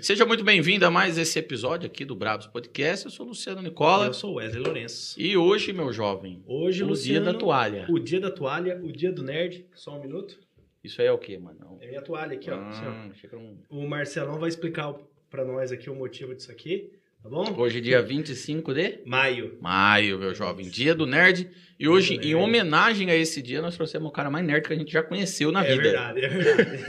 Seja muito bem-vindo a mais esse episódio aqui do Brabos Podcast. Eu sou o Luciano Nicola. Eu sou Wesley Lourenço. E hoje, meu jovem, É. é Hoje, o Luciano, dia da toalha. O dia da toalha, o dia do nerd. Só um minuto. Isso aí é o quê, mano? É minha toalha aqui, ó. assim, ó. Ah, chega um- O Marcelão vai explicar o- pra nós aqui o motivo disso aqui, tá bom? Hoje, é dia 25 de Maio. maio, meu jovem. Dia do nerd. E hoje, do em nerd. homenagem a esse dia, nós trouxemos o cara mais nerd que a gente já conheceu na é vida. verdade, é verdade.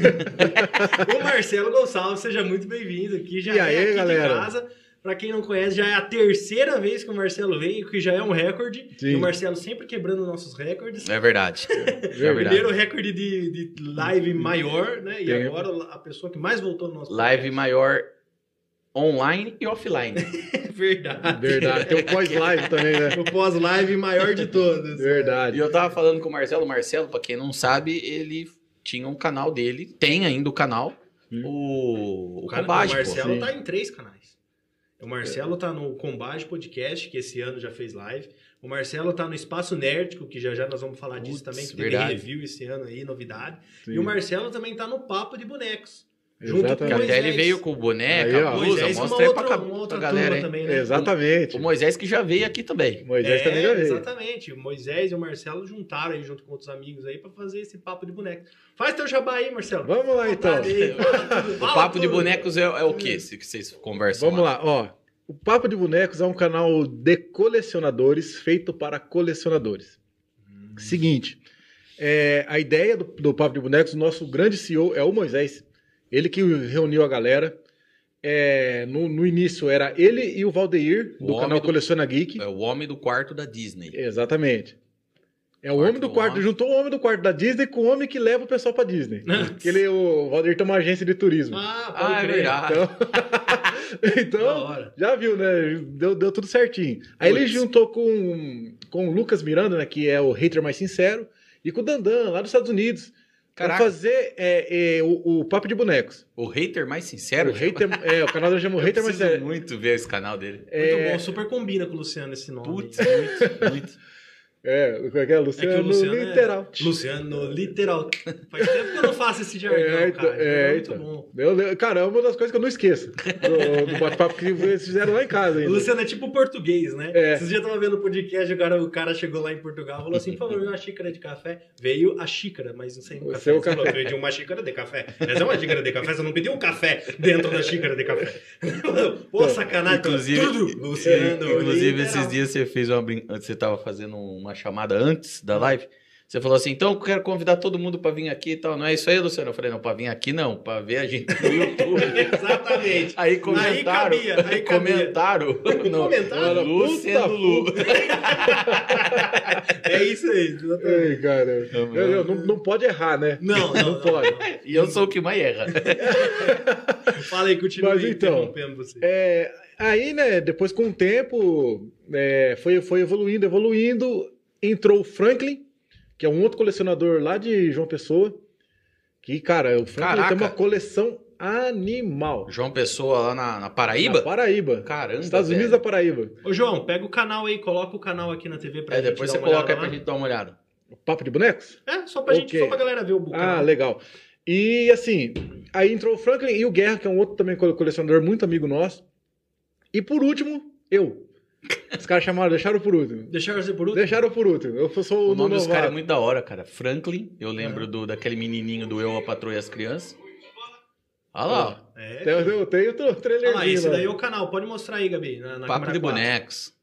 o Marcelo Gonçalves, seja muito bem-vindo aqui. Já E é aí, aqui galera? de casa. Pra quem não conhece, já é a terceira vez que o Marcelo vem, o que já é um recorde. Sim. E o Marcelo sempre quebrando nossos recordes. É verdade. É verdade. Primeiro recorde de, de live maior, né? E Tem- agora a pessoa que mais voltou no nosso Live podcast. maior online e offline. É Verdade. Verdade. Tem o pós-live também, né? O pós-live maior de todas. E Verdade. eu tava falando com o Marcelo. O Marcelo, pra quem não sabe, ele tinha um canal dele, tem ainda o canal. Hum. O, o O, cara, o Combate, pô. Marcelo Sim. tá em três canais. O Marcelo tá no Combate Podcast, que esse ano já fez live. O Marcelo tá no Espaço Nerdico, que já já nós vamos falar Putz, disso também, que verdade. teve review esse ano aí, novidade. Sim. E o Marcelo também tá no Papo de Bonecos. Que junto Exatamente. até Moisés. ele veio com o boneco, Aí, a ó. blusa, Moisés e é uma Ah, mostra aí pra, outra, cá- uma pra outra galera. turma hein? também, né? Exatamente. O Moisés que já veio aqui também. Moisés também já é, veio. exatamente. O Moisés e o Marcelo juntaram aí junto com outros amigos aí pra fazer esse papo de boneco. Faz teu jabá aí, Marcelo. Vamos lá, então. O papo de bonecos é, é o que que vocês conversam? Vamos lá, ó. O Papo de Bonecos é um canal de colecionadores feito para colecionadores. Hum. Seguinte, é, a ideia do, do Papo de Bonecos, o nosso grande CEO é o Moisés. Ele que reuniu a galera. É, no, no início era ele e o Valdeir, O do homem canal do- Coleciona Geek. É o homem do quarto da Disney. Exatamente. É o Quarto homem do do quarto, homem. juntou o homem do quarto da Disney com o homem que leva o pessoal pra Disney. Porque ele, o Valdir tem uma agência de turismo. Ah, pode Ah, é crer. verdade. Então, Da então hora. já viu, né? Deu, deu tudo certinho. Aí ele Puts. juntou com, com o Lucas Miranda, né, que é o hater mais sincero, e com o Dandan, lá dos Estados Unidos, Caraca. pra fazer é, é, o, o Papo de Bonecos. O hater mais sincero. o, hater, é, o canal dele chama o eu Hater Mais preciso Sincero. muito ver esse canal dele. é- Muito bom, super combina com o Luciano esse nome. Putz, É muito, muito. É, o que é que é? Luciano, que o Luciano é- Literal. Luciano, literal. Faz tempo que eu não faço esse jargão, É, então, cara. é, É, muito então. bom. Meu Deus, cara, é uma das coisas que eu não esqueço do, do bate-papo que vocês fizeram lá em casa. O Ainda. Luciano é tipo português, né? É. Vocês já estavam vendo o podcast, o cara, o cara chegou lá em Portugal e falou assim: por favor, me dá uma xícara de café. Veio a xícara, mas não sei o O café. seu Você falou, eu pedi uma xícara de café. Mas é uma xícara de café, você não pediu um café dentro da xícara de café. Pô, sacanagem. Inclusive, é, tudo. Luciano, Inclusive, literal. esses dias você fez uma brin... Você tava fazendo uma chamada antes da live. Você falou assim, então eu quero convidar todo mundo pra vir aqui e tal. Não é isso aí, Luciano? Eu falei, não, pra vir aqui não, pra ver a gente no YouTube. Exatamente. Aí comentaram. Aí cabia, aí cabia. Comentaram. Não, Comentaram? Luciano Lu. É isso aí, exatamente. Ei, cara. Não, Eu- eu- não, não pode errar, né? Não, não, não, pode. não. E eu sou o que mais erra. Fala aí, continua Mas aí, então, interrompendo você. É, aí, né, depois com o tempo, é, foi, foi evoluindo, evoluindo. Entrou o Franklin, que é um outro colecionador lá de João Pessoa. Que, cara, o Franklin Caraca. tem uma coleção animal. João Pessoa lá na, na Na Paraíba? Paraíba. Caramba. Estados Unidos da velho. Paraíba. Ô, João, pega o canal aí, coloca o canal aqui na TV pra É, gente depois dar você uma olhada coloca aí lá. pra gente dar uma olhada. Papo de bonecos? É, só pra, gente, Ok. só pra galera ver o Ah, canal. legal. E assim, aí entrou o Franklin e o Guerra, que é um outro também cole- colecionador muito amigo nosso. E por último, eu. Os caras chamaram, deixaram por último. Deixaram você por último? Deixaram por último. Eu sou O o nome novato. dos caras é muito da hora, cara. Franklin, eu lembro do, daquele menininho do Eu, a Patroa e as Crianças. Olha lá, ó. É. Tem, um Então, eu tenho o Olha trailer lá, esse daí é o canal. Pode mostrar aí, Gabi, na, na Papo câmera de quatro. Bonecos.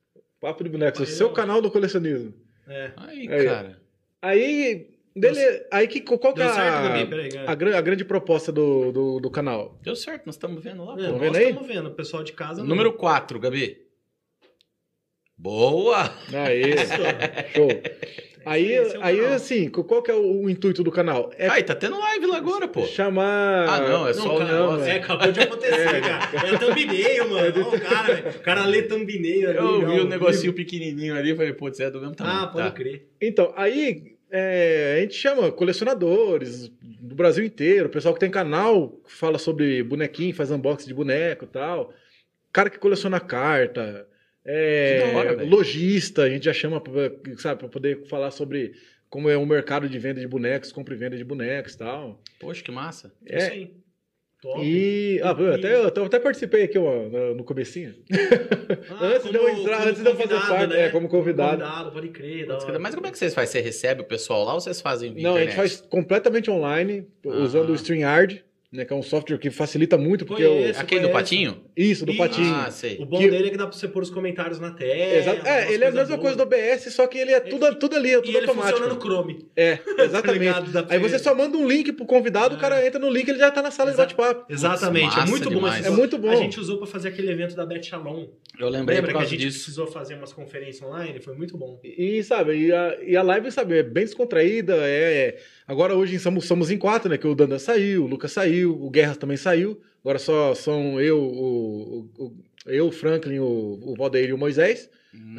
Papo de bonecos, o seu canal do colecionismo. É. Aí, Aí, ó. cara. Aí, dele, aí que, qual que é Deu certo, Gabi? a, Peraí, Gabi. a, gran- a grande proposta do, do, do canal? Deu certo, nós estamos vendo lá. É, pô. nós vendo aí? estamos vendo, o pessoal de casa não. Número 4, Gabi. Boa! Aê, Isso. show. Aí, Esse é o aí canal. assim, qual que é o, o intuito do canal? É Aí, tá tendo live lá agora, pô. chamar... Ah, não, é só o cara, negócio. É, acabou de acontecer, cara. É thumbnail, mano. Ó, o cara, velho. O cara lê thumbnail. ali, Eu vi ó, o negocinho pequenininho ali e falei, putz, é do mesmo tamanho. Ah, pode tá. crer. Então, aí é, a gente chama colecionadores do Brasil inteiro, pessoal que tem canal, que fala sobre bonequinho, faz unboxing de boneco e tal. Cara que coleciona carta, Que da hora, é, velho. lojista, a gente já chama, pra- sabe, para poder falar sobre como é o mercado de venda de bonecos, compra e venda de bonecos e tal. Poxa, que massa. É. Isso aí. Top. E ah, eu até, eu até- eu até participei aqui ó, no- no comecinho. Ah, Ah, antes de eu entrar, antes de eu fazer parte, né? é, como convidado. né? pode crer. da hora. Mas como é que vocês fazem? Você recebe o pessoal lá ou vocês fazem internet? Não, a gente faz completamente online, usando Ah. o StreamYard, né, que é um software que facilita muito, porque eu- Conheço. Aquele do Conhece. Patinho? Isso, do Isso. Patinho. Ah, sei. O bom que- dele é que dá pra você pôr os comentários na tela. Exato. É, umas ele é coisas a mesma boas. coisa do OBS, só que ele é tudo, tudo ali, é E tudo ele funciona no automático. Chrome. É, Tá exatamente. ligado? É. Dá pra Aí você só manda um link pro convidado, o cara entra no link, ele já tá na sala Exato. de bate-papo. Exatamente, Nossa, é muito bom demais. esse É muito bom. A gente usou pra fazer aquele evento da Beth Shalom. Eu lembrei Lembra por que a causa gente disso. precisou fazer umas conferências online? Foi muito bom. E, sabe, e a, e a live, sabe, é bem descontraída, é... é- Agora hoje somos, somos em quatro, né, que o Dandan saiu, o Lucas saiu, o Guerra também saiu, agora só são eu, o... o- o- eu, o Franklin, o, o Valdeir e o Moisés.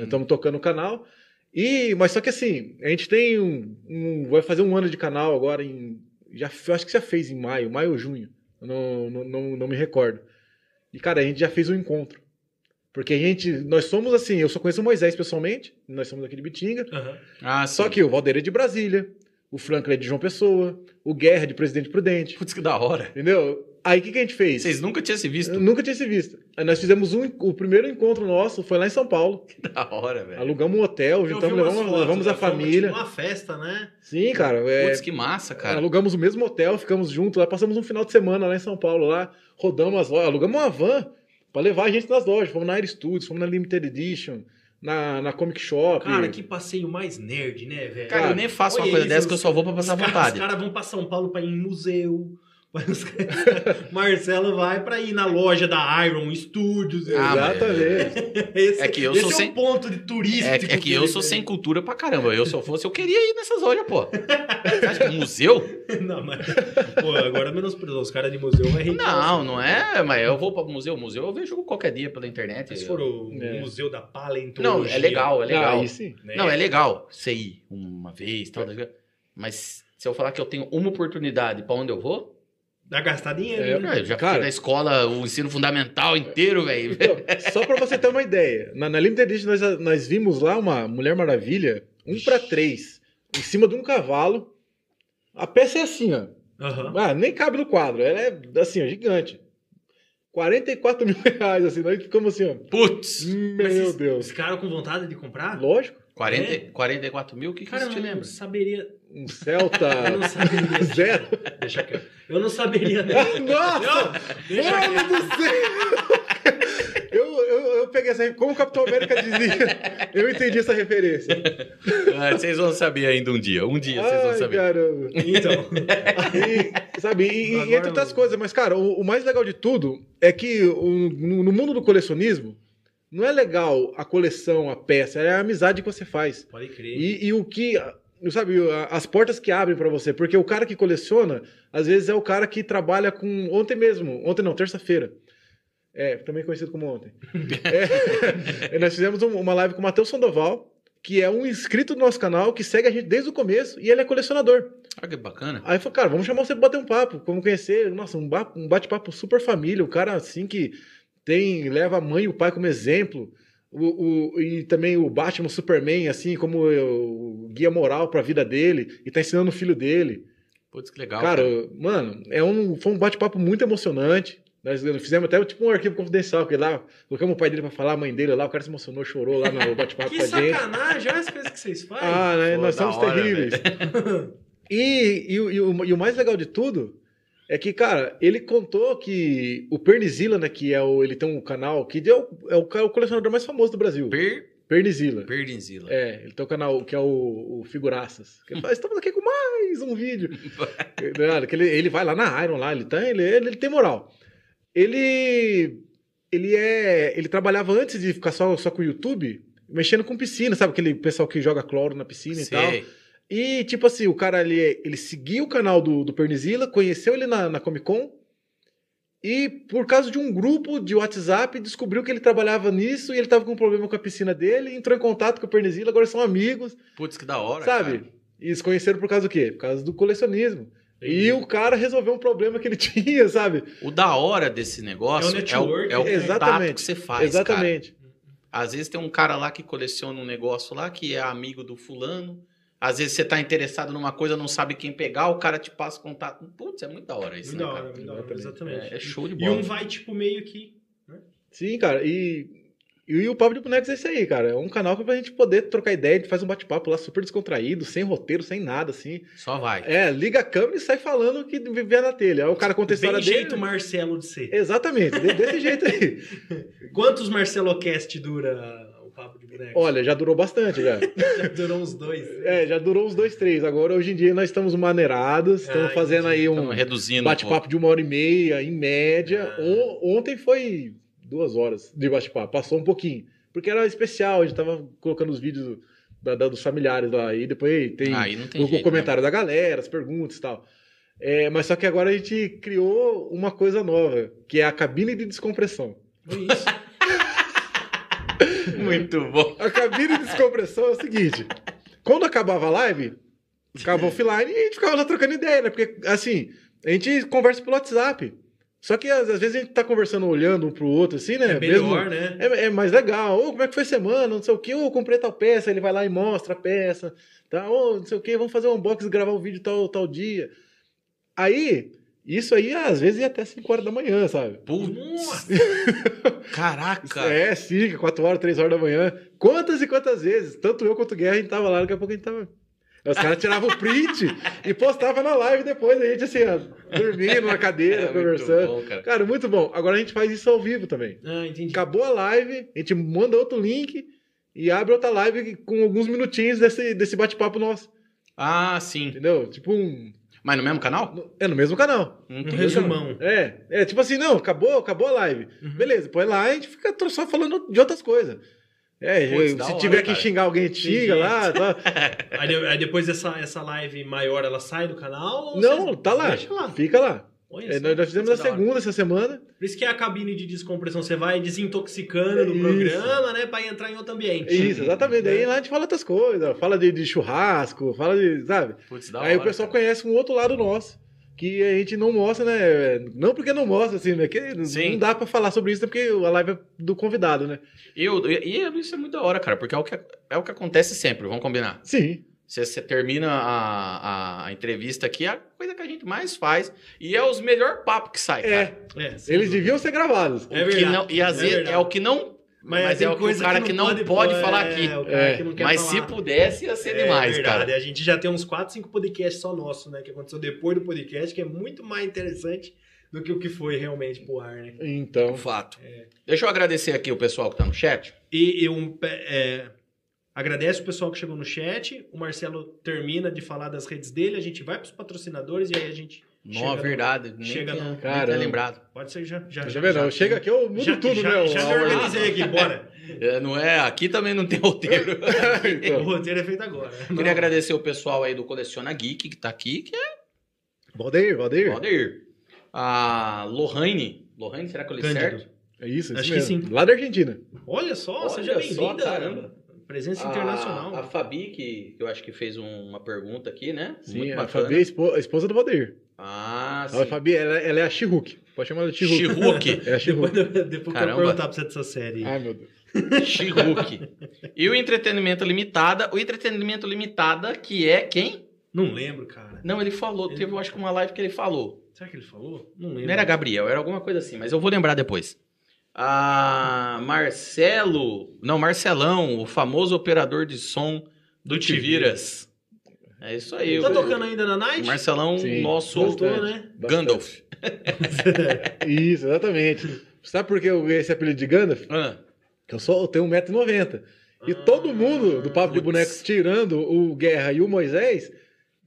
Estamos tocando o canal. E, mas só que assim, a gente tem um, um- Vai fazer um ano de canal agora em. Já, eu acho que já fez em maio, maio ou junho. Eu Não, não, não, não me recordo. E, cara, a gente já fez um encontro. Porque a gente. Nós somos assim, eu só conheço o Moisés pessoalmente, nós somos aqui de Bitinga. Ah, Só que o Valdeira é de Brasília, o Franklin é de João Pessoa, o Guerra é de Presidente Prudente. Putz, que da hora. Entendeu? Aí o que, que a gente fez? Vocês nunca tinham se visto? Eu nunca tinha se visto. Aí nós fizemos um, o primeiro encontro nosso, foi lá em São Paulo. Da hora, velho. Alugamos um hotel, juntamos, levamos, né? levamos a família. né? Uma festa, né? Sim, cara. é, Putz, que massa, cara. alugamos o mesmo hotel, ficamos juntos lá, passamos um final de semana lá em São Paulo, lá, rodamos as lojas, alugamos uma van pra levar a gente nas lojas. Fomos na Air Studios, fomos na Limited Edition, na, na Comic Shop. Cara, que passeio mais nerd, né, velho? Cara, Cara, eu nem faço uma olha coisa isso, dessa que eu só vou pra passar os caras- vontade. Os caras vão pra São Paulo pra ir em museu. Os caras- Marcelo vai pra ir na loja da Iron Studios. Ah, Exatamente. esse é que eu esse sou é sem- o ponto de turístico. É, é que eu ele sou tem. sem cultura pra caramba. Eu, se eu fosse, eu queria ir nessas lojas, pô. Você acha que é um museu? Não, mas. Pô, agora menos os caras de museu vai rir. Não, não é. Mas eu vou pra museu. Museu eu vejo qualquer dia pela internet. Se for o É. Museu da Paleontologia. Não, é legal, é legal. Ah, aí sim. né? Não, é legal você ir uma vez, tal, tal, tal. mas se eu falar que eu tenho uma oportunidade pra onde eu vou, Dá gastar dinheiro. É, né? eu já Cara. fiquei na escola, o ensino fundamental inteiro, velho. Então, só pra você ter uma ideia, na, na Limited Edition nós, nós vimos lá uma Mulher Maravilha, um pra três, em cima de um cavalo. A peça é assim, ó. Aham. Ah, nem cabe no quadro. Ela é, assim, ó, gigante. 44 mil reais, assim. Nós ficamos assim, ó. Putz! Meu Mas vocês- Deus. Ficaram com vontade de comprar? Lógico. 40, É? 44 mil, o que, que Cara, isso eu te não lembra? saberia. Um Celta Eu não saberia. zero. Deixa quieto. Eu não saberia, né? Nossa! Não, deixa quieto. Mano do céu! Eu, eu, eu peguei essa... Como o Capitão América dizia, eu entendi essa referência. Ah, vocês vão saber ainda um dia. Um dia vocês vão Ai, saber. caramba. Então, E, sabe, e, e Agora entre outras não. coisas, mas, cara, o, o mais legal de tudo é que o- no, no mundo do colecionismo, não é legal a coleção, a peça, é a amizade que você faz. pode crer. E, e o que. Sabe, a- as portas que abrem pra você, porque o cara que coleciona, às vezes é o cara que trabalha com. Ontem mesmo, ontem não, terça-feira. É, também conhecido como ontem. É, nós fizemos um- uma live com o Matheus Sandoval, que é um inscrito do nosso canal, que segue a gente desde o começo e ele é colecionador. Olha que bacana. Aí eu falei, cara, vamos chamar você pra bater um papo, vamos conhecer. Nossa, um, ba- um bate-papo super família, um cara assim que tem, leva a mãe e o pai como exemplo. O, o- e também o Batman, o Superman, assim, como eu- o guia moral pra vida dele, e tá ensinando o filho dele. Putz, que legal. cara, cara. mano, é um, foi um bate-papo muito emocionante. Nós fizemos até tipo um arquivo confidencial, que lá colocamos o pai dele pra falar, a mãe dele lá, o cara se emocionou, chorou lá no bate-papo Que com a gente. sacanagem, olha as coisas que vocês fazem. Ah, né? Pô, nós da somos hora, terríveis. e, e o- e o, e o mais legal de tudo é que, cara, ele contou que o Pernizila, né, que é o, ele tem um canal que é o, é o cara- o colecionador mais famoso do Brasil. Per, Pernizila. Perdinzila. É, ele tem um canal que é o, o Figuraças. Que ele fala, estamos aqui com mais um vídeo. Cara, que ele, ele vai lá na Iron, lá, ele, tá, ele, ele, ele tem moral. Ele. Ele é. Ele trabalhava antes de ficar só, só com o YouTube, mexendo com piscina, sabe? Aquele pessoal que joga cloro na piscina e tal. Sei. E, tipo assim, o cara ali, ele seguiu o canal do, do Pernizila, conheceu ele na, na Comic Con e, por causa de um grupo de WhatsApp, descobriu que ele trabalhava nisso e ele tava com um problema com a piscina dele, entrou em contato com o Pernizila, agora são amigos, Putz, que da hora. sabe? cara. E se conheceram por causa do quê? Por causa do colecionismo. E o cara resolveu um problema que ele tinha, sabe? O da hora desse negócio É é o o, network, é o contato Exatamente. que você faz, cara. Exatamente. Às vezes tem um cara lá que coleciona um negócio lá que é amigo do fulano. Às vezes você tá interessado numa coisa, não sabe quem pegar, o cara te passa contato. Putz, é muito da hora isso, Muito da né, hora, cara? muito da hora, exatamente. É, é show de E bola. um vai, tipo, meio que. Sim, cara, e, e o Papo de Bonecos é isso aí, cara. É um canal pra gente poder trocar ideia, a gente faz um bate-papo lá super descontraído, sem roteiro, sem nada, assim. Só vai. É, liga a câmera e sai falando o que viver na telha. Aí o cara conta a Tem história dele. jeito Marcelo de ser. Exatamente, de- desse jeito aí. Quantos Marcelocast dura o papo de boneco? Olha, já durou bastante, já. Já durou uns dois. né? É, já durou uns dois, três. Agora, hoje em dia, nós estamos maneirados, estamos Ah, fazendo aí um Estamos reduzindo. um bate-papo de uma hora e meia, em média. Ah. On- ontem foi duas horas de bate-papo, passou um pouquinho. Porque era especial, a gente tava colocando os vídeos da- da- dos familiares lá. E depois tem pouco. Aí não tem o jeito, né? comentário da galera, as perguntas e tal. É, mas só que agora a gente criou uma coisa nova, que é a cabine de descompressão. Foi isso. Muito bom. A cabine de descompressão é o seguinte: quando acabava a live, acabava offline e a gente ficava lá trocando ideia, né? Porque, assim, a gente conversa pelo WhatsApp. Só que às, às vezes a gente tá conversando olhando um pro outro, assim, né? É melhor, né? É, é mais legal. Ou como é que foi a semana? Não sei o quê. Ou comprei tal peça, ele vai lá e mostra a peça. Tá? Ou não sei o quê, vamos fazer um unboxing, gravar um vídeo tal, tal dia. Aí, isso aí às vezes ia até 5 horas da manhã, sabe? Putz. Caraca. É, sim, 4 horas, 3 horas da manhã. Quantas e quantas vezes? Tanto eu quanto o Guerra, a gente tava lá, daqui a pouco a gente tava. Os caras tiravam o print e postava na live depois, a gente assim, ó, dormindo na É, cadeira, muito conversando. bom, cara. Cara, muito bom. Agora a gente faz isso ao vivo também. Ah, entendi. Acabou a live, a gente manda outro link e abre outra live com alguns minutinhos desse, desse bate-papo nosso. Ah, sim. Entendeu? Tipo um. Mas no mesmo canal? É no mesmo canal. Não Um tem resumão. É. É tipo assim, não, acabou, acabou a live. Uhum. Beleza, põe lá e a gente fica tro- só falando de outras coisas. É, Putz, se da hora, tiver que cara. xingar alguém, te Tem xinga lá. Tá. Aí, de- aí depois essa, essa live maior, ela sai do canal? ou Não, vocês- tá lá. Deixa lá. Fica lá. Olha É, só. nós, nós fizemos a Isso é da hora. segunda essa semana. Por isso que é a cabine de descompressão. Você vai desintoxicando do É Isso. É programa, né? Pra entrar em outro ambiente. Isso, exatamente. Daí lá a gente fala outras coisas. Fala de, de churrasco, fala de. Sabe? Putz, da Aí hora, o pessoal cara. conhece um outro lado nosso. Que a gente não mostra, né? Não porque não mostra, assim, né? Que Sim. não dá pra falar sobre isso, né? porque a live é do convidado, né? Eu, e e isso é muito da hora, cara, porque é o que, é o que acontece sempre, vamos combinar. Sim. Você, você termina a, a, a entrevista aqui, é a coisa que a gente mais faz, e é os melhores papos que sai, É, cara. É, sem eles dúvida. deviam ser gravados. O É que verdade, não- e às é vezes é, verdade. o que não. Mas tem é o que o coisa cara que não pode falar aqui. o cara É, que não quer Mas se falar. pudesse, ia ser É demais, verdade. cara. A gente já tem uns 4, 5 podcasts só nosso, né? Que aconteceu depois do podcast, que é muito mais interessante do que o que foi realmente pro ar, né? Então. É um fato. Deixa eu agradecer aqui o pessoal que tá no chat. E, e um, pe- é, agradece o pessoal que chegou no chat. O Marcelo termina de falar das redes dele. A gente vai pros patrocinadores e aí a gente. Não, é no- verdade. Nem chega tinha, no- nem tinha Caramba. lembrado. Pode ser já. Já, Já, vê, não, tá chega aqui, eu mudo já, tudo, já, né? Já, a me ordem. organizei aqui, bora. É, não é? Aqui também não tem roteiro. o então. roteiro é feito agora. Queria agradecer o pessoal aí do Coleciona Geek que tá aqui, que é Valdeir, Valdeir. o Valdeir. A Lohane. Lohane, será que eu li Cândido. certo? É isso, isso Acho que mesmo. sim. Lá da Argentina. Olha só, Olha seja só, bem-vinda. caramba. Presença A- internacional. A, Fabi, que, que eu acho que fez um- uma pergunta aqui, né? Sim, a Fabi é a espo- a esposa do Valdeir. Ah, A sim. Fabi, ela, ela é a Chihuk. Pode chamar ela de Chihuk. Chihuk. É a Depois, Chihuk. depois que eu Caramba. vou perguntar pra você dessa série. Ai, meu Deus. Chihuk. E o entretenimento limitada. O entretenimento limitada, que é quem? Não lembro, cara. Não, ele falou. Teve, eu acho que uma live que ele falou. Será que ele falou? Não lembro. Não era Gabriel, era alguma coisa assim, mas eu vou lembrar depois. Ah, Marcelo. Não, Marcelão, o famoso operador de som do Tiviras. É isso aí. Tá o- tocando ainda na Night? o Marcelão, Sim, tá nosso voltou, Voltou, né? Gandalf. Isso, exatamente. Sabe por que eu ganhei esse apelido de Gandalf? Ah, Que eu só eu tenho 1,90m. E todo mundo do Ah, Papo de putz. Bonecos, tirando o Guerra e o Moisés,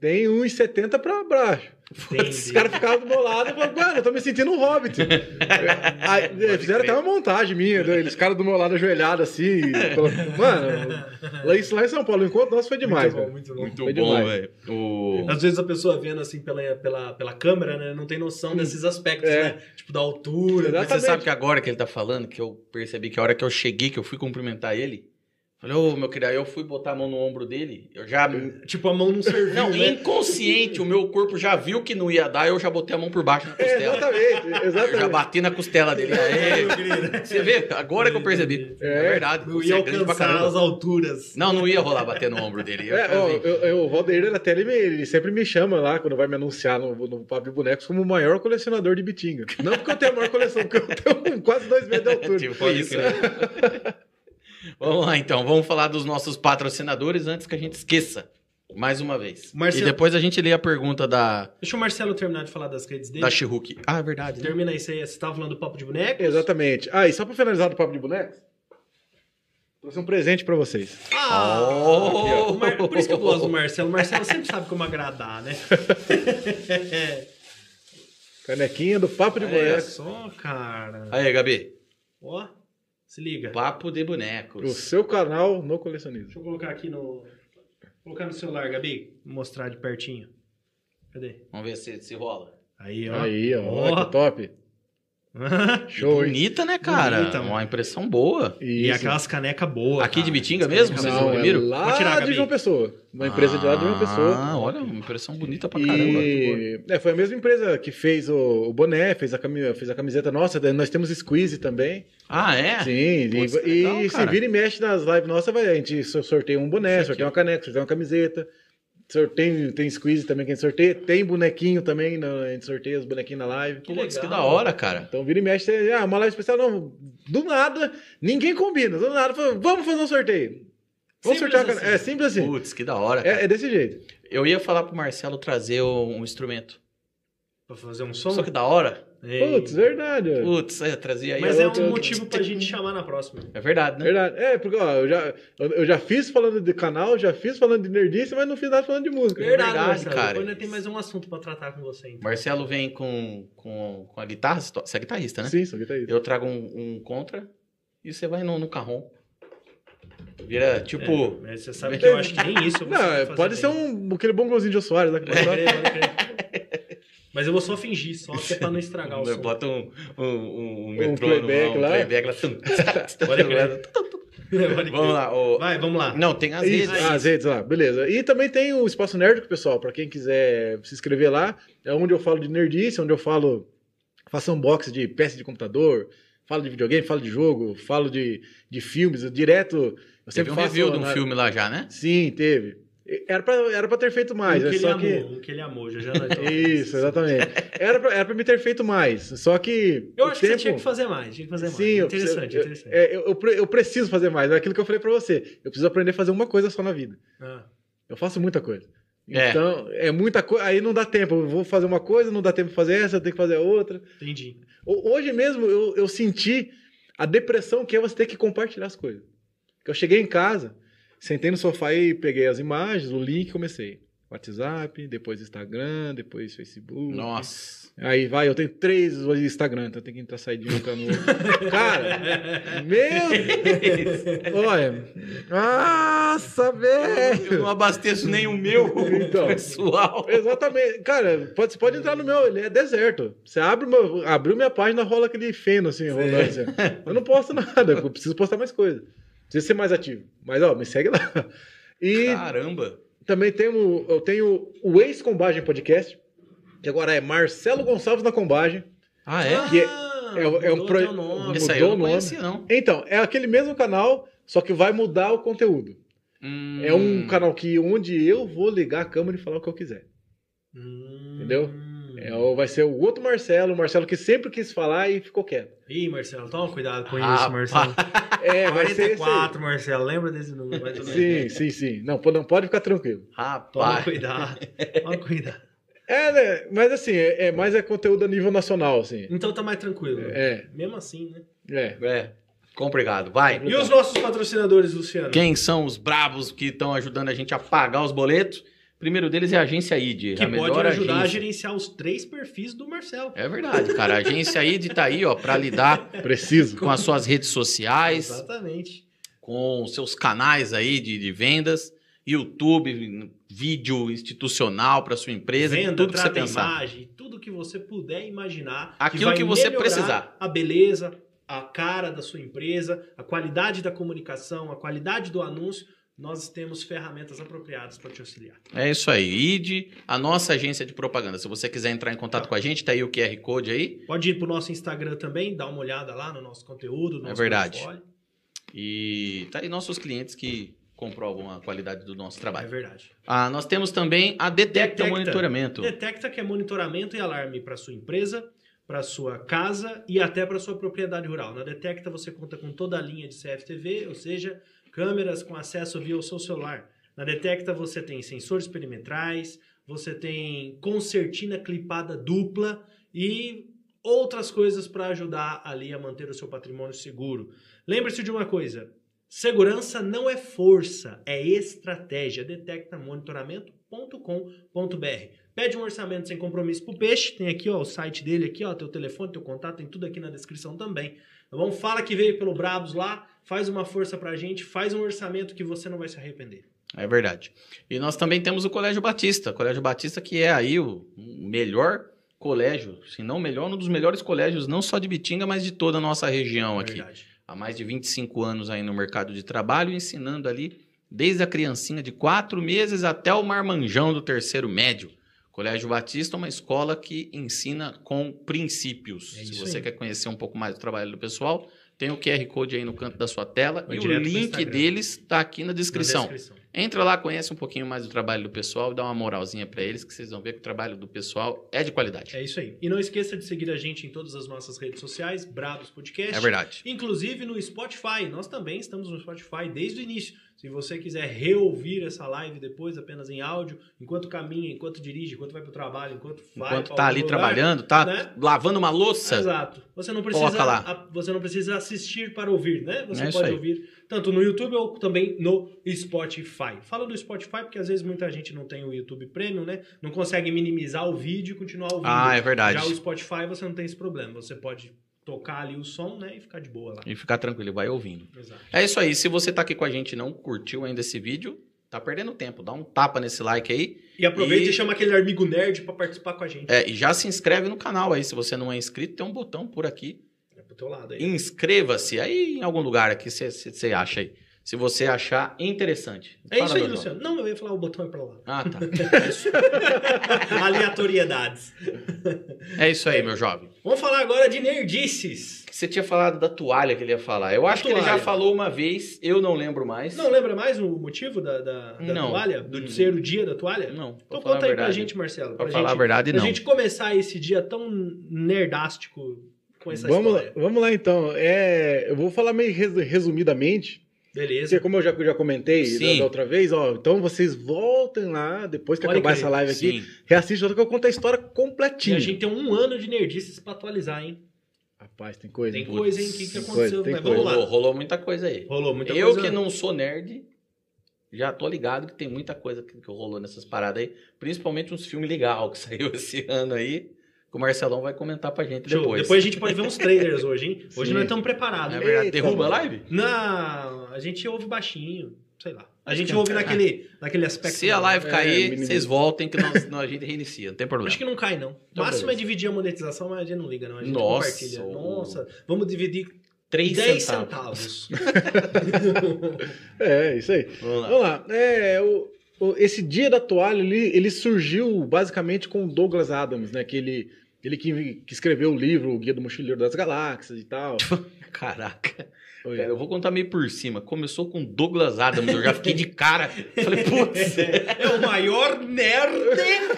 tem 1,70 pra baixo. Os Entendi. caras ficavam do meu lado e falavam, mano, eu tô me sentindo um hobbit. Aí, Pode fizeram crer. até uma montagem minha, né? eles caras do meu lado ajoelhado assim. e colocando- Mano, lá, isso lá em São Paulo, o encontro nosso foi demais, muito bom, velho. muito bom. muito Foi bom, demais. velho. O... Às vezes a pessoa vendo assim pela, pela, pela câmera, né? Não tem noção desses aspectos, É. né? Tipo, da altura. Mas Exato. você exatamente. sabe que agora que ele tá falando, que eu percebi que a hora que eu cheguei, que eu fui cumprimentar ele, Falei, ô meu querido, aí eu fui botar a mão no ombro dele, eu já. Tipo, a mão não serviu, Não, né? inconsciente, o meu corpo já viu que não ia dar, eu já botei a mão por baixo na É, costela. exatamente, Eu já exatamente. bati na costela dele. É, Aê. meu querido. Você vê, agora que eu percebi. É, É. verdade. Não você ia é grande pra alcançar caramba. as alturas. Não, não ia rolar bater no ombro dele. Eu assim. É, ó, casei. eu, eu- o Valdeir até ele, me- ele sempre me chama lá quando vai me anunciar no, no Papo de Bonecos como o maior colecionador de bitinga. Não porque eu tenho a maior coleção, porque eu tenho um quase dois metros de altura. Tipo isso, né? vamos lá, então. Vamos falar dos nossos patrocinadores antes que a gente esqueça. Mais uma vez. Marcelo- E depois a gente lê a pergunta da, Deixa o Marcelo terminar de falar das redes dele. da Chihuk. Ah, é verdade. né? Termina isso aí, você tava falando do papo de boneco? Exatamente. Ah, e só pra finalizar do Papo de Bonecos, trouxe um presente pra vocês. Ah! Oh! o Mar- Por isso que eu gosto do Marcelo. O Marcelo sempre sabe como agradar, né? Canequinha do Papo de Olha Olha Bonecos. só, cara. Aí, Gabi. Ó, se liga. Papo de Pro bonecos. seu canal no colecionismo. Deixa eu colocar aqui no. Colocar no celular, Gabi. Mostrar de pertinho. Cadê? Vamos ver se, se rola. Aí, ó. Aí, ó, Ó. que top. Show, hein? Bonita, né, cara? Bonita, Uma mano. impressão boa. e Isso. aquelas canecas boas. Aqui de Bitinga Essas mesmo? canecas Vocês Não, vão é primeiro? lá Vou tirar, de Gabi. João Pessoa. Uma empresa de lá de João Pessoa. Ah, olha, uma impressão bonita pra caramba. E é, foi a mesma empresa que fez o, o boné, fez a, cami- fez a camiseta nossa. daí Nós temos squeeze também. Ah, é? Sim, Putz, e, que legal, e se cara. vira e mexe nas lives nossas, vai, a gente so- sorteia um Isso boné, aqui, sorteia ó. uma caneca, sorteia uma camiseta. Sorteio, tem squeeze também que a gente sorteia. Tem bonequinho também, na- a gente sorteia os bonequinhos na live. Que Putz, legal. que da hora, cara. Então vira e mexe, tem, ah, uma live especial, não, do nada, ninguém combina, do nada, fala, vamos fazer um sorteio. Simples Vamos sortear, a cane- assim. é simples assim, Putz, que da hora. cara. é, é desse jeito. Eu ia falar pro Marcelo trazer um instrumento. Pra fazer um som? Só que da hora. Ei. Putz, verdade. ó. Putz, é, trazia aí. Mas eu é tô- um motivo pra gente chamar na próxima. É verdade, né? tipo Verdade. É, porque ó, eu, já, eu já fiz falando de canal, já fiz falando de nerdice, mas não fiz nada falando de música. Verdade, Marcelo. cara. Depois ainda tem mais um assunto pra tratar com você. É. Então. Marcelo vem com, com, com a guitarra. Você to- você é guitarrista, né? Sim, só que tá isso. Eu trago um, um contra e você vai no, no carrom. Vira tipo. É, mas você sabe que eu acho que nem isso. eu vou Não, saber é, fazer pode bem. ser um, aquele bongozinho de Jô Soares lá que Pode É, passava. crer, pode crer. Mas eu vou só fingir, só que é pra não estragar o som. Bota um, um, um, um Um metrônomo, playback um lá. playback lá. tum, tum, Pode tum, né? crer. Vamos Pode crer. lá. ô- Vai, vamos lá. Não, tem às Isso, vezes. ah, as redes lá, beleza. E também tem o Espaço Nerd, pessoal, pra quem quiser se inscrever lá, é onde eu falo de nerdice, onde eu falo, faço unboxing de peça de computador, falo de videogame, falo de jogo, falo de, de filmes, eu direto... Eu Teve sempre um faço review de um na- filme lá já, né? Sim, teve. Era pra, era pra ter feito mais, um que ele é só que... amou, um que ele amou, já já nós falamos. Isso, exatamente. Era pra, era pra me ter feito mais, só que... Eu o acho que você tempo- tinha que fazer mais, tinha que fazer mais. Sim, eu interessante, preciso- interessante. É, eu, eu pre- eu preciso fazer mais. É aquilo que eu falei pra você. Eu preciso aprender a fazer uma coisa só na vida. Ah, Eu faço muita coisa. É. Então, é muita coisa. Aí não dá tempo. Eu vou fazer uma coisa, não dá tempo de fazer essa, eu tenho que fazer outra. entendi. Ho- Hoje mesmo eu, eu senti a depressão que é você ter que compartilhar as coisas. Eu cheguei em casa, sentei no sofá e peguei as imagens, o link e comecei. WhatsApp, depois Instagram, depois Facebook. Nossa. Aí vai, eu tenho três hoje Instagram, então eu tenho que entrar sair de um pra no outro. Ah, Cara, meu! Olha. Nossa, velho! Eu não abasteço nem o meu Então. pessoal. Exatamente. Cara, pode, você pode entrar no meu, ele é deserto. Você abre o meu- abriu minha página, rola aquele feno assim, rolando assim. Eu não posto nada, eu preciso postar mais coisa. Preciso ser mais ativo. Mas, ó, me segue lá. E Caramba. também temos, eu tenho o Ex-Combagem Podcast, que agora é Marcelo Gonçalves na Combagem. Ah, é? Que é- Ah, é o- é o mudou pro- teu nome. Esse aí mudou eu não o nome. conhecia, não. Então, é aquele mesmo canal, só que vai mudar o conteúdo. É um Hum. canal que onde eu vou ligar a câmera e falar o que eu quiser. Hum. Entendeu? É, o- vai ser o outro Marcelo, o Marcelo que sempre quis falar e ficou quieto. Ih, Marcelo, toma cuidado com Rapaz. isso, Marcelo. É, vai ser esse aí. 44, Marcelo, lembra desse número? Vai tudo bem. Sim, sim, sim. Não, pô, não pode ficar tranquilo. Toma Rapaz. cuidado, toma cuidado. É, né? Mas assim, é, é mais é conteúdo a nível nacional, assim. Então tá mais tranquilo. É, Mesmo assim, né? é. É. Complicado. Tá. Vai. E os nossos patrocinadores, Luciano? Quem são os bravos que estão ajudando a gente a pagar os boletos? Primeiro deles é a agência ID. Que a melhor pode ajudar a agência. gerenciar os três perfis do Marcelo. É verdade, cara. A agência ID tá aí, ó, pra lidar Preciso. com as suas redes sociais, Exatamente. com os seus canais aí de, de vendas, YouTube, vídeo institucional para sua empresa, Venda, tudo que você trata a pensar. imagem, tudo que você puder imaginar. Aquilo vai que você melhorar precisar. A beleza, a cara da sua empresa, a qualidade da comunicação, a qualidade do anúncio, nós temos ferramentas apropriadas para te auxiliar. É isso aí. ID, a nossa agência de propaganda. Se você quiser entrar em contato com a gente, tá aí o QR Code aí. Pode ir para o nosso Instagram também, dar uma olhada lá no nosso conteúdo, no É nosso verdade. portfólio. E tá aí nossos clientes que comprovam a qualidade do nosso É trabalho. verdade. Ah, nós temos também a Detecta, Detecta. Monitoramento. Detecta que é monitoramento e alarme para sua empresa, para sua casa e até para sua propriedade rural. Na Detecta você conta com toda a linha de CFTV, ou seja, câmeras com acesso via o seu celular. Na Detecta você tem sensores perimetrais, você tem concertina clipada dupla e outras coisas para ajudar ali a manter o seu patrimônio seguro. Lembre-se de uma coisa, segurança não é força, é estratégia. Detectamonitoramento.com peixe.com.br. Pede um orçamento sem compromisso pro Peixe. Tem aqui, ó, o site dele aqui, ó, teu telefone, teu contato, tem tudo aqui na descrição também. Tá bom? Fala que veio pelo Brabos lá, faz uma força pra gente, faz um orçamento que você não vai se arrepender. É verdade. E nós também temos o Colégio Batista. Colégio Batista que é aí o melhor colégio, se não melhor, um dos melhores colégios, não só de Bitinga, mas de toda a nossa região aqui. Verdade. Há mais de 25 anos aí no mercado de trabalho, ensinando ali desde a criancinha de quatro meses até o marmanjão do terceiro médio. Colégio Batista é uma escola que ensina com princípios. É se isso você aí. quer conhecer um pouco mais do trabalho do pessoal, tem o QR Code aí no canto da sua tela Vai e o direto pro link Instagram. deles está aqui na Na descrição. Entra lá, conhece um pouquinho mais do trabalho do pessoal, dá uma moralzinha pra eles, que vocês vão ver que o trabalho do pessoal é de qualidade. É isso aí. E não esqueça de seguir a gente em todas as nossas redes sociais, Brabos Podcast. É verdade. Inclusive no Spotify, nós também estamos no Spotify desde o início. Se você quiser reouvir essa live depois, apenas em áudio, enquanto caminha, enquanto dirige, enquanto vai pro trabalho, enquanto vai Enquanto pra tá algum ali lugar, trabalhando, tá né? lavando uma louça, Exato. Você não Coloca precisa, lá. a- você não precisa assistir para ouvir, né? Você É isso pode aí. ouvir tanto no YouTube ou também no Spotify. Fala do Spotify porque às vezes muita gente não tem o YouTube Premium, né? Não consegue minimizar o vídeo e continuar ouvindo. Ah, é verdade. Já o Spotify você não tem esse problema. Você pode tocar ali o som, né, e ficar de boa lá. e ficar tranquilo, vai ouvindo. Exato. É isso aí. Se você tá aqui com a gente e não curtiu ainda esse vídeo, tá perdendo tempo. Dá um tapa nesse like aí. E aproveita e, E- chama aquele amigo nerd para participar com a gente. É, e já se inscreve no canal aí. Se você não é inscrito, tem um botão por aqui. É pro teu lado aí. Inscreva-se aí em algum lugar aqui, você acha aí. Se você achar interessante. É isso Fala, aí, Bruno. Luciano. Não, eu ia falar o botão é pra lá. Ah, tá. Aleatoriedades. É isso aí, meu jovem. Vamos falar agora de nerdices. Você tinha falado da toalha que ele ia falar. Eu acho que ele já toalha. falou uma vez, eu não lembro mais. Não lembra mais o motivo da, da- da Não. toalha? Do Hum. ser o dia da toalha? não. Então Pra falar conta a aí pra verdade. gente, Marcelo. Pra Pra, falar a gente, verdade, pra não. gente começar esse dia tão nerdástico com essa Vamos lá, história. vamos lá então. É, eu vou falar meio resu- resumidamente, Beleza. Porque como eu já, já comentei Sim. da, da outra vez, ó, então vocês voltem lá, depois que Pode acabar crer. essa live aqui, Sim. reassistam que eu conto a história E completinha. a gente tem um ano de nerdices pra atualizar, hein? Rapaz, tem coisa. Tem hein? coisa, hein? O que, que tem aconteceu? coisa, tem Mas vamos Rolou, lá. rolou muita coisa aí. Rolou muita eu coisa. que não sou nerd, já tô ligado que tem muita coisa que, que rolou nessas paradas aí. Principalmente uns filmes legais que saiu esse ano aí. Que o Marcelão vai comentar pra gente Show. depois. Depois. a gente pode ver um uns trailers hoje, hein? Hoje Sim. nós Não estamos preparados. é verdade? Eita, Derruba a mano. live? Não, a gente ouve baixinho, sei lá. A gente ouve naquele, naquele aspecto. é um Se a live É, cair, mínimo. vocês voltem que nós, nós- a gente reinicia, não tem problema. Acho que não cai, não. O Então, máximo é beleza. dividir a monetização, mas a gente não liga, não. A gente Nossa, compartilha. o- Nossa, vamos dividir Três 10 centavos. centavos. É, isso aí. Vamos lá. Vamos lá. É, o- o- esse dia da toalha, ele, ele surgiu basicamente com o Douglas Adams, né? Que ele, ele que, que escreveu o livro O Guia do Mochileiro das Galáxias e tal. Caraca. Oi. Cara, eu vou contar meio por cima. Começou com Douglas Adams, eu já fiquei de cara. Falei, putz, É o maior nerd.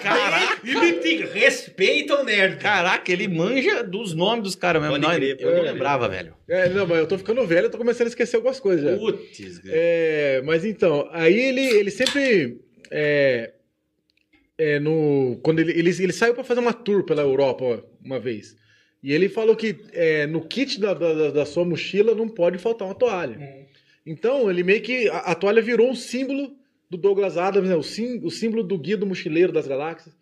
Caraca. E me tem- respeita o nerd. caraca, ele manja dos nomes dos caras mesmo. Pode Não, crer, eu pode não crer. lembrava, velho. É, não, mas eu tô ficando velho, eu tô começando a esquecer algumas coisas já. Putz, grilo. É, mas então, aí ele, ele sempre. É, é, no, quando ele, ele, ele saiu para fazer uma tour pela Europa uma vez. E ele falou que é, no kit da, da- da- da sua mochila não pode faltar uma toalha. Hum. Então, ele meio que. A, a toalha virou um símbolo do Douglas Adams, né, o, sim- o símbolo do guia do mochileiro das galáxias.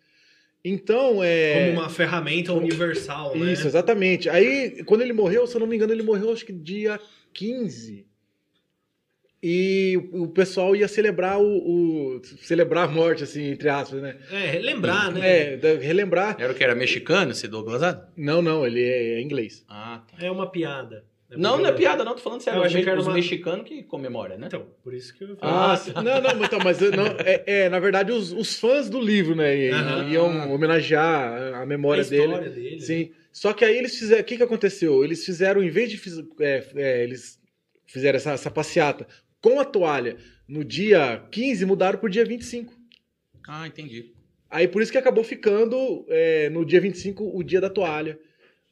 Então, é. Como uma ferramenta universal, né? Isso, exatamente. Aí, quando ele morreu, se eu não me engano, ele morreu acho que dia 15. E o o pessoal ia celebrar o, o- celebrar a morte, assim, entre aspas, né? É, lembrar, né? É, da- relembrar. Era o que era mexicano, esse Douglas Adams? Não, não, ele é, é inglês. Ah, tá. É uma piada. né? Não, Porque não é piada, não. Tô falando sério. Eu Os, achei me... que era os uma- mexicanos que comemora, né? Então, por isso que eu Ah, falei. Não, não, mas, então, mas eu não, é, é, na verdade, os, os fãs do livro, né? i- Aham. Iam homenagear a memória a dele. história dele. né? Sim. Só que aí eles fizeram. O que, que aconteceu? Eles fizeram, em vez de. fiz- é, é, eles fizeram essa, essa passeata com a toalha no dia 15, mudaram pro dia 25. Ah, entendi. Aí por isso que acabou ficando é, no dia 25 o dia da toalha.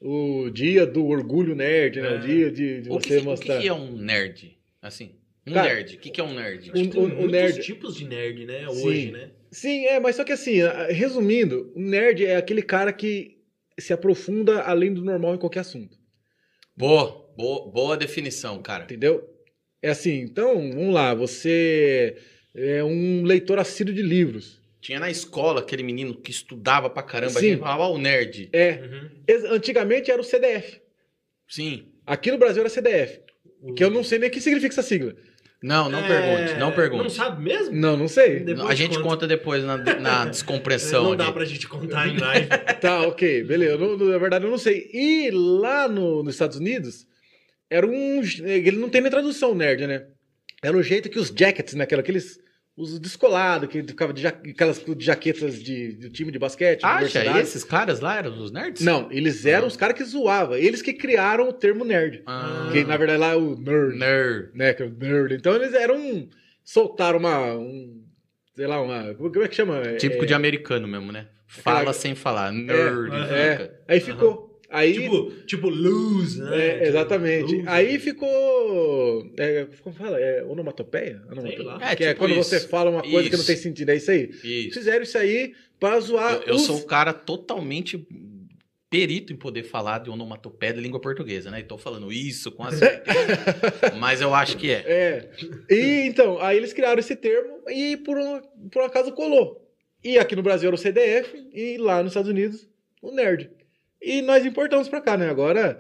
O dia do orgulho nerd, né? É. O dia de, de O que, você o mostrar. que é um nerd? Assim, um Cara, nerd. O que, que é um nerd? Acho que o- tem o muitos nerd- tipos de nerd, né? Hoje, Sim. né? Sim, é, mas só que assim, a- resumindo, o nerd é aquele cara que se aprofunda além do normal em qualquer assunto. Boa, boa, boa definição, cara. Entendeu? É assim, então, vamos lá, você é um leitor assíduo de livros. Tinha na escola aquele menino que estudava pra caramba. Sim. A gente falava, "Ah, o nerd. É, Uhum. ex- antigamente era o CDF. Sim. Aqui no Brasil era CDF, O- que eu não sei nem o que significa essa sigla. Não, não É, pergunte, não Não pergunte. sabe mesmo? Não, não sei. Depois a gente conta. conta. depois na, na descompressão. não dá ali. pra gente contar em live. Tá, ok, beleza. Eu não- não- na verdade, eu não sei. E lá no- nos Estados Unidos, era um. Ele não tem nem tradução nerd, né? Era o jeito que os jackets, né? Aquela- Aqueles. Os descolados, que ficava de ja- aquelas de jaquetas de, do time de basquete. de Acha, universidade. esses caras lá eram os nerds? Não, eles eram os caras que zoavam. Eles que criaram o termo nerd. Ah, Que na verdade lá é o nerd, nerd. né? Que é o nerd. Então eles eram. um- Soltaram uma. Um, sei lá, uma. Como é que chama? Típico é, de americano mesmo, né? Fala Aquela- sem falar. Nerd. é. fica. Aí ficou. Aí. tipo, tipo lose, né? É, Tipo, exatamente. lose. Aí ficou. É, como fala? É onomatopeia? Onomatopeia? lá. É, que é tipo quando isso. você fala uma coisa que não Isso. tem sentido. É isso aí. Isso. Fizeram isso aí pra Ah, zoar. Eu, eu os- sou o cara totalmente perito em poder falar de onomatopeia de língua portuguesa, né? E tô falando isso com as... Mas eu acho que é. É. E então, aí eles criaram esse termo e por um, por um acaso colou. E aqui no Brasil era o CDF e lá nos Estados Unidos o nerd. E nós importamos pra cá, né? Agora,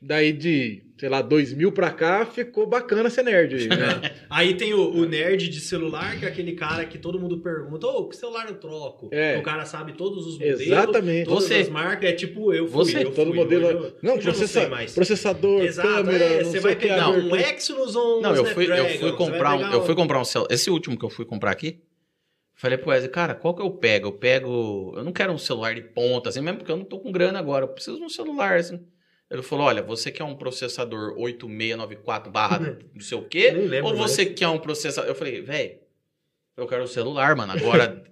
daí de, sei lá, 2000 pra cá, ficou bacana ser nerd. aí, né? Aí tem o, o nerd de celular, que é aquele cara que todo mundo pergunta, ô, que celular eu troco? É. O cara sabe todos os modelos, Exatamente. todas Você. as marcas, é tipo eu fui, Você. eu Todo fui, modelo. hoje eu- não, hoje eu processa- sei mais. processador, Exato, câmera. é, não você sei vai o que, pegar um abertura. Exynos ou um Não, eu fui, Snapdragon, eu fui você vai comprar um, pegar eu fui comprar um celular. Esse último que eu fui comprar aqui, falei pro Wesley, cara, qual que eu pego? Eu pego. Eu não quero um celular de ponta, assim, mesmo porque eu não tô com grana agora. Eu preciso de um celular, assim. Ele falou: olha, você quer um processador 8694 barra não sei o quê? Nem lembro né? Ou mais. você quer um processador? Eu falei, velho, eu quero um celular, mano. Agora,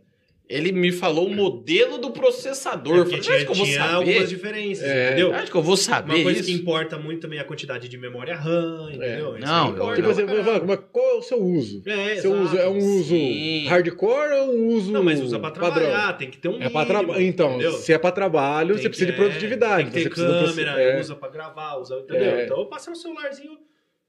ele me falou o modelo do processador. É Eu falei, você porque tinha, acha que eu vou tinha algumas saber? diferenças, É. entendeu? Acho que eu vou Uma saber coisa isso. que É. importa muito também é a quantidade de memória RAM, entendeu? Isso Não, aí importa Tipo Não, assim, pra vai falar, caralho. mas qual é o seu uso? É, seu um exato. uso é um uso Sim. hardcore ou um uso. Não, mas usa pra padrão? trabalhar, tem que ter um É pra mínimo, trabalho. Então, entendeu? se é pra trabalho, Tem você precisa que- de produtividade. Tem que ter então você precisa câmera, é, usa pra gravar, usa, entendeu? É. Então eu passei um celularzinho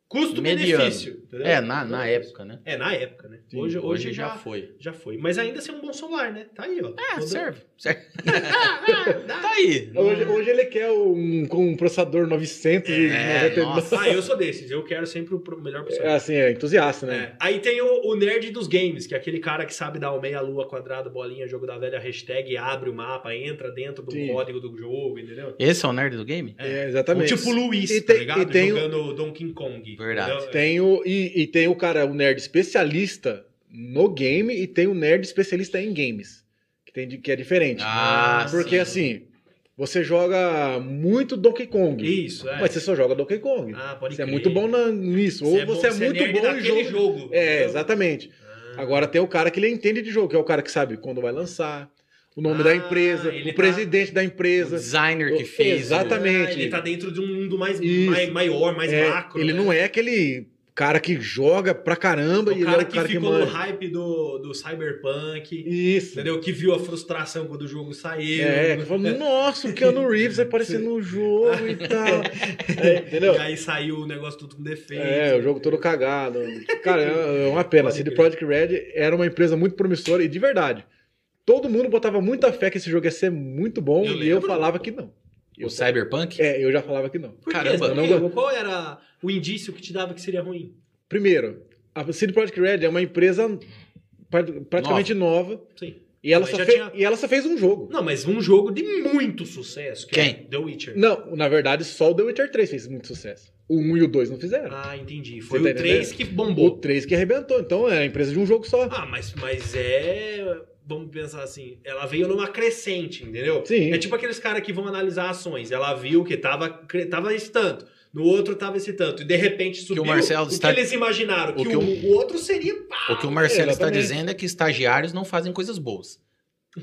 Mediano. custo-benefício. entendeu? É, na, na época, né? É, na época, né? Sim, hoje, hoje, já, já, foi. foi. Mas ainda assim é um bom celular, né? Tá aí, ó. Ah, Todo- serve. serve. Ah, Tá aí. Hoje, hoje ele quer um, com um processador 999. É, nossa. ah, eu sou desses. Eu quero sempre o pro- melhor pro É, celular. assim, é entusiasta, né? É. Aí tem o, o nerd dos games, que é aquele cara que sabe dar o meia-lua, quadrado, bolinha, jogo da velha, hashtag, abre o mapa, entra dentro do Sim. código do jogo, entendeu? Esse é o nerd do game? É. É, exatamente. O tipo Luiz, E tá tem- ligado? e tem o- Jogando Donkey Kong. Verdade. entendeu? Tem o, e, e tem o cara, o nerd especialista no game e tem o nerd especialista em games. Que, tem, de- que é diferente. Ah, Porque assim, você joga muito Donkey Kong. Isso, é. Mas você só joga Donkey Kong. Ah, pode você é crer. muito bom na- nisso. Ou bom- você é muito nerd bom em daquele jogo. jogo. É, exatamente. Ah. Agora tem o cara que ele entende de jogo, que é o cara que sabe quando vai lançar, o nome Ah, da empresa, ele o tá- presidente da O empresa. designer que fez. o- Exatamente. Ah, ele tá dentro de um mundo mais, Isso. mais maior, mais É, macro. ele né? não é aquele cara que joga pra caramba e o ele é cara o que cara que, ficou no manja. hype do, do Cyberpunk, Isso. entendeu? Que viu a frustração quando o jogo saiu. É, que falou, nossa, o Keanu Reeves vai aparecer no jogo e tal. É, entendeu? E aí saiu o negócio tudo com defeito. É, o jogo todo cagado. Cara, é uma pena. Pode CD crer. Projekt Red era uma empresa muito promissora e de verdade. Todo mundo botava muita fé que esse jogo ia ser muito bom Eu e eu lembro. falava que não. Eu, O Cyberpunk? é, eu já falava que não. Por quê? Caramba, Por não quê? go- Qual era o indício que te dava que seria ruim? Primeiro, a CD Projekt Red é uma empresa pra- praticamente nova, Sim. e, ela Mas só já fe- tinha- e ela só fez um jogo. Não, mas um jogo de muito sucesso. Que Quem? É The Witcher. Não, na verdade, só o The Witcher 3 fez muito sucesso. O 1 e o 2 não fizeram. Ah, entendi. Foi Você tá o 3 entendendo? que o bombou. 3 que arrebentou. Então era a empresa de um jogo só. Ah, mas, mas é. Vamos pensar assim, ela veio numa crescente, entendeu? Sim. É tipo aqueles caras que vão analisar ações. Ela viu que tava, cre- tava esse tanto, no outro tava esse tanto, e de repente subiu. Marcelo que está- eles imaginaram? o Que, que o, o- o outro seria pá. O que o Marcelo está Exatamente. dizendo é que estagiários não fazem coisas boas.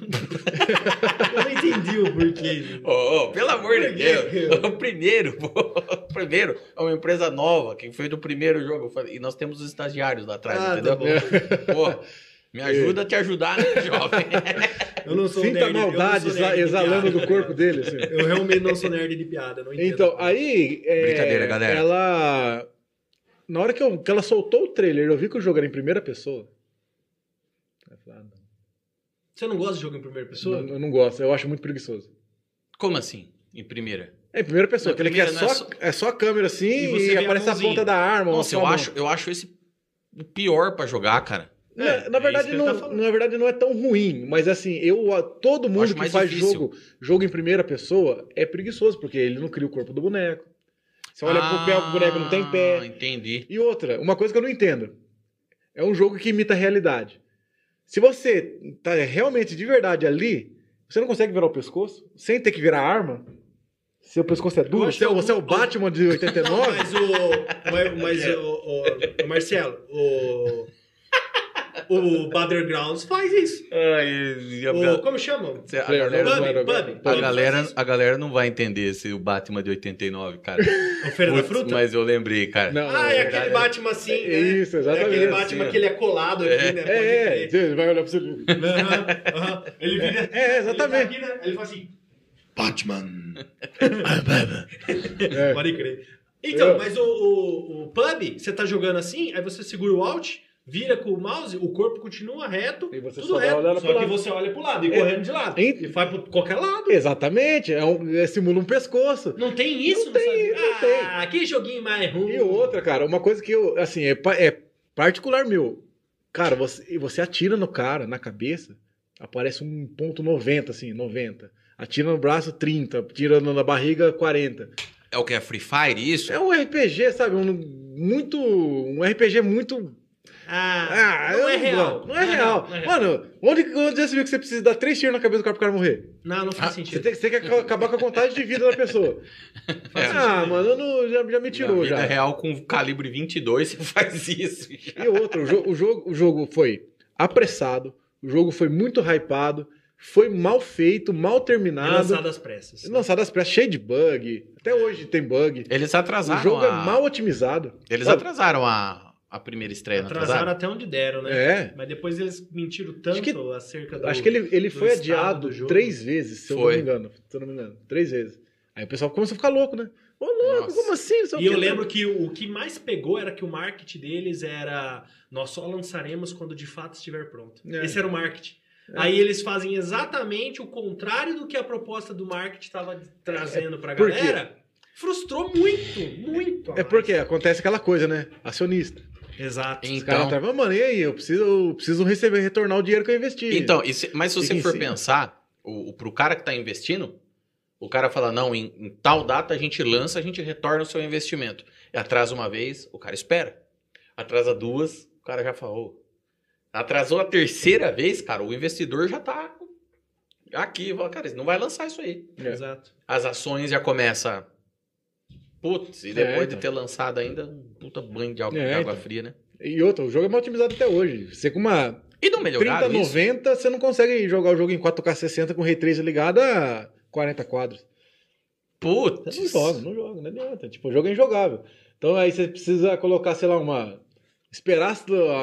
Eu não entendi o porquê. Oh, pelo amor de Por Deus. quê? O primeiro, pô, o primeiro é uma empresa nova, que foi do primeiro jogo. eu falei, E nós temos os estagiários lá atrás, Ah, tá entendeu? bom. Pô, me ajuda a te ajudar, né, jovem? Eu não sou um Sinta nerd, a eu não sou maldade nerd de exalando piada, do corpo dele. assim. Eu realmente não sou nerd de piada, não entendo. Então, aí. é, Brincadeira, galera. Ela. Na hora que, eu- que ela soltou o trailer, eu vi que o jogo era em primeira pessoa. Eu falei, ah, não. Você não gosta de jogo em primeira pessoa? Não- eu não gosto, eu acho muito preguiçoso. Como assim? Em primeira. É em primeira pessoa, Não, aquele que é, primeira não é só, é só a câmera assim né? E e, você vê a aparece a, mãozinha. ponta da arma. Nossa, eu Então, só a mão. acho, eu acho esse o pior pra jogar, cara. Na, É, na é isso verdade, que ele não, tá falando. na verdade, não é tão ruim, mas assim, eu a- todo mundo acho que mais faz difícil. jogo, jogo em primeira pessoa é preguiçoso, porque ele não cria o corpo do boneco. Você Então olha pro pé, o boneco não tem pé. Ah, Entendi. E outra, uma coisa que eu não entendo. É um jogo que imita a realidade. Se você tá realmente de verdade ali, você não consegue virar o pescoço sem ter que virar a arma? Seu pescoço é duro? acho Você, é o- que eu- você é o Batman de 89? Mas o. Mas, mas É. o, o- o Marcelo, o. O Battlegrounds faz isso. Ah, O, como chama? Cê- a, Player galera, Unknown's Pub, Battleground. pub, É a, Pub. galera, a galera não vai entender esse o Batman de 89, cara. É O Feira da Putz, Fruta? mas eu lembrei, cara. Não, ah, é verdade, aquele é. Batman assim. É né? isso, É aquele exatamente. Batman é. que ele é colado aqui, né? Pode É, é, crer. você vai olhar pra você. Não, Aham, aham. Ele vira. É, é, exatamente. Ele, tá aqui, né? Ele fala assim. Batman. É. Pode crer. Então, Eu- mas o, o, o pub, você tá jogando assim, aí você segura o alt, vira com o mouse, o corpo continua reto, E você tudo só vai reto. olhando Só pro que lado. você olha pro lado e É. correndo de lado. Ent- E vai pra qualquer lado. Exatamente, é um- é, simula um pescoço. Não tem isso? Não tem, sabe? não Ah, que joguinho mais ruim. E outra, cara, uma coisa que eu, assim, é, pa- é particular meu. Cara, você, você atira no cara, na cabeça, aparece um ponto 90, assim, 90. Atira no braço, 30. Atira na barriga, 40. É o que? É Free Fire isso? É um RPG, sabe? Um, muito. Um RPG muito. Ah, Ah, eu não, é real. gosto. Não é real. Não, não é real. Mano, onde, onde já se viu que você precisa dar três tiros na cabeça do cara pro cara morrer? Não, não faz ah, Você sentido. tem, você tem que ac- acabar com a contagem de vida da pessoa. Faz Ah, sentido. mano, eu não- já, já me Na tirou vida já. real com calibre 22, você faz isso. E outra, o, jo- o jogo, o jogo foi apressado, o jogo foi muito hypado, foi mal feito, mal É terminado. Lançado, lançado às pressas. às pressas, cheio de bug. Até hoje tem bug. Eles O atrasaram. jogo é a- mal otimizado. Eles Sabe? atrasaram a, a primeira estreia, não Atrasaram atrasaram? até onde deram, né? É. Mas depois eles mentiram tanto Acho que- acerca do... Acho que ele, ele do foi estado adiado do jogo. né? três vezes, se eu não Foi. me engano. Se eu não me engano, três vezes. Aí o pessoal começou a ficar louco, né? Ô, louco, Nossa. como assim? Não sei o E eu quê. lembro que o, o que mais pegou era que o marketing deles era nós só lançaremos quando de fato estiver pronto. É. Esse era o marketing. Aí eles fazem exatamente o contrário do que a proposta do marketing estava trazendo pra É, por quê? galera. Frustrou muito, muito. a É mais. porque acontece aquela coisa, né? Acionista. Exato. Em- Os caras Então- atrás, mas, mano, e aí? Eu preciso, eu preciso receber, retornar o dinheiro que eu investi. Então, e se- mas se Fica você em for cima. pensar, o, o, pro cara que tá investindo, o cara fala, não, em, em tal data a gente lança, a gente retorna o seu investimento. E atrasa uma vez, o cara espera. Atrasa duas, o cara já falou. Atrasou a terceira vez, cara, o investidor já tá aqui. Fala, cara, não vai lançar isso aí. É. Exato. As ações já começam... Putz, e É, depois de então. ter lançado ainda, um puta banho de água, É, de água então. fria, né? E outra, o jogo é mal otimizado até hoje. Você com uma E não melhoraram 30, isso? 90, você não consegue jogar o jogo em 4K 60 com o Ray 3 ligado a 40 quadros. Putz. Você não joga, não joga, não adianta. Tipo, o jogo é injogável. Então aí você precisa colocar, sei lá, uma. Esperar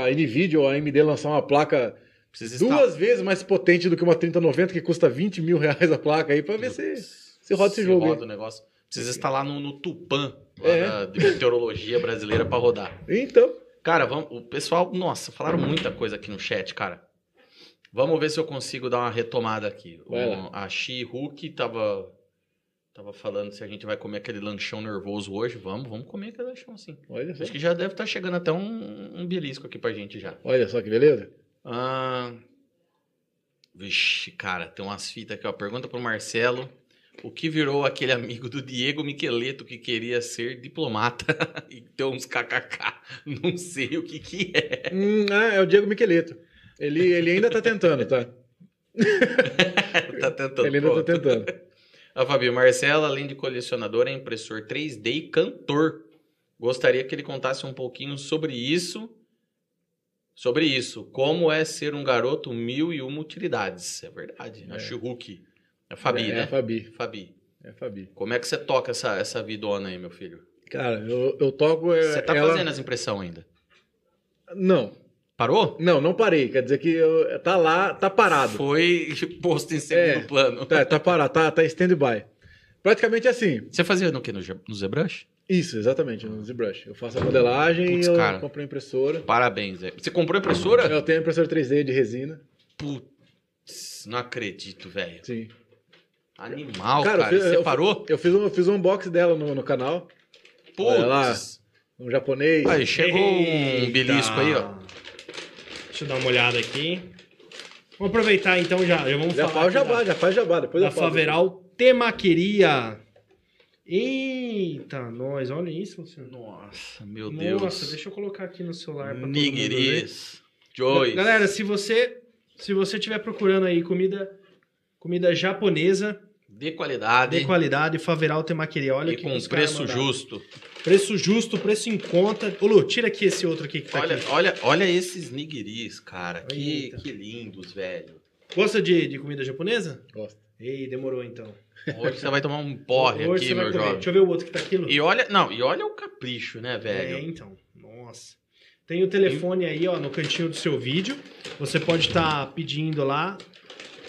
a Nvidia ou a AMD lançar uma placa Precisa duas vezes mais potente do que uma 3090, que custa 20 mil reais a placa aí, pra ver se. se roda esse jogo roda aí. o negócio. Precisa instalar no, no Tupan, lá É. da- de meteorologia brasileira, pra rodar. Então, Cara, vamos, o pessoal, nossa, falaram muita coisa aqui no chat, cara. Vamos ver se eu consigo dar uma retomada aqui. Vai lá. O- a Shi Hulk tava, tava falando se a gente vai comer aquele lanchão nervoso hoje. Vamos, vamos comer aquele lanchão assim. sim. olha só. Acho que já deve estar chegando até um, um belisco aqui pra gente já. Olha só que beleza. Ah, Vixe, cara, tem umas fitas aqui, ó. Pergunta pro Marcelo. O que virou aquele amigo do Diego Miqueleto que queria ser diplomata e deu uns kkk, não sei o que que é. Hum, ah, é o Diego Miqueleto. Ele, ele ainda tá tentando, tá? tá tentando. Ele ainda tá pronto. tentando. A Fabio Marcelo, além de colecionador, é impressor 3D e cantor. Gostaria que ele contasse um pouquinho sobre isso. Sobre isso. Como é ser um garoto mil e uma utilidades. É verdade. É. A Churruque. A Fabi, é, É a né? Fabi. Fabi. É a Fabi. Como é que você toca essa, essa vidona aí, meu filho? Cara, eu, eu toco. é, Você tá ela... fazendo as impressão ainda? Não, Parou? não, não parei. Quer dizer que eu, tá lá, tá parado. Foi posto em segundo É. plano. Tá, tá parado, tá, tá stand-by. Praticamente assim. Você fazia no que? No, Ze- no ZBrush? Isso, exatamente, no ZBrush. Eu faço a modelagem Putz, eu cara. compro a impressora. Parabéns, Zé. Você comprou impressora? Eu tenho a impressora 3D de resina. Putz, não acredito, velho. Sim. Animal, Cara, cara. eu fiz- Você eu- parou? Eu fiz um, eu fiz um unboxing dela no, no canal, Olha lá. Putz. um japonês. Aí, chegou um Eita. belisco aí, ó. Deixa eu dar uma olhada aqui. Vamos aproveitar então já. Já vamos já falar faz o aqui jabá, da, já faz jabá. Depois da eu falo. Faveral Temaqueria. Eita, nós, olha isso, Luciano. Nossa, meu Nossa, Deus. deixa eu colocar aqui no celular pra todo mundo ver. Nigris. né? Joyce. Galera, se você se você estiver procurando aí comida comida japonesa de qualidade. de qualidade, Faveral Temaqueria, olha e que com os caras preço mandaram. Tá justo. Preço justo, preço em conta. Ô Lu, tira aqui esse outro aqui que tá Olha, aqui. olha, olha esses nigiris, cara. Que, Eita. que lindos, velho. Gosta de, de comida japonesa? Gosto. Ei, demorou então. Hoje você vai tomar um porre Hoje aqui, você vai meu comer. jovem. Deixa eu ver o outro que tá aqui, Lu. E olha, não, e olha o capricho, né, É, velho? então. Nossa. Tem o telefone aí, ó, no cantinho do seu vídeo. Você pode estar pedindo lá,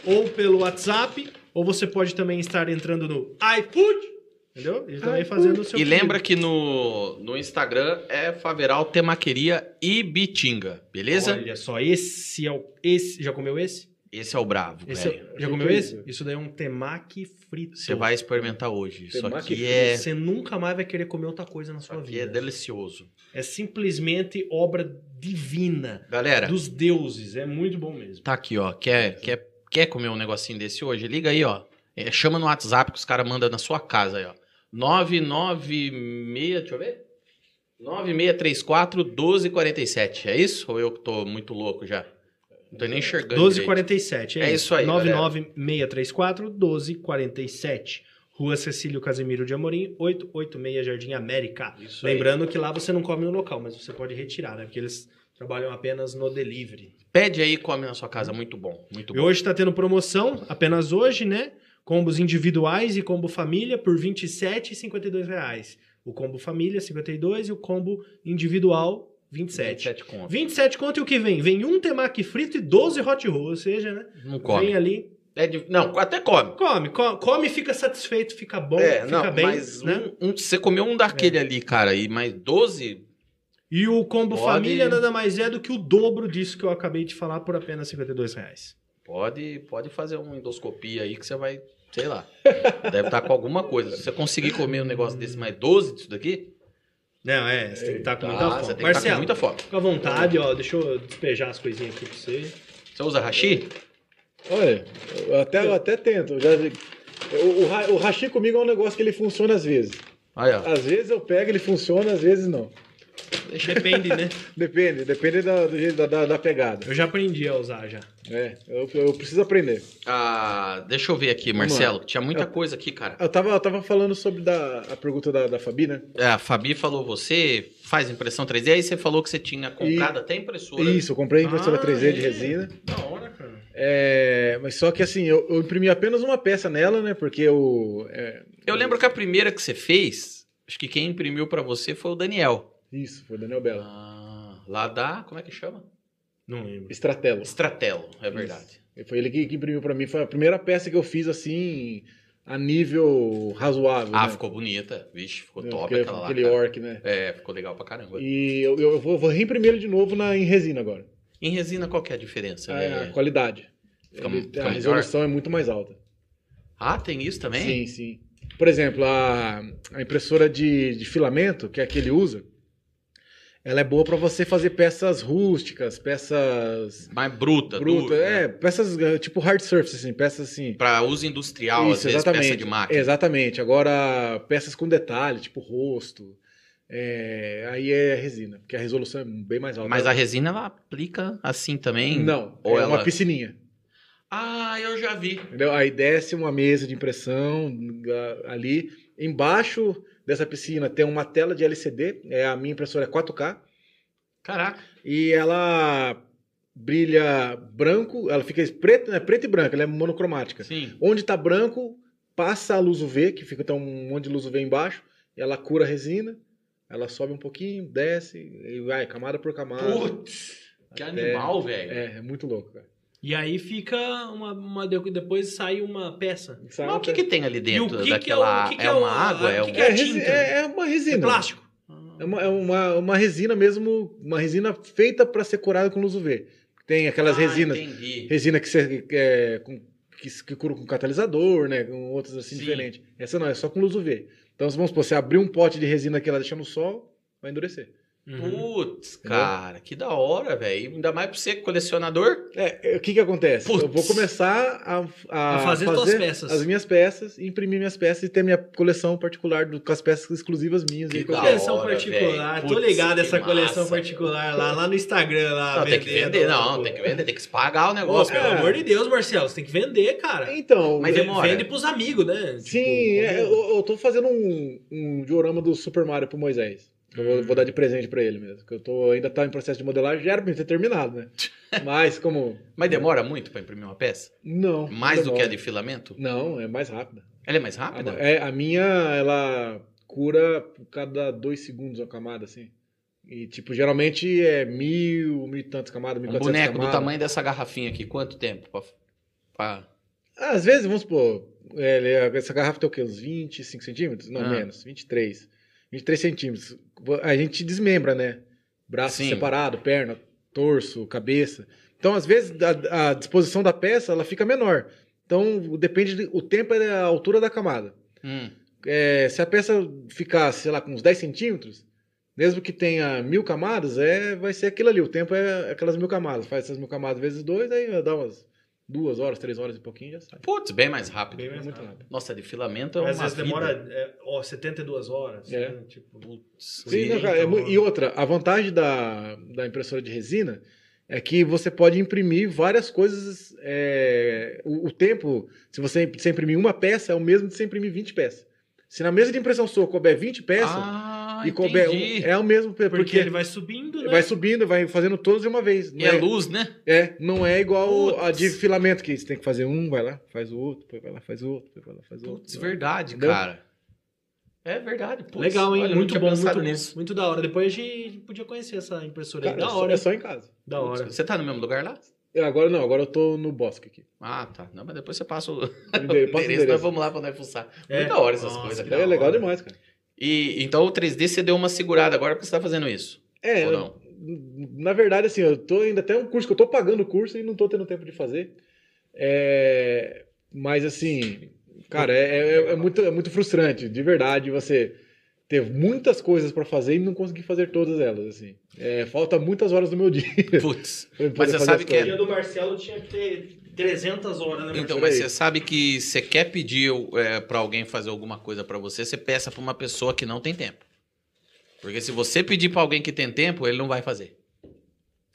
ou pelo WhatsApp, ou você pode também estar entrando no iFood, entendeu? E também fazendo o seu E pedido. lembra que no, no Instagram é Faveral Temaqueria e Bitinga, beleza? Olha só, esse é o. Esse, já comeu esse? Esse é o bravo, Esse é- velho. já Que comeu que é esse? isso? Isso daí é um temaki frito. Você vai experimentar hoje. Isso Temaki aqui frito. é, isso Você nunca mais vai querer comer outra coisa na sua aqui é vida. delicioso. É simplesmente obra divina. Galera, Dos deuses, é muito bom mesmo. tá aqui, ó. Quer, quer, quer comer um negocinho desse hoje? Liga aí, ó. É, chama no WhatsApp que os caras mandam na sua casa aí, ó. 996, deixa eu ver. 9634 1247. É isso? Ou eu que tô muito louco já? Não tô nem enxergando. 1247. 1247, É isso aí, 99634 1247. Rua Cecílio Casimiro de Amorim, 886 Jardim América. Lembrando que lá você não come no local, mas você pode retirar, né? Porque eles trabalham apenas no delivery. Pede aí e come na sua casa. Muito bom. Muito E bom. hoje tá tendo promoção, apenas hoje, né? Combos individuais e combo família por R$ 27,52 reais. O combo família, 52 e o combo individual, 27. 27 conto. 27 conto e o que vem? Vem um temaki frito e 12 hot roll, ou seja, né? Não come. Vem ali, É de- Não, até come. come, come, come e fica satisfeito, fica bom, é, fica não, bem, mas né? É. um, um- você comeu um daquele ali, cara, e mais 12, E o combo Pode- família nada mais é do que o dobro disso que eu acabei de falar por apenas 52 reais. pode, pode fazer uma endoscopia aí que você vai, sei lá, deve estar com alguma coisa. Se você conseguir comer um negócio desse mais 12 disso daqui, Não, é, você tem que estar com muita ah, fome. você tem que estar com Marcelo, muita fome. fica à vontade, ó, deixa eu despejar as coisinhas aqui pra você. Você usa hashi? Olha, eu até, eu até tento. eu já- o, o, ra- o hashi comigo é um negócio que ele funciona às vezes. Aí, ó, Às vezes eu pego, ele funciona, às vezes não. Depende, né? Depende, depende da, do jeito da, da, da pegada. Eu já aprendi a usar já. É, eu, eu preciso aprender. Ah, deixa eu ver aqui, Vamos lá. Marcelo, tinha muita coisa aqui, cara. Eu tava, eu tava falando sobre da, a pergunta da, da Fabi, né? É, a Fabi falou, você faz impressão 3D, aí você falou que você tinha comprado até impressora. Isso, eu comprei a impressora Ah, 3D de é. resina. Da hora, cara. É, mas só que assim, eu, eu imprimi apenas uma peça nela, né? Porque eu. é, Eu lembro que a primeira que você fez, acho que quem imprimiu pra você foi o Daniel. isso, foi o Daniel Bela. Ah, lá da. Como é que chama? Não lembro. Estratelo. Estratelo, é verdade. Foi ele que, que imprimiu pra mim. Foi a primeira peça que eu fiz assim, a nível razoável. Ah, né? ficou bonita. Vixe, ficou Né, top aquele, aquela lá. aquele cara. orc, né? É, ficou legal pra caramba. E eu, eu vou, eu vou reimprimir ele de novo na, em resina agora. Em resina, qual que é a diferença? A, É- a qualidade. Fica- Ele- fica a melhor? resolução é muito mais alta. Ah, tem isso também? Sim, sim. Por exemplo, a, a impressora de, de filamento, que é a que ele usa, Ela é boa para você fazer peças rústicas, peças Mais bruta, brutas, dura, né? é, peças eh, tipo hard surface, assim, peças assim. Pra uso industrial, às vezes, peça de máquina. Exatamente. Agora, peças com detalhe, tipo rosto. é, aí é resina, porque a resolução é bem mais alta. Mas a resina, ela aplica assim também? Não, Ou é ela- uma piscininha. Ah, eu já vi. Entendeu? Aí desce uma mesa de impressão a- ali. Embaixo dessa piscina tem uma tela de LCD. É, a minha impressora é 4K. Caraca. E ela brilha branco. Ela fica preta, né? preta e branca. Ela é monocromática. Sim. Onde tá branco, passa a luz UV, que fica então um monte de luz UV embaixo. Ela cura a resina. Ela sobe um pouquinho, desce e vai camada por camada. Putz, que Ah, Até- animal, velho. É, é muito louco, cara. E aí fica uma, uma- Depois sai uma peça. Sabe? Mas o que, que tem ali dentro o que que é o- daquela. o que que é é o- uma água? o É que um... que é, é resi- tinta? é- é uma É resina. plástico. É Ah. uma, é uma, uma resina mesmo, uma resina feita para ser curada com luz UV. Tem aquelas Ah, resinas, Entendi. resina que, você, é, com- que, se- que cura com catalisador, né, com outras assim Sim. diferentes. Essa não, é só com luz UV. Então vamos supor, você abrir um pote de resina que ela deixa no sol, vai endurecer. Uhum. Putz, Entendeu? cara, que da hora, velho. Ainda mais pra você, colecionador. É, é, o que que acontece? Putz. Eu vou começar a, a Ah, A fazer tuas peças. as minhas peças, imprimir minhas peças e ter minha coleção particular do- com as peças exclusivas minhas. Que aí, da qualquer- Coleção hora, particular. velho. Tô Putz, ligado que essa coleção massa. particular lá, lá no Instagram. Lá, não, tem que vender, não, tem que vender, tem que se pagar o Tá Pô, é. negócio. pelo cara. amor de Deus, Marcelo, você tem que vender, cara. Então, Mas Vende- demora. Vende pros amigos, né? Sim, Tipo, é, eu, eu tô fazendo um, um diorama do Super Mario pro Moisés. Eu vou, vou dar de presente pra ele mesmo. Que eu tô, ainda tá em processo de modelagem, já era pra mim ter terminado, né? Mas como. Mas demora muito pra imprimir uma peça? Não. Mais do que a demora. de filamento? Não, é mais rápida. Ela é mais A, rápida? é, a minha, ela cura por cada dois segundos uma camada, assim. E, tipo, geralmente é mil, mil e tantas camadas, mil e Um quatrocentas boneco do camadas. tamanho dessa garrafinha aqui, quanto tempo? Pra... pra- Às vezes, vamos supor, é, ele- essa garrafa tem o quê? Uns 25 centímetros? Não, Ah. menos, 23. 23 centímetros. A gente desmembra, né? Braço Sim. separado, perna, torso, cabeça. Então, às vezes, a, a disposição da peça ela fica menor. Então, depende, de- o tempo é a altura da camada. Hum, É, se a peça ficar, sei lá, com uns 10 centímetros, mesmo que tenha mil camadas, é, vai ser aquilo ali. O tempo é aquelas mil camadas. Faz essas mil camadas vezes dois, aí dá umas duas horas, três horas e pouquinho já sai. Putz, bem mais rápido. Bem mais Muito rápido. Nossa, de filamento é uma Às vezes vida. demora é, ó, 72 horas. É. né? Tipo, Putz, Sim, Sim, não, cara, é então- mu- E outra, a vantagem da, da impressora de resina é que você pode imprimir várias coisas. é, o, o tempo, se você imp- se imprimir uma peça, é o mesmo de você imprimir 20 peças. Se na mesa de impressão sua couber 20 peças Ah, e couber entendi. um, é o mesmo, pe- porque, ele porque, vai subindo, né? vai subindo, vai fazendo todas de uma vez. Não E é luz, né? é, não é igual Putz. a de filamento, que você tem que fazer um, vai lá, faz o outro, depois vai lá, faz o outro, depois vai lá, faz o outro. né? Putz, verdade, é. Entendeu? cara. É verdade. Putz, Legal, hein? olha, eu não muito tinha bom, pensado muito nisso. bom. Muito da hora. Depois a gente podia conhecer essa impressora aí. Cara, é Da só- hora, é só em casa. da hora. Você tá no mesmo lugar lá? Agora não, agora eu tô no bosque aqui. Ah, tá. Não, mas depois você passa o Passa o endereço, nós endereço. vamos lá pra nós fuçar. É. Muito da hora essas Nossa, coisas, que cara. É legal hora. demais, cara. E, então o 3D você deu uma segurada agora porque você tá fazendo isso. É, Ou não? na verdade, assim, eu tô ainda até um curso que eu tô pagando o curso e não tô tendo tempo de fazer. É, mas assim, cara, é, é- é muito, é muito frustrante, de verdade, você ter muitas coisas pra fazer e não conseguir fazer todas elas, assim. É, falta muitas horas do meu dia. Putz. pra eu Mas poder você fazer sabe as que é- O dia do Marcelo tinha que ter 300 horas, né? Então, Marcelo? mas você sabe que você quer pedir é, para alguém fazer alguma coisa pra você, você peça pra uma pessoa que não tem tempo. Porque se você pedir pra alguém que tem tempo, ele não vai fazer.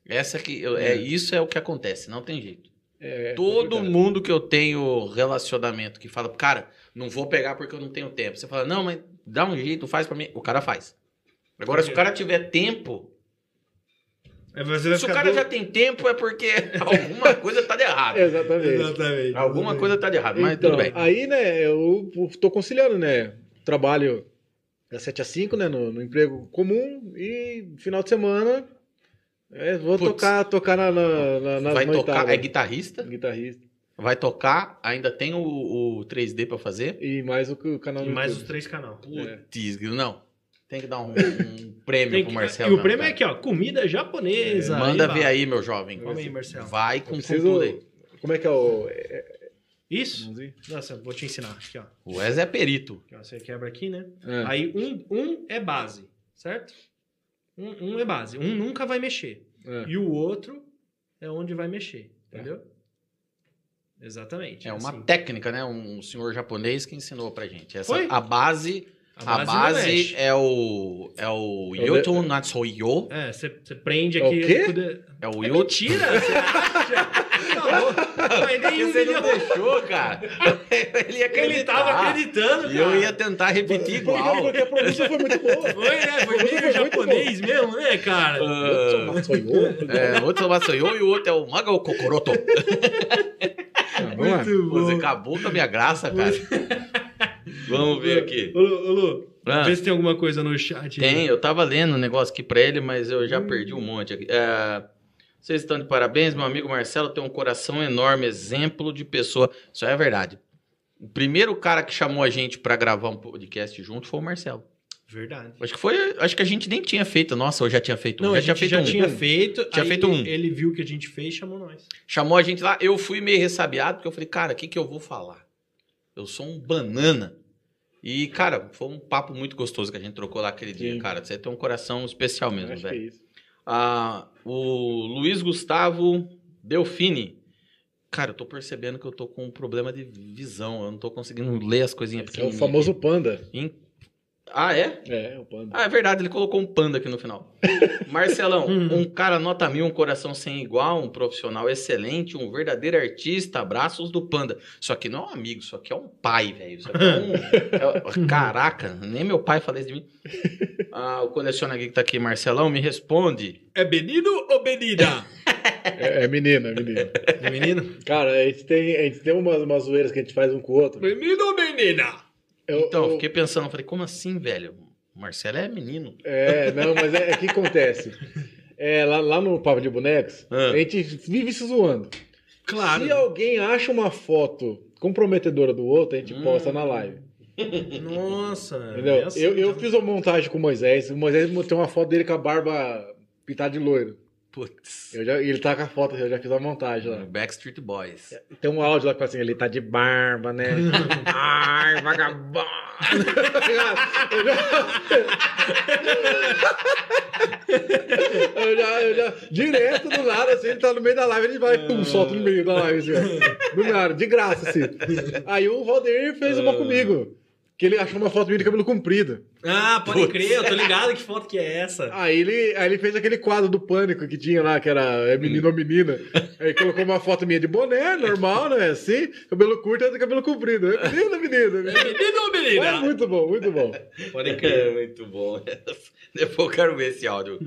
Essa que eu- é, É. isso é o que acontece, não tem jeito. É, é Todo complicado. mundo que eu tenho relacionamento que fala, cara, não vou pegar porque eu não tenho tempo. Você fala, não, mas dá um jeito, faz pra mim. O cara faz. Agora, se o cara tiver tempo, É, você vai se o ficar cara do- É, já tem tempo, é porque alguma coisa tá de errado. Exatamente. Exatamente. Alguma coisa tá de errado, mas Então, tudo bem. ah, aí, né, eu eu tô conciliando, né? Trabalho das 7 às 5, né? No, no emprego comum e final de semana é, vou Putz. tocar, tocar na, na, na, nas Vai tocar, noitadas. é guitarrista, guitarrista. vai tocar, ainda tem o, o 3D pra fazer. E mais o, o canal E no mais os YouTube. É. três É. canal. Putz, não. Tem que dar um, um prêmio Tem pro que- Marcelo. e o não, prêmio cara. é aqui, ó. Comida japonesa. Manda Eba. ver aí, meu jovem. Calma aí, Marcelo. Vai com Eu tudo preciso. aí. Como é que é o. é- Isso? Nossa, vou te ensinar. Aqui, ó. O Wes é perito. É. Aqui, ó, Você quebra aqui, né? É. Aí um, um é base, certo? Um, um é base, um nunca vai mexer. É. E o outro é onde vai mexer, entendeu? Exatamente. É uma assim. técnica, né? Um senhor japonês que ensinou pra gente. Essa, Foi? a base, a base, não mexe. é o é o É o Yoto Natsuyo, É, você você prende É o aqui. quê? tudo- é o É Yoto. mentira! Você acha? Acabou. Mas nem um Você não milhão. deixou, cara. Ele ia acreditar. Ele tava acreditando, cara. E eu ia tentar repetir igual. Porque a pronúncia foi muito boa. Foi, né? Foi Foi meio muito japonês mesmo, né, cara? Ah, é, outro é o Matsuyo e o outro é o Magal Kokoroto. Ah, vamos lá. Muito Você acabou com a minha graça, cara. Vamos ver aqui. Ô, Lu, ô, Lu, Ah. vê se tem alguma coisa no chat. aí. Tem, eu tava lendo um negócio aqui pra ele, mas eu Hum. já perdi um monte aqui. É, vocês estão de parabéns, meu amigo Marcelo tem um coração enorme, exemplo de pessoa. Isso é verdade. O primeiro cara que chamou a gente pra gravar um podcast junto foi o Marcelo. Verdade. Acho que foi, acho que a gente nem tinha feito. Nossa, eu já tinha feito. um, Não, já a gente tinha feito já um. tinha feito. Tinha aí feito um. Ele, ele viu o que a gente fez e chamou nós. Chamou a gente lá, eu fui meio ressabiado, porque eu falei, cara, o que, que eu vou falar? Eu sou um banana. E, cara, foi um papo muito gostoso que a gente trocou lá aquele dia, Sim. cara. Você tem um coração especial mesmo, Acho que velho. é isso. Ah, o Luiz Gustavo Delfini. Cara, eu tô percebendo que eu tô com um problema de visão. Eu não tô conseguindo ler as coisinhas É o pequenininhas. famoso panda. Ah, é? É, o panda. Ah, é verdade, ele colocou um panda aqui no final. Marcelão, Hum. um cara nota mil, um coração sem igual, um profissional excelente, um verdadeiro artista, abraços do panda. Isso aqui não é um amigo, isso aqui é um pai, velho. Isso aqui é um. é- caraca, nem meu pai fala isso de mim. Ah, o coleciona aqui que tá aqui, Marcelão, me responde. É menino ou menina? É, é menino, é menino. É menino? Cara, a gente tem, a gente tem umas, umas zoeiras que a gente faz um com o outro. menino ou menina? Eu- Então, eu eu- fiquei pensando, falei, como assim, velho? O Marcelo é menino. É, não, mas é, é que acontece. É, lá, lá no Papo de Bonecos, Ah. a gente vive se zoando. Claro. Se alguém acha uma foto comprometedora do outro, a gente Hum. posta na live. Nossa. Entendeu? é assim, eu, eu então. fiz uma montagem com o Moisés. O Moisés tem uma foto dele com a barba pintada de loiro. Putz. Uhum. Eu já, ele tá com a foto, eu já fiz a montagem lá. Backstreet Boys. Tem um áudio lá que fala assim, ele tá de barba, né? Ai, vagabundo. eu, já... eu já... Eu já... Direto do nada, assim, ele tá no meio da live, ele vai, pum, solta no meio da live, assim, ó. Do nada, de graça, assim. Aí o Roder fez uma comigo. Que ele achou uma foto minha de cabelo comprido. Ah, pode Putz. crer, eu tô ligado que foto que é essa. Aí ele, aí ele fez aquele quadro do pânico que tinha lá, que era é menino ou menina. Aí colocou uma foto minha de boné, normal, né? Assim, cabelo curto e cabelo comprido. É menino, menino. menino. É menino ou É menina? muito bom, muito bom. Pode crer. É muito bom. Depois eu quero ver esse áudio.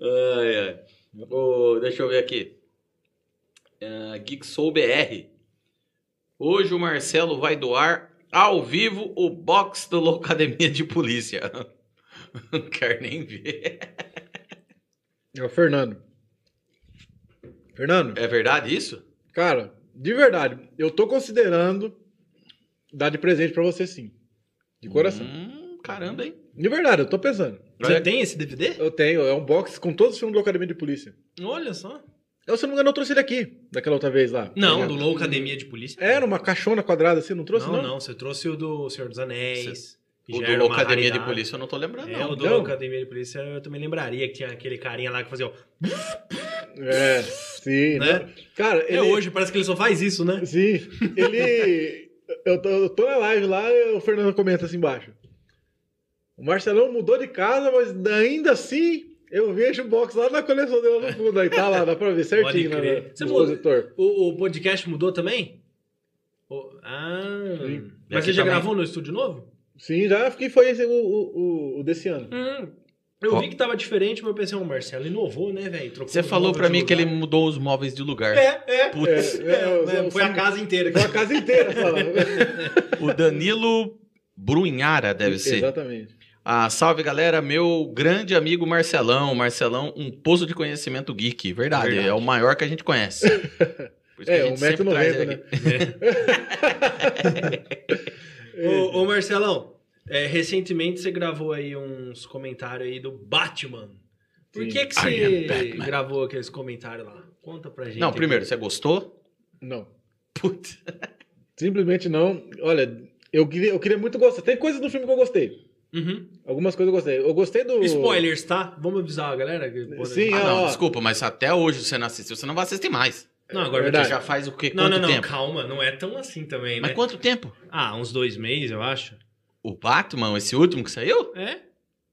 Ai, ai. Ô, deixa eu ver aqui. Ah, Geek Soul BR. Hoje o Marcelo vai doar ao vivo o box do Loucademia de Polícia. Não quero nem ver. É o Fernando. Fernando, É verdade isso? cara, de verdade, eu tô considerando dar de presente pra você sim. De coração. Uhum. Hum, caramba, hein? De verdade, eu tô pensando. Você tem esse DVD? Eu tenho, é um box com todos os filmes do Academia de Polícia. Olha só. Eu, se não me engano, eu trouxe ele aqui, daquela outra vez lá. Tá Não, do do... Low Academia de Polícia. Era uma caixona quadrada assim, não trouxe não, não? não, você trouxe o do Senhor dos Anéis. que O já do era uma Loucademia de raridade. Polícia eu não tô lembrando, É, não. o do Não. Academia de Polícia eu também lembraria que tinha aquele carinha lá que fazia, ó. É, sim. Né? não. Cara, ele... É hoje, parece que ele só faz isso, né? Sim, ele... eu, tô, eu tô na live lá e o Fernando comenta assim embaixo. O Marcelão mudou de casa, mas ainda assim eu vejo o box lá na coleção dele no fundo. Aí tá lá, dá pra ver certinho Pode né, crer. no Você expositor. O, o podcast mudou também? O- ah. Sim. Mas Aqui você já também. gravou no estúdio novo? Sim, já fiquei, foi esse o, o, o- o desse ano. Hum. Eu Ó. vi que tava diferente, mas eu pensei, o Marcelo inovou, né, velho? Trocou Você de falou novo pra de mim que ele lugar. mudou os móveis de lugar. É, é. Putz. É, eu- É, eu- foi a eu- casa inteira. Foi a casa inteira, só. O Danilo Brunhara deve ser. Exatamente. Ah, salve galera, meu grande amigo Marcelão. Marcelão, um poço de conhecimento geek, verdade, Verdade. é o maior que a gente conhece. Por isso que a É, gente sempre traz 1,90m, ele né? aqui. ô, ô, Marcelão, é, recentemente você gravou aí uns comentários aí do Batman. Por Sim. que que I am você Batman. gravou aqueles comentários lá? Conta pra gente. Não, aí. primeiro, você gostou? Não. Putz. Simplesmente não. Olha, eu queria, eu queria muito gostar. Tem coisas do filme que eu gostei. Uhum. Algumas coisas eu gostei. Eu gostei do. Spoilers, tá? Vamos avisar a galera. que pode- Sim, Ah, não, ó. desculpa, mas até hoje você não assistiu, você não vai assistir mais. Não, agora Você Verdade. já faz o quê? Não, quanto não, não, tempo? calma, não é tão assim também, Mas né? quanto tempo? Ah, uns dois meses, eu acho. O Batman, esse último que saiu? É?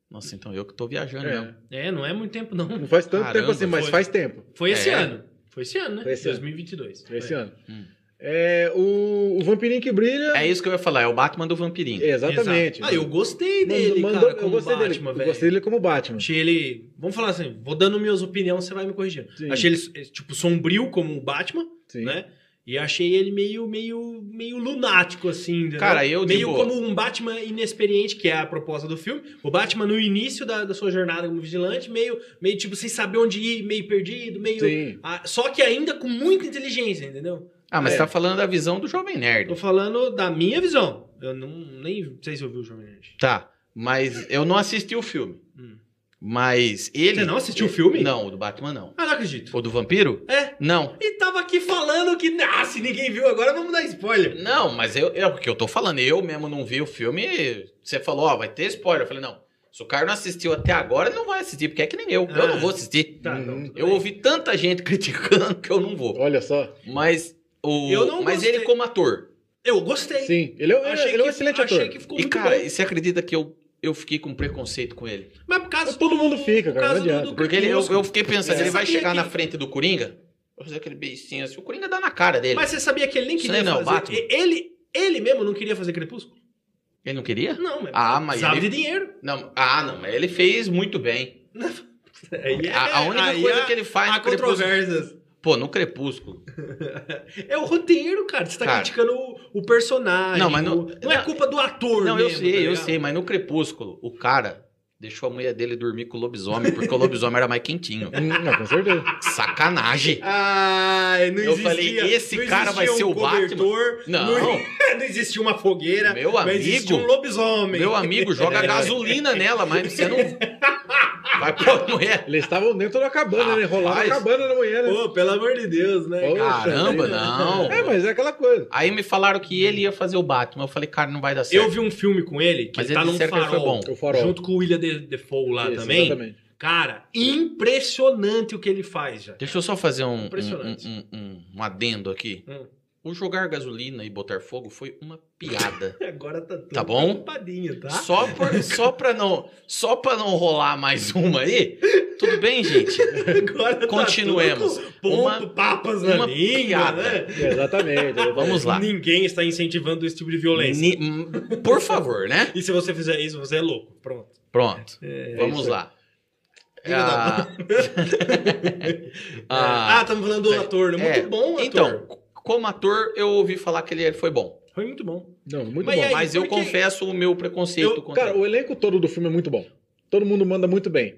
Nossa, então eu que tô viajando É, mesmo. É, não é muito tempo, não. não faz tanto Caramba, tempo assim, mas foi. faz tempo. Foi esse É. ano. Foi esse ano, né? Foi esse ano. 2022. Foi esse É. ano. Hum. É, o, o Vampirinho que Brilha. É isso que eu ia falar, é o Batman do Vampirinho. Exatamente. Exato. Ah, eu gostei Mandou- dele, mandou- cara, eu como gostei Batman, dele. Eu velho. gostei dele como Batman. Achei ele... Vamos falar assim, vou dando minhas opiniões, você vai me corrigindo. Sim. Achei ele, eh, tipo, sombrio como o Batman, Sim. né? E achei ele meio, meio, meio lunático, assim. entendeu? Cara, eu, Meio tipo- como um Batman inexperiente, que é a proposta do filme. O Batman no início da, da sua jornada como vigilante, meio, meio tipo sem saber onde ir, meio perdido, meio. Sim. Ah, só que ainda com muita inteligência, entendeu? Ah, mas É. você tá falando da visão do Jovem Nerd. Tô falando da minha visão. Eu não, nem sei se eu vi o Jovem Nerd. Tá, mas eu não assisti o filme. Hum. Mas ele. Você não assistiu o filme? Não, o do Batman não. Ah, não acredito. O do Vampiro? É. Não. E tava aqui falando que, ah, se ninguém viu agora, vamos dar spoiler. Não, mas eu, é o que eu tô falando. Eu mesmo não vi o filme. Você falou, ó, vai ter spoiler. Eu falei, não. Se o cara não assistiu até agora, ele não vai assistir, porque é que nem eu. Ah. Eu não vou assistir. Tá, então, Uhum. tudo Eu bem. ouvi tanta gente criticando que eu não vou. Olha só. Mas o. Eu não mas ele gostei. como ator. Eu gostei. Sim. Ele é, ele é um excelente achei ator. que ficou E, muito cara, bom. e você acredita que eu, eu fiquei com preconceito com ele? Mas por causa Mas todo do- mundo fica, por cara, causa não do- adianta. do Porque ele, eu, eu fiquei pensando, Você ele vai sabia chegar que- na frente do Coringa, vai fazer aquele beicinho assim, o Coringa dá na cara dele. Mas você sabia que ele nem Isso queria aí não é o fazer. Batman. Ele, ele mesmo não queria fazer Crepúsculo? Ele não queria? Não, mas Ah, mas precisava ele- de dinheiro. Não, ah, não, mas ele fez muito bem. Aí é- A, a única aí coisa é- que ele faz Há no Crepúsculo... controvérsias. Pô, no Crepúsculo. É o roteiro, cara. Você tá Cara. criticando o, o personagem. Não, mas não- o- é culpa do ator, Não, eu mesmo, tá sei, eu ligado? sei, mas no Crepúsculo, o cara deixou a mulher dele dormir com o lobisomem, porque o lobisomem era mais quentinho. Hum, não, com certeza. Sacanagem! Ah, não Eu existia- falei, esse não cara vai existia ser um o Batman. cobertor, Não. Não, não existia uma fogueira. Meu não amigo- existia um lobisomem. Meu amigo, joga gasolina nela, mas você não... Vai pôr a mulher... Eles estavam dentro da cabana, né? Enrolaram a Rapaz. cabana na manhã, né? Pô, pelo amor de Deus, né? Ô, Caramba, não! É, mas é aquela coisa. Aí me falaram que ele ia fazer o Batman. Eu falei, cara, não vai dar certo. Eu vi um filme com ele que Mas ele tá eles num disseram que farol, ele foi bom. O farol. junto com o William De- Defoe lá Isso, também. Exatamente. Cara, impressionante o que ele faz já. Deixa eu só fazer um, Impressionante. um, um, um- um adendo aqui. Hum. O jogar gasolina e botar fogo foi uma piada. Agora tá tudo Tá bom? preocupadinho, tá? Só, por, só, pra não, só pra não rolar mais uma aí, tudo bem, gente? Agora tá Continuemos. tudo com ponto, Uma- papas na uma língua, piada. né? Exatamente. Vamos lá. Ninguém está incentivando esse tipo de violência. Ni- hum, por favor, né? E se você fizer isso, você é louco. Pronto. Pronto, vamos isso aí. lá. É Filho da Ah, Ah, ah, estamos falando do é. ator. né? Muito É, bom, ator. então, como ator, eu ouvi falar que ele foi bom. Foi muito bom. Não, muito Mas É, e bom. aí, Mas eu por quê? confesso o meu preconceito Eu- contra Cara, ele. o elenco todo do filme é muito bom. Todo mundo manda muito bem.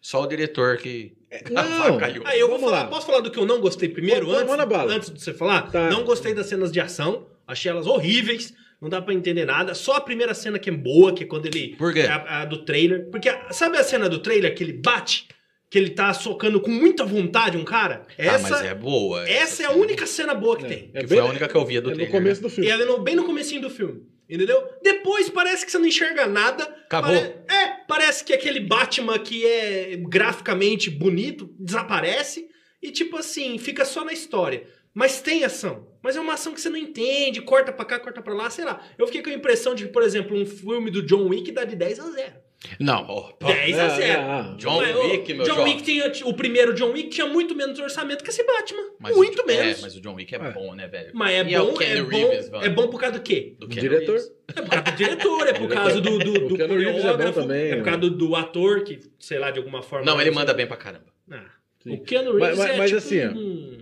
Só o diretor que... É, Não, avacalhou. Aí Ah, eu vou Vamos falar, lá. posso falar do que eu não gostei primeiro, Vamos- vamos antes, na bala. antes de você falar? Tá. Não gostei das cenas de ação, achei elas horríveis, não dá pra entender nada. Só a primeira cena que é boa, que é quando ele... Por quê? é a, a do trailer. Porque a- sabe a cena do trailer que ele bate? Que ele tá socando com muita vontade um cara? ah, Essa, mas é boa. essa é a cena. única cena boa que tem. Que É foi bem- a única que eu né? via do É trailer. no começo do E filme. ela é no- bem no comecinho do filme. Entendeu? Depois parece que você não enxerga nada. Acabou. Pare- É, parece que aquele Batman que é graficamente bonito desaparece e, tipo assim, fica só na história. Mas tem ação. Mas é uma ação que você não entende, corta pra cá, corta pra lá, sei lá. Eu fiquei com a impressão de que, por exemplo, um filme do John Wick dá de 10 a 0. né? é Não, ó, pô, 10 a Ah, 0. ah, ah. John Mas, ô, Wick, meu é? Oh, John jovem. Wick tinha, o primeiro John Wick tinha muito menos orçamento que esse Batman. mas muito o, menos. É, mas o John Wick é, É. bom, né, velho? Mas é E é o bom, é, Keanu bom, Reeves, mano. é bom por causa do quê? Do O Keanu diretor? Reeves. É por causa do diretor, é por causa do, do, do O Keanu Reeves é bom coreógrafo, também, é por né? causa do, do ator que, sei lá, de alguma forma... Não, ele manda bem pra caramba. Ah, Sim. o Keanu Reeves Mas- mas- é mas tipo assim, ó. um-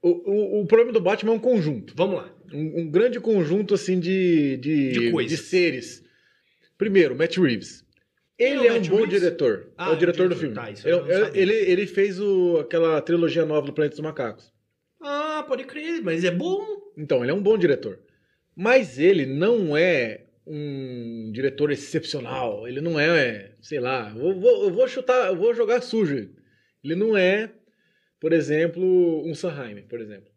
O, o, o problema do Batman é um conjunto. Vamos lá. Um, um grande conjunto, assim, de, de, De coisas. seres. Primeiro, Matt Reeves. Ele Quem é é, o um Matt bom Reeves? diretor. Ah, é o diretor do diretor, filme. tá, isso eu não ele, sabia. ele, ele fez o, aquela trilogia nova do Planeta dos Macacos. Ah, pode crer, mas é bom. Então, ele é um bom diretor. Mas ele não é um diretor excepcional. Ele não é, sei lá, eu vou, eu vou chutar, eu vou jogar sujo. ele. Ele não é, por exemplo, um Sanheim, por exemplo.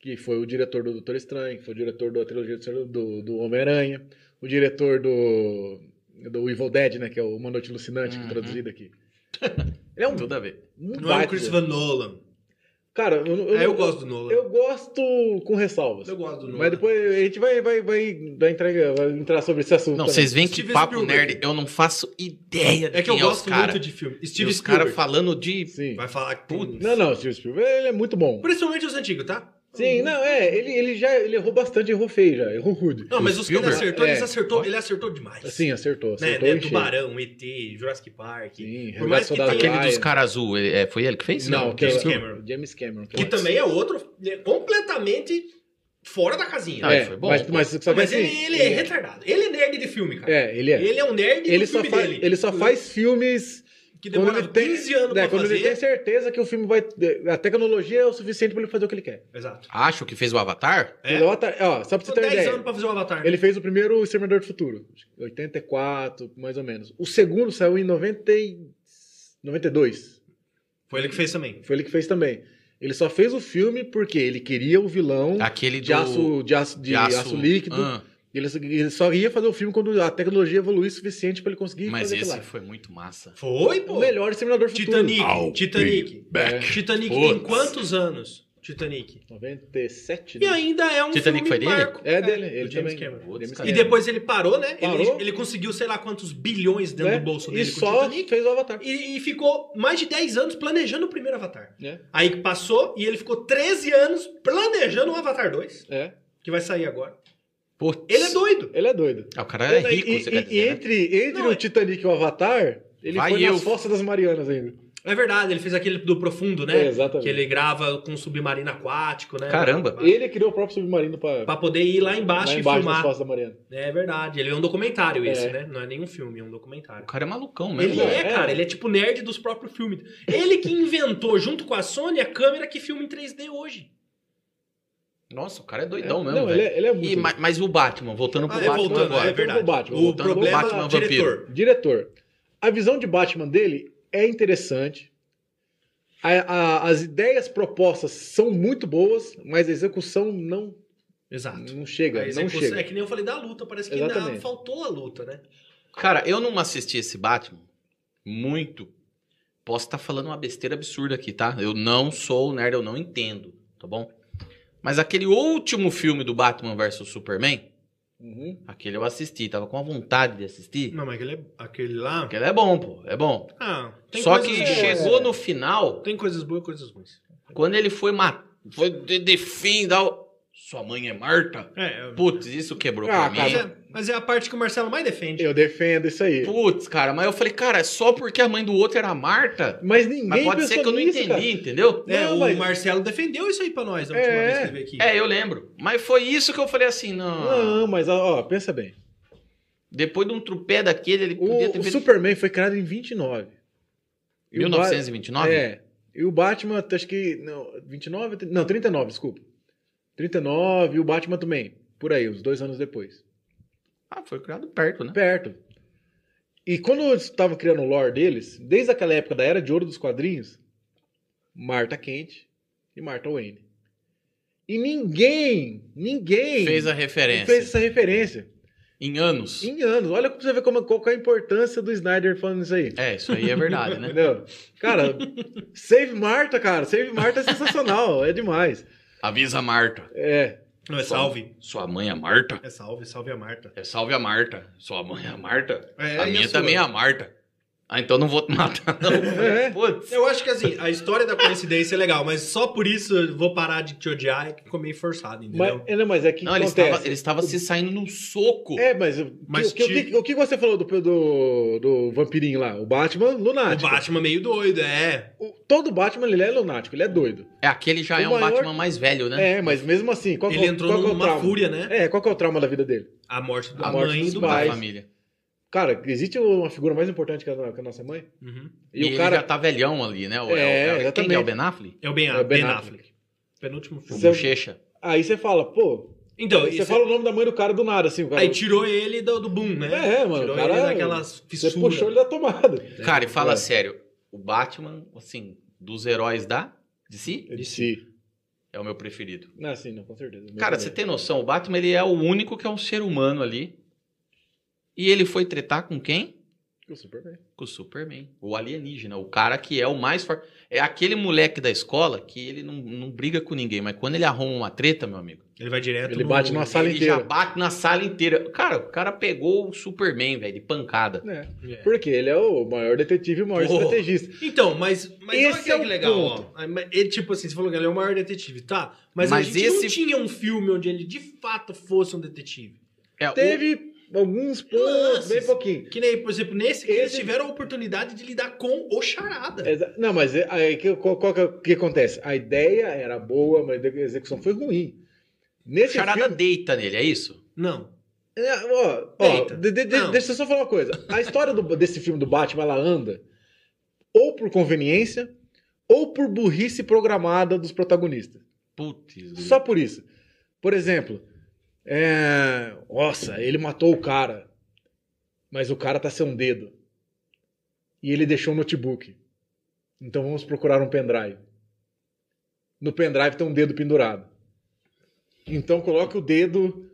Que foi o diretor do Doutor Estranho, que foi o diretor da trilogia do, Senhor- do, do Homem-Aranha, o diretor do do Evil Dead, né? Que é o Uma Noite Alucinante, que Uhum. traduzido aqui. Ele é um. Tudo a ver. um Não é o baita- Christopher Nolan. Cara, eu, eu, É, eu gosto do Nolan. Eu gosto com ressalvas. Eu gosto do Nolan. Mas depois a gente vai, vai, vai, vai, entrar, vai entrar sobre esse assunto. Não, também. vocês veem que Steven papo Spielberg. nerd, eu não faço ideia de É que eu quem é os gosto muito caras. de filme. E Steve os caras Spielberg. falando de Sim. Vai falar que tem- Não, não, Steven Spielberg, ele é muito bom. Principalmente os antigos, tá? Sim, não, é, ele, ele já ele errou bastante, errou feio já, errou rude. Não, mas os que ele Spielberg? acertou, eles É. acertou, ele acertou demais. Sim, acertou, né, né, acertou em cheio. Tubarão, ET, Jurassic Park. Por Sim, mais que Resgate Soldado tenha aquele Ryan. dos caras azul, ele- é, foi ele que fez? Não, James aquele- Cameron. James Cameron. Que também é outro, né, completamente fora da casinha. Não, né? é, Ah, ele foi bom, mas, pô. mas só que Mas assim, ele, ele é retardado. Ele é nerd de filme, cara. É, ele é. Ele é um nerd Ele do só, filme faz, dele. ele só faz filmes Que quando demora ele tem, 15 anos né, pra quando fazer. ele tem certeza que o filme vai. A tecnologia é o suficiente pra ele fazer o que ele quer. Exato. Acho que fez o Avatar? É. Entendeu? Ó, tá- ó, só pra você São ter uma 10 ideia. anos pra fazer um avatar. Ele fez o primeiro Exterminador do Futuro, acho que 84, mais ou menos. O segundo saiu em 90 e- 92. Foi ele que fez também. Foi ele que fez também. Ele só fez o filme porque ele queria o vilão Aquele do... Um de, aço, de, aço, de aço líquido. Ah, Ele, só- ele só ia fazer o filme quando a tecnologia evoluísse o suficiente pra ele conseguir mas fazer aquilo esse lá. foi muito massa. Foi, O pô. melhor Exterminador do Futuro. Titanic. I'll be Titanic. back. Titanic tem Putz. quantos anos? Titanic. 97, E né? ainda é um Titanic filme foi dele? marco. É dele, do ele James também. Cameron. Putz, James cara. E Cameron. depois ele parou, né? É. Parou. Ele, ele conseguiu sei lá quantos bilhões dentro Né? do bolso E dele com o só Titanic. fez o Avatar. E, e ficou mais de 10 anos planejando o primeiro Avatar. É. Aí que passou e ele ficou 13 anos planejando o Avatar 2, É. que vai sair agora. Putz. Ele é doido. Ele é doido. Ah, O cara é Ele- rico, e, você e- quer e dizer, né? entre, entre Não, o é- Titanic e o Avatar, ele Vai foi eu. nas Fossas das Marianas ainda. É verdade, ele fez aquele do Profundo, É, né? exatamente. que ele grava com um submarino aquático, né? Caramba. Ele criou o próprio submarino pra, Pra poder ir lá lá embaixo e embaixo das filmar. Fossas da Mariana. É verdade. Ele é um documentário esse, É. né? Não é nenhum filme, é um O documentário. cara é malucão mesmo. Ele né? é, é. cara, ele é tipo nerd dos próprios filmes. Ele que inventou, junto com a Sony, a câmera que filma em 3D hoje. Nossa, o cara é doidão É, mesmo, não, velho. ele é, ele é muito. E, ma- mas, o Batman, voltando pro Ah, é, Batman voltando, agora. é verdade. pro Batman. O Voltando pro problema Batman diretor. vampiro. Diretor. A visão de Batman dele é interessante. A- a- as ideias propostas são muito boas, mas a execução não, Exato. não chega. A não execução- chega. É que nem eu falei da luta, parece que ainda Exatamente. faltou a luta, né? Cara, eu não assisti esse Batman muito. Posso estar falando uma besteira absurda aqui, tá? Eu não sou nerd, eu não entendo, tá bom? Mas aquele último filme do Batman vs Superman, Uhum. aquele eu assisti, tava com a vontade de assistir. Não, mas aquele, aquele lá. Aquele é bom, pô, é bom. Ah, tem Só coisas que boas. chegou no final, Tem coisas boas e coisas ruins. quando ele foi matar, foi de, de fim da. Sua mãe é Marta? É, é- Putz, isso quebrou Ah, pra mas, mim. cara. é, mas é a parte que o Marcelo mais defende. Eu defendo isso aí. Putz, cara, mas eu falei, cara, é só porque a mãe do outro era a Marta? Mas ninguém Mas pode pensou ser que eu não nisso, entendi, cara. entendeu? É, Não, o mas- Marcelo defendeu isso aí pra nós a última É. vez que ele veio aqui. É, eu lembro. Mas foi isso que eu falei assim, não. Não, mas ó, ó, pensa bem. Depois de um trupé daquele, ele O, podia ter o feito. Superman foi criado em 29. E o Ba- 1929? É. E o Batman, acho que. Não, 29? tri- Não, 39, desculpa. 39 e o Batman também. Por aí, uns dois anos depois. Ah, foi criado perto, né? Perto. E quando eles estavam criando o lore deles, desde aquela época da Era de Ouro dos Quadrinhos, Marta Kent e Marta Wayne. E ninguém, ninguém Fez a referência. fez essa referência. Em anos. Em anos. Olha pra você ver como, qual que é a importância do Snyder falando isso aí. É, isso aí é verdade, né? Entendeu? Cara, Save Marta, cara. Save Marta é sensacional. é demais. Avisa a Marta. É. Não, é salve. Sua mãe é Marta? É salve, salve a Marta. É salve a Marta. Sua mãe é a Marta? É, a e minha sua? também é a Marta. Ah, então não vou te matar, não. É. Putz. Eu acho que assim, a história da coincidência é legal, mas só por isso eu vou parar de te odiar, é que ficou meio forçado, entendeu? Mas, é, não, mas é que Não, ele acontece. estava, ele estava se saindo num soco. É, mas, o- Mas o, que, o que- o que você falou do, do, do vampirinho lá? O Batman, o lunático. Batman meio doido, é. O- todo Batman, ele é lunático, ele é doido. É, aquele já O é um maior- Batman mais velho, né? É, mas mesmo assim, qual, que é Ele o- entrou qual que é o numa trauma? fúria, né? É, qual que é o trauma da vida dele? A morte da A mãe morte e dos do da pai. pais. família. Cara, existe uma figura mais importante que a, que a nossa mãe? Uhum. E, E, o ele já cara... tá velhão ali, né? O- o- É, o- quem exatamente. é o Ben Affleck? É o Ben, É o Ben ben Affleck. Affleck. Penúltimo filme. O Você- Bochecha. Aí você fala, pô... Então, Você isso- fala o nome da mãe do cara do nada, assim. O cara, aí tirou ele do, do boom, né? É, mano, Tirou o cara- ele daquelas você fissuras. puxou ele da tomada. Cara, e fala É. sério, o Batman, assim, dos heróis da DC, Eu disse. é o meu preferido. Não, sim, não, com certeza. Meu é Cara, também. você tem noção, o Batman ele é o único que é um ser humano ali E ele foi tretar com quem? O Superman. Com o Superman. O alienígena. O cara que é o mais forte. É aquele moleque da escola que ele não, não briga com ninguém, mas quando ele arruma uma treta, meu amigo. Ele vai direto Ele bate no... na sala ele inteira. já bate na sala inteira. Cara, o cara pegou o Superman, velho, de pancada. É. É. Porque ele é o maior detetive e o maior Porra. estrategista. Então, mas, mas olha Esse que é o que legal, ponto. ó. Ele, tipo assim, você falou que ele é o maior detetive, tá? Mas, a Mas gente não esse- tinha um filme onde ele de fato fosse um detetive. É, o- Teve alguns pontos, Lances. bem pouquinho. Que nem, por exemplo, nesse que eles Esse- tiveram a oportunidade de lidar com o Charada. Exa- Não, mas é- aí que- qual, qual que, é- que acontece? A ideia era boa, mas a execução foi ruim. o Nesse charada filme... deita nele, é isso? Não. É, ó, ó, Deita. de- de- de- Não. deixa eu só falar uma coisa. A história do- desse filme do Batman, ela anda ou por conveniência ou por burrice programada dos protagonistas. Putz. Uhum. Só por isso. Por exemplo, é, nossa, ele matou o cara, mas o cara tá sem um dedo. E ele deixou um notebook. Então vamos procurar um pendrive. No pendrive tem um dedo pendurado. Então coloque o dedo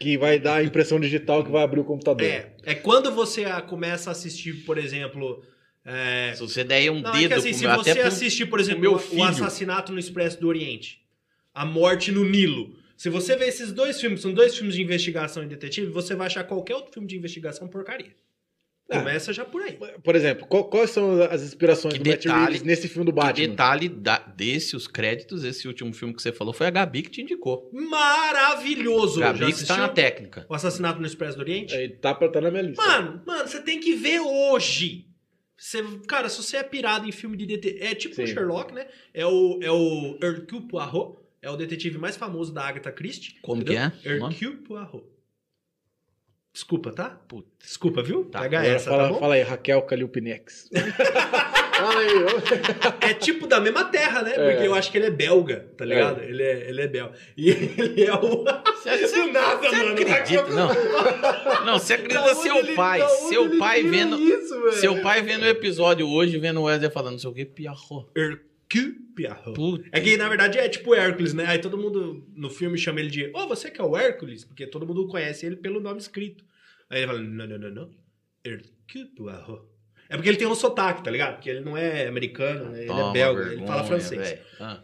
que vai dar a impressão digital que vai abrir o computador. É. É quando você ah, começa a assistir, por exemplo. é, Se você der aí um Não, é dedo, que assim, se pro- até você pro- assistir, por exemplo, meu o- filho. o assassinato no Expresso do Oriente, a morte no Nilo. Se você vê esses dois filmes, são dois filmes de investigação e detetive, você vai achar qualquer outro filme de investigação porcaria. Ah. Começa já por aí. Por exemplo, qual- quais são as inspirações Que do Matt detalhe- Reeves nesse filme do Batman? Detalhe da- desse, os créditos, esse último filme que você falou foi a Gabi que te indicou. Maravilhoso. Já Gabi que assistiu tá na técnica. O assassinato no Expresso do Oriente? Aí tá, pra- tá na minha lista. Mano, mano, você tem que ver hoje. Você, cara, se você é pirado em filme de detetive. É tipo o Sim. Sherlock, né? É o, é o Hercule Poirot. É o detetive mais famoso da Agatha Christie. Como entendeu? que é o nome? Hercule Poirot. Desculpa, tá? Puta. Desculpa, viu? Tá, Pega Agora essa, É, fala, tá bom? fala aí, Raquel Caliupinex. fala aí, ô. É tipo da mesma terra, né? É. Porque eu acho que ele é belga, tá ligado? Ele, é, ele é belga. E ele é o... Você, você- Do nada, você mano. acredita, não. Não, você acredita Da onde seu ele- pai. da onde Seu ele pai tira vendo. Isso, velho? Seu pai vendo o episódio hoje, vendo o Wesley falando, não sei o que, piarro. Hercule Poirot. Puta. É que na verdade é tipo Hércules, né? Aí todo mundo no filme chama ele de, ô, você que é o Hércules? Porque todo mundo conhece ele pelo nome escrito. Aí ele fala, não, não, não, não. Hercule Poirot. É porque ele tem um sotaque, tá ligado? Porque ele não é americano, né? ele é Toma, belga, ele vergonha, fala francês. velho. Ah.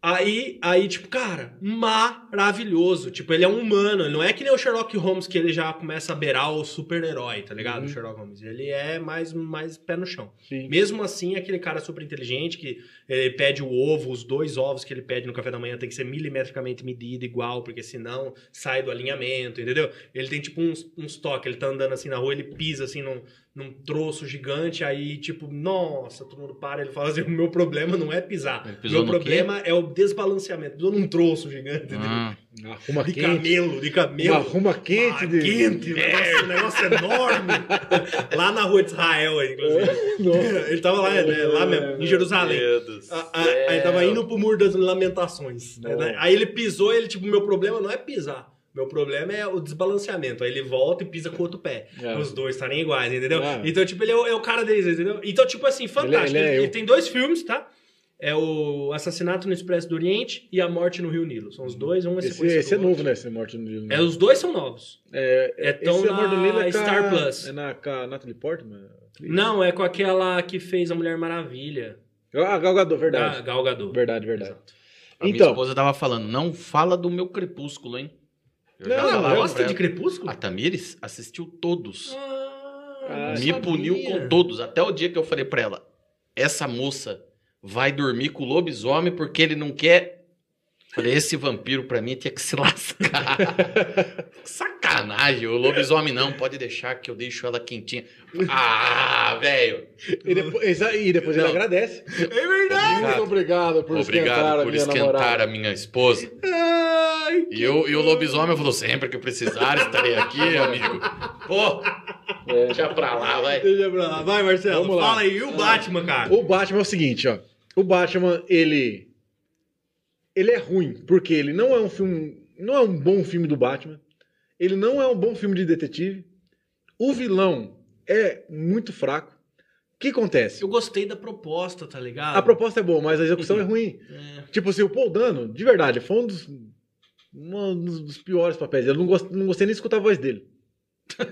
Aí, aí, tipo, cara, maravilhoso. Tipo, ele é um humano. Ele Não é que nem o Sherlock Holmes, que ele já começa a beirar o super-herói, tá ligado? Uhum. O Sherlock Holmes. Ele é mais, mais pé no chão. Sim. Mesmo assim, é aquele cara super inteligente que ele pede o ovo, os dois ovos que ele pede no café da manhã tem que ser milimetricamente medido igual, porque senão sai do alinhamento, entendeu? Ele tem tipo uns, uns toques, ele tá andando assim na rua, ele pisa assim num, num troço gigante, aí tipo, nossa, todo mundo para, ele fala assim, o meu problema não é pisar, Ele pisou meu no problema é o desbalanceamento, pisou num troço gigante, entendeu? Ah. Arruma De quente. camelo, de Uma camelo. arruma quente. Ah, de- quente, negócio, negócio é enorme. Lá na rua de Israel, inclusive. Nossa. Ele tava lá, né, lá mesmo, em Jerusalém. Meu Deus do Ah, ah, Aí tava céu. indo pro muro das lamentações. né, né? Nossa. Aí ele pisou, ele, tipo, meu problema não é pisar. Meu problema é o desbalanceamento. Aí ele volta e pisa com o outro pé. É. Os dois estarem iguais, entendeu? É. Então, tipo, ele é o, é o cara deles, entendeu? Então, tipo assim, fantástico. ele é Ele, eu. ele tem dois filmes, tá? É o Assassinato no Expresso do Oriente e A Morte no Rio Nilo. São os dois, um é Esse, sequência esse é do novo, né? Esse Morte no Nilo. outro. É, os dois são novos. É, É tão esse Morte no Nilo na é com a- Star Plus. É na, com a Natalie Portman? Não, é com aquela que fez a Mulher Maravilha. Ah, Gal Gadot, Da verdade. Gal Gadot. Verdade, verdade. Exato. A minha Então. esposa tava falando, não fala do meu crepúsculo, hein? Eu já Não, é falava Ela pra gosta ela. de Crepúsculo? A Tamires assistiu todos. Ah, Ah, me puniu com todos. Até o dia que eu falei pra ela: essa moça vai dormir com o lobisomem porque ele não quer. Falei, esse vampiro pra mim tinha que se lascar. Sacanagem, o lobisomem não, pode deixar que eu deixo ela quentinha. Ah, velho. E depois, exa- e depois ele Não. agradece. É verdade! Muito obrigado por esquentar Obrigado a por minha esquentar namorada. a minha esposa. Ai, E, eu, e o lobisomem falou: sempre que precisar, estarei aqui, amigo. Pô, É. deixa pra lá, vai. deixa pra lá. Vai, Marcelo, Vamos lá. fala aí. E o Batman, cara? O Batman é o seguinte, ó. O Batman, ele. Ele é ruim, porque ele não é um filme. Não é um bom filme do Batman. Ele não é um bom filme de detetive. O vilão é muito fraco. O que acontece? Eu gostei da proposta, tá ligado? A proposta é boa, mas a execução é ruim. É. Tipo assim, o Paul Dano, de verdade, foi um dos, um dos piores papéis. Eu não, gost, não gostei nem de escutar a voz dele.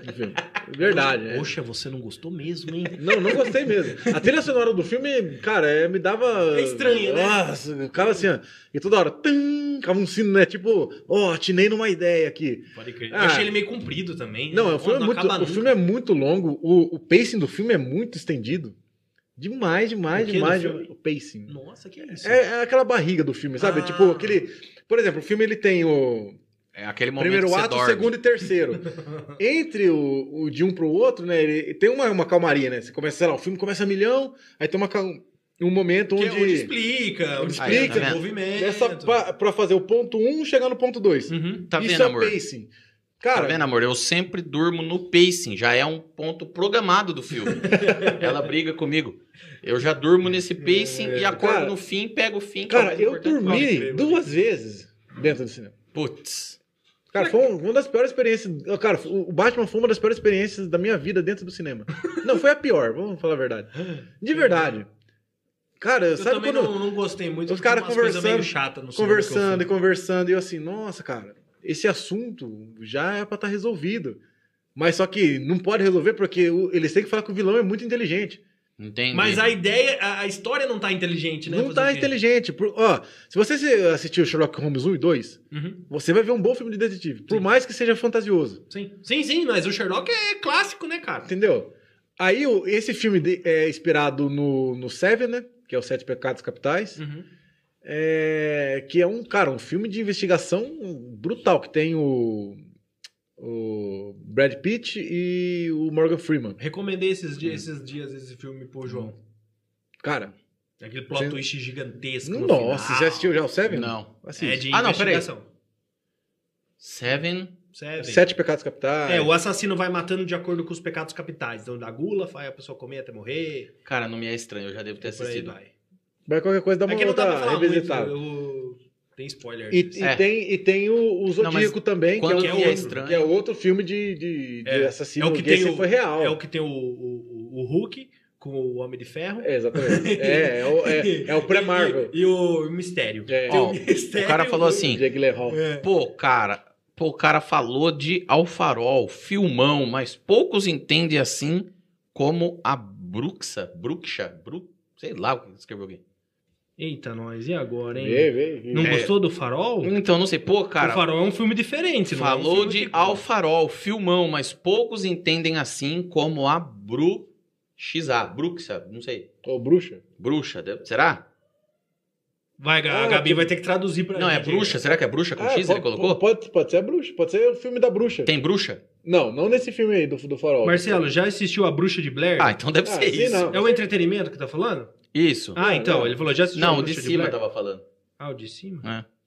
no filme. Verdade, é. Poxa, você não gostou mesmo, hein? Não, não gostei mesmo. A trilha sonora do filme, cara, é, me dava. É estranho, né? Nossa, ficava assim, ó. E toda hora. Tum, ficava um sino, né? Tipo, ó, atinei numa ideia aqui. Pode crer. Ah. Eu achei ele meio comprido também. Não, né? o filme, é Não muito, acaba o filme é muito longo. O, o pacing do filme é muito estendido. Demais, demais, O quê do demais. filme? O pacing. nunca. Nossa, que é isso? É, é aquela barriga do filme, sabe? Ah. Tipo, aquele. Por exemplo, o filme ele tem o É aquele momento primeiro que você ato, dorme. segundo e terceiro. Entre o, o de um pro outro, né? Ele tem uma, uma calmaria, né? Você começa, sei lá, o filme começa a milhão, aí tem uma cal- um momento Que onde. é onde explica, onde Aí, explica tá o vendo? movimento. Nessa, pra, pra fazer o ponto 1 um, chegar no ponto 2. Uhum. Tá Isso vendo, é amor? pacing. Cara, Tá vendo, amor? Eu sempre durmo no pacing, já é um ponto programado do filme. Ela briga comigo. Eu já durmo nesse pacing e acordo cara- no fim, pego o fim. que é o cara, mais eu importante. dormi emprego, né? duas vezes dentro do cinema. Putz. Cara, foi um- uma das piores experiências. Cara, o o Batman foi uma das piores experiências da minha vida dentro do cinema. Não, foi a pior, vamos falar a verdade. De verdade. Cara, Eu sabe também quando. não, não gostei muito. Os caras tem umas coisas conversando- meio chata no cinema que eu fui. conversando e conversando, e eu assim, nossa, cara, esse assunto já é pra estar resolvido. Mas só que não pode resolver porque o- eles têm que falar que o vilão é muito inteligente. Entendi. Mas a ideia, a, a história não tá inteligente, né? não Fazer tá o quê? inteligente. Por- ó, se você se- assistiu Sherlock Holmes 1 e 2, Uhum. você vai ver um bom filme de detetive, por Sim. mais que seja fantasioso, Sim. sim, sim, mas o Sherlock é clássico, né, cara? entendeu? Aí o- esse filme de- é inspirado no, no Seven, né? Que é o Sete Pecados Capitais. Uhum. É, que é um, cara, um filme de investigação brutal, que tem o, o Brad Pitt e o Morgan Freeman. Recomendei esses dias, esses dias esse filme pro João. Cara, Aquele plot Sim. twist gigantesco. no nossa, final. você assistiu já o Seven? Assim, Não. Assiste. É de Ah, não, peraí. investigação. Seven. Seven. Sete Pecados Capitais. É, o assassino vai matando de acordo com os pecados capitais. Então, da gula, faz a pessoa comer até morrer. Cara, não me é estranho, eu já devo ter por aí assistido. vai. Mas qualquer coisa dá uma É que não dá pra outra falar muito. revisitada. eu- Tem spoiler. E, disso. e É. tem, e tem o, o Não, mas Zodíaco também, que é, Quando o- que é é, outro, estranho. que é outro filme de, de, de É. assassino É o que gay, tem esse o- foi real. É o que tem o, o, o- o Hulk com o Homem de Ferro. É, exatamente. É, é o, é, é o pré-Marvel. E, e o Mistério. É. Tem Ó, Mistério, o cara falou assim, Jake Gyllenhaal. É. Pô, cara, pô, o cara falou de Alfarol, filmão, mas poucos entendem assim como a Bruxa, Bruxa, Bru, sei lá o que escreveu aqui. Eita, nós, e agora, hein? Vê, vê, vê. Não É. gostou do Farol? Então, não sei, pô, o cara, Farol é um filme diferente, não é um falou filme de que- Alfarol, filmão, mas poucos entendem assim como a Bru XA, Bruxa, não sei. Ô, bruxa. Bruxa, deve- será? Vai, Ga- a Ah, Gabi que- vai ter que traduzir pra Não, é gente. bruxa, será que é bruxa com Ah, X ele pode- colocou? Pode, pode ser a bruxa, pode ser o filme da bruxa. Tem bruxa? Não, não nesse filme aí do, do farol. Marcelo, já assistiu A Bruxa de Blair? Ah, então deve Ah, ser sim, isso. não. É o entretenimento que tá falando? Isso. Ah, então, não. ele falou, já assistiu Não, A o de Bruxa cima Blair? eu tava falando. Ah, o de cima? É.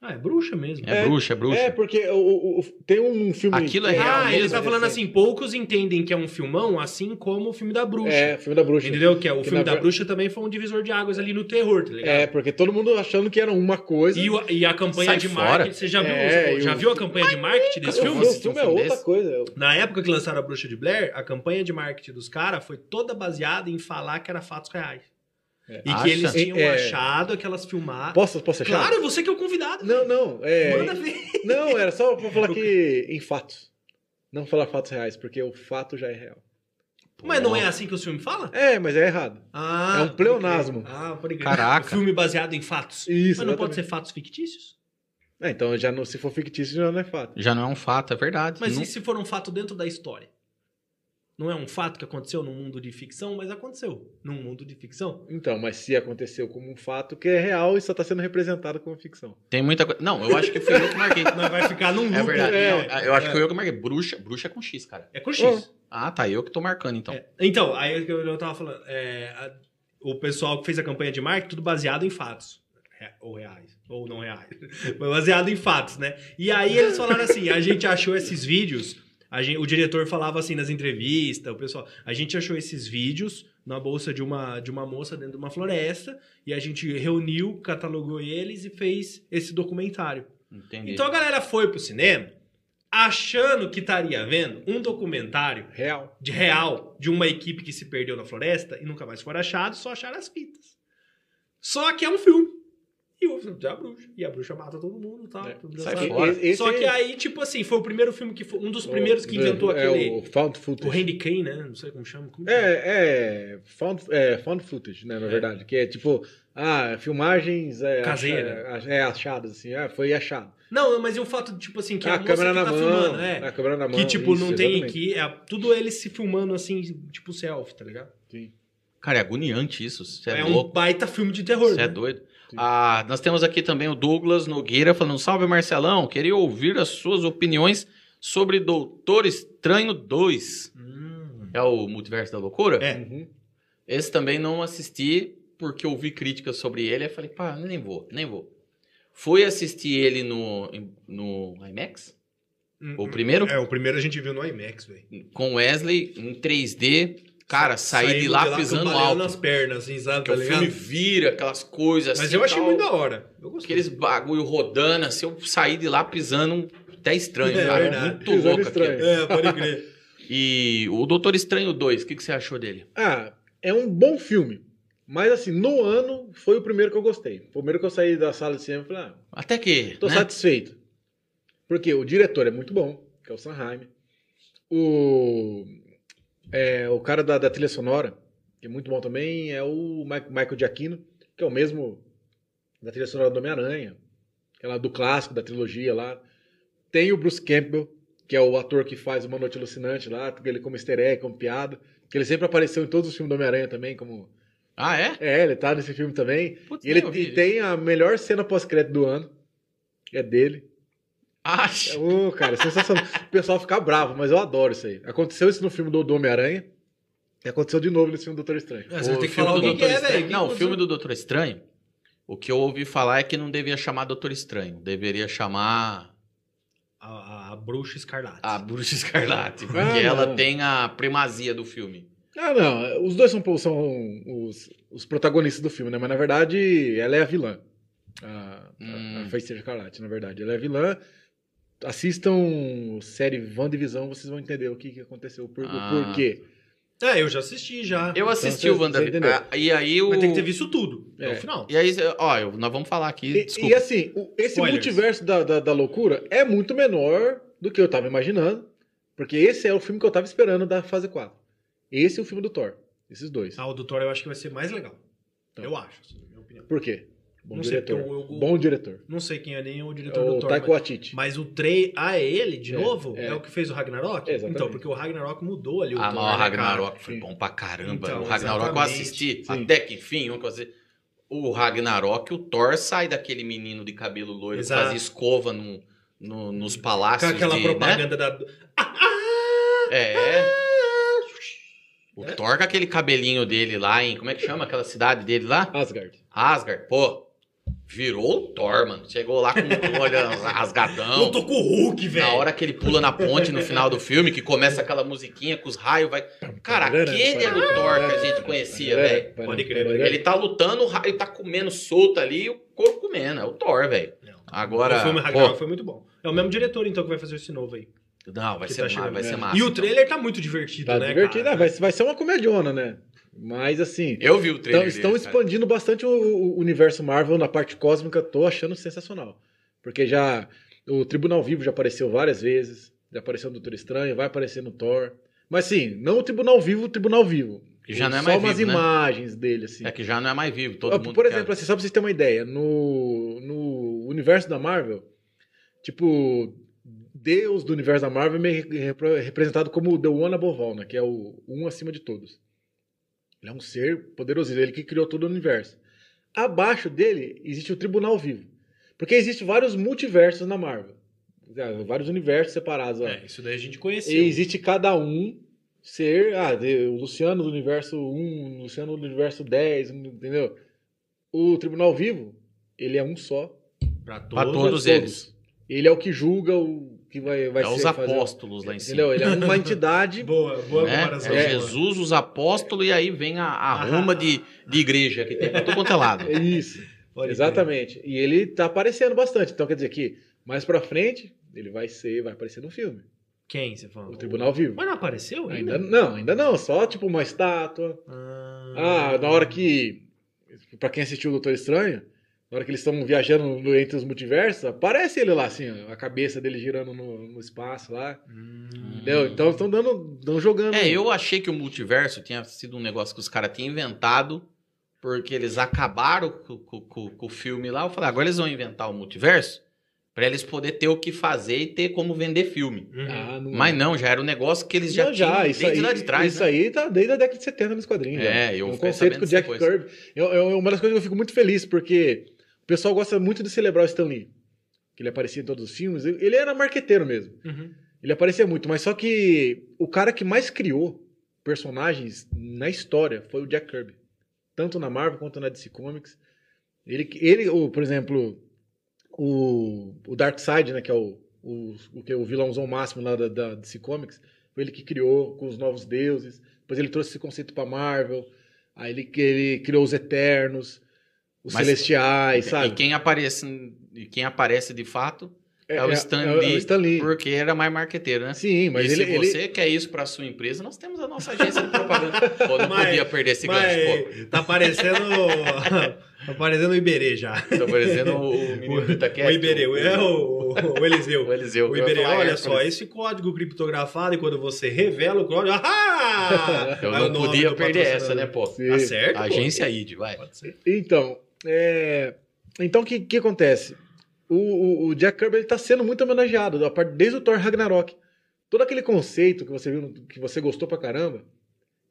Ah, é bruxa mesmo. É, É, bruxa, é bruxa. É, porque o, o- o- tem um filme... Aquilo é que É, real Ah, ele mesmo, tá falando assim, poucos entendem que é um filmão, assim como o filme da bruxa. É, filme da bruxa. Entendeu? Que é o Que filme na da ver- bruxa também foi um divisor de águas ali no terror, tá ligado? É, porque todo mundo achando que era uma coisa. E, o- e a campanha Sai de fora. marketing, você já viu, É, os- já e o- viu a campanha de marketing desse o eu filme? filme, vou- o filme é Um filme outra desse? coisa. Na época que lançaram a Bruxa de Blair, a campanha de marketing dos caras foi toda baseada em falar que era fatos reais. É. E Acha? que eles tinham É. achado aquelas filmadas. Posso, posso achar? Claro, você que é o convidado. Não, não. É, Manda ver. não, era só pra falar que... Em fatos. Não falar fatos reais, porque o fato já é real. Mas não é assim que o filme fala? É, mas é errado. Ah, É um pleonasmo. pode crer. Ah, pode crer. Caraca. Um filme baseado em fatos. Isso, Mas não pode exatamente. ser fatos fictícios? É, então, já não, se for fictício, já não é fato. Já não é um fato, é verdade. Mas Não- e se for um fato dentro da história? Não é um fato que aconteceu num mundo de ficção, mas aconteceu num mundo de ficção. Então, mas se aconteceu como um fato que é real e só tá sendo representado como ficção. Tem muita coisa. Não, eu acho que fui eu que marquei. Não vai ficar num É loop. verdade. É, Não, eu acho que fui eu que marquei. Bruxa, bruxa é com X, cara. É com X. Ah, tá. Eu que tô marcando, então. É, Então, aí é o que eu tava falando. é, a- o pessoal que fez a campanha de marketing, tudo baseado em fatos. Re- Ou reais, ou não reais. Mas baseado em fatos, né? E aí eles falaram assim: a gente achou esses vídeos. a gen- o diretor falava assim nas entrevistas, o pessoal. A gente achou esses vídeos na bolsa de uma, de uma moça dentro de uma floresta. E a gente reuniu, catalogou eles e fez esse documentário. Entendi. Então a galera foi pro cinema achando que estaria vendo um documentário Real. de real de uma equipe que se perdeu na floresta e nunca mais foram achados, só acharam as fitas. Só que é um filme. E o filme é a bruxa. E a bruxa mata todo mundo e tal. É, tudo sai dançado. fora. E- esse Tá Só que é- aí, tipo assim, foi o primeiro filme que foi. Um dos primeiros que inventou é, aquele. É o Found O Footage. Henry Kane, né? Não sei como chama. Como chama? É, é found, é found Footage, né, na É. verdade. Que é tipo, ah, filmagens... É, Caseira. acha- É, achadas, assim. Ah, foi achado. Não, não, mas e o fato de, tipo assim, que Ah, a, a moça câmera que na tá mão. filmando, é. A câmera na mão. que, tipo, não isso, tem. exatamente. Que é tudo ele se filmando assim, tipo selfie, tá ligado? Sim. Cara, é agoniante isso. Você é, é louco. um baita filme de terror. Você é né? doido? Sim. Ah, nós temos aqui também o Douglas Nogueira falando: Salve Marcelão, queria ouvir as suas opiniões sobre Doutor Estranho 2. Hum. É o Multiverso da Loucura? É. Uhum. Esse também não assisti porque ouvi críticas sobre ele. Aí falei: pá, nem vou, nem vou. Fui assistir ele no, no IMAX, o primeiro, É, o primeiro a gente viu no IMAX, velho. com Wesley em 3D. Cara, saí de lá pisando cambaleando alto. nas pernas, assim, sabe? Porque o tá filme ligado? vira aquelas coisas Mas assim, eu achei tal. muito da hora. Eu gostei. Aqueles bagulho rodando, assim, eu saí de lá pisando até estranho, É cara. verdade. Muito Pisando louco estranho. aquilo. É, pode crer. E o Doutor Estranho 2, o que, que você achou dele? Ah, é um bom filme. Mas assim, no ano foi o primeiro que eu gostei. O primeiro que eu saí da sala de cinema e falei, ah, Até que, Tô né? satisfeito. Porque o diretor é muito bom, que é o Sanheim. O, é, o cara da, da trilha sonora, que é muito bom também, é o Ma- Michael Giacchino, que é o mesmo da trilha sonora do Homem-Aranha. Aquela do clássico, da trilogia lá. Tem o Bruce Campbell, que é o ator que faz Uma Noite Alucinante lá, que ele como easter egg, como piada. Que ele sempre apareceu em todos os filmes do Homem-Aranha também, como... Ah, é? É, ele tá nesse filme também. Putz, E ele nem ouvi e isso. tem a melhor cena pós-crédito do ano. que É dele. Ah, É, Ô, cara, sensacional. O pessoal fica bravo, mas eu adoro isso aí. Aconteceu isso no filme do do Homem-Aranha. E aconteceu de novo nesse filme do Doutor Estranho. É, você o tem que filme falar do o que que Doutor é, Estranho- velho. Não, o Que filme do Doutor Estranho, o que eu ouvi falar é que não devia chamar Doutor Estranho, deveria chamar A, a- a bruxa escarlate. a Bruxa Escarlate, porque Ah, ela não. tem a primazia do filme. Ah, não. Os dois são, são os, os protagonistas do filme, né? Mas na verdade, ela é a vilã. A, a, Hum. a feiticeira escarlate, na verdade. Ela é a vilã. Assistam série Divisão, vocês vão entender o que, que aconteceu, por, Ah. o porquê. É, eu já assisti já. Eu assisti Então você- o Wanda... você entendeu. Ah, e aí o... Mas tem que ter visto tudo. É É. o final. E aí, ó, eu- nós vamos falar aqui, E, desculpa. e assim, o- esse Spoilers. multiverso da, da, da loucura é muito menor do que eu tava imaginando. Porque esse é o filme que eu tava esperando da fase 4. Esse é o filme do Thor. Esses dois. Ah, o do Thor eu acho que vai ser mais legal. Tá. Então. Eu acho, assim, na minha opinião. Por quê? Bom Não sei, diretor. porque eu- eu- Bom diretor. Não sei quem é nem o É diretor do o Thor. Taika mas... Waititi. mas o Trey, ah, é ele, de É, novo? é. É. o que fez o Ragnarok? É, exatamente. Então, porque o Ragnarok mudou ali. Ah, Thor, mas o né, Ragnarok cara? foi Sim. bom pra caramba. Então, o Ragnarok eu exatamente. assisti Sim. até que enfim. um que eu assisti. O Ragnarok, o Thor sai daquele menino de cabelo loiro que Exato. fazia escova no, no- nos cara? Com palácios. aquela de, propaganda da. Né? É. O Thor com aquele cabelinho dele lá em. Como é que chama aquela cidade dele lá? Asgard. Asgard, pô. Virou o Thor, mano. Chegou lá com o olho rasgadão. Eu tô com o Hulk, velho. Na hora que ele pula na ponte no final do filme, que começa aquela musiquinha com os raios, vai. Cara, aquele era o Thor que a gente conhecia, velho. Pode crer, Ele tá lutando, o raio tá comendo solto ali e o corpo comendo. É o Thor, velho. Não. Agora. O filme Ragnarok Pô, foi muito bom. É o mesmo diretor, então, que vai fazer esse novo aí. não, vai que ser, tá ma- chegando, vai né? ser massa. E o então. trailer tá muito divertido, Tá né? divertido. cara? Ah, vai, vai ser uma comediona, né? Mas assim. Eu vi o Então, trailer. estão dele, cara. expandindo bastante o, o universo Marvel na parte cósmica, tô achando sensacional. Porque já o Tribunal Vivo já apareceu várias vezes, já apareceu no Doutor Estranho, vai aparecer no Thor. Mas sim, não o Tribunal Vivo, o Tribunal Vivo. Que já não é Só mais umas vivo, né? imagens dele, assim. É que já não é mais vivo. Todo Ah, mundo Por quer- exemplo, assim, só pra vocês terem uma ideia, no, no universo da Marvel, tipo, Deus do universo da Marvel é meio repre- representado como The One Above All, né? Que é o um acima de todos. Ele é um ser poderoso, ele que criou todo o universo. Abaixo dele existe o Tribunal Vivo. Porque existem vários multiversos na Marvel. Ah, Vários universos separados. ó. É, isso daí a gente E conheceu. existe cada um ser. Ah, de- o Luciano do universo 1, o Luciano do universo 10, entendeu? O Tribunal Vivo, ele é um só. Pra todos. Pra todos Um eles. Ele é o que julga, o que vai, vai É ser. os fazer- um apóstolos lá em cima. Entendeu? Ele é uma entidade. Boa, boa né? comparação. É boa. Jesus, os apóstolos, e aí vem a, a Roma de, de igreja que tem pra todo quanto é lado. É isso. Olha, Exatamente. E ele tá aparecendo bastante. Então quer dizer que mais pra frente ele vai ser, vai aparecer no filme. Quem você falou? O Tribunal Vivo. Mas não apareceu ainda? Ainda não, ainda não. Só tipo uma estátua. Ah, Ah, na hora que. Pra quem assistiu o Doutor Estranho, Na hora que eles estão viajando no- entre os multiversos, aparece ele lá, assim, ó, a cabeça dele girando no, no espaço lá. Hum. Entendeu? Então estão dando. Estão jogando. Uhum. É, eu achei que o multiverso tinha sido um negócio que os caras tinham inventado, porque eles acabaram com, com- com- com o filme lá. Eu falei, "Ah, agora eles vão inventar o multiverso pra eles poderem ter o que fazer e ter como vender filme. Uhum. Ah, não... Mas não, já era um negócio que eles já Não, tinham isso desde aí, lá de trás. Isso né? aí tá desde a década de 70 nos É, quadrinhos. já. eu um fiquei conceito sabendo com o dessa Jack coisa. Kirby. É é uma das coisas que eu fico muito feliz, porque o pessoal gosta muito de celebrar o Stan Lee. Que ele aparecia em todos os filmes. Ele era marqueteiro mesmo. Uhum. Ele aparecia muito, mas só que o cara que mais criou personagens na história foi o Jack Kirby. Tanto na Marvel quanto na DC Comics. Ele, ele o, por exemplo, o, o Darkseid, né, que é o, o, o, que é o vilãozão máximo lá da, da DC Comics, foi ele que criou com os Novos Deuses. Depois ele trouxe esse conceito pra Marvel. Aí ele, ele criou os Eternos, os Mas- é Celestiais, E sabe? quem aparece, e quem aparece de fato, é o Stan é Lee, Stan Lee. porque era mais marqueteiro, né? Sim, mas e ele, se ele- você quer isso pra sua empresa, nós temos a nossa agência de propaganda. Pô, não Mas- podia perder esse grande pô. Mas tá parecendo. tá parecendo o Iberê já. Tô parecendo o menino tá do Itaquete. o Iberê, o, é o, o Eliseu. O Eliseu. eu O ia Iberê, falar olha Hércules. só, esse código criptografado, e quando você revela o código. Ah! Eu Aí o não nome podia do perder essa, né, pô? patrocinador. Sim. Tá certo? pô. Agência ID, vai. Pode ser. Então, é... então o que, que acontece? O, o- o Jack Kirby está sendo muito homenageado da parte- desde o Thor Ragnarok. Todo aquele conceito que você viu, no- que você gostou pra caramba,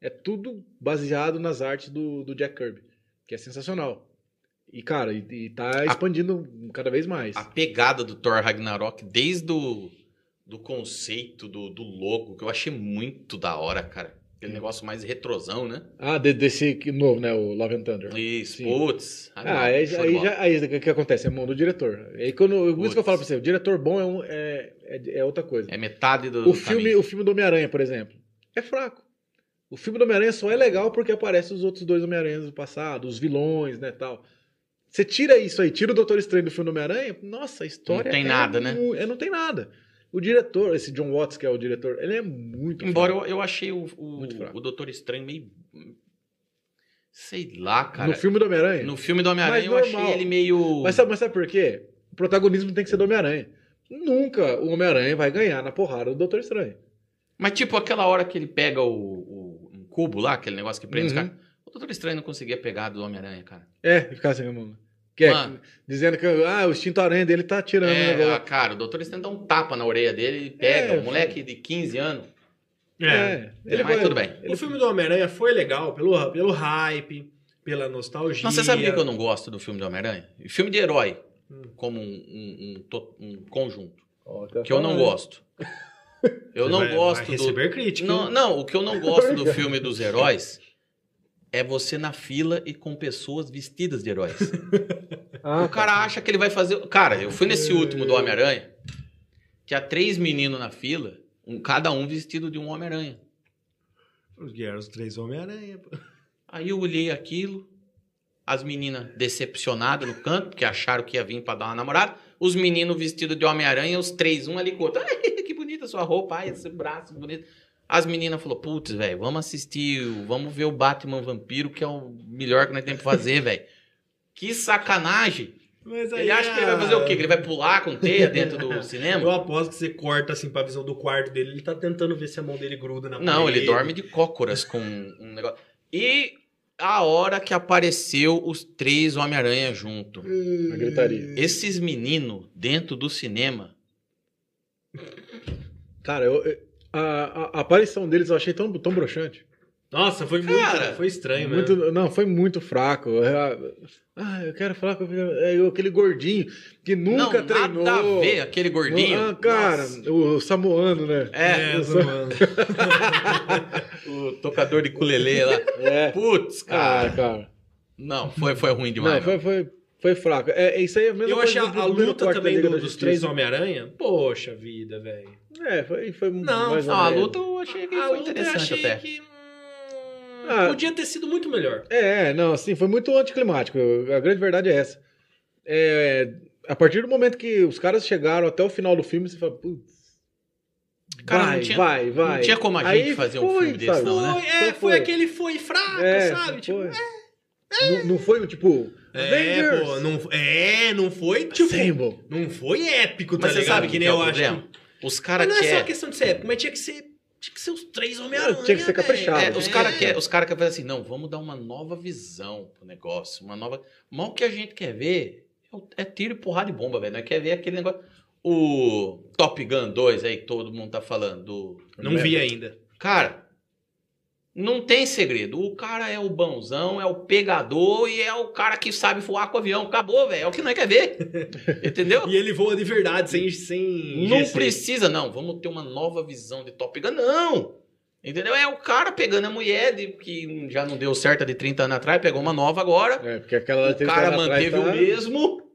é tudo baseado nas artes do, do Jack Kirby, que é sensacional. E, cara, e, e tá expandindo cada vez mais. A pegada do Thor Ragnarok, desde o do conceito, do, do logo, que eu achei muito da hora, cara. Aquele Sim. negócio mais retrosão, né? Ah, de- desse que- novo, né? O Love and Thunder. Isso, Sim. putz. Ai, Ah, não, aí, show de aí bola. já, aí o que, que acontece? É mão do diretor. Aí quando, por isso que eu Putz. falo pra você, o diretor bom é, um- é- é- é outra coisa. É metade do. O do filme, caminho. o filme do Homem-Aranha, por exemplo, é fraco. O filme do Homem-Aranha só é legal porque aparecem os outros dois Homem-Aranhas do passado, os vilões, né, tal. Você tira isso aí, tira o Doutor Estranho do filme do Homem-Aranha, nossa, a história... Não tem é nada, né? mu- é, não tem nada. O diretor, esse John Watts, que é o diretor, ele é muito... Embora fraco. eu, eu achei o, o, Muito fraco. o Doutor Estranho meio. Sei lá, cara. No filme do Homem-Aranha... No filme do Homem-Aranha eu Mas achei normal. ele meio. Mas sabe, mas sabe por quê? O protagonismo tem que ser do Homem-Aranha. Nunca o Homem-Aranha vai ganhar na porrada do Doutor Estranho. Mas tipo aquela hora que ele pega o, o- um cubo lá, aquele negócio que prende Uhum. os caras. O Doutor Estranho não conseguia pegar do Homem-Aranha, cara. É, ficar sem a mão. Que é, Mano. dizendo que ah, o instinto aranha dele tá tirando o É, negócio. ah, cara, o Doutor Estranho dá um tapa na orelha dele e pega. É, o moleque de 15 anos. É. ele mas vai- tudo bem. O filme do Homem-Aranha foi legal pelo, pelo hype, pela nostalgia. Não, você sabe por que eu não gosto do filme do Homem-Aranha? E Filme de herói, Hum. como um, um- um to- um conjunto, Ó, tá que eu não falando. gosto. Eu Você não vai- gosto vai do, receber crítica. Não, hein? não, o que eu não gosto do filme dos heróis é você na fila e com pessoas vestidas de heróis. Ah, O cara acha que ele vai fazer. Cara, eu fui nesse último do Homem-Aranha. Tinha três meninos na fila, um, cada um vestido de um Homem-Aranha. Os Guerreiros dos Três Homem-Aranha. pô. Aí eu olhei aquilo, as meninas decepcionadas no canto, porque acharam que ia vir pra dar uma namorada. Os meninos vestidos de Homem-Aranha, os três, um ali com o outro. Ai, que bonita sua roupa, ai, esse braço bonito. As meninas falaram, putz, velho, vamos assistir, o- vamos ver o Batman Vampiro, que é o melhor que nós temos pra fazer, velho. Que sacanagem! Mas aí, ah, Ele acha que ele vai fazer o quê? Que ele vai pular com teia dentro do Eu cinema? aposto que você corta assim pra visão do quarto dele. Ele tá tentando ver se a mão dele gruda na Não, parede. ele dorme de cócoras com um negócio. E a hora que apareceu os três Homem-Aranha junto. Hum. A gritaria. Esses meninos dentro do cinema. Cara, eu- eu- a, a- a aparição deles eu achei tão, tão broxante. Nossa, foi Cara, muito. Foi estranho, né? Muito- mano. não, foi muito fraco. É, Ah, eu quero falar com é, eu- aquele gordinho que nunca não, treinou. nada a ver, aquele gordinho. Ah, cara, Nossa. o samoano, né? É, É, mano. o tocador de culelê lá. É. Putz, Ah, cara. cara. Não, foi, foi ruim demais. Não, foi, foi, foi fraco. É, é isso aí é a mesma Eu coisa achei a, do a primeiro luta corte da também Liga do- da dos Justiça. três Homem-Aranha. Poxa vida, velho. É, foi, foi Não, mais ou Não, a menos. luta eu achei que foi interessante até. que. hum, Ah. Podia ter sido muito melhor. É, é, não, assim, foi muito anticlimático. Eu- A grande verdade é essa. É, a partir do momento que os caras chegaram até o final do filme, você fala, putz. Cara, não vai, tinha- vai, vai. Não tinha como a gente Aí fazer um foi, filme desse, sabe? não, né? tipo, Foi, é, Então Foi, foi, foi. aquele foi fraco, É, sabe? não Tipo, foi. Não, não foi tipo, É, Avengers. pô, não, é, não foi, tipo, Symbol. não foi épico, tá Mas você ligado? sabe que nem eu acho. Os Mas caras não é só querem. questão de ser épico, mas tinha que ser, tinha que ser os três Homem-Aranha, Tinha que ser velho. caprichado. É, os É. caras quer, os cara quer fazer assim, não, vamos dar uma nova visão pro negócio, uma nova. Mas o que a gente quer ver é o- é tiro, porrada e bomba, velho. Nós quer ver aquele negócio. O Top Gun 2 aí que todo mundo tá falando. do- Não é? vi ainda. Cara, não tem segredo. O cara é o bonzão, é o pegador e é o cara que sabe voar com o avião. Acabou, velho. É o que nós quer ver. Entendeu? E ele voa de verdade, sem. sem Não GC. precisa, não. Vamos ter uma nova visão de Top Gun. Não! Entendeu? É o cara pegando a mulher de- que já não deu certo a de 30 anos atrás, pegou uma nova agora. É, porque aquela o cara manteve tá? o mesmo.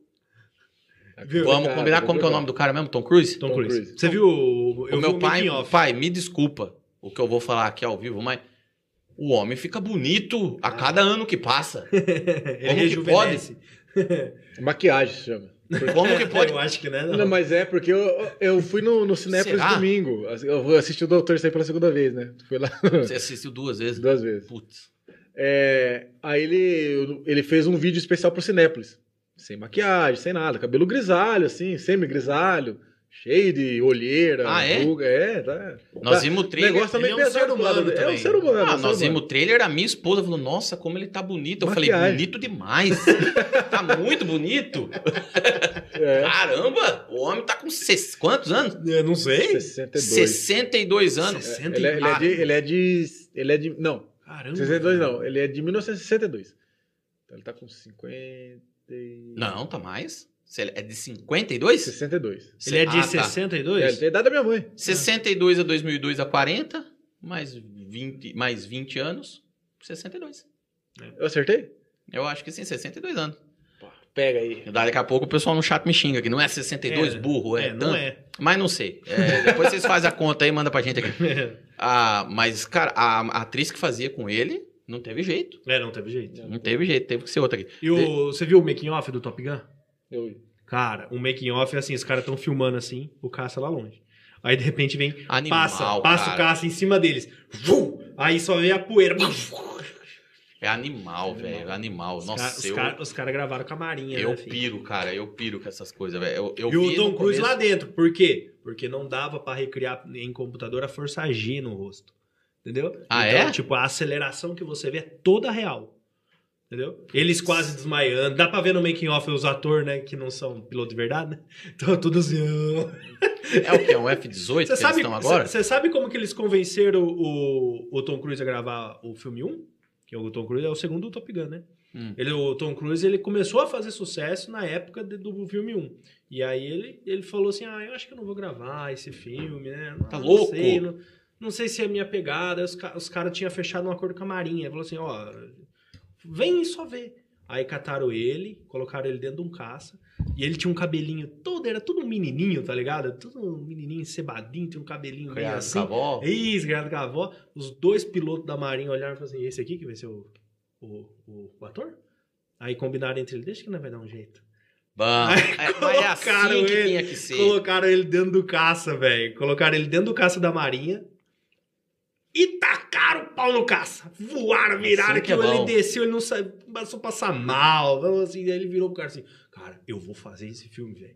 Viu? Vamos cara, combinar tá como que é o nome do cara mesmo? Tom Cruise? Tom, Tom Cruise. Cruise. Você viu o. o eu vi meu o pai, making of. pai, me desculpa o que eu vou falar aqui ao vivo, mas o homem fica bonito Ah. a cada ano que passa. Ele Como que rejuvenesce. Maquiagem se chama. Como que pode? Eu acho que, né? Não. Não, mas é porque eu, eu fui no, no Cinépolis Será? domingo. Eu assisti o Doutor Estranho pela segunda vez, né? Fui lá Você assistiu duas vezes. duas vezes. Putz. É, aí ele, ele fez um vídeo especial pro Cinépolis. Sem maquiagem, sem nada. Cabelo grisalho, assim, semi-grisalho. Cheio de olheira. Ah, é? ruga. É, tá. Nós Tá. vimos o O trailer. negócio também ele é um pesado ser pro lado humano dele. É um também. ser humano. é um Ah, ser nós humano. vimos o trailer, a minha esposa falou, nossa, como ele tá bonito. Eu falei, Maquiagem. bonito demais. tá muito bonito. É, Caramba, o homem tá com ses... quantos anos? Eu não sei. 62. 62 anos. Sessenta- Ele, é, ele é de, ele é de. Ele é de. Não, Ah, Caramba. 62 não. Ele é de 1962. Então ele tá com 50. e- Não, tá mais. Se ele- É de 52? 62. Ele é de Ah, tá. 62? É, ele tem a idade da minha mãe. 62 a 2002 a 40, mais 20, mais 20 anos, 62. Eu acertei? Eu acho que sim, 62 anos. Pega aí. Daqui a pouco o pessoal no chat me xinga que não é 62 É, burro, é, É, não tanto. é. Mas não sei. É, depois vocês fazem a conta aí e manda pra gente aqui. é. Ah, mas, cara, a, a atriz que fazia com ele, não teve jeito. É, não teve jeito. Não teve jeito, teve que ser outra aqui. E o, você viu o making off do Top Gun? Eu... Cara, o making off é assim, os caras estão filmando assim, o caça lá longe. Aí de repente vem, Animal, passa, passa cara. o caça em cima deles. Vum! Aí só vem a poeira. É animal, velho. Animal. Os Nossa, caras eu, gravaram com a marinha, eu né, filho? piro, cara. Eu piro com essas coisas, velho. Eu, eu e o vi Tom no Cruise começo- lá dentro. Por quê? Porque não dava pra recriar em computador a força G no rosto. Entendeu? Ah, então, é? tipo, a aceleração que você vê é toda real. Entendeu? Eles quase desmaiando. Dá pra ver no making off os atores, né? Que não são piloto de verdade, né? Então, todos. Você É o que? É um F-18 que eles sabe, estão agora? você sabe como que eles convenceram o, o Tom Cruise a gravar o filme 1? Que o Tom Cruise é o segundo Top Gun, né? Hum. Ele, o Tom Cruise ele começou a fazer sucesso na época de- do filme 1. E aí ele, ele falou assim: Ah, eu acho que eu não vou gravar esse filme, né? Tá Ah, não louco? Sei, não, não sei se é a minha pegada. Aí Os, ca- os caras tinham fechado um acordo com a Marinha. Falou assim: Ó, vem só ver. Aí cataram ele, colocaram ele dentro de um caça. E ele tinha um cabelinho todo, era tudo um menininho, tá ligado? Tudo um menininho cebadinho, tinha um cabelinho meio Criado assim. com a avó. Isso, criado com a avó. Os dois pilotos da Marinha olharam e falaram assim: esse aqui que vai ser o, o, o, o ator? Aí combinaram entre eles: deixa que nós vai dar um jeito. Bom, Aí é, mas é colocaram assim que ele, tinha que ser. Colocaram ele dentro do caça, velho. Colocaram ele dentro do caça da Marinha. E tacaram o pau no caça. Voaram, viraram Assim que é aquilo. ele bom. desceu, ele não saiu, começou a passar mal. falou Assim, aí ele virou pro cara assim: Cara, eu vou fazer esse filme, velho.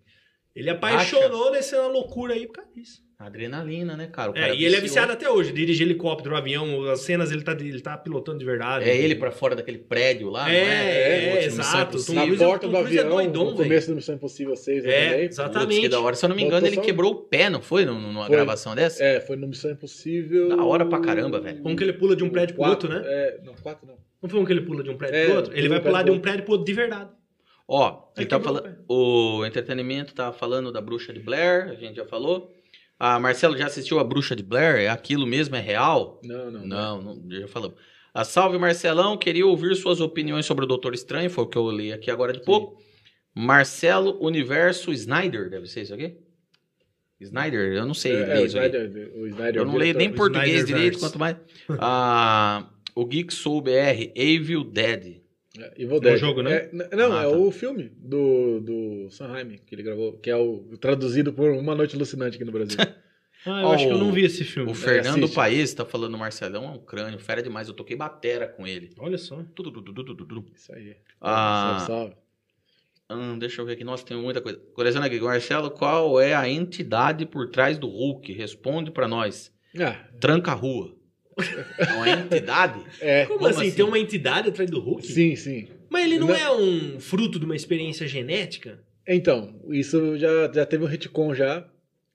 Ele apaixonou nessa loucura aí por causa disso. Adrenalina, né, cara? O É, cara e ele é viciou. viciado até hoje. Dirige helicóptero, avião, as cenas ele tá, ele tá pilotando de verdade. É ele pra fora daquele prédio lá, É, não é? é, O último Missão exato. Impossível. Na Cruise é- porta Tom do Cruise é avião, doidão, no velho. começo do Missão Impossível 6 né, É, também. Putz, que exatamente. da hora. Se eu não me engano, Voltou ele só um- quebrou o pé, não foi? Num- Numa Foi. gravação dessa? É, foi no Missão Impossível. Da hora pra caramba, velho. Um que ele pula de um prédio pro Quatro, outro, né? É, não, quatro não. Não foi um que ele pula de um prédio É, pro outro? Ele pula vai de um pular de prédio um prédio pro outro de verdade. Ó, Aí ele tá quebrou o falando. O entretenimento tá falando da bruxa de Blair, a gente já falou. Ah, Marcelo já assistiu a bruxa de Blair? É aquilo mesmo? É real? Não, não. Não, não, já falamos. A salve Marcelão, queria ouvir suas opiniões sobre o Doutor Estranho, foi o que eu li aqui agora de pouco. Marcelo Universo Snyder, deve ser isso aqui? Snyder, eu não sei É, inglês é, o aqui. Snyder. O Snyder Eu não leio nem o português Snyderverse. direito, quanto mais. Ah, o Geek Soul BR, Evil Dead. É, Evil Dead. É o jogo, né? É, n- não, Ah, tá. é o filme do, do Sanheim que ele gravou, que é o traduzido por Uma Noite Alucinante aqui no Brasil. Ah, eu Ó, acho que eu não o- vi esse filme. É O Fernando assiste. Paes tá falando, Marcelão é um crânio, fera demais, eu toquei batera com ele. Olha só. Tudo, tudo, tudo, tudo, tudo. Isso aí. Ah, Salve, salve. hum, deixa eu ver aqui, nossa, tem muita coisa. Coração aqui, Marcelo, qual é a entidade por trás do Hulk? Responde pra nós. Ah, Tranca a rua. É uma entidade? é. Como, Como assim? assim? Tem uma entidade atrás do Hulk? Sim, sim. Mas ele não, Não. é um fruto de uma experiência genética? Então, isso já, já teve um retcon já.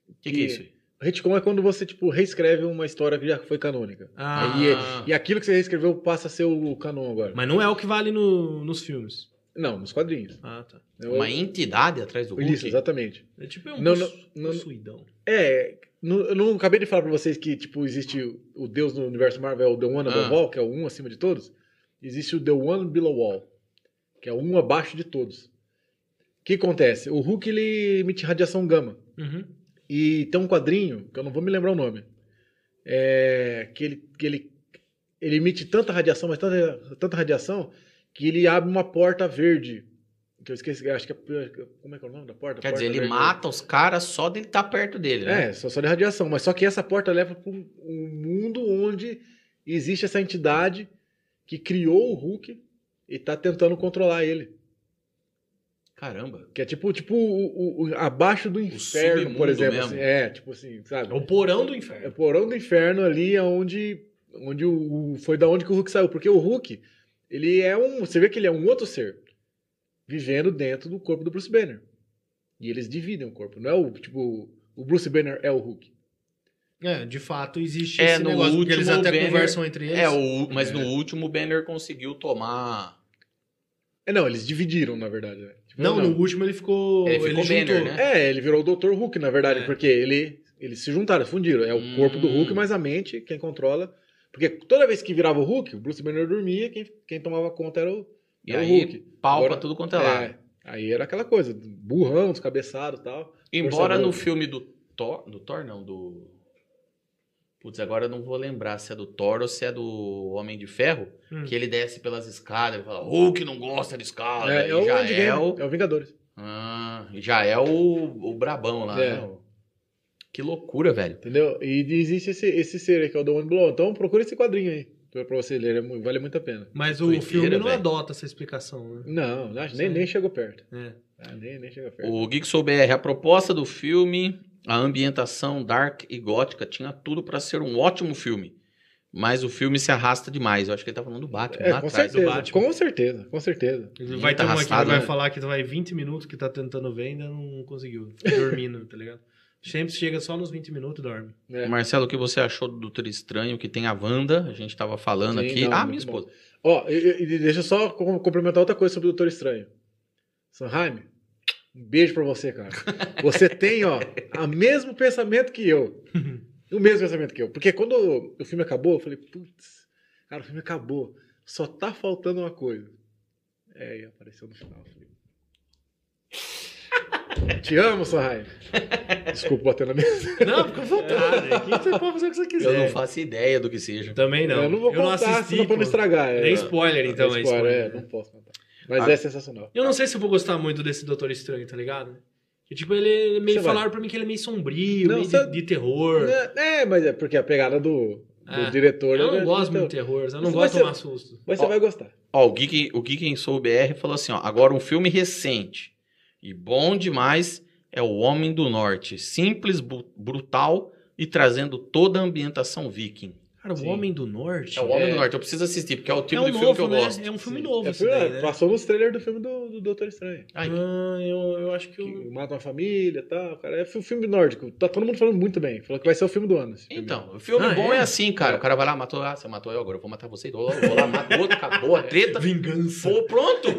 O que, que é isso? aí? Retcon é quando você, tipo, reescreve uma história que já foi canônica. Ah, Aí E aquilo que você reescreveu passa a ser o canon agora. mas não é o que vale no- nos filmes. Não, nos quadrinhos. Ah, tá. Eu- Uma entidade atrás do Hulk? é Isso, exatamente. É tipo é um Não, possu- não, não- possuidão. É, no- eu não acabei de falar pra vocês que, tipo, existe o- o Deus no universo Marvel, o The One Above Ah. All, que é o um acima de todos. Existe o The One Below All, que é o um abaixo de todos. O que acontece? O Hulk, ele emite radiação gama. Uhum. E tem um quadrinho, que eu não vou me lembrar o nome, é, que, ele, que ele, ele emite tanta radiação, mas tanta, tanta radiação, que ele abre uma porta verde. Que eu esqueci, acho que é. Como é que é o nome da porta? Quer Porta dizer, ele verde. mata os caras só dele estar perto dele, né? É, só, só de radiação. Mas só que essa porta leva para um um mundo onde existe essa entidade que criou o Hulk e tá tentando controlar ele. Caramba. Que é tipo, tipo o, o- o- abaixo do inferno, submundo por exemplo. mesmo. assim. é, tipo assim, sabe? É o porão do É o inferno. porão do inferno ali é onde, onde o, o- foi da onde que o Hulk saiu, porque o Hulk, ele é um, você vê que ele é um outro ser vivendo dentro do corpo do Bruce Banner. E eles dividem o corpo, não é o tipo o Bruce Banner é o Hulk. É, de fato existe É, esse no negócio, porque último eles até Banner- conversam entre eles. É, o, mas É. no último o Banner conseguiu tomar. É não, eles dividiram na verdade. Né? Tipo, Não, no último ele ficou... Ele ficou juntou. Banner, né? É, ele virou o Dr. Hulk na verdade, É. porque ele eles se juntaram, fundiram. É o Hum. corpo do Hulk, mas a mente quem controla. Porque toda vez que virava o Hulk, o Bruce Banner dormia, quem, quem tomava conta era o, E era É o aí, Hulk. pau pra Agora- tudo quanto é lado. É, aí era aquela coisa, burrão, descabeçado e tal. Embora Força no Bruta. filme do Thor. Do Thor, não, do. Putz, agora eu não vou lembrar se é do Thor ou se é do Homem de Ferro. Hum. Que é ele desce pelas escadas e fala: Hulk não gosta de escada. é, e é o já, Endgame, é o, é o Vingadores. Ah, e já é o, o Brabão lá. É. né? Que loucura, velho. Entendeu? E existe esse, esse ser aí que é o The One Blow. Então procura esse quadrinho aí pra pra você ler, é mu- vale muito a pena. Mas o Doideira, filme não velho. adota essa explicação, né? Não, não acho- nem, Sim. nem chegou perto. É. Ah, nem, nem chegou perto. O Geek Soul BR, a proposta do filme, a ambientação dark e gótica, tinha tudo pra ser um ótimo filme. Mas o filme se arrasta demais. Eu acho que ele tá falando do Batman. é, lá com atrás do certeza, Batman. com certeza, com certeza. Ih, Vai tá ter uma aqui que arrastado, vai né? falar que vai 20 minutos que tá tentando ver e ainda não conseguiu. Dormindo, tá ligado? Sempre chega só nos 20 minutos e dorme. É. Marcelo, o que você achou do Doutor Estranho que tem a Wanda? A gente tava falando Sim, aqui. não, ah, muito minha bom. esposa. Ó, e- e- e deixa eu só com- complementar outra coisa sobre o Doutor Estranho. Sanheim, um beijo pra você, cara. Você tem, ó, o mesmo pensamento que eu. O mesmo pensamento que eu. Porque quando o filme acabou, eu falei, putz, cara, o filme acabou. Só tá faltando uma coisa. É, e apareceu no final. eu falei, Te amo, Sanheim. Desculpa bater na mesa. Não, fica à vontade. Aqui você pode fazer o que você Eu quiser. não faço ideia do que seja. Também não. eu não vou contar, senão pra não pô. estragar. É, Nem spoiler, então, é é spoiler, spoiler, é, né? não posso contar. Mas Ah. é sensacional. Eu não sei se eu vou gostar muito desse Doutor Estranho, tá ligado? Que, tipo, ele meio Você vai. falaram pra mim que ele é meio sombrio, Não, meio você- de, de terror. É, é, mas é porque a pegada do, do É. diretor. Eu não né, gosto então- muito de terror, eu não Mas gosto de você- tomar susto. Mas você Ó. vai gostar. Ó, o Geek, o Geek em Soul BR falou assim, ó. Agora um filme recente e bom demais é O Homem do Norte. Simples, bu- brutal e trazendo toda a ambientação viking. Cara, o Sim. Homem do Norte. É O Homem É. do Norte. Eu preciso assistir, porque é o é tipo um de filme novo, que eu né? gosto. É um filme Sim. novo, É, esse foi- daí, né? Passou nos trailers do filme do, do Doutor Estranho. Ai, Ah, eu, eu acho que Que eu... mata uma família e tal, cara. É um filme nórdico. Tá todo mundo falando muito bem. Falou que vai ser o filme do ano. esse filme. Então, o filme Ah, bom é? é? assim, cara. O cara vai lá, matou, ah, você matou eu agora, eu vou matar você, vou lá, vou lá mato o outro, acabou a treta, Vingança. pô, pronto.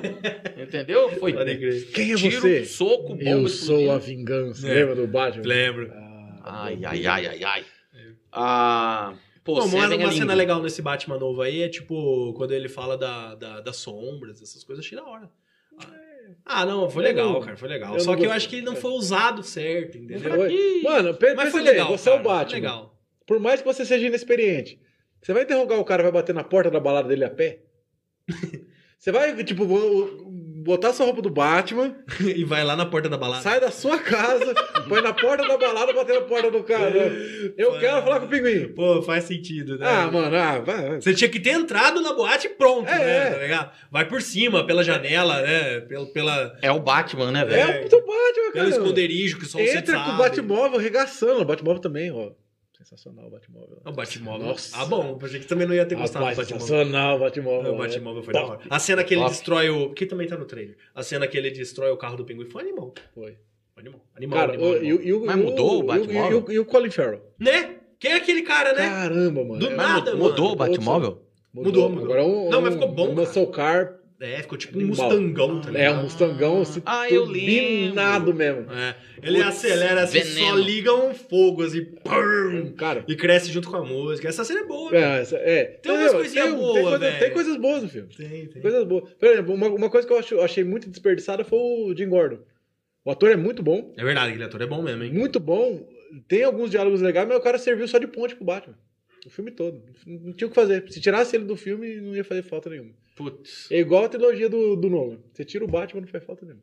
Entendeu? Foi Tá. Pode crer. Quem é tiro, um você? um soco, bomba Eu explodindo. sou a vingança. É. Lembra do Batman? Lembro. Ah, Ai, meu ai, Deus. ai, ai, ai. Ah, pô, Bom, uma, Seven é uma cena lindo. legal nesse Batman novo aí é tipo quando ele fala da, da- das sombras, essas coisas, achei da hora. Ah, Ah, não, foi Eu legal, não- cara, foi legal. eu Só não que eu gostei. acho que ele não foi usado certo, entendeu? Foi. Mano, pe- Mas pensa foi bem, legal. Você é cara, o foi Batman. Legal. Por mais que você seja inexperiente, você vai interrogar o cara, vai bater na porta da balada dele a pé? você vai, tipo, o- o- botar sua roupa do Batman, e vai lá na porta da balada. sai da sua casa, põe na porta da balada, bater na porta do cara. né? Eu quero falar com o pinguim. Pô, faz sentido, né? Ah, mano, ah, vai. vai. Você tinha que ter entrado na boate e pronto, É, né? é. Tá ligado? Vai por cima, pela janela, né? Pelo, pela, É o Batman, né, velho? É o puto pelo Batman, cara. esconderijo que só você Entra com o sabe. Batmóvel arregaçando. O Batmóvel também, ó. Sensacional o Batmóvel. O Batmóvel. Nossa. Ah, bom, pensei que também não ia ter gostado Rapaz, do Batmóvel. É, sensacional o Batmóvel. O Batmóvel foi da Top. hora. A cena que ele Top. destrói o. Que também tá no trailer. A cena que ele destrói o carro do pinguim foi animal. Foi. Animal. Animal. né? Cara, é um animal, o- animal. e o- e o- Mas e o- mudou o e e Batmóvel? E o, e o Colin Farrell? Né? Quem é aquele cara, né? Caramba, mano. Do É, Mas mu- nada, mudou mano. o Batmóvel? mudou, mudou. Agora é um, Não, mas um- ficou bom, Um cara. muscle car, É, ficou tipo um Animal. mustangão, tá é ligado? um Mustangão assim, Ah, eu turbinado lembro. mesmo. É. Ele Putz, acelera assim, só veneno. liga um fogo assim. pum, Cara, e cresce junto com a música. Essa cena é boa, é, velho. essa- é. Tem umas Entendeu? coisinhas tem, boas, tem, coisa- velho. tem coisas boas no filme. Tem, tem. Coisas boas. Por exemplo, uma, uma coisa que eu acho- achei muito desperdiçada foi o Jim Gordon. O ator é muito bom, É verdade, aquele ator é bom mesmo, hein? muito bom. Tem alguns diálogos legais, mas o cara serviu só de ponte pro Batman. O filme todo. Não tinha o que fazer. Se tirasse ele do filme, não ia fazer falta nenhuma. Putz. É igual a trilogia do, do Nolan. Você tira o Batman, não faz falta nenhuma.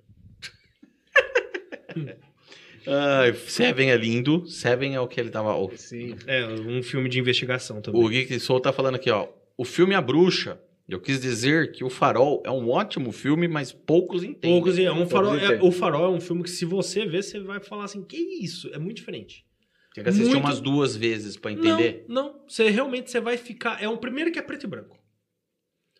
Ai, Seven é lindo. Seven é o que ele tava. O, Sim. É, um filme de investigação também. o Geek Soul tá falando aqui, ó. O filme A Bruxa. Eu quis dizer que O Farol é um ótimo filme, mas poucos entendem. Poucos e- é um farol, Poucos é- entendem. o Farol é um filme que se você ver, você vai falar assim, que isso? É muito diferente. Tem que assistir Muito- umas duas vezes pra entender. Não, não. Você realmente você vai ficar... É um primeiro que é preto e branco.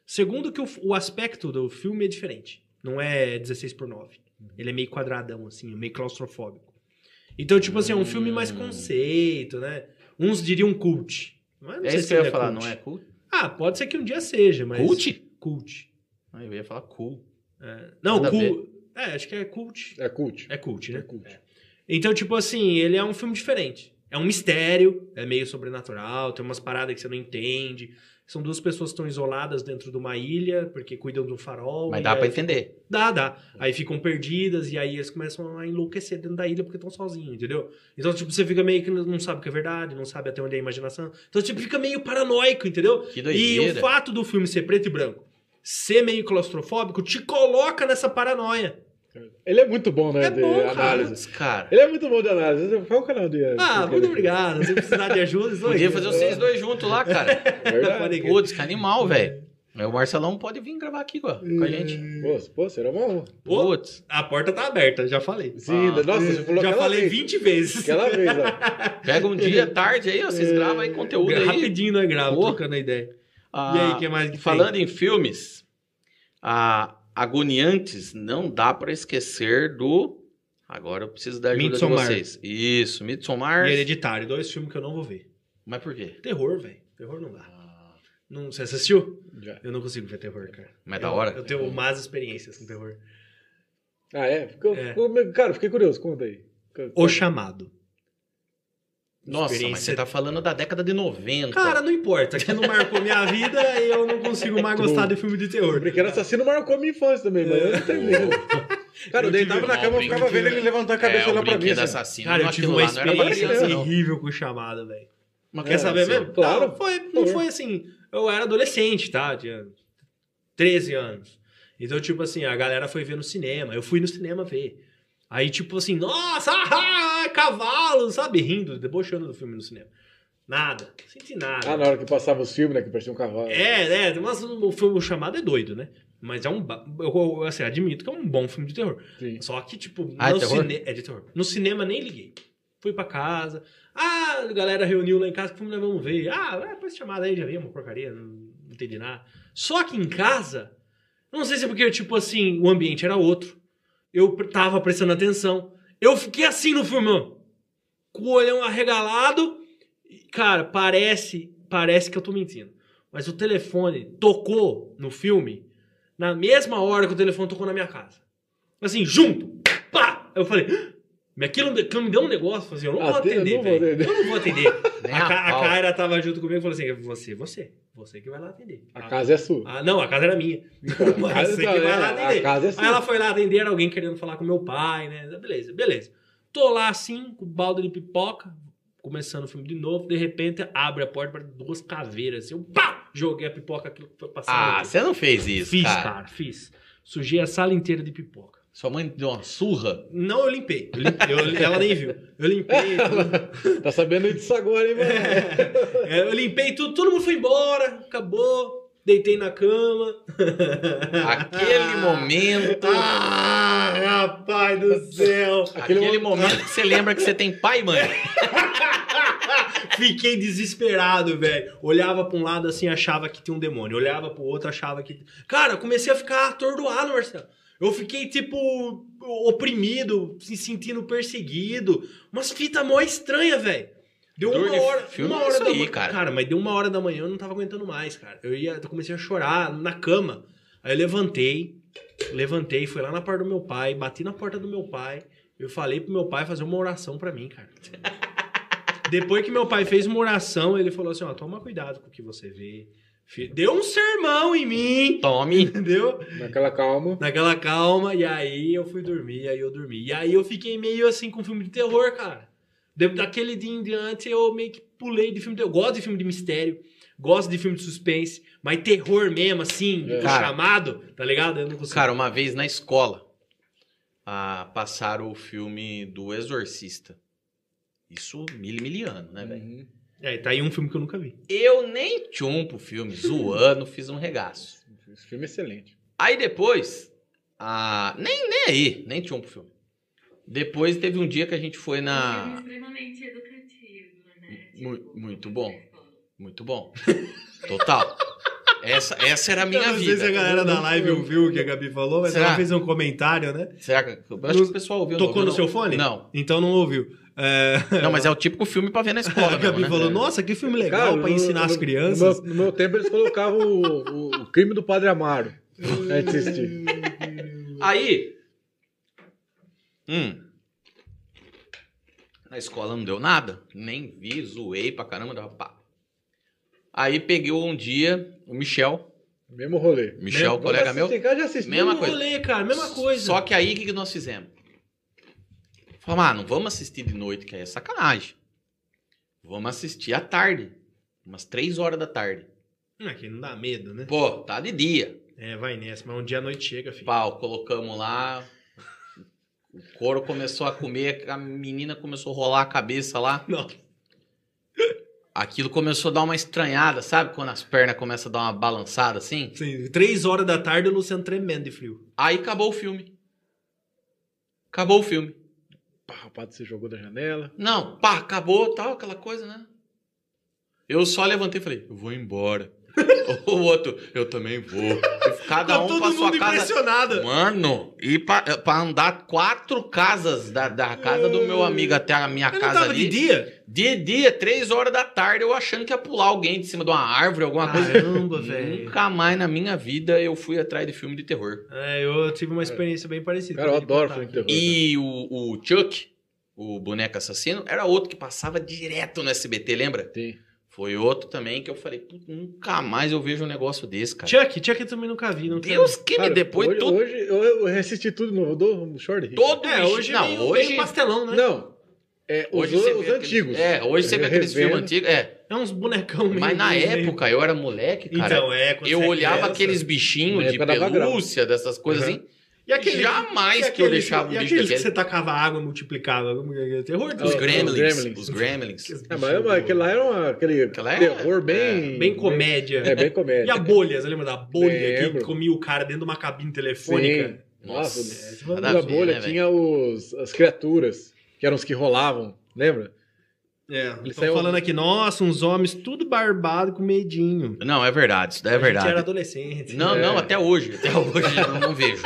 Segundo que o, o aspecto do filme é diferente. Não é 16 por 9. Uhum. Ele é meio quadradão, assim, meio claustrofóbico. Então, tipo assim, é um filme mais Hum. conceito, né? Uns diriam cult. Mas não é sei isso se que eu ele ia falar, cult. não é cult? Ah, pode ser que um dia seja, mas... Cult? Cult. Ah, eu ia falar cool. É. Não, Nada a cult. É, acho que é cult. É cult. É cult, É né? cult. Então, tipo assim, ele é um filme diferente. É um mistério, é meio sobrenatural, tem umas paradas que você não entende. São duas pessoas que estão isoladas dentro de uma ilha, porque cuidam de um farol. Mas e dá aí- pra entender. Dá, dá. Aí ficam perdidas e aí eles começam a enlouquecer dentro da ilha porque estão sozinhos, entendeu? Então, tipo, você fica meio que não sabe o que é verdade, não sabe até onde é a imaginação. Então, tipo, fica meio paranoico, entendeu? Que E o doideira. fato do filme ser preto e branco, ser meio claustrofóbico, te coloca nessa paranoia. Ele é muito bom, né? É de bom, cara. análise. Putz, cara. Ele é muito bom de análise. Qual é o canal de Ah, muito obrigado. Se precisar de ajuda, estou Podia aqui. fazer um vocês dois juntos lá, cara. É Verdade. Pode crer. Putz, que animal, velho. Aí O Marcelão pode vir gravar aqui com a, com a gente. Pô, pô, será uma honra. Pô. Putz, A porta tá aberta, já falei. Sim, Ah. nossa, você falou é, já aquela falei vez. 20 vezes. Aquela vez lá. pega um dia tarde aí, ó, É. vocês gravam aí conteúdo aí. Rapidinho, né, grava, Pô. trocando a ideia. Ah, E aí, o que mais que tem? falando em filmes, a Agoniantes não dá pra esquecer do. Agora eu preciso da ajuda Midsommar. de vocês. Isso, Midsommar. E é Hereditário, dois filmes que eu não vou ver. Mas por quê? Terror, velho. Terror não dá. Não, você assistiu? Já. Eu não consigo ver terror, cara. Mas é da Eu- hora. Eu tenho más experiências com terror. Ah, é? Ficou, É. ficou meio- Cara, fiquei curioso. Conta aí. O Chamado. Nossa, mas Experiência- você tá falando da década de 90. Cara, não importa. Que não marcou minha vida e eu não consigo mais Tipo, True. gostar de filme de terror. Brinquedo assassino marcou minha infância também, mas eu não É, terminei. Cara, eu É. Eu tive deitava na uma cama, eu ficava brinquedo- vendo ele levantar a é, cabeça e o olhar pra mim. brinquedo assim. assassino. Cara, eu tive uma aquilo lá não era pra experiência criança, não. terrível com chamada, velho. Mas Quer saber mesmo? É, Claro. Não, foi, não foi assim. Eu era adolescente, tá? Tinha 13 anos. Então, tipo assim, a galera foi ver no cinema. Eu fui no cinema ver. Aí, tipo assim, nossa, ah, ah, cavalo, sabe? Rindo, debochando do filme no cinema. Nada. Senti nada. Ah, na hora que passava os filmes, né? Que parecia um cavalo. É, é, mas o filme o chamado é doido, né? Mas é um. ba- Eu, eu, assim, admito que é um bom filme de terror. Sim. Só que, tipo, Ah, é no terror? cine- é de terror. No cinema nem liguei. Fui pra casa. Ah, a galera reuniu lá em casa, que filme nós vamos ver. Ah, é, pode chamada aí, já vi uma porcaria, não, não entendi nada. Só que em casa, não sei se é porque, tipo assim, o ambiente era outro. Eu pre- tava prestando atenção. Eu fiquei assim no filmão. Com o olhão arregalado. E, Cara, parece, parece que eu tô mentindo. Mas o telefone tocou no filme na mesma hora que o telefone tocou na minha casa. Assim, junto. Pá! Eu falei... "Ah!" Mas Aquilo, aquilo me deu um negócio, falei assim, eu não vou Ah, tem- eu atender, não vou velho. atender. Eu não vou atender. Nem A, a Ca- a pau. Kaira tava junto comigo e falou assim, você, você, você que vai lá atender. A casa é sua. Ah, não, a casa era minha. A casa, Ah, Você que então, vai lá é, a atender. casa é sua. Aí ela foi lá atender era alguém querendo falar com meu pai, né? Beleza, beleza. Tô lá assim, com o balde de pipoca, começando o filme de novo. De repente, abre a porta para duas caveiras. assim, Eu pá! Joguei a pipoca, aquilo foi passando. Ah, aqui. você não fez isso, Fiz, cara. cara, fiz. Sujei a sala inteira de pipoca. Sua mãe deu uma surra. Não, eu limpei. Eu limpei. Eu- ela nem viu. Eu limpei. tudo. Tá sabendo disso agora, hein, mano? É, eu limpei tudo, todo mundo foi embora, acabou. Deitei na cama. Aquele momento. Ah, rapaz do céu! Aquele, Aquele momento que você lembra que você tem pai e mãe. Fiquei desesperado, velho. Olhava pra um lado assim, achava que tinha um demônio. Olhava pro outro, achava que. Cara, eu comecei a ficar atordoado, Marcelo. Eu fiquei, tipo, oprimido, se sentindo perseguido. Umas fitas mó estranha, velho. Deu Dor de uma hora, filme uma é hora isso da aí, manhã. cara. mas deu uma hora da manhã, eu não tava aguentando mais, cara. Eu ia, eu comecei a chorar na cama. Aí eu levantei, levantei, fui lá na porta do meu pai, bati na porta do meu pai. Eu falei pro meu pai fazer uma oração pra mim, cara. Depois que meu pai fez uma oração, ele falou assim: ó, toma cuidado com o que você vê. Fi- Deu um sermão em mim, Tome. entendeu? Naquela calma. Naquela calma, e aí eu fui dormir, aí eu dormi. E aí eu fiquei meio assim com filme de terror, cara. De- Daquele dia em diante eu meio que pulei de filme de terror. Gosto de filme de mistério, gosto de filme de suspense, mas terror mesmo, assim, É. do Cara. chamado, tá ligado? Eu não consigo. Cara, uma vez na escola, ah, passaram o filme do Exorcista. Isso mil miliano, né, velho? Uhum. É, tá aí um filme que eu nunca vi. Eu nem tchumpo o filme, zoando, fiz um regaço. Esse filme é excelente. Aí depois, ah, nem, nem aí, nem tchumpo o filme. Depois teve um dia que a gente foi Um filme na. extremamente educativo, né? Ah. Mu- Tipo, muito pra bom. escola. Muito bom. Total. Essa, essa era a minha eu não vida. sei se a galera da live ouviu o que a Gabi falou, mas Será? ela fez um comentário, né? Será que. Eu acho que o pessoal ouviu. não Tocou ouviu, no não. seu fone? Não. Então não ouviu. É, Não, mas é o típico filme pra ver na escola. a mesmo, Gabi né? falou, nossa, que filme legal Cara, pra no- ensinar as no- crianças. No meu, no meu tempo eles colocavam o, o- o crime do Padre Amaro. É de assistir. Aí. Hum. Na escola não deu nada. Nem vi, zoei pra caramba. Dava pá. Aí peguei um dia o Michel. Mesmo rolê. Michel, Mesmo- colega meu. Assisti, cara, já assisti. Mesma Mesma É coisa. Um Rolê, cara, É mesma coisa. Só que aí o que, que nós fizemos? Falamos, ah, não vamos assistir de noite, que aí é sacanagem. Vamos assistir à tarde. Umas três horas da tarde. Ah, que não dá medo, né? Pô, tá de dia. É, vai nessa, mas um dia a noite chega, filho. Pau, colocamos lá. O couro começou a comer, a menina começou a rolar a cabeça lá. Não. Aquilo começou a dar uma estranhada, sabe? Quando as pernas começam a dar uma balançada assim. Sim, três horas da tarde o Luciano tremendo de frio. Aí acabou o filme. Acabou o filme. Pá, rapaz, se jogou da janela. Não, pá, acabou, tal, aquela coisa, né? Eu só levantei e falei, eu vou embora. o outro, eu também vou. E Cada Tá um todo pra mundo sua casa. impressionado. Mano, e pra, eh, pra andar quatro casas da, da casa do meu amigo até a minha Mas não casa tava ali. de dia? De dia, três horas da tarde, eu achando que ia pular alguém de cima de uma árvore, alguma coisa. Caramba, velho. Nunca mais na minha vida eu fui atrás de filme de terror. É, eu tive uma experiência bem parecida. Cara, eu Tem que adoro contar. filme de terror. E o, o Chuck, o boneco assassino, era outro que passava direto no SBT, lembra? Tem. Foi outro também que eu falei, "Putz, nunca mais eu vejo um negócio desse, cara. Chuck, Chuck eu também nunca vi. Nunca Deus que me Cara, depois hoje, todo, hoje eu, eu assisti tudo no Rodolfo, no Short Hit. todo É, bicho- hoje não, meio, hoje meio pastelão, né? Não. É, os, hoje os, você vê aqueles- antigos. É, hoje você vê aqueles Revendo. filmes antigos, é. É uns bonecão mesmo. Mas na época eu era moleque, cara. Então, é, quando eu você é olhava criança. aqueles bichinhos Na de época dava grau. pelúcia, dessas coisas Uhum. assim. E aquele- Jamais e que eu aquele- deixava e o bicho aqueles que daquele. você tacava água e multiplicava. Como que é? Terror Os Os gremlins, gremlins. Os gremlins. É, mas é uma- aquele lá era uma- aquele Aquela era- terror bem. Bem comédia. É, bem E a comédia. bolha, você lembra da bolha que Lembro. comia o cara dentro de uma cabine Sim. telefônica? Nossa, Nossa, Além nada a da ver, bolha né, velho? tinha os, as criaturas, que eram os que rolavam, lembra? É, Ele estão saiu- falando aqui, nossa, uns homens tudo barbado com medinho. Não, é verdade, isso daí é A gente era verdade. adolescente. Não, É. não, até hoje. Até hoje eu não vejo.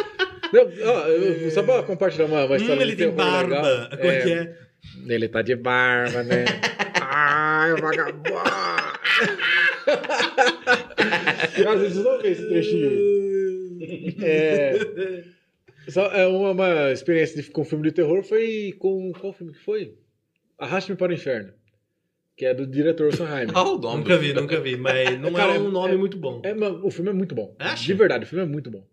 Não, ó, eu- só pra compartilhar uma, uma Hum, história ele de tem terror barba. legal. Como é que É, é? Ele tá de barba, né? Ai, vagabundo! Cara, vocês não ver esse trechinho. É, só, é uma, uma experiência de, com filme de terror foi com... Qual filme que foi? Arraste-me para o Inferno. Que é do diretor Sondheim. Ah, o nome Nunca do- vi, nunca vi, mas não Cara, é um é- nome muito bom. É, mano, o filme é muito bom. Acha? De verdade, o filme é muito bom.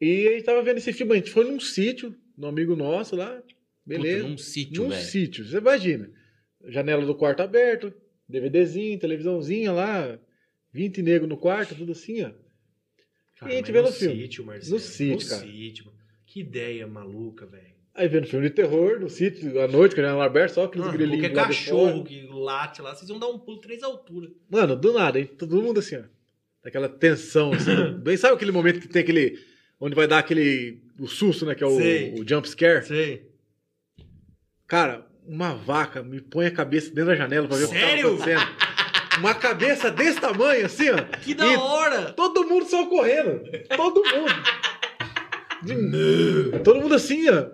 E a gente tava vendo esse filme, a gente foi num sítio, num amigo nosso lá, Puta, beleza. num sítio, num velho. sítio, você imagina. Janela do quarto aberto, DVDzinho, televisãozinha lá, 20 negros no quarto, tudo assim, ó. Cara, E a mas gente vê no no filme. sítio, Marcelo. No sítio, cara. sítio, mano. Que ideia maluca, velho. Aí vendo filme de terror, no sítio, à noite, com a janela aberta, só aqueles Mano, grilinhos. Qualquer lá de cachorro fora. que late lá, vocês iam dar um pulo três alturas. Mano, do nada, hein? Todo mundo assim, ó. Daquela tensão, assim. Bem, sabe aquele momento que tem aquele. Onde vai dar aquele. O susto, né? Que é Sei. o, o jump scare. Sei. Cara, uma vaca me põe a cabeça dentro da janela pra ver Sério? o que tá acontecendo. Uma cabeça desse tamanho, assim, ó. Que da E- hora! Todo mundo saiu correndo. Todo mundo. De- Todo mundo assim, ó.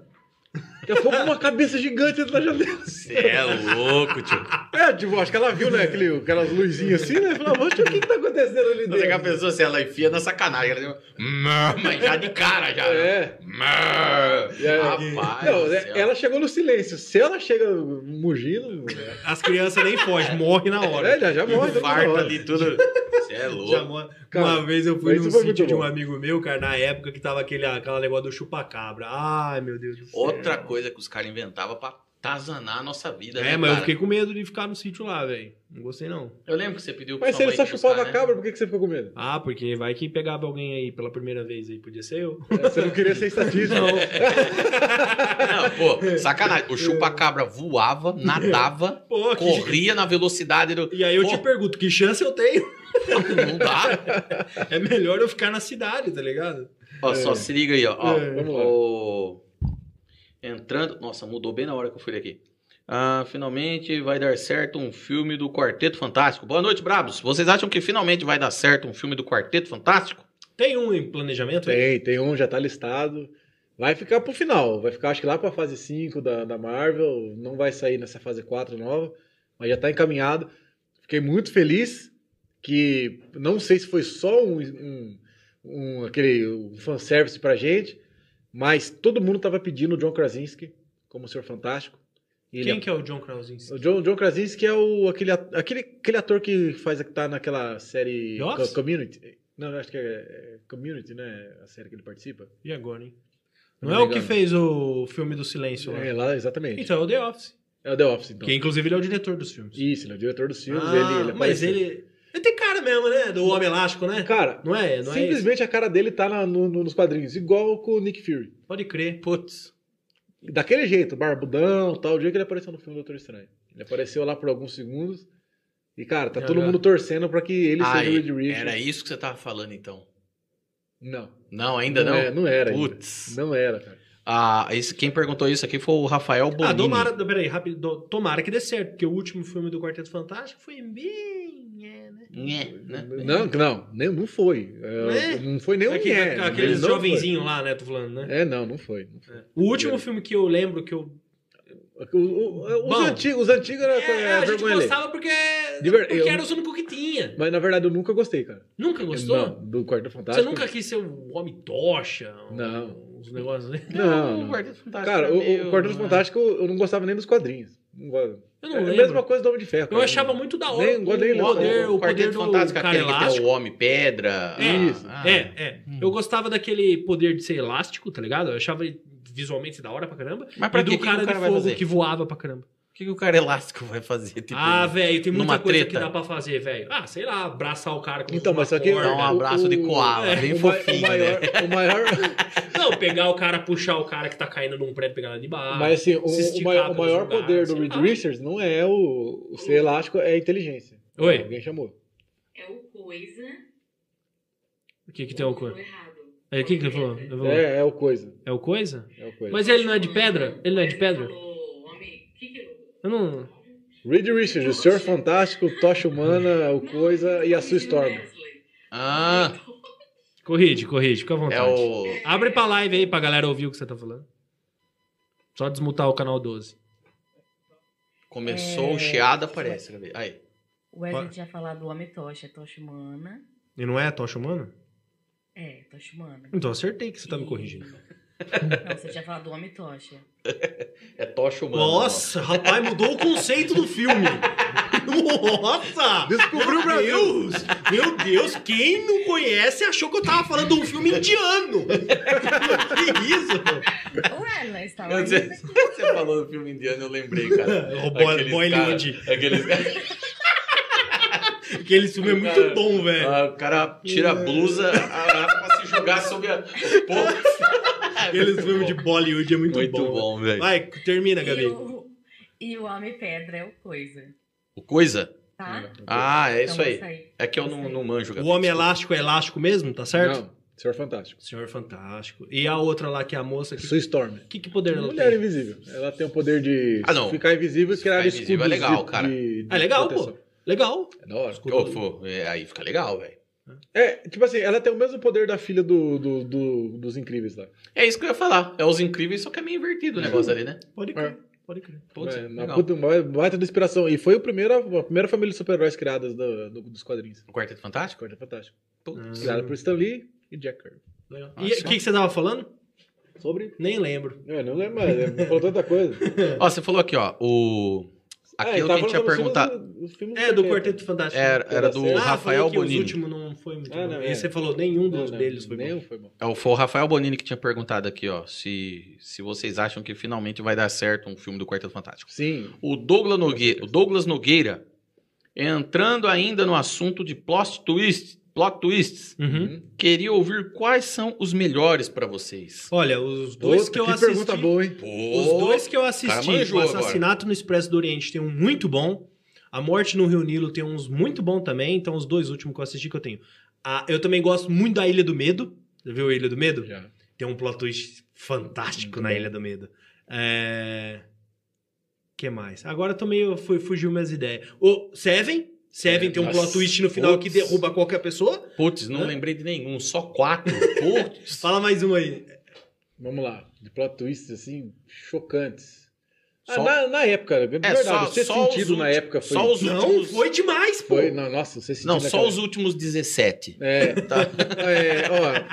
Daqui a pouco uma cabeça gigante dentro da janela. Você é louco, tio. É, tipo, acho que ela viu, né, aquele, aquelas luzinhas assim, né? Falou, mano, tio, o que que tá acontecendo ali Você que é a dentro? pessoa, se ela enfia na sacanagem, ela diz, "Mã", mas já de cara, já. É. Mã. E aí- Rapaz, Não, do é- céu. ela chegou no silêncio. Se ela chega mugindo, As crianças nem fogem, morrem na hora. é, já, já morre. todo mundo infarto morre. ali, tudo. Você é Já louco. mora- Cara, uma vez eu fui isso num foi muito sítio de um bom. amigo meu, cara, na época que tava aquele, aquela negócio do chupacabra. Ai, meu Deus do céu. Outra coisa que os caras inventavam pra tazanar a nossa vida. né, É, mas eu cara? fiquei com medo de ficar no sítio lá, velho. Não gostei, não. Eu lembro que você pediu pra Mas se sua ele só mãe buscar, chupava a né? cabra, por que, que você ficou com medo? Ah, porque vai que pegava alguém aí pela primeira vez aí, podia ser eu. Você não queria ser estatístico, não. Não, pô, sacanagem. O chupa-cabra voava, nadava, Pô, que- corria na velocidade do. E aí eu Pô. te pergunto, que chance eu tenho? Não dá. É melhor eu ficar na cidade, tá ligado? Ó, só se liga aí, ó. ó. É, vamos lá. Ó, Entrando. Nossa, mudou bem na hora que eu fui aqui. Ah, finalmente vai dar certo um filme do Quarteto Fantástico. Boa noite, Brabos. Vocês acham que finalmente vai dar certo um filme do Quarteto Fantástico? Tem um em planejamento aí? Tem, tem um, já tá listado. Vai ficar pro final. Vai ficar, acho que lá pra fase 5 da, da Marvel. Não vai sair nessa fase 4 nova. Mas já tá encaminhado. Fiquei muito feliz que não sei se foi só um, um, um- aquele um fanservice pra gente, mas todo mundo tava pedindo o John Krasinski como o Senhor Fantástico. E ele Quem que é o John Krasinski? o John, John Krasinski é o, aquele, at- aquele, aquele ator que faz que tá naquela série The Office? Co- Community. Não, eu acho que é, é Community, né? A série que ele participa. E agora, hein? Não Não é me o que engano. fez o filme do silêncio lá. É, lá, exatamente. Então é o The Office. É o The Office, então. Que inclusive ele é o diretor dos filmes. Isso, ele é o diretor dos filmes. Ah, ele, ele mas apareceu. ele. Ele tem cara mesmo, né? Do Homem Elástico, né? Cara, Não é? Não é esse? simplesmente a cara dele tá na- no- no- nos quadrinhos, igual com o Nick Fury. Pode crer. Putz. Daquele jeito, barbudão, tal, o dia que ele apareceu no filme do Doutor Estranho. Ele apareceu lá por alguns segundos. E, cara, tá E todo agora? mundo torcendo pra que ele Ah, seja o Reed Richards. era isso que você tava falando, então. Não. Não, ainda não. Não, é- não era. ainda. Putz. Não era, cara. Ah, esse, quem perguntou isso aqui foi o Rafael Bonini. Ah, tomara. Peraí, rápido. do- Tomara que dê certo, porque o último filme do Quarteto Fantástico foi bem. É, né? Nhé, né? Não, não, nem- não foi. É, Né? Não foi nem um É que- é, a- aqueles não foi. jovenzinhos lá, né? Tô falando, né? É, não, não foi. não foi. O último filme que eu lembro que eu. O- o- os, Bom. antigos, os antigos era É, era a gente vergonha alheia. gostava porque. De ver- Porque eu- era os únicos que tinha. Mas na verdade eu nunca gostei, cara. Nunca gostou? Não, tá, do Quarto Você Fantástico. nunca quis ser o Homem Tocha? Não. Os negócios. né? Não, O não. Quarteto Fantástico Cara, é era o, meio- o Quarteto Fantástico é eu não gostava nem dos quadrinhos. Não gosto. Eu não é lembro. a mesma coisa do Homem de Ferro. Eu cara. achava muito da hora. Nem- o nem lembro. poder, o poder Quarteto do Fantástico, cara aquele que tem elástico. o Homem Pedra. É, Isso. Ah, é, é. Hum. Eu gostava daquele poder de ser elástico, tá ligado? Eu achava ele visualmente da hora pra caramba. Mas pra e que, do que, que o cara cara de vai fogo fazer? que voava pra caramba. O que, que o cara elástico vai fazer? Tipo, ah, velho, tem muita numa coisa que treta? dá pra fazer, velho. Ah, sei lá, abraçar o cara com Então, uma mas só que- dá um corda. Não, abraço de o- koala, é, bem o, ma- fofinho, o maior, né? o maior, Não, pegar o cara, puxar o cara que tá caindo num prédio, pegar lá de baixo. mas assim, o, se o esticar maior, o pelos maior lugares, poder do sei Reed lá. Richards não é o, o ser elástico, é a inteligência. Oi, Alguém chamou. É o coisa. o que que tem o Falou coisa? errado. É, o que que ele falou? Ele falou, É, É, é o coisa. o coisa? É o coisa. Mas ele não é de Tipo, pedra? Ele não é de pedra? Hum. Falou, homem. Que que eu- Eu não... Reed Richards, o Senhor Fantástico, Tocha Humana, Não, o Coisa e a Sue Storm. Wesley. Ah, Corrige, corrige, fica à vontade. é o. Abre pra live aí pra galera ouvir o que você tá falando. Só desmutar o canal 12. Começou É. o chiado, aparece. quer ver? Aí. O Wesley tinha falado do homem tocha, é tocha humana. E não é a tocha humana? É, tocha humana. Então acertei que você tá me corrigindo. Não, você tinha falado do homem tocha. É tocha humana. Nossa, rapaz, mudou o conceito do filme. Nossa! Descobriu o Brasil. Deus! Meu Deus, quem não conhece achou que eu tava falando de um filme indiano. que isso? O Wesley estava Eu aí. sei- Você falou do filme indiano, eu lembrei, cara. O Bo- Aqueles Bollywood. cara- Aqueles cara- Aquele filme é muito Cara, bom, velho. Ah, o cara tira a blusa, arrasta pra jogar sobre a... os poucos. Aqueles filmes de Bollywood é muito, Muito bom. bom, né? velho. Vai, termina, E Gabi. o, e o Homem Pedra é o coisa, O coisa? tá? Ah, é isso Então, aí. É que eu não, não manjo, O Gabi. Homem Elástico é elástico mesmo, tá certo? Não, Senhor Fantástico. Senhor Fantástico. E a outra lá que é a moça que. Sue Storm. O que, que poder ela Mulher tem? invisível. Ela tem o poder de Ah, não. ficar invisível e criar Ficar invisível escudos é legal, de, cara. de- de É legal, proteção. pô. Legal. É da hora. Ô, pô, é, aí fica legal, velho. É, tipo assim, ela tem o mesmo poder da filha do, do- do- dos incríveis lá. É isso que eu ia falar. É os incríveis, só que é meio invertido Uhum. o negócio ali, né? Pode crer. Pode crer. Putz, é, uma legal. puta, uma baita de inspiração. E foi a primeira, a primeira família de super-heróis criadas do- do- dos quadrinhos. O Quarteto Fantástico? Discord é fantástico. Putz. Uhum. Criada por Stan Lee e Jack Kirby. Legal. Ah, E só. o que, que você tava falando? Sobre? Nem lembro. Eu não lembro, mas é, falou tanta coisa. Ó, você falou aqui, ó. O... Ah, ele Aquilo que tava a gente ia falando sobre os perguntar. filmes do- os filmes É, do Quarteto. Quarteto Fantástico. Era, era do Ah, falei Rafael que Os Bonini. últimos não foi muito Ah, bom. não, E é. você falou nenhum Não, Um dos não, deles foi nenhum bom. foi bom. É, o- Foi o Rafael Bonini que tinha perguntado aqui, ó. Se, se vocês acham que finalmente vai dar certo um filme do Quarteto Fantástico. Sim. O Douglas Nogueira, o Douglas Nogueira entrando ainda no assunto de plot, twist, plot twists, um. Uhum. queria ouvir quais são os melhores pra vocês. Olha, os dois Puta, que eu que assisti. pergunta boa, hein? Pô, Os dois que eu cara assisti, manjou o Assassinato no Expresso do Oriente tem um muito bom. A Morte no Rio Nilo tem uns muito bom também. Então, os dois últimos que eu assisti que eu tenho. Ah, eu também gosto muito da Ilha do Medo. Já viu a Ilha do Medo? Já. Tem um plot twist fantástico Muito na bom. Ilha do Medo. É... que mais? Agora eu tô meio... Fui, fugiu minhas ideias. O Seven. Seven tem um nossa, plot twist no final que É, putz. derruba qualquer pessoa. Putz, não Hã? lembrei de nenhum, só quatro. Putz. Fala mais um aí. Vamos lá. De plot twists, assim, chocantes. Ah, Só- na, na época, é verdade. só- o sexto só os sentido na últimos- época foi... só os Não, últimos- foi demais, pô. foi- não, nossa, o sexto Não, sentido só os naquela- últimos 17. É, Tá. é,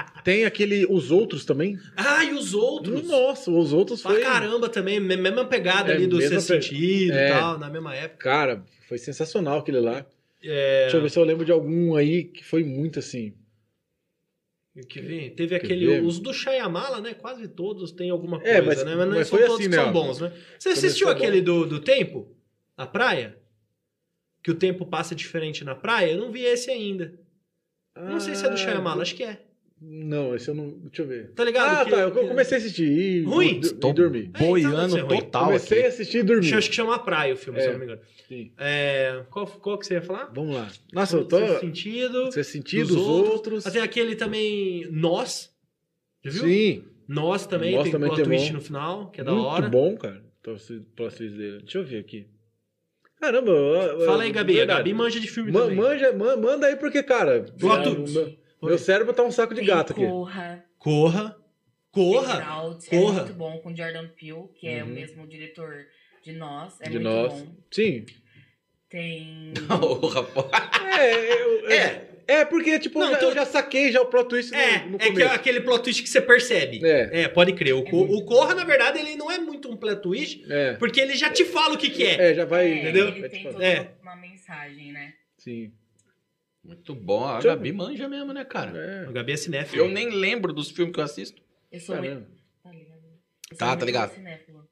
ó, tem aquele Os Outros também. Ah, e os outros? Nossa, Os Outros Pra foi... caramba também, me- mesma pegada É, ali do mesma sexto pe- sentido e É. tal, na mesma época. Cara, foi sensacional aquele lá. É. Deixa eu ver se eu lembro de algum aí que foi muito assim. E que vem, teve Quer aquele, ver? os do Shyamala, né? Quase todos têm alguma coisa, É, mas- né? Mas, não mas são foi todos assim, que são né? bons, né? Você assistiu Começou aquele do, do Tempo? Na praia? Que o tempo passa diferente na praia? Eu não vi esse ainda. Eu não sei se é do Ah, Shyamala, acho que é. Não, esse eu não. Deixa eu ver. Tá ligado? Ah, Que- tá. Eu que- comecei a assistir e, Ruim? e, Estou e dormi. boiando então deve ser ruim. total é comecei a aqui. assistir e Acho dormi. acho que chama Praia o filme, se É. eu não me engano. Sim. É, qual, qual que você ia falar? Vamos lá. Nossa, eu tô. Sexto sentido. Você sentido dos os outros. Tem aquele também, Nós. Já viu? Sim. Nós também, Nós tem também plot tem twist bom. no final, que é da muito hora. bom, cara. Posso, posso dizer. Deixa eu ver aqui. Caramba. eu- eu- Fala aí, Gabi. A verdade. Gabi manja de filme Ma- também. manja, ma- manda aí, porque, cara. Plot eu- twist. meu- Foi. Meu cérebro tá um saco de Tem gato aqui. Corra. Corra. Corra. Out, Corra. É muito bom com Jordan Peele, que é o Uhum. mesmo diretor de Nós. É de muito nós. bom. Sim. Tem... assim. Ô, rapaz. É, eu- É. É, porque, tipo, Não, eu já- então- eu já saquei já o plot twist no- É, no, é que começo. é aquele plot twist que você percebe. É. pode crer. O, Co- É muito o Corra, na verdade, ele não é muito um plot twist, É. porque ele já te fala o que que é. É, já vai. É, entendeu? Ele vai te tem falar. toda É. uma mensagem, né? Sim. Muito bom. A Deixa eu Gabi manja mesmo, né, cara? O É. Gabi é cinéfilo. Eu nem lembro dos filmes que eu assisto. Eu sou... muito- Caramba. Tá ligado? Eu sou Tá, muito tá ligado. cinéfila.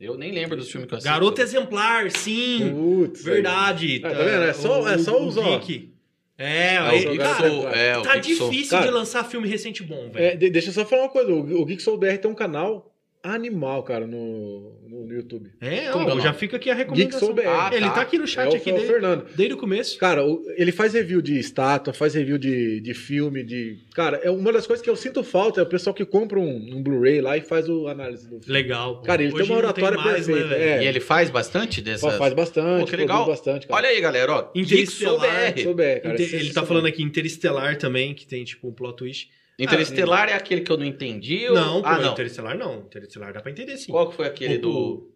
Eu nem lembro dos filmes que eu assisto. Garota exemplar, sim. Putz. Verdade. Ah, tá vendo? Hum. É só- é só os, ó. geek. É, É, aí- o Geek cara, Sou- é, o tá Geek Sou. difícil de Cara. lançar filme recente bom, velho. É, de- deixa eu só falar uma coisa. O, o Geek Soul BR tem um canal animal, cara, no, no, no YouTube. É, Como que é ó, o nome? já fica aqui a Geek recomendação. Soul BR. Ah, Ele tá. tá aqui no é chat o, aqui é o desde, Fernando. desde o começo. Cara, o- ele faz review de estátua, faz review de, de filme, de. Cara, é uma das coisas que eu sinto falta é o pessoal que compra um, um Blu-ray lá e faz o análise do filme. Legal. pô. Cara, ele Hoje tem uma não oratória mais, né, perfeita. velho? E ele faz bastante Fa- dessas. Faz bastante, Pô, que legal. produz bastante, cara. Olha aí, galera, ó. Interestelar. Geek Soul BR. Soul BR, cara, é Inte- Ele tá falando aqui Interestelar também, que tem tipo um plot twist. Interestelar é aquele que eu não entendi. ou- Ah, Não, ah, pô, não. Interestelar não. Interestelar dá pra entender sim. Qual que foi aquele O- do.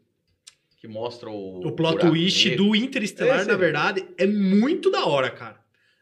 Que mostra o. O plot buraco twist negro? do Interestelar, Esse na aí. verdade, é muito da hora, cara.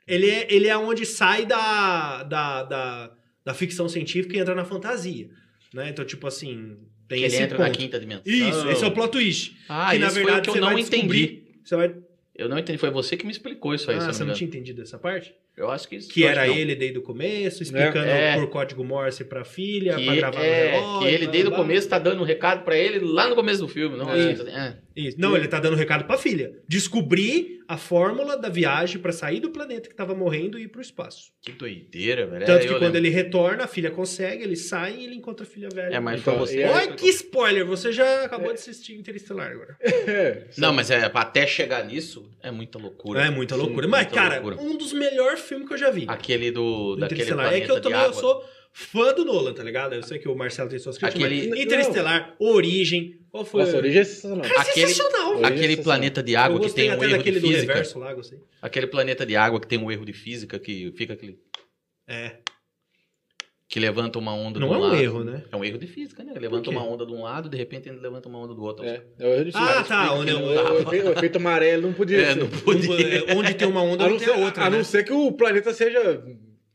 Ele é, ele é onde sai da, da, da, da ficção científica e entra na fantasia. Né? Então, tipo assim, tem Que ele esse entra na ponto. quinta dimensão. Isso, esse é o plot twist. Ah, que, isso na verdade, foi o que você eu não vai entendi. descobrir. Você vai... Eu não entendi. Foi você que me explicou isso aí, Ah, se eu você não não me engano. tinha entendido essa parte? Eu acho que isso. um Que eu era acho não. ele desde o começo, explicando É. por código Morse pra filha, pra Que, gravar é, no relógio. que ele blá, desde o blá, começo tá dando um recado pra ele lá no começo do filme. Não, É. gente, é. Isso. Não, ele tá dando recado pra filha. Descobrir a fórmula da viagem pra sair do planeta que tava morrendo e ir pro espaço. Que doideira, velho. Tanto É, que eu quando lembro. ele retorna, a filha consegue, ele sai e ele encontra a filha velha. É, mas Então, foi você. é- Olha que spoiler, você já acabou de assistir Interestelar agora. É, Não, mas é, pra até chegar nisso é muita loucura. É muita Sim, loucura. Mas, muita cara, loucura. um dos melhores filmes que eu já vi. Aquele do. do Daquele Interestelar. É planeta que eu de também eu água. sou fã do Nolan, tá ligado? Eu sei que o Marcelo tem suas críticas, Aquele- mas Interestelar, Origem, qual foi? Ah, Nossa, a origem é sensacional. Cara, Aquele- sensacional. Oi, Aquele sensacional. planeta de né? eu água que gostei tem um até erro de daquele do física. universo lá, gostei. Aquele planeta de água que tem um erro de física que fica aquele. É. Que levanta uma onda Não do é um lado. erro, né? É um erro de física, né? Levanta quê? uma onda de um lado, de repente ele levanta uma onda do outro. É, é o origem. Ah, tá, Explica que onde eu- não é- o efe- O efeito amarelo não podia É, ser. não Um- é, podia. onde tem uma onda, a não não, tem ser, a outra, a né? não ser que o planeta seja.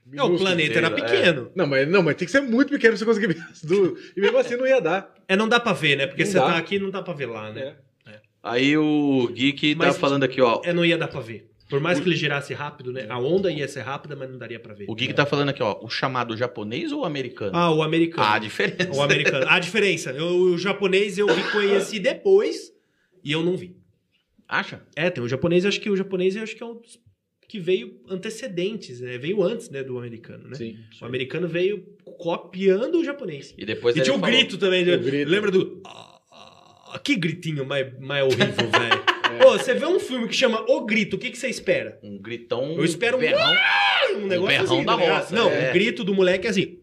Não, o minúsculo. planeta era inteiro, é. pequeno. Não, mas, não, mas tem que ser muito pequeno pra você conseguir ver as duas. E mesmo assim não ia dar. É. não dá pra ver, né? Porque Não você dá. tá aqui e não dá pra ver lá, né? né? Aí o Geek tá Mas- falando aqui, ó. É, não ia dar pra ver. Por mais que ele girasse rápido, né? A onda ia ser rápida, mas não daria pra ver. O Geek tá falando aqui, ó. O chamado japonês ou americano? Ah, o americano. Ah, a diferença. O americano. A diferença. Eu- o japonês eu vi, conheci depois e eu não vi. Acha? É, tem o japonês, eu acho que o japonês eu acho que é um dos que veio antecedentes, né? Veio antes, né, do americano, né? Sim. O americano veio copiando o japonês. E depois e ele tinha um falou, grito também. O né? grito. Lembra do. "Ah, ah", que gritinho mais, mais horrível, É. velho. Pô, você vê um filme que chama O Grito, o que, que você espera? Um gritão. Eu espero um- berrão. Um negócio berrão assim, da tá ligado? roça, Não, é. o grito do moleque é assim.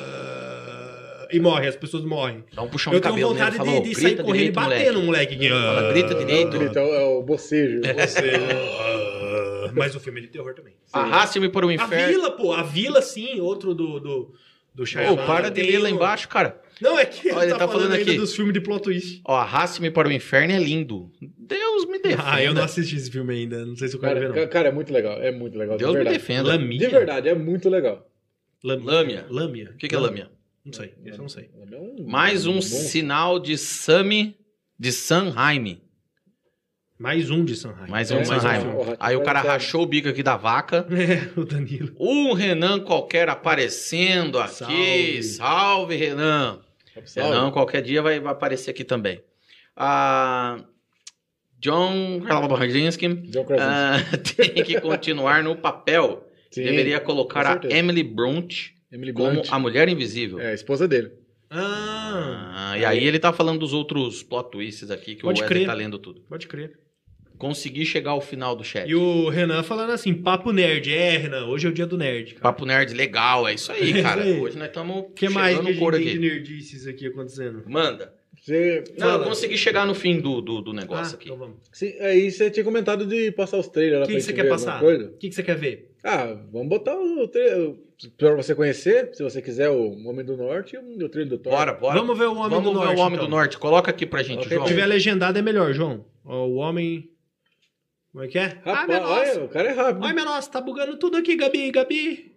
"Ah", e morre, as pessoas morrem. Dá um puxão Eu de tenho cabelo nele vontade e de- falou, de, sair grita correndo e direito, bater no moleque. moleque. que- Fala, grita direito. Grito, é o bocejo. Você- Mas o filme é de terror também. Arraste-me para o A inferno. Vila, pô. A Vila, sim. Outro do... do... Do Ô, Shyamalan. para de Tem ler lá o- embaixo, um cara. Não, é que ele Olha, tá, falando, aqui. aqui. dos filmes de plot twist. Ó, arraste-me para o inferno é lindo. Deus me defenda. Ah, eu não assisti esse filme ainda. Não sei se eu quero ver, Cara, não. ca- cara, é muito legal. É muito legal. Deus de me verdade. defenda. Lamia? De verdade, é muito legal. Lâmia. Lâmia. O que, que é lâmia? Não sei. Eu não sei. É um- Mais um bom- sinal de Sami de Sanheim. Mais um de Sanheim. Mais É, um mais um Sanheim. filme. Aí o cara Vai, vai. rachou o bico aqui da vaca. É, o Danilo. Um Renan qualquer aparecendo aqui. Salve. Salve, Renan. Salve. Renan, qualquer dia vai, vai aparecer aqui também. Ah, John Krasinski John Krasinski. ah, tem que continuar no papel. Sim, Deveria colocar com a certeza. Emily Brunt Emily como Blunt. a Mulher Invisível. É, a esposa dele. Ah, Ah, e aí ele tá falando dos outros plot twists aqui que Pode o Wesley crer. tá lendo tudo. pode crer. Consegui chegar ao final do chat. E o Renan falando assim, papo nerd. É, Renan, hoje é o dia do nerd. cara. Papo nerd legal, é isso aí, É cara. isso aí. Hoje nós estamos O que chegando mais que a no gente couro tem de aqui. nerdices aqui acontecendo? Manda. Você, Não, eu Fala. consegui chegar no fim do, do, do negócio Ah, aqui. então vamos. se- aí você tinha comentado de passar os trailers lá O que, que pra gente você ver quer alguma passar? coisa. O que, que você quer ver? Ah, vamos botar o trailer pra você conhecer, se você quiser, o Homem do Norte e o trailer do Thor. Bora, bora. tá Vamos ver o Homem Vamos do ver Norte. o Homem então. do Norte. Coloca aqui pra gente, Ok, João. Se tiver legendado é melhor, João. Ó, O Homem... Como é que é? ah, Rapaz, meu nossa. olha, o cara é rápido. Ai, meu nossa, tá bugando tudo aqui, Gabi, Gabi.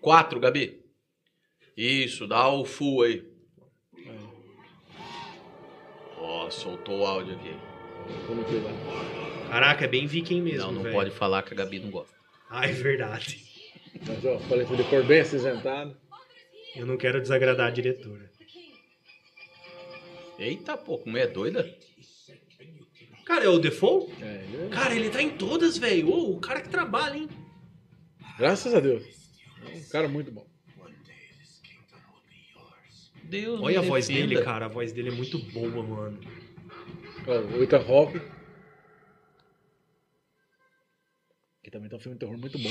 Quatro, Gabi. Isso, dá o full aí. Ó, soltou o áudio aqui. Vamos cuidar. Caraca, é bem viking mesmo, não, não velho. pode falar que a Gabi não gosta. Ah, é verdade. Mas, ó, falei assim, decor bem acinzentado. Eu não quero desagradar a diretora. Eita, pô, como é doida? Cara, é o Default? É, ele- Cara, ele tá em todas, velho. Ô, o cara que trabalha, hein? Graças a Deus. É um cara muito bom. Deus Olha a me voz defenda. dele, cara. A voz dele é muito boa, mano. Ó, o Ethan Hawke. Que também tá um filme de terror muito bom.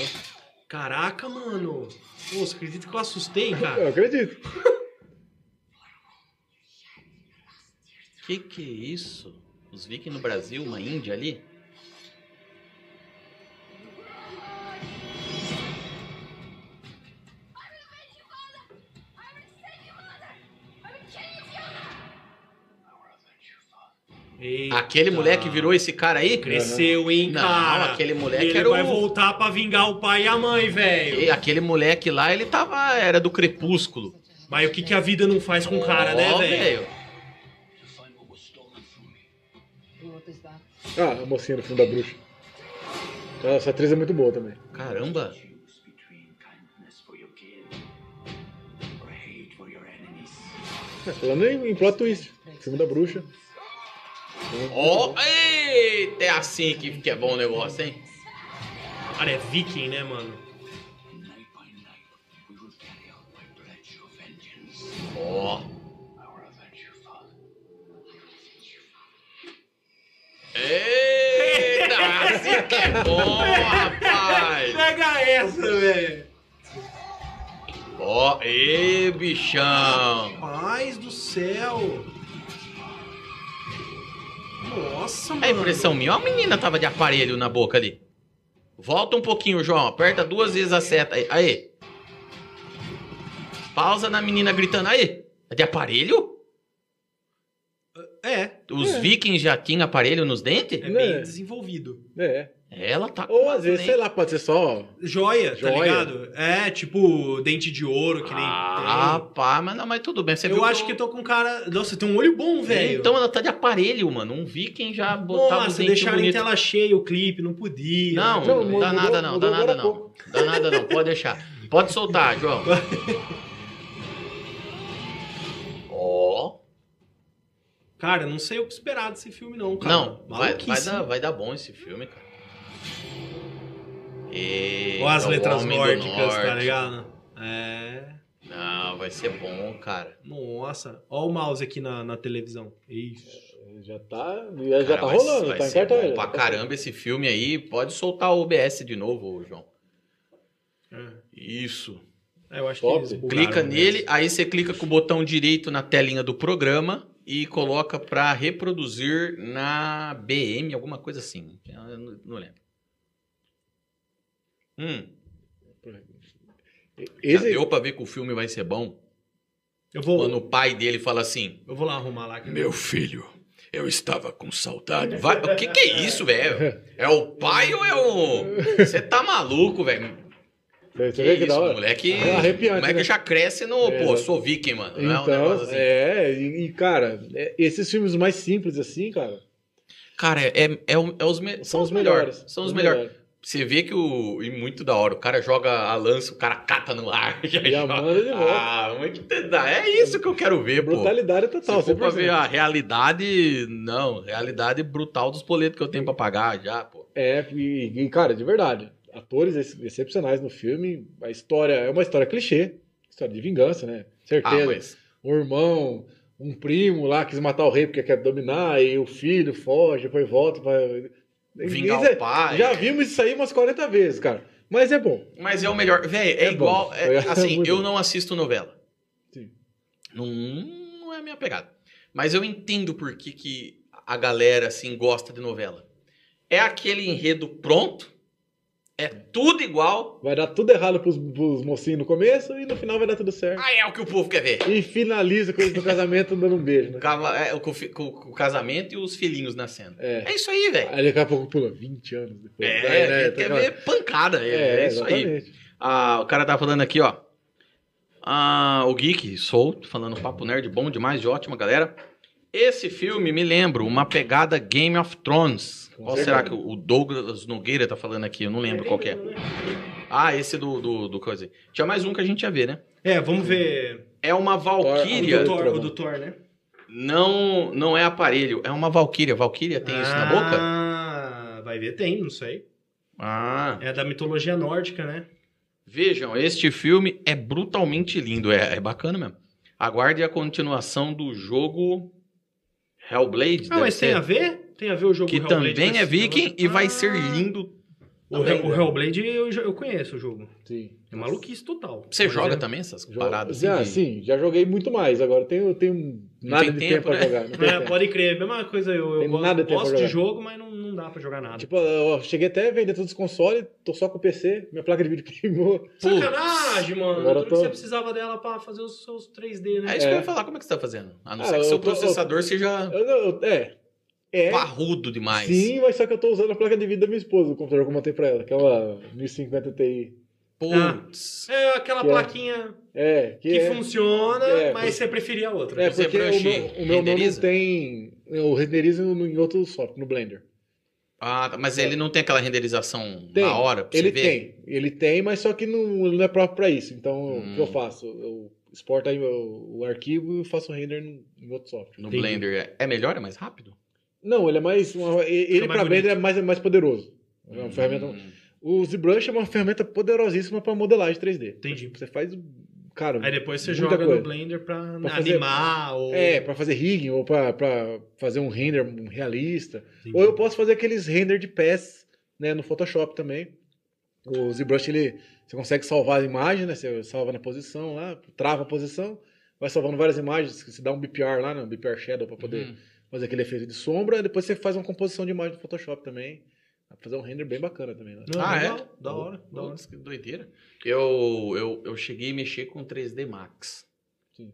Caraca, mano. Pô, você acredita que eu assustei, Eu cara? acredito. Que que é isso? Os vikings no Brasil, uma índia ali? Eita. Aquele moleque virou esse cara aí? Cresceu, hein, Não, cara? aquele moleque ele era vai o- voltar pra vingar o pai e a mãe, velho. E Aquele moleque lá, ele tava. Era do crepúsculo. Mas o que, que a vida não faz com o cara, né, Ó, velho? Ah, a mocinha no filme da bruxa. Ela- Essa atriz é muito boa também. Caramba! Choose between kindness for your kin or hate for your enemies. É, Falando em, em plot twist. Filme da bruxa. Ó, eita, é assim que, que é bom o negócio, hein? Cara, é viking, né, mano? Night by night, we will carry out my pledge of vengeance. Ó, I will avenge your father. eita, assim que é bom, rapaz! Pega essa, velho! Ó, e bichão! Paz do céu! Nossa, mano! É impressão minha, ó, a menina tava de aparelho na boca ali. Volta um pouquinho, João, aperta duas vezes a seta aí. Aí. Pausa na menina gritando, aí, é de aparelho? É, Os vikings já tinham aparelho nos dentes? é Né? bem desenvolvido. É. Ela tá Ou às quase vezes, nem- sei lá, pode ser só. Joia, tá Joia. ligado? É, tipo, dente de ouro, que nem Ah, tem. pá, mas, não, mas tudo bem. Você eu viu acho que eu- tô com cara. Nossa, tem um olho bom, velho. Então ela tá de aparelho, mano. Um viking já botava os Nossa, dentes deixaram em bonitos. tela cheia o clipe, não podia. Não, Não, não, mudou- dá nada não, mudou dá nada agora há não. Dá nada não, pode deixar. Pode soltar, João. Ó. Cara, não sei o que esperar desse filme, não, cara. Não, vai, Maluquice. vai, dar, vai dar bom esse filme, cara. Eita, Ou as letras É o Homem do nórdicas, tá Norte. ligado? É. Não, vai ser bom, cara. Nossa, ó o mouse aqui na, na televisão. Isso. Já tá. Já, já Cara, tá vai- rolando, vai tá em ser carta. bom pra caramba esse filme aí. Pode soltar o OBS de novo, João. É, Isso. eu acho Top. que eles bugaram Clica mesmo. nele, aí você clica com o botão direito na telinha do programa e coloca pra reproduzir na BM, alguma coisa assim. Eu não não lembro. Hum, já Esse, deu pra ver que o filme vai ser bom? Eu vou, Quando o pai dele fala assim: eu vou lá arrumar lá. que- Meu filho, eu estava com saudade. vai, O que, que é isso, velho? É o pai ou é o. Você tá maluco, velho? Que você vê que É isso, da hora? moleque. É arrepiante, moleque né? já cresce no. É, pô, né? sou viking, mano. Não é um negócio Então, assim. é, e, e, cara, é, esses filmes mais simples assim, cara, Cara, é, é, o- é os me- são os melhores. São os melhores. Você vê que o. E muito da hora. O cara joga a lança, o cara cata no ar. já E a joga. manda de volta. Ah, muito entendida. É isso que eu quero ver, pô. Brutalidade total, Se for pra 100%. ver a realidade. Não, realidade brutal dos boletos que eu tenho pra pagar já, pô. É, e, e, cara, de verdade, atores ex- excepcionais no filme, a história é uma história clichê, história de vingança, né? Certeza. Ah, mas. Um irmão, um primo lá quis matar o rei porque quer dominar, e o filho foge, depois volta pra... Vingar Isso é- o pai. Já vimos isso aí umas 40 vezes, cara. Mas é bom. Mas é o melhor. Véi, é, É bom. igual. é, É assim, muito eu bom. não assisto novela. Sim. Não, não é a minha pegada. Mas eu entendo por que, que a galera assim gosta de novela. É aquele enredo pronto, é tudo igual. Vai dar tudo errado pros, pros mocinhos no começo e no final vai dar tudo certo. Ah, é o que o povo quer ver. E finaliza com eles no casamento dando um beijo, né? Cava- é, o, co- co- co- casamento e os filhinhos nascendo. É. É isso aí, velho. Aí daqui a pouco pula 20 anos depois. É, Vai, né? quer ver pancada. É, é isso aí. exatamente. Ah, o cara tá falando aqui, ó. Ah, o Geek, solto, falando papo nerd bom demais, de ótima galera. Esse filme me lembro uma pegada Game of Thrones. Com Qual certeza. será que o Douglas Nogueira tá falando aqui? Eu não lembro qual que é. Ah, esse do, do, do coisa aí. Tinha mais um que a gente ia ver, né? É, vamos ver. É uma O Valkyria. Doutor. doutor, o doutor, né? Não, não é aparelho, é uma Valkyria. Valkyria tem isso na boca? Ah, vai ver, tem, não sei. Ah. É da mitologia nórdica, né? Vejam, este filme é brutalmente lindo, é, é bacana mesmo. Aguarde a continuação do jogo Hellblade, Ah, deve mas tem ser, a ver? Tem a ver o jogo que Hellblade com também é esse viking negócio? e vai Ah, ser lindo. O, Hell- o Hellblade eu, já- eu conheço o jogo. Sim. É maluquice total. Você Mas joga é- também essas Jogo- paradas? assim, já, de- sim, já joguei muito mais. Agora tenho, tenho nada tem de tempo, tempo, pra né? jogar. não tem É, tempo. pode crer, a mesma coisa, eu, eu Tem gosto, nada de tempo gosto pra de jogar. jogo, mas não, não dá pra jogar nada. Tipo, eu cheguei até a vender todos os consoles, tô só com o PC, minha placa de vídeo queimou. Putz. Sacanagem, mano. Tudo Agora eu que tô- você precisava dela pra fazer os seus 3D, né? É isso que eu É. ia falar, como é que você tá fazendo? A não Ah, ser que seu eu tô- eu- processador seja Eu, não- eu- é. É. parrudo demais. Sim, mas só que eu tô usando a placa de vídeo da minha esposa, o computador que eu montei pra ela, que é uma 1050 Ti. Putz. É aquela Que é- plaquinha É, que, que é. funciona, É, mas por- você preferia a outra. É, Você porque o brush meu, o meu nome renderiza? tem. Eu renderizo no- em outro software, no Blender. Ah, tá, mas ele não tem aquela renderização Tem. na hora pra Ele você ver? tem, ele tem, mas só que não, ele não é próprio para isso. Então, o que eu Hum. faço? Eu exporto aí o, o arquivo e faço o render no- em outro software. No Entendi. Blender. É é melhor? É mais rápido? Não, ele é mais. uma- e- ele mais para Blender é bonito. mais, é mais poderoso. É uma ferramenta, Hum. o ZBrush é uma ferramenta poderosíssima para modelagem 3D. Entendi. Você faz. Cara, Aí depois você Muita joga coisa. no Blender pra, Pra fazer- animar ou... é, para fazer rigging ou para fazer um render realista. Entendi. Ou eu posso fazer aqueles render de pés, né, no Photoshop também. O ZBrush, ele, você consegue salvar a imagem, né, você salva na posição lá, trava a posição, vai salvando várias imagens, você dá um BPR lá, né, um BPR Shadow para poder Hum. fazer aquele efeito de sombra, e depois você faz uma composição de imagem no Photoshop também, Dá pra fazer um render bem bacana também. Né? Não, Ah, é? legal, Da hora, da Hum. hora. Putz, que doideira. Eu, eu, eu cheguei a mexer com 3D Max. Sim.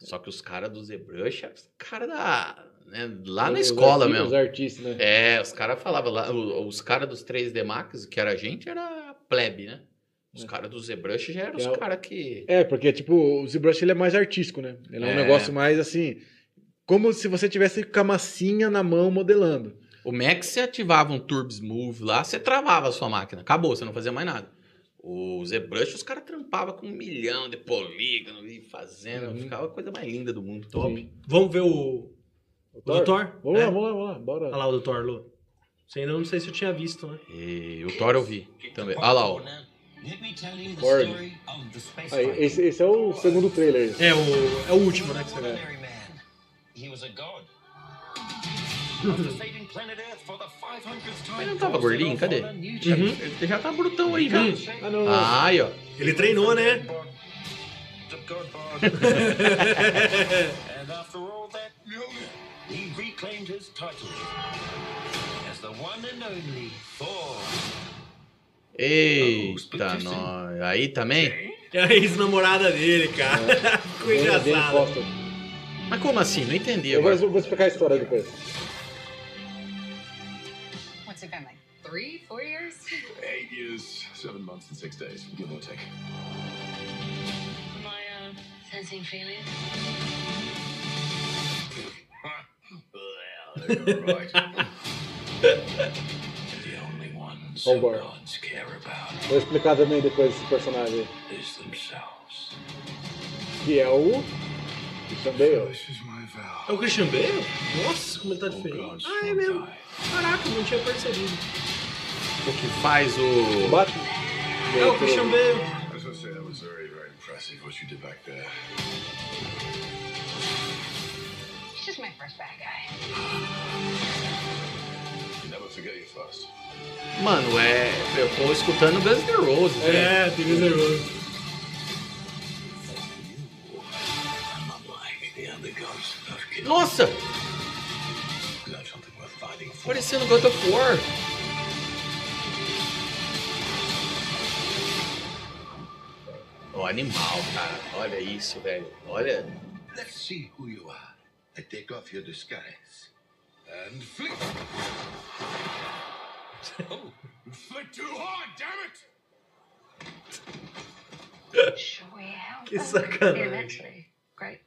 Só que os caras do ZBrush, é os caras da... né, lá na Os escola arti- mesmo. Os artistas, né? É, os caras falavam lá, o- os caras dos 3D Max, que era a gente, era plebe, né? Os É. caras do ZBrush já eram É os o- caras que... É, porque, tipo, o ZBrush ele é mais artístico, né? Ele é, um É. negócio mais assim. Como se você tivesse com a massinha na mão modelando. O Max, você ativava um Turbo Smooth lá, você travava a sua máquina. Acabou, você não fazia mais nada. O ZBrush, os caras trampavam com um milhão de polígono e fazendo. Uhum. Ficava a coisa mais linda do mundo. Top. Vamos ver o, O o do Thor? Thor? Vamos É. lá, vamos lá, vamos lá. Bora. Olha lá o do Thor, Lu. Você ainda não sei se eu tinha visto, né? E o Thor eu vi também. Olha lá, ó. Korg. Aí, esse, esse é o segundo trailer. É o, é o último, né? Que você vê. Mas não tava gordinho? Cadê? Uhum. Ele já tá brutão aí, já. Hum. Ah, não. Aí, ó. Ele treinou, né? And after all that, he reclaimed his title as the one and only Thor. Eita, nós. Aí também? É a ex-namorada dele, cara. Ficou Jane- Jane engraçado. Foster. Mas como assim? Não entendi Eu vou, agora. eu vou explicar a história depois. What's it been like? Three, four years? Eight years, seven months, and six days, give or take. Am I uh, sensing feelings? Well, you're right. the only ones Oh, who boy. gods care about Vou explicar também depois esse personagem aí, is themselves. que é o. Christian Bale. This is my vow. É o Christian Bale? Nossa, como ele tá All gods diferente. Ah, é will mesmo. die. Caraca, eu não tinha percebido. O que faz o. Batman. É o Christian Bale. As I say, that was very, very impressive what you did back there. He's just my first bad guy. You never forget your first. Mano, é. Eu tô escutando Guns N' Roses. né? É, tem reservado. You are not like the other gods I've killed. Nossa! You have something worth fighting for. Parecendo God of War. O animal, cara. Olha isso, velho. Olha. Let's see who you are. I take off your disguise. And flick. oh, you flick too hard, damn it! Should we help? Que him? sacanagem. Yeah, actually. Great.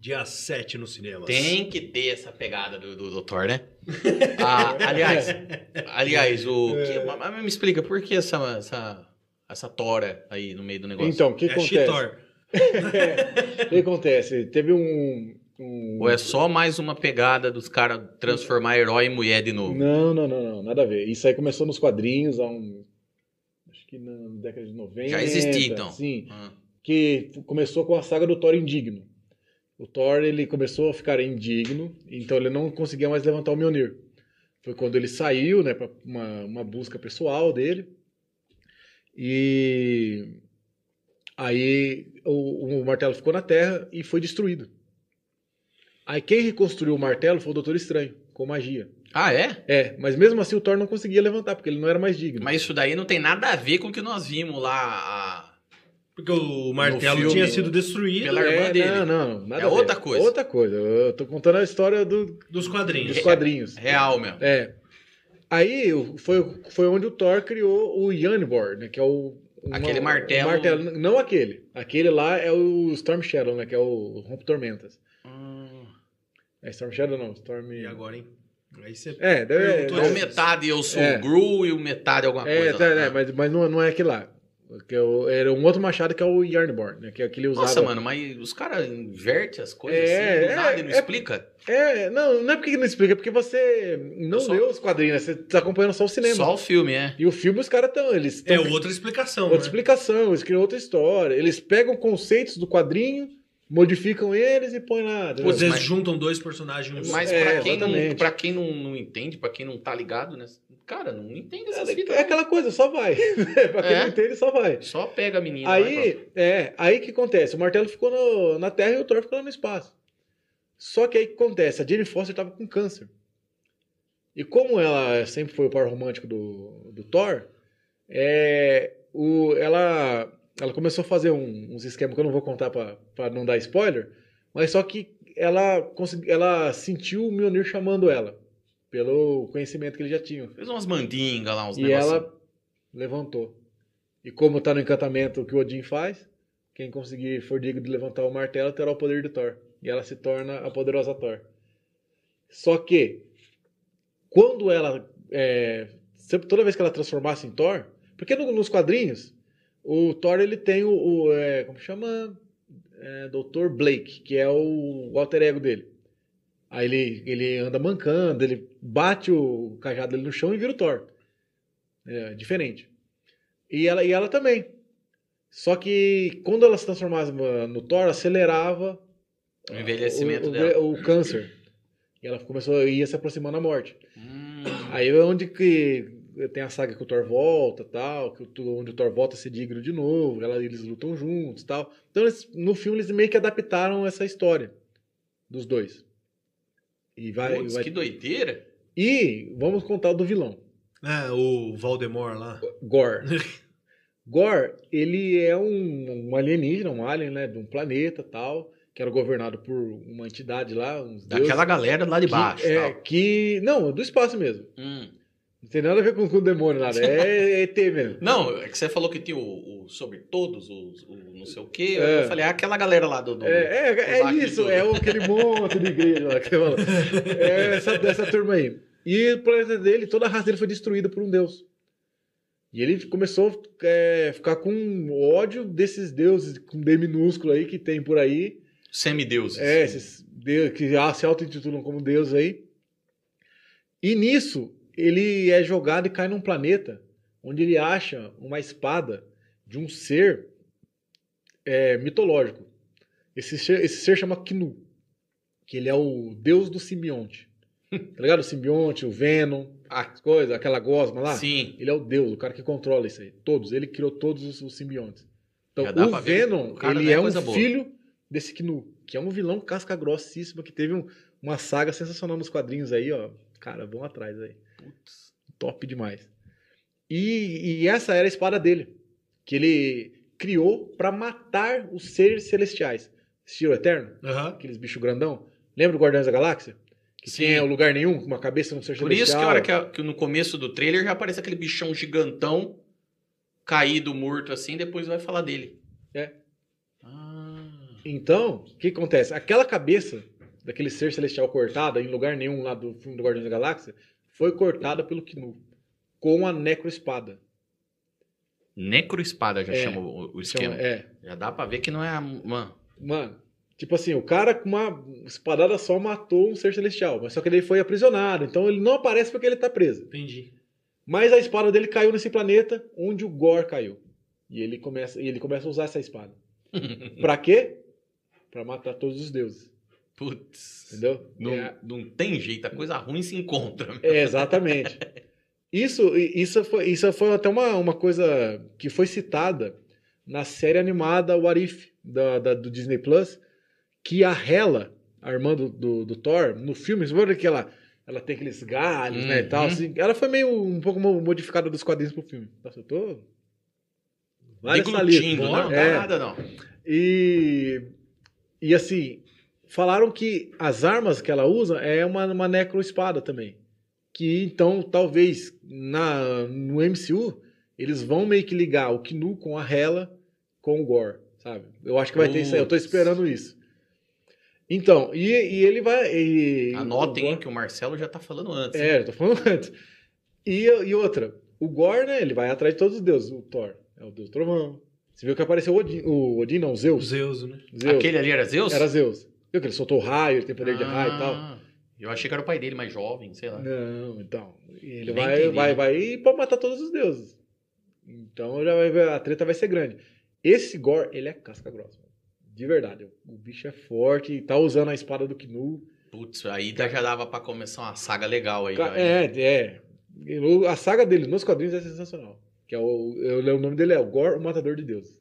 Dia 7 nos cinemas. Tem que ter essa pegada do, do doutor, né? Ah, aliás, É aliás, o. É. que- mas- mas me explica, por que essa, essa, essa tora aí no meio do negócio? Então, o que É acontece? Chitor. O que acontece? Teve um. um- Ou é só mais uma pegada dos caras transformar herói em mulher de novo? Não, não, não, não, nada a ver. Isso aí começou nos quadrinhos há um. Acho que na década de 90. Já existia, então. Sim. Ah, que começou com a saga do Thor indigno. O Thor ele começou a ficar indigno, então ele não conseguia mais levantar o Mjolnir. Foi quando ele saiu, né, para uma, uma busca pessoal dele. E aí o, o martelo ficou na Terra e foi destruído. Aí quem reconstruiu o martelo foi o Doutor Estranho, com magia. Ah, é? É, mas mesmo assim o Thor não conseguia levantar, porque ele não era mais digno. Mas isso daí não tem nada a ver com o que nós vimos lá. a- Porque o martelo filme, tinha sido destruído pela- é irmã dele. Não, não, nada É a ver. outra coisa. Outra coisa. Eu tô contando a história do, dos quadrinhos. dos quadrinhos. Real mesmo. É. Aí o- foi, foi onde o Thor criou o Yannibor, né? Que é o. uma- Aquele martelo. Não aquele. Aquele lá é o Storm Shadow, né? Que é o Rompe Tormentas. Ah. É Storm Shadow não, Storm... E agora, hein? Aí você. É, deve, é, Perguntou É o de deve, metade eu sou É. o Gru e o metade alguma é, coisa. tá, lá. né? é, mas, mas não, não é aquele lá. Que é o- era um outro machado que é o Yarnborn, né? Que é aquele usado... Nossa, mano, mas os caras invertem as coisas É, assim, do é, nada e não é- explica. É, não, não é porque não explica, é porque você não Eu só- leu os quadrinhos, né? Você tá acompanhando só o cinema. Só o filme, é. E o filme os caras estão, eles É tão- outra explicação. Então, outra né? explicação, eles criam outra história. Eles pegam conceitos do quadrinho, modificam eles e põem lá. entendeu? Às vezes Mas- juntam dois personagens. Mas É, pra, quem não, exatamente. pra quem não, não entende, pra quem não tá ligado, né? Cara, não entende essas É, vidas. é aquela coisa, só vai. pra quem É. não entende, só vai. Só pega a menina. lá e assim, pronto. Aí, é, aí que acontece? O martelo ficou no- na Terra e o Thor ficou lá no espaço. Só que aí que acontece? A Jane Foster tava com câncer. E como ela sempre foi o par romântico do, do Thor, é, o, ela, ela começou a fazer um- uns esquemas que eu não vou contar pra pra não dar spoiler, mas só que ela, consegui- ela sentiu o Mjolnir chamando ela, pelo conhecimento que ele já tinha. fez umas mandingas lá, uns E negócios. ela levantou. E como tá no encantamento que o Odin faz, quem conseguir for digno de levantar o martelo terá o poder de Thor. E ela se torna a poderosa Thor. Só que, quando ela. é, sempre- toda vez que ela transformasse em Thor. Porque no- nos quadrinhos, o Thor ele tem o. o, é, como chama? É, Dr. Blake, que é o, o alter ego dele. Aí ele, ele anda mancando, ele bate o cajado dele no chão e vira o Thor. É, diferente. E ela, e ela também. Só que quando ela se transformava no Thor, acelerava O envelhecimento o, o- dela. o câncer. E ela começou a ir se aproximando da morte. Hum, Aí é onde que tem a saga que o Thor volta tal, que o, Thor- onde o Thor volta a ser digno de novo, ela, eles lutam juntos tal. Então eles- no filme eles meio que adaptaram essa história dos dois. E vai, putz, vai- que doideira. E vamos contar do vilão. Ah, o Valdemar lá. Gore. Gore, ele é um, um alienígena, um alien, né? De um planeta tal, que era governado por uma entidade lá, uns deuses. Daquela galera lá de que- baixo. é, tal. que. Não, do espaço mesmo. Hum. Não tem nada a ver com, com o demônio, nada. É ET mesmo. Não, é que você falou que tinha o, o sobre todos, o, o não sei o quê. É. Eu falei, ah, aquela galera lá do. do- É, é, é Embaixo de isso, tudo. é o- aquele monte de igreja lá que você falou. É essa, dessa turma aí. E o planeta dele, toda a raça dele foi destruída por um deus. E ele começou a ficar com ódio desses deuses com D minúsculo aí que tem por aí. Semideuses. É, esses deus, que ah, se auto-intitulam como deus aí. E nisso, ele é jogado e cai num planeta onde ele acha uma espada de um ser é, mitológico. Esse ser, esse ser chama Knu, que ele é o deus do simbionte. Tá ligado? O simbionte, o Venom, as coisas, aquela gosma lá. Sim. Ele é o deus, o cara que controla isso aí. Todos. Ele criou todos os, os simbiontes. Então, Já dá o pra ver que Venom, o cara ele não é é um coisa boa. filho desse Knu, que é um vilão casca grossíssima, que teve um- uma saga sensacional nos quadrinhos aí, ó. Cara, vão atrás aí. Putz. Top demais. E, e essa era a espada dele, que ele criou pra matar os seres celestiais. Estilo Eterno, Aham. aqueles bichos grandão. Lembra do Guardiões da Galáxia? Que Sim. tinha lugar nenhum, com uma cabeça num ser Por isso celestial. que a hora que, a- que no começo do trailer já aparece aquele bichão gigantão caído, morto assim, depois vai falar dele. É. Ah, Então, o que acontece? Aquela cabeça daquele ser celestial cortada em lugar nenhum lá do filme do Guardiões da Galáxia foi cortada pelo Knu com a necroespada. necroespada já É. chama o, o Então, esquema. é, Já dá pra ver que não é a. Mano, mano, tipo assim, o cara com uma espadada só matou um ser celestial, mas só que ele foi aprisionado, então ele não aparece porque ele tá preso. Entendi. Mas a espada dele caiu nesse planeta onde o Gore caiu. E ele começa, e ele começa a usar essa espada. pra quê? Pra matar todos os deuses, putz. entendeu? Não, É- não tem jeito, a coisa ruim se encontra. É, exatamente. Isso, isso, foi, isso foi até uma, uma coisa que foi citada na série animada What If, da, da- do Disney Plus, que a Hela, a irmã do, do, do Thor, no filme, você lembra que ela, ela tem aqueles galhos, né, e tal, Uhum. assim, ela foi meio um pouco mo- modificada dos quadrinhos pro filme. Nossa, eu tô... Várias Deglutindo, salidas. não, não É. dá nada não. E, e assim, falaram que as armas que ela usa é uma, uma necroespada também. Que então, talvez, na, no MCU, eles vão meio que ligar o Knu com a Hela com o Gore, sabe? Eu acho que vai ter isso aí, eu tô Putz. esperando isso. Então, e, e ele vai. E, Anotem o hein, Gore- que o Marcelo já tá falando antes. É, eu tô falando antes. E, e outra, o Gore, né? Ele vai atrás de todos os deuses. O Thor é o deus trovão. Você viu que apareceu o Odin, o Odin não, O Zeus. Zeus, né? Zeus. Aquele ali era Zeus? Era Zeus. Viu que ele soltou raio, ele tem poder de raio e tal. Ah, Eu achei que era o pai dele, mais jovem, sei lá. Não, então. Ele Ah. Nem vai, entendi, né? vai, vai e pode matar todos os deuses. Então já vai ver, a treta vai ser grande. Esse Gore, ele é casca grossa. mano. De verdade. O bicho é forte, tá usando a espada do Knu. Putz, aí dá- já dava pra começar uma saga legal aí. Ca- já. É, é. E o- A saga dele nos quadrinhos é sensacional. Que é o, eu lembro o nome dele é o Gore, o Matador de Deuses.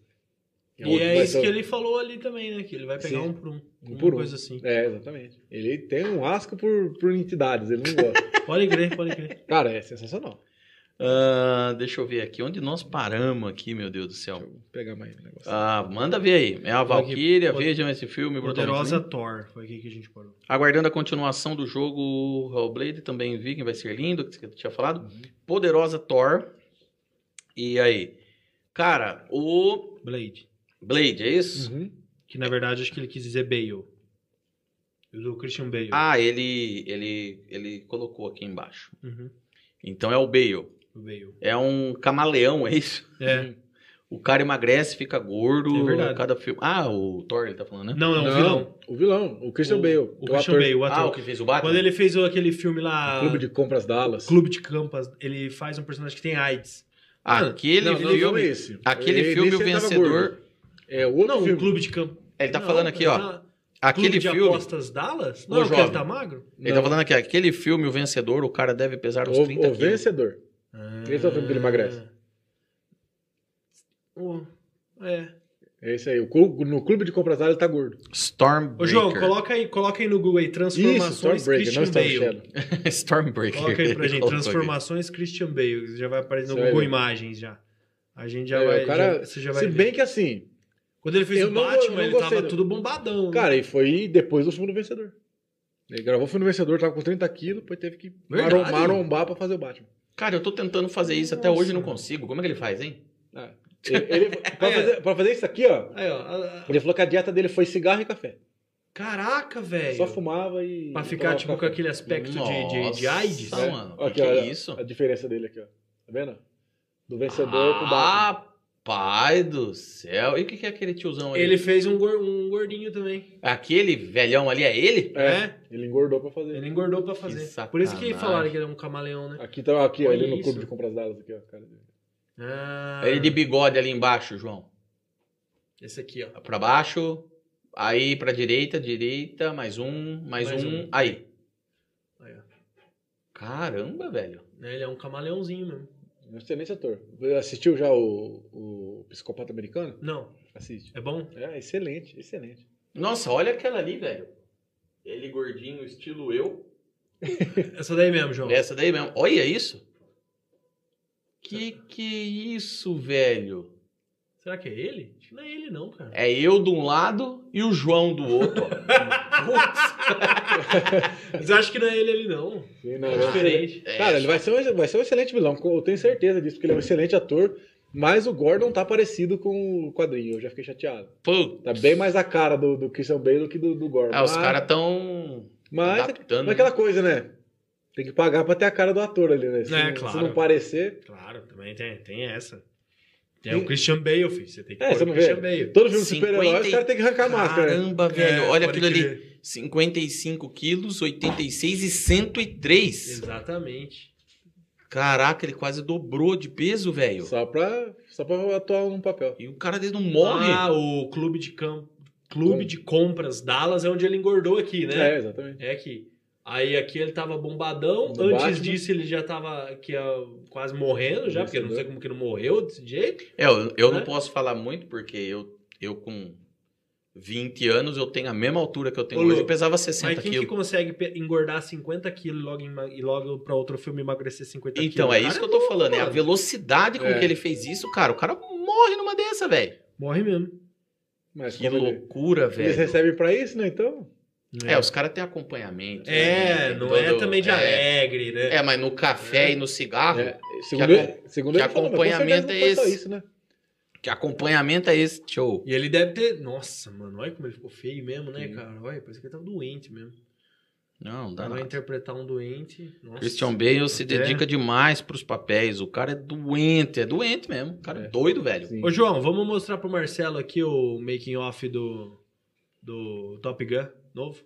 Que E o- é vai isso ser o- que ele falou ali também, né? Que ele vai pegar Sim. um por um. Um uma por um. coisa assim. É, exatamente. Ele tem um asco por, por entidades, ele não gosta. Pode crer, pode crer. Cara, é sensacional. Ah, deixa eu ver aqui. Onde nós paramos aqui, meu Deus do céu? Vou pegar mais um negócio. Ah, manda ver aí. É a Valkyria, Aqui, vejam esse filme. Poderosa brutalmente. Thor. Foi aqui que a gente parou. Aguardando a continuação do jogo Hellblade, também vi que vai ser lindo, que você tinha falado. Poderosa Thor. E aí? Cara, o Blade. Blade, é isso? Uhum. Que na verdade acho que ele quis dizer Bale. Do Christian Bale. Ah, ele, ele, ele colocou aqui embaixo. Uhum. Então é o Bale. O Bale. É um camaleão, é isso? É. O cara emagrece, fica gordo. É verdade. Cada filme. Ah, o Thor, ele tá falando, né? Não, não, o vilão. O vilão, o Christian Bale. O, o Christian Bale, o Ah, o ator. que fez o Batman? Quando ele fez o- aquele filme lá. Clube de Compras Dallas. Clube de Campas, ele faz um personagem que tem AIDS. Ah, Aquele Não, não, filme. não é esse. Aquele Ele- filme, o nesse ele tava vencedor. gordo. É o outro Não, filme. o Um Clube de Campas. Ele tá falando aqui, ó. Clube Aquele de filme. Apostas Dallas? Não, Ô, é o que jovem. ele tá magro? Ele tá falando aqui, aquele filme, o vencedor, o cara deve pesar uns O, 30 o quilos. vencedor. Ah. Esse é o filme que ele emagrece. Ô, é. É isso aí. O clu- no Clube de Compras Dallas ele tá gordo. Stormbreaker. Ô, João, coloca aí, coloca aí no Google aí, Isso, Transformações Stormbreaker, não Christian está no Bale. Shadow. é. Stormbreaker. Coloca aí pra ele gente, colocou aqui. Transformações Christian Bale. Já vai aparecer no Você vai Google ver. Imagens já. A gente já É, vai. o cara- já- você já vai Se ver. bem que assim, Quando ele fez Eu o não- eu Batman, não ele gostei tava do- tudo bombadão. né? Cara, e foi depois do filme do vencedor. Ele gravou o filme do vencedor, tava com 30 quilos, depois teve que Verdade. marom- marombar pra fazer o Batman. Cara, eu tô tentando fazer isso até Nossa. hoje e não consigo. Como é que ele faz, hein? Ele, ele- pra, É. fazer, pra fazer isso aqui, ó, Aí, ó. a- a- ele falou que a dieta dele foi cigarro e café. Caraca, velho. Só fumava e. Pra e É, ficar, tomava tipo, com um café. aquele aspecto de, de, de Nossa, AIDS. né? mano. Aqui, que, que olha, é isso? A diferença dele aqui, ó. Tá vendo? Do vencedor pro Batman. Ah, pai do céu. E o que, que é aquele tiozão aí? Ele fez um, gor- um gordinho também. Aquele velhão ali é ele? É, É. ele engordou pra fazer. Ele engordou pra fazer. sacanagem. Por isso que falaram que ele é um camaleão, né? Aqui, tá, aqui ó, Olha ele no isso. clube de compras dadas aqui, ó. Cara. dele. Ah, Ele de bigode ali embaixo, João. Esse aqui, ó. Pra baixo, aí pra direita, direita, mais um, mais, Mais um, um. aí. Aí, ó. Caramba, velho. Né, Ele é um camaleãozinho mesmo. Não sei nem se é ator. Assistiu já o, o Psicopata Americano? Não, Assiste. é bom? É, excelente, excelente. Nossa, olha aquela ali, velho. Ele gordinho, estilo eu. Essa daí mesmo, João. Essa daí mesmo. Olha isso. Que que é isso, velho? Será que é ele? Acho que não é ele, não, cara. É eu de um lado e o João do outro. ó. Putz. Mas eu acho que não é ele ali, não. Sim, não, É é excelente. diferente. É, Cara, ele vai ser, um, vai ser um excelente vilão, eu tenho certeza disso, porque ele é um excelente ator, mas o Gordon tá parecido com o quadrinho, eu já fiquei chateado. pô. Tá bem mais a cara do, do Christian Bale do que do, do Gordon. Ah, os Mas- caras tão Mas, adaptando. mas aquela coisa, né? Tem que pagar pra ter a cara do ator ali, né? Se, É, não- claro. se não parecer... Claro, também tem, tem essa. Tem o Christian Bale, filho. Você tem que É, pôr você o não Christian vê? Bale. Todo filme de 50 super-herói, os caras têm que arrancar a máscara. né? Caramba, velho. É, olha pode aquilo ali. crer. 55 quilos, 86 e 103. Exatamente. Caraca, ele quase dobrou de peso, velho. Só pra, só pra atuar num papel. E o cara dele não morre. Ah, o clube de campo. Clube Com- de compras Dallas é onde ele engordou aqui, né? É, exatamente. É, aqui. Aí aqui ele tava bombadão. Do Antes Batman. disso ele já tava que, ó, quase morrendo já, porque eu né? não sei como que não morreu desse jeito. É, eu, eu Né? não posso falar muito porque eu, eu com 20 anos eu tenho a mesma altura que eu tenho Ô, hoje. Lu, Eu pesava Mas 60 quem que quilos. consegue pe- engordar 50 quilos e logo ema- e logo pra outro filme emagrecer 50 quilos? Então, é Cara, isso que eu tô falando. É a mano. velocidade com É. que ele fez isso, cara. O cara morre numa dessa, velho. Morre mesmo. Mas Que como ele- loucura, eles velho. recebem pra isso, né? Então... É, os caras têm acompanhamento. né? É, Tem não todo- é também de é, alegre, né? é, mas no café e no cigarro, É, segundo, que acom- ele- segundo Ah, que ele falou, mas com certeza acompanhamento não é foi só esse? isso, né? Que acompanhamento é esse? Show. E ele deve ter. Nossa, mano, olha como ele ficou feio mesmo, né, cara? Olha, parece que ele tava doente mesmo. Não, não dá Tava a nada. interpretar um doente. Nossa, Christian Bale se até- dedica demais pros papéis. O cara é doente, é doente mesmo. O cara é, É. doido, velho. Sim. Ô, João, vamos mostrar pro Marcelo aqui o making off do, do Top Gun novo.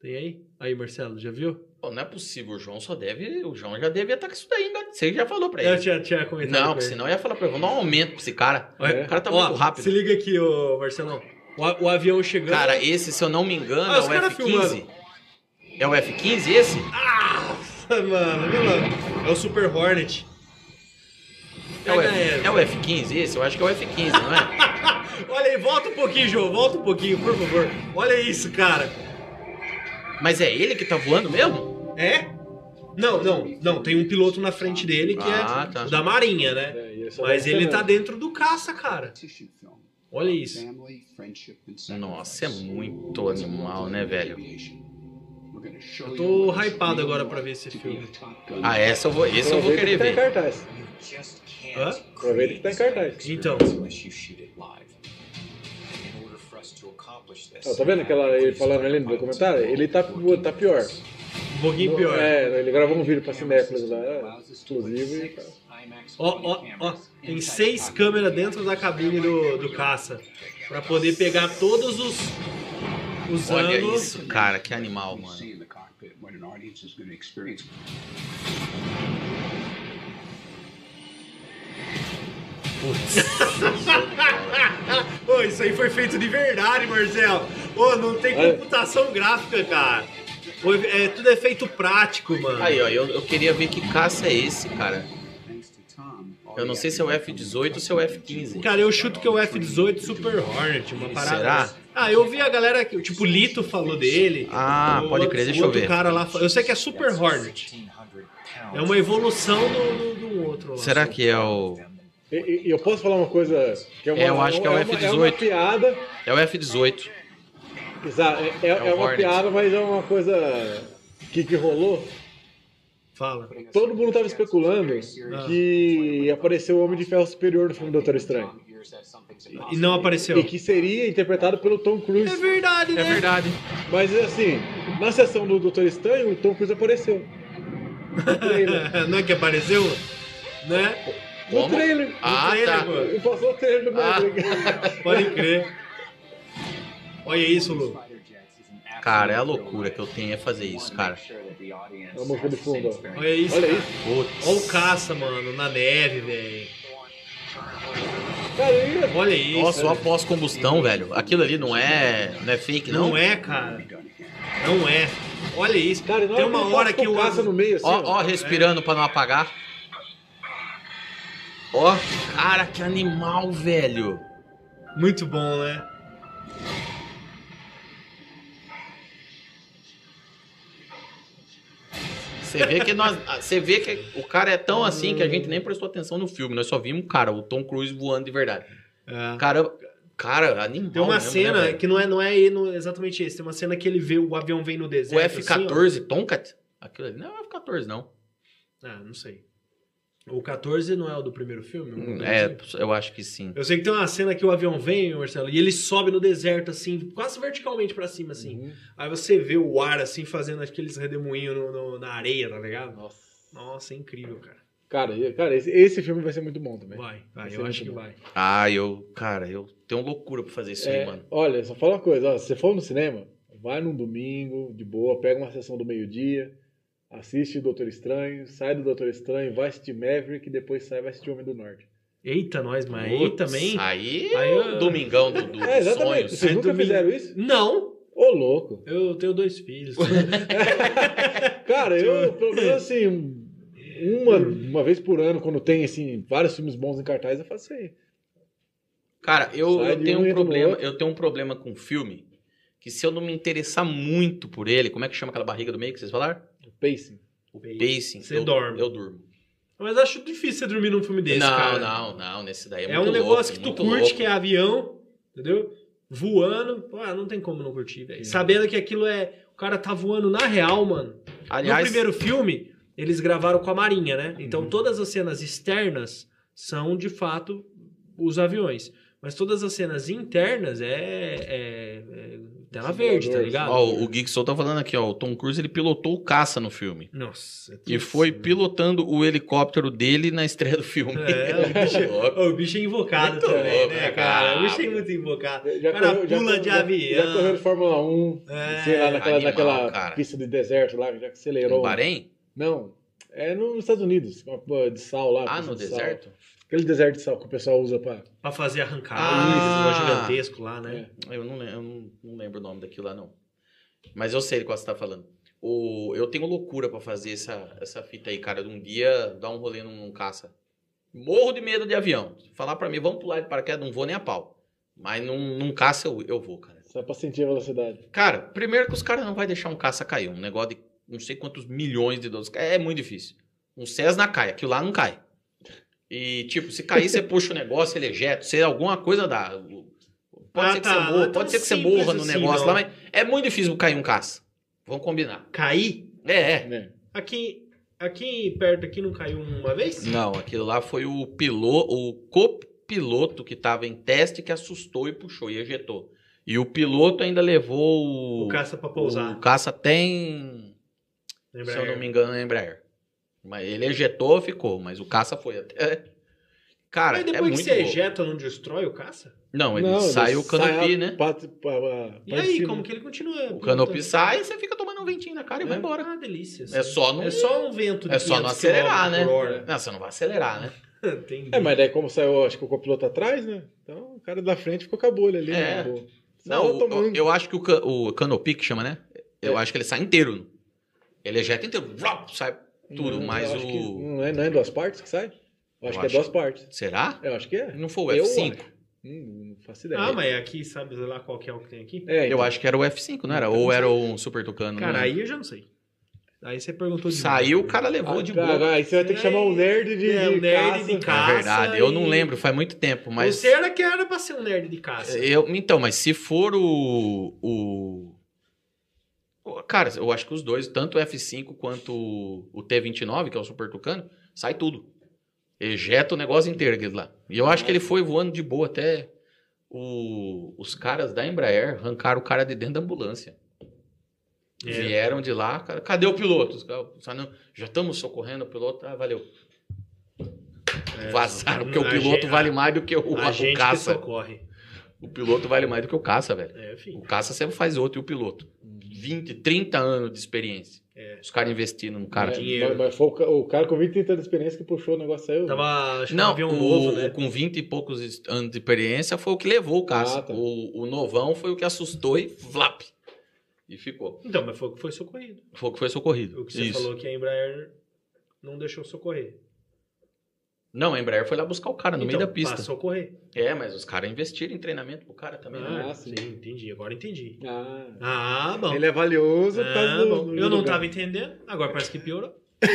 Tem aí? Aí, Marcelo, já viu? Pô, não é possível, o João só deve. O João já devia estar com isso daí, engan- Você já falou pra Eu ele. tinha, tinha comentado. Não, com porque ele. senão eu ia falar pra ele, vou dar um aumento pra esse cara. Olha, O cara tá ó, muito rápido. Se liga aqui, ô Marcelão. O, a- o avião chegando. Cara, esse, se eu não me engano, Ah, é os o cara F-15. É o F-15 esse? Nossa, mano, viu, mano? É o Super Hornet. É o, Pega F, é essa. o F-15 esse? Eu acho que é o F-15, não é? Olha aí, volta um pouquinho, João. Volta um pouquinho, por favor. Olha isso, cara. Mas é ele que tá voando mesmo? É? Não, não, não. Tem um piloto na frente dele que Ah, é tá. da Marinha, né? É, e essa Mas vai ser ele tá mesmo. dentro do caça, cara. Olha isso. Nossa, é muito animal, né, velho? Eu Eu tô hypado agora pra ver esse filme. Ah, essa eu vou, esse eu vou querer Aproveita que ver. Tá em cartaz. Hã? Aproveita que tá em cartaz. Então. Ó, tá vendo aquela ele falando ali no documentário? Ele tá, tá pior. Um pouquinho pior. É, ele gravou um vídeo pra Cinépolis lá, é, tá. exclusivo. E, Ó, ó, ó. Tem seis câmeras dentro da cabine do, do caça. Pra poder pegar todos os, os Olha ângulos. isso, cara, que animal, mano. Ô, isso aí foi feito de verdade, Marcelo. Ô, não tem É. Olha. computação gráfica, cara. Ô, é, tudo é feito prático, mano. Aí, ó, eu, eu queria ver que caça é esse, cara. Eu não sei se é o F-18 ou se é o F-15. Cara, eu chuto que é o F-18 Super Hornet, uma parada. Será? dessa. Ah, eu vi a galera que, tipo, o Lito falou dele. Ah, O pode outro- crer, deixa eu outro ver. cara lá, fa- eu sei que é Super Hornet. É uma evolução do, do, do outro. lá. Será que é o. e- e eu posso falar uma coisa que é uma, É, eu acho que é o uma- É uma F-18. piada, É o F-18. exato, é, é- o é uma Hornet. piada, mas é uma coisa que, que rolou. Fala. Todo mundo tava especulando que apareceu o Homem de Ferro Superior no filme Doutor Estranho. E não Então. apareceu. E que seria interpretado pelo Tom É Cruise. verdade, né? É verdade. Mas assim, na sessão do Doutor Estranho, o Tom Cruise apareceu. No trailer. não é que apareceu? Né? No Como? trailer. Ah, trailer, tá. mano. E passou o trailer do Ah. Maverick. Pode crer. Olha isso, Lu. Cara, é a loucura que eu tenho é fazer isso, cara. a música de fundo, ó. Olha isso. Olha isso. Putz. Olha o caça, mano, na neve, velho. Cara, é Olha isso. Nossa, só após combustão, velho. Aquilo ali não é, não é fake, não? Não é, cara. Não é. Olha isso. Cara, na Tem uma hora que ele o é passa caça no meio, assim, Ó, ó, ó. respirando pra não apagar. Ó, cara, que animal, velho. Muito bom, né? Você vê que nós, você vê que o cara é tão assim que a gente nem prestou atenção no filme. Nós só vimos, cara, o Tom Cruise voando de verdade. É. Cara, cara, animal. Tem uma mesmo, né, cena velho? que não é, não é ele- não- exatamente esse. Tem uma cena que ele vê o avião vem no o deserto. assim, ó. F14 Tomcat. Aquilo ali não é o F14 não. ah, não sei. O 14 não é o do primeiro filme? assim? Hum, É, eu acho que sim. Eu sei que tem uma cena que o avião vem, Marcelo, e ele sobe no deserto, assim, quase verticalmente pra cima, assim. Aí você vê o ar, assim, fazendo aqueles redemoinhos no- no- na areia, tá ligado? Nossa. Nossa, é incrível, cara. Cara, e- cara esse, esse filme vai ser muito bom também. Vai, vai, Vai ser eu acho muito que bom. vai. Ah, eu, cara, eu tenho loucura pra fazer isso aí, É, mano. olha, só fala uma coisa, ó, se você for no cinema, vai num domingo, de boa, pega uma sessão do meio-dia, assiste o Doutor Estranho, sai do Doutor Estranho, vai assistir Maverick e depois sai vai assistir Homem do Norte. Eita, nós, mas aí Putz, também. Aí, Aí aí eu- domingão do, do É, exatamente. sonhos. Vocês É nunca domingo. fizeram isso? Não! Ô, louco. Eu tenho dois filhos. Cara, eu, pelo menos assim, um, uma, uma vez por ano, quando tem, assim, vários filmes bons em cartaz, eu faço isso aí. Cara, eu, Sai eu de tenho um um e do problema, outro. eu tenho um problema com filme que se eu não me interessar muito por ele, como é que chama aquela barriga do meio que vocês falaram? Pacing. O pacing. Você eu, dorme. Eu durmo. mas acho difícil você dormir num filme desse, não, cara. não, não, nesse daí é, É, muito um louco, negócio que tu muito curte, louco. que é avião, entendeu? Voando. Ah, não tem como não curtir, velho. Sabendo que aquilo é. O cara tá voando na real, mano. Aliás, Uhum. No primeiro filme, eles gravaram com a Marinha, né? Então todas as cenas externas são de fato os aviões. Mas todas as cenas internas é, é- é tela verde, tá ligado? Ó, o Geek Soul tá falando aqui, ó. O Tom Cruise ele pilotou o caça no filme. Nossa. é E triste, foi né? pilotando o helicóptero dele na estreia do filme. É, o bicho, louco. Ô, o bicho é invocado Muito também, louco, né, né, cara? cara? O bicho é muito invocado. Já O cara pula de avião. Já correu de Fórmula 1, É, sei lá, naquela, animal, naquela cara. pista de deserto lá, que já acelerou. No Bahrein? Não, é nos Estados Unidos, uma pô, de sal lá. Ah, pista no de sal. deserto? Aquele deserto de sal que o pessoal usa pra... Pra fazer arrancada, Ah. É. esse um negócio gigantesco lá, né? Eu não, lem- eu não, não lembro o nome daquilo lá, não. Mas eu sei qual você tá falando. O, eu tenho loucura pra fazer essa, essa fita aí, cara. De um dia dar um rolê num, num caça. Morro de medo de avião. Se Falar pra mim, vamos pular de paraquedas, não vou nem a pau. Mas num, num caça eu, eu vou, cara. Só pra sentir a velocidade. Cara, primeiro que os caras não vai deixar um caça cair. Um negócio de não sei quantos milhões de dólares. É muito difícil. Um Cessna cai, aquilo lá não cai. E, tipo, se cair, você puxa o negócio, ele ejeta, se alguma coisa dá. Pode Ah, ser que tá, você morra, não é tão pode ser que você simples morra no assim, negócio não. lá, mas é muito difícil cair um caça. Vamos combinar. Cair? É, é. Né? Aqui, aqui perto, aqui não caiu uma vez? Não, aquilo lá foi o piloto, o copiloto que tava em teste que assustou e puxou e ejetou. E o piloto ainda levou o, O caça pra pousar. o caça até em Lembra? Se eu não me engano, é Embraer. Mas ele ejetou, ficou, mas o caça foi até. Cara, Mas depois é que muito você louco. ejeta, não destrói o caça? Não, ele Não, sai ele o canopy, sai a né? parte pra- pra- E pra aí, cima. como que ele continua? O canopy sai e você fica tomando um ventinho na cara e vai embora. Ah, delícia. É só não. É só um vento de É só não 500 acelerar, né? quilômetros por hora. Não, você não vai acelerar, né? Entendi. É, mas daí como saiu, acho que o copiloto atrás, né? Então o cara da frente ficou com a bolha ali. É. né? Boa. Só Não, o- eu, tomando. eu acho que o, ca- o canopy, que chama, né? Eu acho que ele sai inteiro. Ele ejeta inteiro. vrop, sai é tudo, Não, mas Hum, eu acho que o. não, é, não é em duas partes que sai? Eu acho Eu que é acho- duas partes. Será? Eu acho que é. Não foi o Eu F5. Hum, não faço ideia. Ah, mas aqui, sabe lá qual que é o que tem aqui? É, Eu acho que era o F5, não era? Então, Ou não era um Super Tucano. Cara, né? aí eu já não sei. Aí você perguntou de Saiu, o novo. cara levou Ah, de boa. cara, Aí você vai ter que chamar um nerd de, É, um de nerd caça. de É caça. verdade, eu não e- lembro, faz muito tempo, mas. Você era que era pra ser um nerd de caça. Eu, então, mas se for o, o. o- Cara, eu acho que os dois, tanto o F5 quanto o- o T29, que é o Super Tucano, sai tudo. Ejeta o negócio inteiro aquele lá. E eu acho que ele foi voando de boa até. o- os caras da Embraer arrancaram o cara de dentro da ambulância. É. Vieram de lá, cara, cadê o piloto? Os caras, "Ah, não, já estamos socorrendo o piloto, ah, valeu. É, Vazaram, porque o a piloto gente- vale mais do que o, a, a o gente que caça. socorre. O piloto vale mais do que o caça, velho. É, enfim. O caça sempre faz outro e o piloto. 20, 30 anos de experiência. É. Os caras investindo no cara. É, dinheiro. Mas, mas foi o, ca- o cara com 20 30 de experiência que puxou o negócio saiu. Tava, acho que um Não, avião o, novo, né? com 20 e poucos es- anos de experiência foi o que levou o caça. Ah, tá. o, o novão foi o que assustou e flap. E ficou. Então, mas foi o que foi socorrido. Foi o que foi socorrido. O que você Isso. falou é que a Embraer não deixou socorrer. Não, a Embraer foi lá buscar o cara Tá no então, meio da pista. Pra socorrer. É, mas os caras investiram em treinamento pro cara também. né? Ah, Ah, sim. sim. entendi. Agora entendi. Ah, Ah, bom. ele é valioso por Ah, causa do- bom. do Eu não lugar. tava entendendo, agora parece que piorou. Tá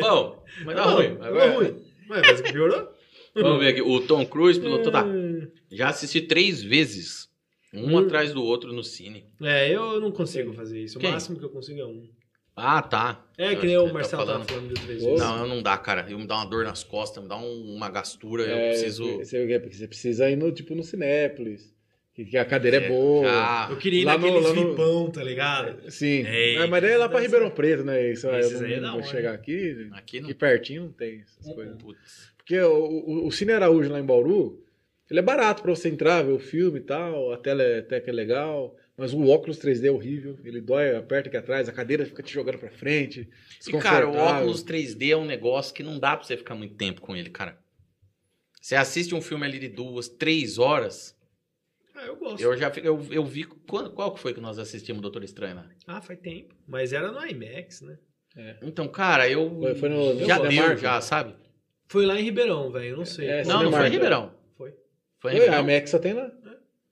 bom. Mas tá Não, ruim. não Agora- ruim. Mas parece que piorou. Vamos ver tá." aqui. O Tom Cruise pilotou da Hum, Já assisti três vezes. Um Hum. atrás do outro no cine. É, eu não consigo fazer isso. O Quem? máximo que eu consigo é um. Ah, tá. É, Eu que nem acho o ele Marcelo tá tava falando. falando de três Ô, vezes. Não, eu não dá, cara. Eu me dá uma dor nas costas, me dá um- uma gastura, eu É, preciso. Você, porque você precisa ir no, tipo, no Cinépolis. Que, que a cadeira é, boa. Já. Eu queria ir Lá no- naqueles lá no- vipão, tá ligado? Sim. Ei, Ah, mas daí é lá pra esses Ribeirão Preto, né? Isso, eu esses não, aí é da vou hora. Hum. chegar aqui. Aqui não. Aqui pertinho não tem essas coisas. Putz. Porque o, o, o Cine Araújo lá em Bauru, ele é barato pra você entrar, ver o filme e tal, a tela é, até que é legal, mas o óculos 3D é horrível, ele dói, aperta aqui atrás, a cadeira fica te jogando pra frente. E, cara, o desconfortável. óculos 3D é um negócio que não dá pra você ficar muito tempo com ele, cara. Você assiste um filme ali de duas, três horas. Ah, eu gosto. Eu já fi- eu, eu vi. Quando, qual que foi que nós assistimos Doutor Estranho né? lá? Ah, faz tempo. Mas era no IMAX, né? Então, cara, eu. Foi- foi no- no já deu, Cinemark? já, sabe? Foi lá em Ribeirão, velho. Eu não sei. É, não, não foi em Cinemark. Ribeirão. Foi. Foi em Ué, a Ribeirão. Max só tem lá.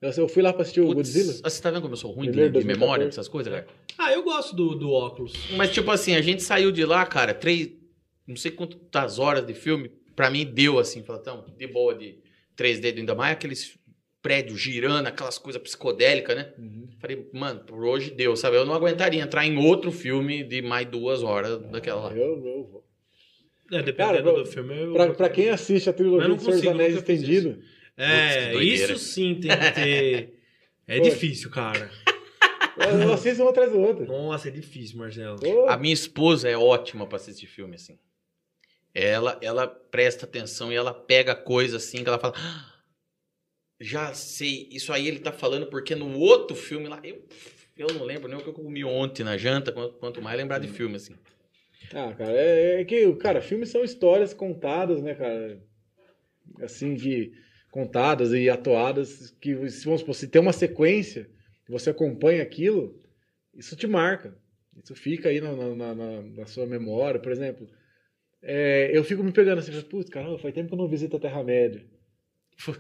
Eu, eu fui lá pra assistir o um Putz, Godzilla. Você tá vendo como eu sou ruim de, Primeiro de 2014. memória dessas coisas, cara? Ah, eu gosto do, do óculos. Mas, tipo assim, a gente saiu de lá, cara, três. Não sei quantas horas de filme. Pra mim, deu assim. Falei, tão de boa de 3D do ainda mais aqueles prédios girando, aquelas coisas psicodélicas, né? Uhum. Falei, mano, por hoje deu, sabe? Eu não aguentaria entrar em outro filme de mais duas horas daquela lá. Eu, eu vou. É, dependendo Cara, do filme. eu- Pra, pra quem é- assiste a Mas trilogia não do Senhor dos consigo, Anéis nunca fiz estendido, Putz, É, que doideira. isso sim tem que ter. É Pô. difícil, cara. eu eu assisto um atrás do outro. Nossa, é difícil, Marcelo. Pô, A minha esposa é ótima pra assistir filme, assim. Ela, ela presta atenção e ela pega coisa assim que ela fala. "Ah, já sei, isso aí ele tá falando porque no outro filme lá. Eu, eu não lembro nem o que eu comi ontem na janta, quanto, quanto mais lembrar de Hum. filme, assim. Ah, cara, é, é que, cara, filmes são histórias contadas, né, cara? Assim, de contadas e atuadas, que se vamos supor, se tem uma sequência, você acompanha aquilo, isso te marca. Isso fica aí na, na- na- na- na sua memória, por exemplo. é, eu fico me pegando assim, putz, caramba, faz tempo que eu não visito a Terra-média.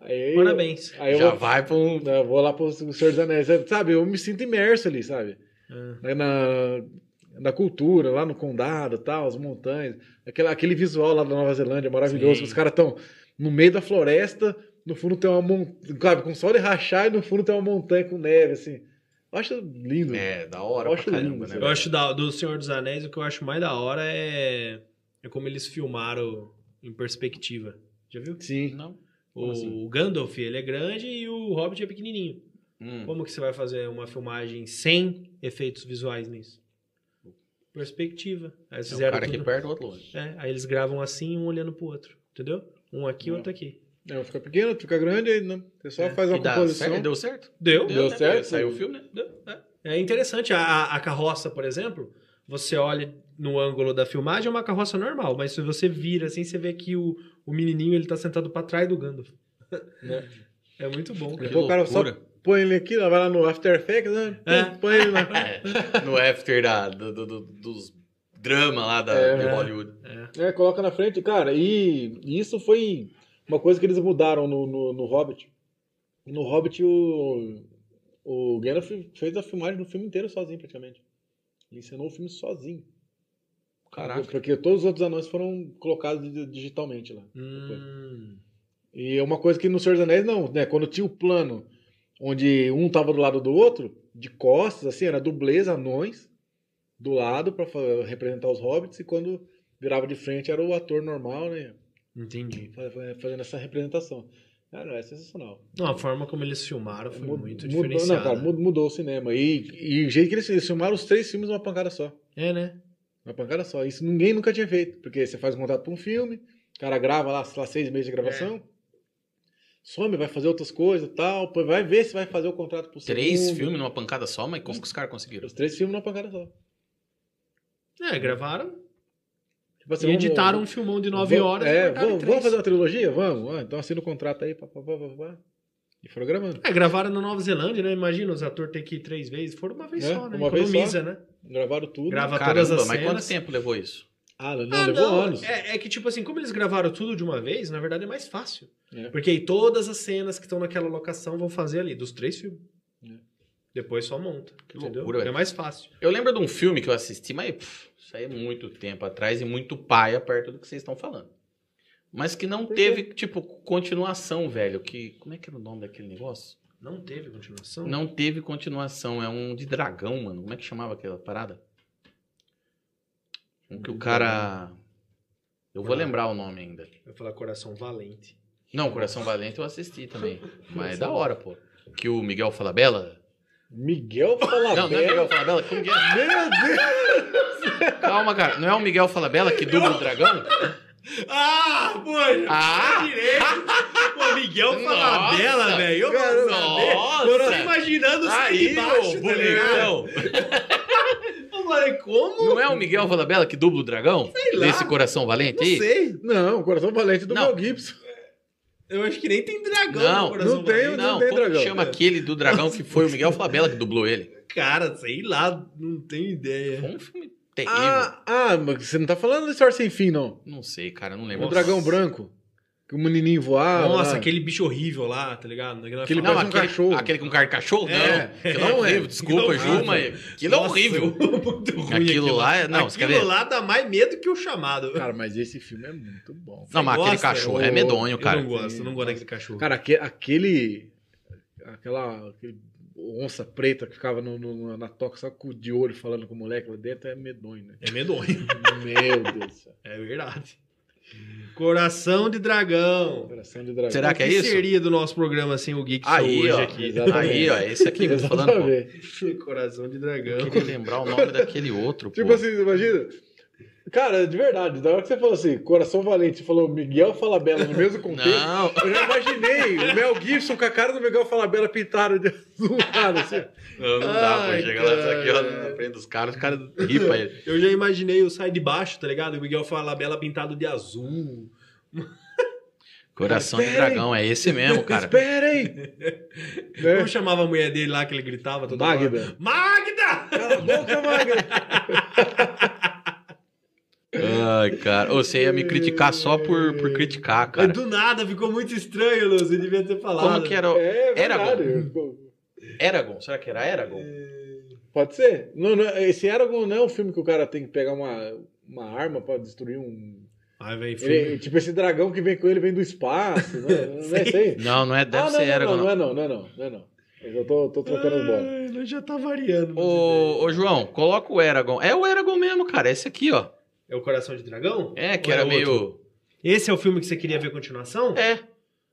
Aí, Parabéns. aí eu, já vou, né, vai pra um. eu vou lá pro Senhor dos Anéis, sabe? Eu me sinto imerso ali, sabe? Ah, né, na, na cultura, lá no condado, tal, as montanhas, aquele, aquele visual lá da Nova Zelândia maravilhoso, Sim. que os caras estão no meio da floresta, no fundo tem uma montanha, sabe, com sol de rachar e no fundo tem uma montanha com neve, assim. Eu acho lindo. É, da hora Hum. Eu pra acho caramba, lindo, né? Eu acho da- do Senhor dos Anéis, o que eu acho mais da hora é, é como eles filmaram em perspectiva. Já viu? Sim. Não. O, Como assim? o Gandalf, ele é grande e o Hobbit é pequenininho. Hum. Como que você vai fazer uma filmagem sem efeitos visuais nisso? Perspectiva. Aí eles É um fizeram cara aqui tudo- perto, o outro longe. É, aí eles gravam assim, um olhando pro outro, entendeu? Um aqui, Não. outro aqui. É, fica pequeno, fica grande, aí não, você só É, faz uma E dá composição. certo? né? Deu certo? Deu? Deu né? certo? Saiu o filme, né? Deu, É É interessante. A- A, a carroça, por exemplo, você olha no ângulo da filmagem, é uma carroça normal, mas se você vira assim, você vê que o, o menininho ele tá sentado pra trás do Gandalf. Né? É muito bom, cara. Pô, o cara só- loucura. Põe ele aqui, vai lá no After Effects, né? É. Põe ele lá. É, no after da, do, do- do- dos drama lá da, É. de Hollywood. É, coloca na frente, cara. E isso foi uma coisa que eles mudaram no, no, no Hobbit. E No Hobbit, o, o Gandalf fez a filmagem do filme inteiro sozinho, praticamente. Ele encenou o filme sozinho. Caraca. Porque todos os outros anões foram colocados di- digitalmente lá. Hum, E é uma coisa que no Senhor dos Anéis, não, né? Quando tinha o plano onde um tava do lado do outro, de costas, assim, era dublês, anões, do lado pra fa- representar os hobbits, e quando virava de frente era o ator normal, né? entendi. fa- fa- fazendo essa representação. Cara, é sensacional. Não, a forma como eles filmaram foi Mud- muito mudou, diferenciada. não, cara, mud- mudou o cinema. E, e o jeito que eles, eles filmaram os três filmes numa pancada só. É, né? Uma pancada só. Isso ninguém nunca tinha feito. Porque você faz um contato pra um filme, o cara grava lá, sei lá, seis meses de É. gravação. Some, vai fazer outras coisas e tal. pô, Vai ver se vai fazer o contrato pro Três segundo. filmes numa pancada só, mas como que os caras conseguiram? Os três filmes numa pancada só. É, gravaram Tipo assim, e vamos- editaram um filmão de nove vamos- horas. e É, marcaram em vamos, três. vamos fazer uma trilogia? Vamos. Ah, então assina o contrato aí. Pá, pá, pá, pá, pá. E foram gravando. É, gravaram na Nova Zelândia, né? Imagina os atores ter que ir três vezes. Foram uma vez É, só, né? uma vez Economiza, só. né? Gravaram tudo. Grava todas Caramba, as mas cenas. quanto tempo levou isso? Ah, não, Ah, levou não, anos. É, é que, tipo assim, como eles gravaram tudo de uma vez, na verdade é mais fácil. É. Porque aí todas as cenas que estão naquela locação vão fazer ali, dos três filmes. É. Depois só monta, entendeu? loucura, é velho. mais fácil. Eu lembro de um filme que eu assisti, mas pff, isso aí é muito tempo atrás e muito paia perto do que vocês estão falando. Mas que não Por quê? é. teve, tipo, continuação, velho. Que, como é que era o nome daquele negócio? Não teve continuação? Não teve continuação. É um de dragão, mano. Como é que chamava aquela parada? Um que o cara. Eu vou lembrar o nome ainda. Eu ia falar Coração Valente. Não, Coração Valente eu assisti também. Mas é da hora, pô. Que o Miguel Falabella. Miguel Não, não é Miguel Falabella. Falabella. Como que é? Meu Deus! Calma, cara. Não é o Miguel Falabella que dubla o dragão? Ah, pô! Ah! Direito! Pô, Miguel Nossa, Falabella, velho! Eu quero saber! Eu tô Nossa! imaginando os Aí, ô, baixo, tá ligado? bonitão. Eu falei, como? Não é o Miguel Falabella que dubla o dragão? Sei lá. Desse Coração Valente Não aí? sei. Não, o Coração Valente do Não. Mel Gibson. Eu acho que nem tem dragão Não, no Coração não tem, Valente. Não, Não tem como que dragão. chama aquele do dragão que foi o Miguel Falabella que dublou ele? Cara, sei lá, não tenho ideia. Foi um filme terrível. Ah, ah, mas você não tá falando de História Sem Fim, não. Não sei, cara, não lembro. O Dragão Branco. Que o menininho voava. Nossa, lá. aquele bicho horrível lá, tá ligado? Aquele não, parece um Ah, aquele, cachorro. aquele com cara de cachorro? É, não. Aquilo é, não é. horrível, desculpa, Aquilo é Ju, horrível. mas aquilo é horrível. Muito ruim Aquilo lá é- não, você quer aquilo ver? lá dá mais medo que o chamado. Cara, mas esse filme é muito bom. Não, mas aquele gosta? cachorro é Eu- medonho, eu cara. não gosto, eu não gosto daquele cachorro. Cara, aque- aquele. Aquela. Aquele onça preta que ficava no- no- na toca só com o de olho falando com o moleque lá dentro é medonho, né? É medonho. Meu Deus do céu. É verdade. Coração de dragão. Coração de dragão. Será que é isso? seria do nosso programa sem o Geek Show Aí, hoje ó. aqui? Exatamente. Aí, ó. Esse aqui que eu tô é falando, pô. Eu Exatamente. Coração de dragão. queria lembrar o nome daquele outro, pô. Tipo assim, imagina. Cara, de verdade, da hora que você falou assim, coração valente, você falou Miguel Falabella no mesmo contexto. Não. Eu já imaginei o Mel Gibson com a cara do Miguel Falabella pintada de azul, cara, assim. Não, não dá, pô. Ai, Chega lá, isso aqui, ó, cara. na frente dos caras, os caras ripam ele. Eu já imaginei o sai de baixo, tá ligado? O Miguel Falabella pintado de azul. Coração de Espera aí. dragão, é esse mesmo, cara. Espera aí! Como É. né? chamava a mulher dele lá que ele gritava toda Magda. hora? Magda! Cala a boca, Magda! Ai, cara. Ô, Você ia me criticar só por, por criticar, cara. Do nada, ficou muito estranho, Lu. Você devia ter falado. Como que era? o- É Eragon. verdade. Eragon? Será que era Eragon? Pode ser? Não, não, esse Eragon não é um filme que o cara tem que pegar uma, uma arma pra destruir um. Ai, velho, Ele- tipo, esse dragão que vem com ele vem do espaço. Não, é- não é isso aí? Não, não é. Deve ah, não, ser não, Eragon, não, não. não é não, não é não, não é não. Eu um tô, tô trocando as bolas. Ai, Lu já tá variando. mas- Ô, ô, João, coloca o Eragon. É o Eragon mesmo, cara. É esse aqui, ó. É o Coração de Dragão? É, que Ou era outro? meio. Esse é o filme que você queria ver continuação? É,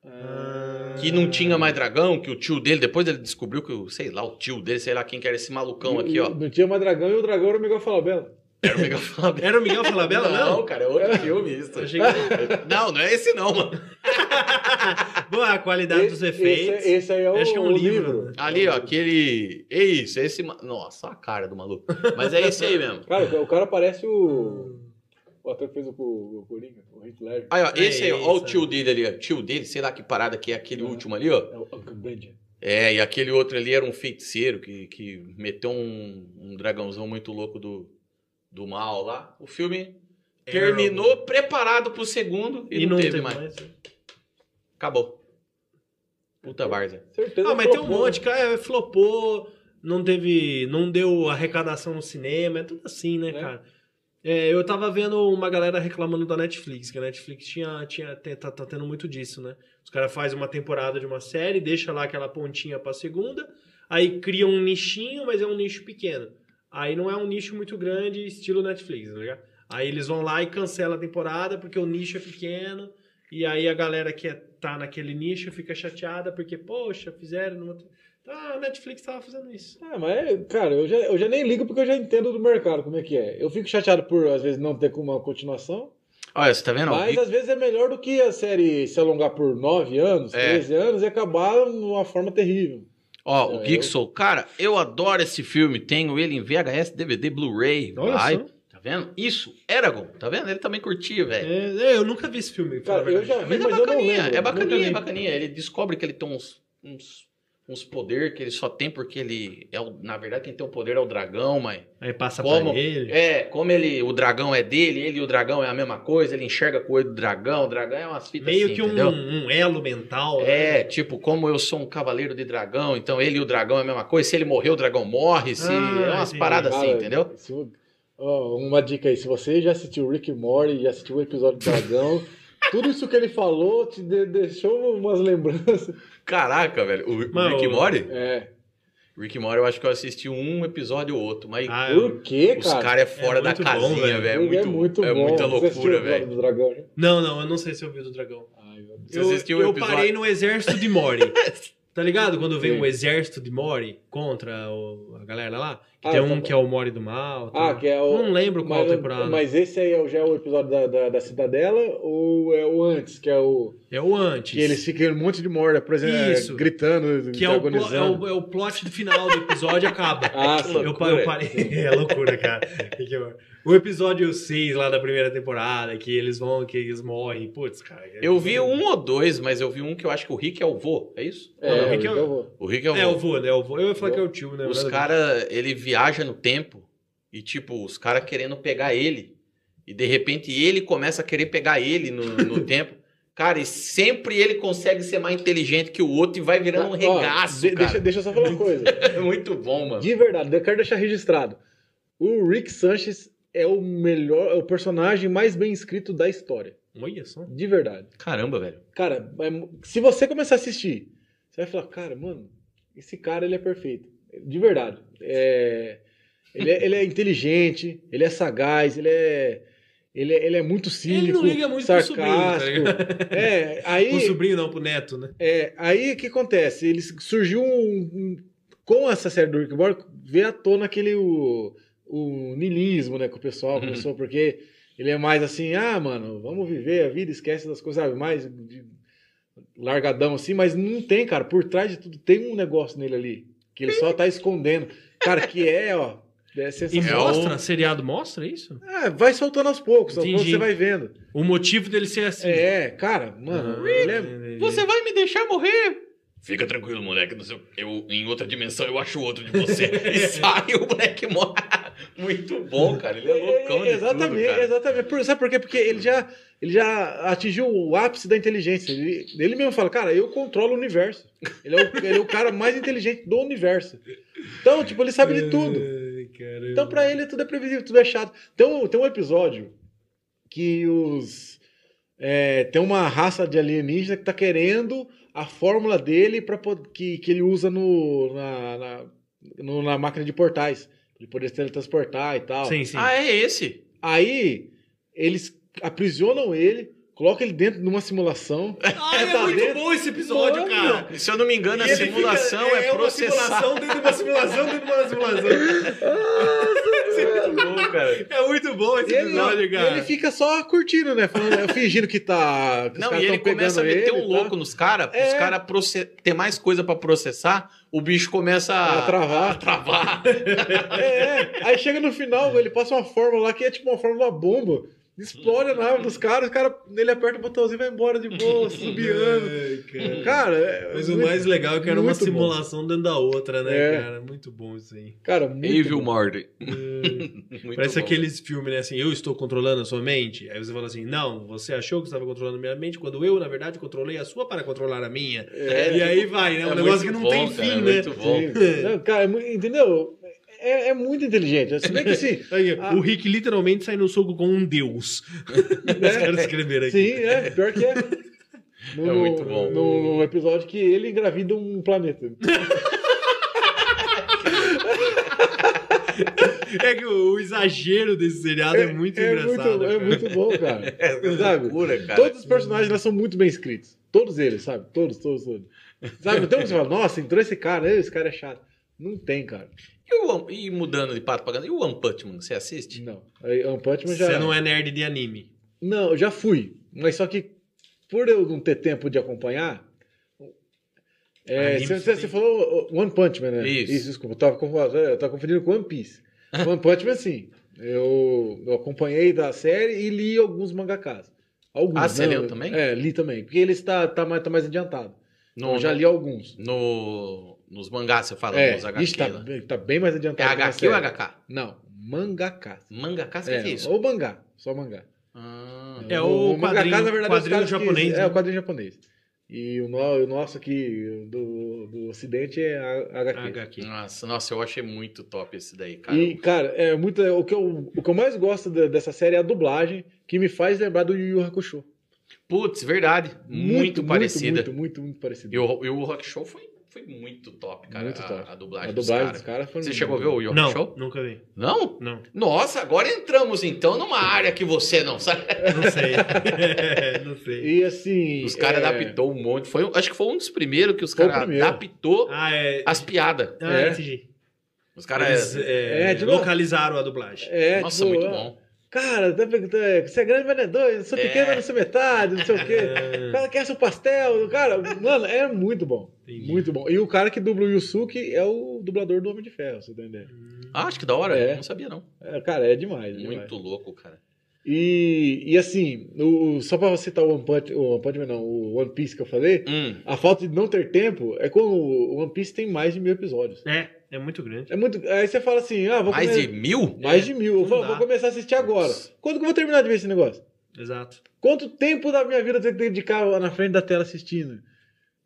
Ah. que não tinha mais dragão, que o tio dele, depois ele descobriu que, o, sei lá, o tio dele, sei lá quem que era esse malucão aqui, ó. Não tinha mais dragão e o dragão era o Miguel Falabella. Era o Mega Flamengo. Era o Miguel Falabella, não? cara, é outro filme isso. Eu achei que- Não, não é esse não, mano. Boa, a qualidade dos Esse- efeitos. Esse, esse aí é o, Acho que é um o livro, livro. né? Ali, ó, aquele... É isso, é esse... ma- Nossa, a cara do maluco. Mas é esse aí mesmo. Cara, o cara parece o. O ator que fez o, o, o Coringa, o Heath Ledger. Aí, ó, É esse aí, ó, ó o isso. tio dele ali, ó. Tio dele, sei lá que parada que é aquele último ali, ó. É o Uncle Benjamin. É, e aquele outro ali era um feiticeiro que, que meteu um, um dragãozão muito louco do, do mal lá. O filme terminou preparado pro segundo um- e, não, teve mais. Acabou. Puta várzea. Certeza. Ah, mas tem um flopou, monte, cara. é, Flopou, não teve. Não deu arrecadação no cinema, é tudo assim, né, Né? cara? É, eu tava vendo uma galera reclamando da Netflix, que a Netflix tinha, tinha, te- tá, tá tendo muito disso, né? Os caras fazem uma temporada de uma série, deixa lá aquela pontinha pra segunda, aí cria um nichinho, mas é um nicho pequeno. Aí não é um nicho muito grande, estilo Netflix, tá ligado? Aí eles vão lá e cancela a temporada porque o nicho é pequeno. E aí a galera que é- tá naquele nicho fica chateada porque, poxa, fizeram numa. Ah, a Netflix tava fazendo isso. Ah, mas, cara, eu já, eu já nem ligo porque eu já entendo do mercado como é que é. Eu fico chateado por, às vezes, não ter uma continuação. Olha, você tá vendo? ó? mas, às vezes, é melhor do que a série se alongar por 9 anos, É. 13 anos e acabar de uma forma terrível. Ó, o É, Geek eu- Soul. Cara, eu adoro esse filme. Tenho ele em VHS, DVD, Blu-ray. Olha Vai. só. Tá vendo? Isso, Eragon. Tá vendo? Ele também curtia, velho. É, é, eu nunca vi esse filme. pra Cara, falar a eu verdade. já vi, Mas mas, é eu não bacaninha, lembro. é Nunca bacaninha, vi. é bacaninha. Ele descobre que ele tem uns, uns, uns poder que ele só tem porque ele... É o- na verdade, quem tem o poder é o dragão, mas... Aí passa Como? pra ele. É, como ele, o dragão é dele, ele e o dragão é a mesma coisa, ele enxerga com o olho do dragão, o dragão é umas fitas Meio assim, que entendeu? um, um elo mental. né? É, tipo, como eu sou um cavaleiro de dragão, então ele e o dragão é a mesma coisa. Se ele morrer, o dragão morre. Se... Ah, é umas entendi. paradas assim, Cara, entendeu? se- ó, uma dica aí, se você já assistiu Rick and Morty, já assistiu o episódio do Dragão, tudo isso que ele falou te de- deixou umas lembranças. Caraca, velho. O o Mano, Rick o- Mori? É. Rick Mori, eu acho que eu assisti um episódio ou outro, mas Ah, eu- Por quê, os cara? caras é fora é da muito bom, casinha, velho. velho. É, Porque muito, é bom. muita Você assistiu o loucura, episódio velho. do Dragão, né? Não, não, eu não sei se eu vi do dragão. Ai, meu Deus. Você eu assistiu o eu episódio- parei no exército de Mori. tá ligado? Quando vem Sim. um exército de Mori contra o- a galera lá. Que Ah, tem eu um tava- que é o Mori do Mal. Ah, tal. que é o- Não lembro qual Mas, temporada. mas esse aí é o- já é o episódio da, da, da Cidadela ou é o antes, que é o. É o antes. Que eles ficam um monte de morda, por exemplo, é, Isso. gritando, Que é o, plo- é, o, é o plot do final do episódio, acaba. Ah, sim. eu, pa- eu parei. é loucura, cara. Que que eu- O episódio 6 lá da primeira temporada, que eles vão, que eles morrem. Putz, cara. é- Eu vi um ou dois, mas eu vi um que eu acho que o Rick é o vô, é isso? É, Não, é, é que eu- eu vou. O Rick é o vô. É, eu vou, né? Eu vou. Eu ia falar que é o tio, né? Os Mas- caras, ele viaja no tempo e, tipo, os caras querendo pegar ele. E de repente ele começa a querer pegar ele no, no tempo. Cara, e sempre ele consegue ser mais inteligente que o outro e vai virando um Tá, Ó, regaço, de- cara. Deixa, deixa eu só falar uma coisa. É muito bom, mano. De verdade, eu quero deixar registrado. O Rick Sanchez é o melhor, é o personagem mais bem escrito da história. Olha só. De verdade. Caramba, velho. Cara, é mu- se você começar a assistir, você vai falar, cara, mano, Esse cara, ele é perfeito. De verdade. É, ele, é, ele é inteligente, ele é sagaz, ele é... Ele é, ele é muito cínico, Ele não liga muito pro sarcástico. sobrinho, tá ligado? é, aí... Pro sobrinho não, pro neto, né? É, aí o que acontece? Ele surgiu um, um- com essa série do Rick and Morty, veio à tona aquele o, o niilismo, né, que o pessoal Uhum. começou, porque ele é mais assim, ah, mano, vamos viver a vida, esquece das coisas, sabe, mais de- largadão assim, mas não tem, cara, por trás de tudo tem um negócio nele ali, que ele só tá escondendo. Cara, que é, ó, E é É sensacional. mostra, seriado mostra isso? É, vai soltando aos poucos, aos poucos Entendi. você vai vendo. O motivo dele ser assim. É, cara, mano, ele é Você... vai me deixar morrer? Fica tranquilo, moleque. no seu- eu, em outra dimensão eu acho outro de você. e sai o moleque morre. Muito bom, cara. Ele é loucão de exatamente, tudo, cara. exatamente. Por- sabe por quê? Porque ele já, ele já atingiu o ápice da inteligência. Ele, ele mesmo fala, cara, eu controlo o universo. Ele é o, ele é o cara mais inteligente do universo. Então, tipo, ele É. sabe de tudo. Então, pra ele, tudo é previsível, tudo é chato. Tem um, tem um episódio que os. é, tem uma raça de alienígena que tá querendo a fórmula dele pra, po- que, que ele usa no, na, na, no- na máquina de portais. Ele poder se teletransportar e tal. Sim, sim. Ah, é esse? Aí eles aprisionam ele, colocam ele dentro de uma simulação. Ah, tá vendo? bom esse Mano. Se eu não me engano, E a ele simulação fica- é, processar. Uma simulação dentro de uma simulação dentro de uma simulação. É muito bom esse Ele, é não- episódio, cara. ele fica só curtindo, né? Falando, fingindo que tá. que os Não, caras e ele tão pegando começa a meter ele um e louco tal. nos caras, os É. caras proce- ter mais coisa pra processar, o bicho começa A travar. a travar. É, é. Aí chega no final, ele passa uma fórmula lá que é tipo uma fórmula bomba. Explode a nave dos caras, o cara, ele aperta o botãozinho e vai embora de boa, subiando. Ai, cara. Cara, é Mas o muito- mais legal é que era uma muito bom. simulação dentro da outra, né, É. cara? Muito bom isso aí. Cara, muito Evil bom. Morden. Parece aqueles filmes, né? Assim, eu estou controlando a sua mente. Aí você fala assim, não, você achou que estava controlando a minha mente, quando eu, na verdade, controlei a sua para controlar a minha. É. e aí vai, né? É Um muito negócio que não bom, tem cara, fim, é né? muito bom. Sim. Não, cara, é mu- entendeu? É, é muito inteligente. Se bem que assim, Aí, Ah. O Rick literalmente sai no soco com um deus. Os caras escreveram aqui. Sim, é, pior que é. No, É muito bom. No, no episódio que ele engravida um planeta. É que o, o exagero desse seriado é, muito engraçado. Muito, é cara. muito bom, cara. Sabe? Sabe? Loucura, cara. Todos os personagens lá são muito bem escritos. Todos eles, sabe? Todos, todos, todos. Sabe? Então você fala, nossa, entrou esse cara, eh, esse cara é chato. Não tem, cara. E, o One- e mudando de pato pra galinha, e o One Punch Man, você assiste? Não. Aí, Unpunch Man já. Você não é nerd de anime. Não, eu já fui. Mas só que, por eu não ter tempo de acompanhar. é, Anime você você, você tem. falou One Punch Man, né? Isso. desculpa. Eu tava, confu- eu tava confundindo com One Piece. One Punch Man, sim. Eu, eu acompanhei da série e li alguns mangakas. Alguns, Ah, você não, leu eu- também? É, li também. Porque ele está tá mais, tá mais adiantado. No, eu já li alguns. no- nos mangás, você fala, É, nos HQ. isso tá, lá. bem- tá bem mais É adiantado. que na HQ ou série. HK? Não, mangakas. Mangaká, você É, que é isso? ou mangá, só mangá. Ah, É o mangaká, quadrinho- é os quadrinho caras que- japonês, é, né? o quadrinho japonês. E o, no- o nosso aqui, do, do ocidente, é a- HQ. HQ. nossa, nossa, eu achei muito top esse daí, cara. E, cara, é muito, o, que eu, o que eu mais gosto de- dessa série é a dublagem, que me faz lembrar do Yu Yu Hakusho. Putz, verdade. Muito, parecida. Muito, muito, muito parecida. E, o, e o Rock Show foi, foi muito top, cara. Muito a, top. a dublagem, a dublagem dos dos caras. caras foi Você muito chegou a ver boa. o Rock Não, Show? nunca vi. Não? Não, Nossa, agora entramos então numa área que você não sabe. não sei. não sei. E assim. Os caras é, adaptou um monte. Foi, um- acho que foi um dos primeiros que os Foi o caras primeiro. adaptou Ah, é. as piadas. Ah, É. entendi. Os caras. Eles, é, É, de novo. localizaram a dublagem. É, Nossa, tipo, muito bom. Cara, tá perguntando, é, você é grande vendedor, eu sou É. pequeno, eu não sou metade, não sei o quê. O Ah, cara quer seu pastel. Cara, mano, é muito bom. entendi. Muito bom. E o cara que dubla o Yusuke é o dublador do Homem de Ferro, você tá entendendo? Ah, acho que da hora. É. Não sabia, não. É, cara, é demais. é demais. Muito louco, cara. E, e assim, o, o- só pra citar o One Punch, o One Punch Man, não, o One Piece que eu falei, Hum, a falta de não ter tempo é quando o One Piece tem mais de mil episódios. É, é muito grande. É muito. Aí você fala assim, ah, vou mais come- de mil? É, mais de mil. Eu não falo, dá. vou começar a assistir agora. Putz. Quando que eu vou terminar de ver esse negócio? Exato. Quanto tempo da minha vida eu tenho que dedicar na frente da tela assistindo?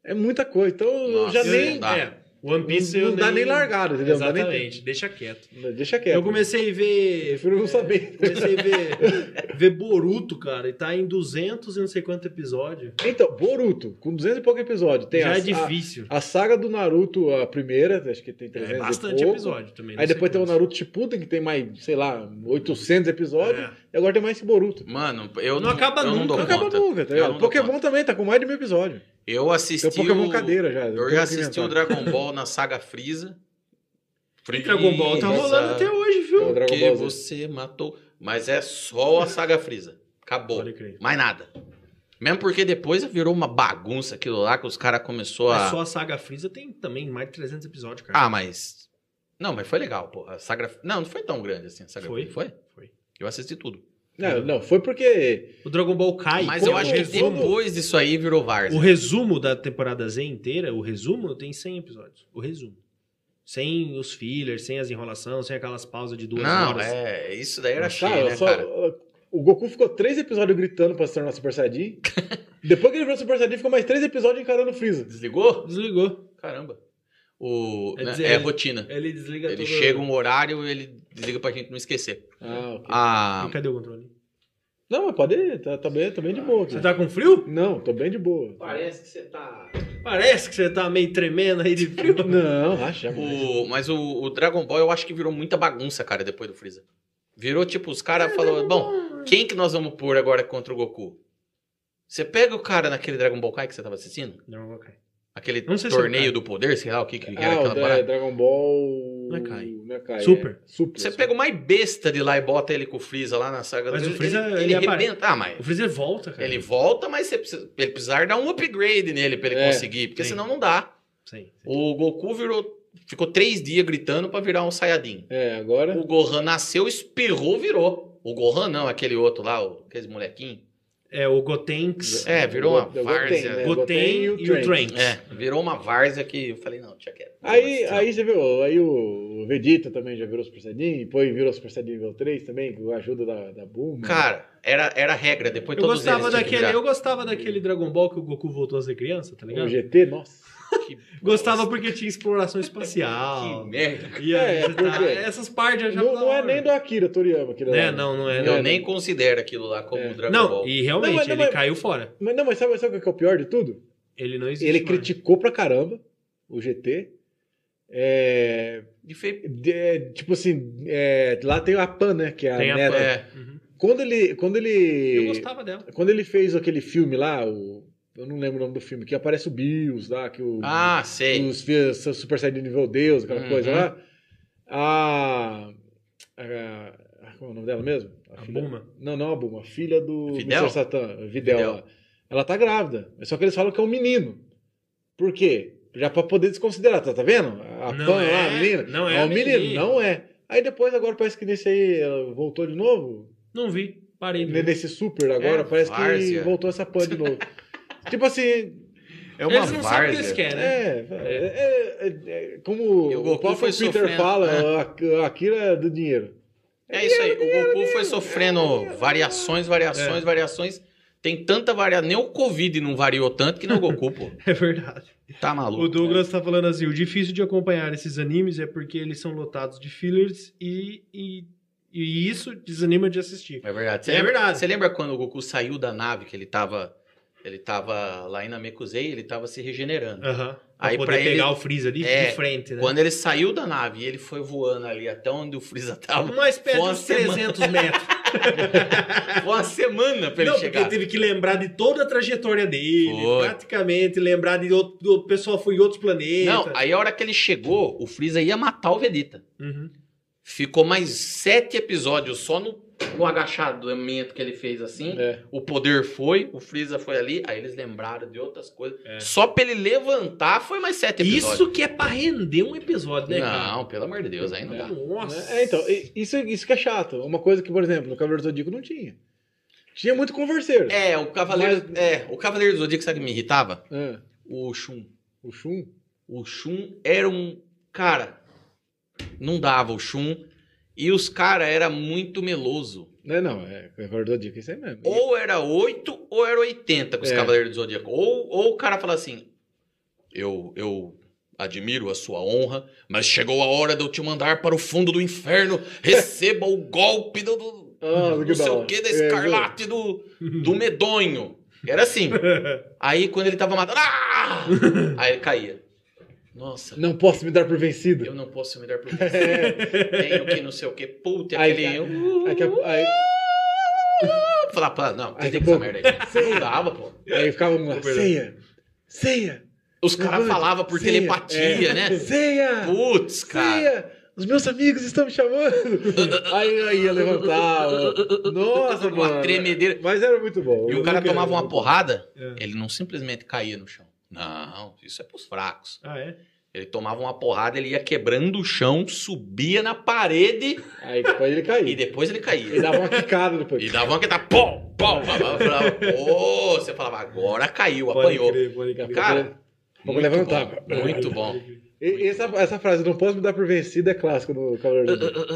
É muita coisa. Então eu Nossa, já eu- nem. não dá. É, One Piece eu não dá nem largado, entendeu? Não dá nem Exatamente, deixa quieto. tempo. Deixa quieto. Eu comecei a ver. Prefiro é. não saber. Comecei a ver, ver Boruto, cara, e tá em 200 e não sei quanto episódio. Então, Boruto, com 200 e pouco episódio. Tem Já a, é difícil. A, a saga do Naruto, a primeira, acho que tem é 300 bastante e pouco. episódio né? também. Aí não depois sei tem o quantos. Naruto Shippuden, que tem mais, sei lá, 800 episódios. É. E agora tem mais esse Boruto. Mano, eu Não acaba eu nunca. Não dou Não acaba conta. nunca, tá Eu ligado? não dou Pokémon conta. também tá com mais de mil episódios. Eu assisti Tem o Pokémon o- cadeira já. um Eu já assisti o Dragon Ball na saga Freeza. E Dragon Ball tá rolando até hoje, viu? O Dragon Porque Ball Z. você matou. Mas é só a saga Freeza. Acabou. Pode crer. Mais nada. Mesmo porque depois virou uma bagunça aquilo lá que os caras começou a. Mas só a saga Freeza tem também mais de 300 episódios, cara. Ah, mas. Não, mas foi legal, pô. A saga... Não, não foi tão grande assim a saga Foi. Freeza. Foi? Foi. Eu assisti tudo. Não, não, foi porque. O Dragon Ball Kai. mas que eu é o acho que resumo- depois disso aí virou Varsa. O resumo da temporada Z inteira, o resumo, tem 100 episódios. O resumo. Sem os fillers, sem as enrolações, sem aquelas pausas de duas Não, horas. é. Isso daí era Cara, cheio, né, tá, só- uh, cara? O Goku ficou três episódios gritando pra se tornar Super Saiyajin. Depois que ele virou Super Saiyajin, ficou mais três episódios encarando o Freeza. Desligou? Desligou. Caramba. O... É né, dizer, é ele- rotina. Ele desliga Ele todo- chega um horário e ele desliga pra gente não esquecer. Ah, tá ok. Ah, Cadê o controle? Não, mas pode ir, tá, tá bem, tá bem de boa. Você tá cara. com frio? Não, tô bem de boa. Parece que você tá. Parece que você tá meio tremendo aí de frio. Não, acha. O, mas o, o Dragon Ball eu acho que virou muita bagunça, cara, depois do Freeza. Virou tipo, os caras falaram: bom, quem que nós vamos pôr agora contra o Goku? Você pega o cara naquele Dragon Ball Kai que você tava assistindo? Não, vou cair. Aquele Não sei se é o torneio Kai. É, do poder, sei lá o que, que era Ah, o aquela Dra- parada. Dragon Ball. Não é Kai. Não é Kai, Super. é Super. Você pega o mais besta de lá e bota ele com o Freeza lá na saga Mas do o Freeza, Ele, ele ele, apare- arrebenta. Ah, mas O Freezer volta, cara. ele volta, mas você precisa, ele precisar dar um upgrade nele pra ele É, conseguir, porque sim. senão não dá. Sim. O Goku virou. Ficou três dias gritando pra virar um Saiyajin. É, agora. O Gohan nasceu, espirrou, virou. O Gohan não, aquele outro lá, o- aquele molequinho. É o Gotenks. É, virou uma Goten, várzea. né? Goten e o Trunks. É, virou uma várzea que eu falei, não, tinha quieto. Aí, aí você viu, aí o o Vegeta também já virou Super Saiyajin, depois virou Super Saiyajin nível 3 também, com a ajuda da, da Bulma. Cara, era, era regra, depois Eu todos gostava, eles tipo, tinham que daquele, virar. eu gostava daquele Dragon Ball que o Goku voltou a ser criança, tá o ligado? GT, nossa. Que Gostava bosta, porque tinha exploração espacial. Que merda. E aí, É, você por tá- quê? essas partes eu já Não, tava não é hora. nem do Akira Toriyama. Aquilo Né? lá. Não, não é. Eu Não, nem considero aquilo lá como É. Dragon Não, Ball. e realmente, Não, é- mas- não, ele mas- caiu fora. Mas, não, mas sabe, sabe o que é o pior de tudo? Ele não existe. Ele mais. criticou pra caramba o GT. É, De fe... de- é, tipo assim, é, lá tem a Pan, né? Que é a Tem a neta. Pan. É, Uhum. Quando ele. Quando Eu ele. gostava dela. Quando ele fez aquele filme lá, o- eu não lembro o nome do filme, que aparece o Bills lá, que o, ah, Hum. sei. os filhos são Super Saiyajin nível Deus, aquela Uhum. coisa lá. A, a, a- Como é o nome dela mesmo? A A filha- Buma. Não, não a Buma, a filha do Fidel? Mr. Satã, a Videl. Fidel. lá. Ela tá grávida, mas só que eles falam que é um menino. Por quê? Já pra poder desconsiderar, tá, tá vendo? A Não Pan é, lá, a menina. não é um a menino, menina. não é. Aí depois, agora parece que nesse aí ela voltou de novo. Não vi. Parei de Né, ver. Nesse super agora, É, parece que várzea. voltou essa pan de novo. tipo assim, É uma Eles não sabem o que eles várzea. querem, né? é, é, é, é, como E o o, Goku próprio foi Peter sofrendo, fala, é. a- a Akira é do dinheiro. É isso aí. O Goku foi sofrendo variações, variações, variações. Tem tanta variação. Nem o Covid não variou tanto que nem o Goku, pô. É verdade. Tá maluco. O Douglas tá falando assim: o difícil de acompanhar esses animes é porque eles são lotados de fillers e, e, e isso desanima de assistir. É verdade. Você É lembra, verdade. Você lembra quando o Goku saiu da nave que ele tava. Ele tava lá em Namekusei, ele tava se regenerando. Aham. Pra Aí poder pra ele- pegar o Freeza ali É, de frente, né? Quando ele saiu da nave e ele foi voando ali até onde o Freeza tava, Mas perde Foi uma uns 300 metros. foi uma semana pra ele não, chegar. porque teve que lembrar de toda a trajetória dele, Foi. praticamente lembrar de outro, do o pessoal foi em outros planetas. Não, aí a hora que ele chegou, o Freeza ia matar o Vegeta. Uhum. Ficou mais sete episódios só no, no agachamento que ele fez assim. É. O poder foi, o Freeza foi ali, aí eles lembraram de outras coisas. É. Só pra ele levantar foi mais sete episódios. Isso que é pra render um episódio, né, cara? Não, pelo amor de Deus, aí não dá. Nossa. É, então, e- isso, isso que é chato. Uma coisa que, por exemplo, no Cavaleiro do Zodíaco não tinha. Tinha muito converseiro. É, o Cavaleiro, é, o Cavaleiro do Zodíaco, sabe o que me irritava? Ah, O Shun. o Shun. O Shun era um. Cara, não dava o Shun. E os cara era muito meloso. Não, não, é Cavaleiro do Zodíaco, isso aí mesmo. Ou era 8 ou era 80 com os É. Cavaleiros do Zodíaco. Ou, ou o cara fala assim: eu, eu Admiro a sua honra, mas chegou a hora de eu te mandar para o fundo do inferno. Receba o golpe do, do Ah, não sei o que da escarlate do, do medonho. Era assim. Aí quando ele tava matando. "Ah!" Aí ele caía. Nossa, Não posso me dar por vencido. eu não posso me dar por vencido. Tenho que não sei o que. Puta, É. Aí, aquele. aí, eu- Aí, É que a- aí- Falar, pá, não, tentei Aí, daqui com a essa merda aí. Não dava, pô. aí ficava um lá, ceia, ceia, Os caras Levante, falavam por ceia. telepatia, É. né? ceia, Putz, cara. ceia. Os meus amigos estão me chamando. Aí eu é, ia levantar. mano. Nossa, Uma mano. tremedeira. Mas era muito bom. E Eu o cara nunca- tomava uma porrada, É. ele não simplesmente caía no chão. Não, isso é pros fracos. Ah, é? Ele tomava uma porrada, ele ia quebrando o chão, subia na parede Aí depois ele e caía. depois ele E caía. dava uma quicada depois. E dava uma que tá pom, pom, pá, pá, falava, "Ô", você falava, agora caiu, apanhou. crer, pode Daqui a Cara, pouco- Muito vamos levantar. bom, muito bom. E- Essa, essa frase, não posso me dar por vencido, é clássico do Uh, Cavaleiro.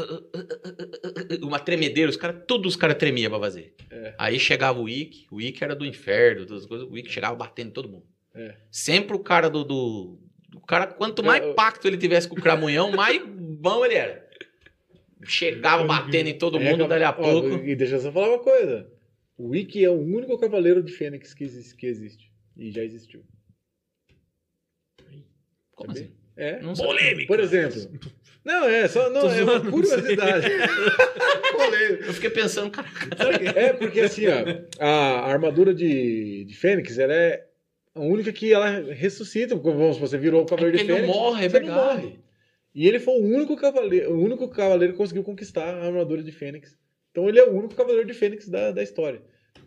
Uma tremedeira, os cara, todos os caras tremiam pra fazer. É. Aí chegava o Wick, o Wick era do inferno, todas as coisas, o Wick chegava batendo em todo mundo. É. Sempre o cara do, do- O cara, quanto mais É, o- pacto ele tivesse com o Cramunhão, mais bom ele era. Uhum. Chegava batendo em todo mundo, dali a pouco. E deixa eu só falar uma coisa. O Wiki é o único Cavaleiro de Fênix que existe. Que existe e já existiu. Como assim? É. Não sei. Por exemplo. Não, é, só. Não, Tô é uma zoando, curiosidade. Polêmico. Eu fiquei pensando, cara. é, porque assim, ó, a a armadura de, de Fênix, ela é a única que ela ressuscita. Como vamos supor, você virou o Cavaleiro de Ele não Fênix. morre, é você não verdade. morre. E ele foi o único cavaleiro, o único cavaleiro que conseguiu conquistar a armadura de Fênix. Então ele é o único cavaleiro de Fênix da, da história.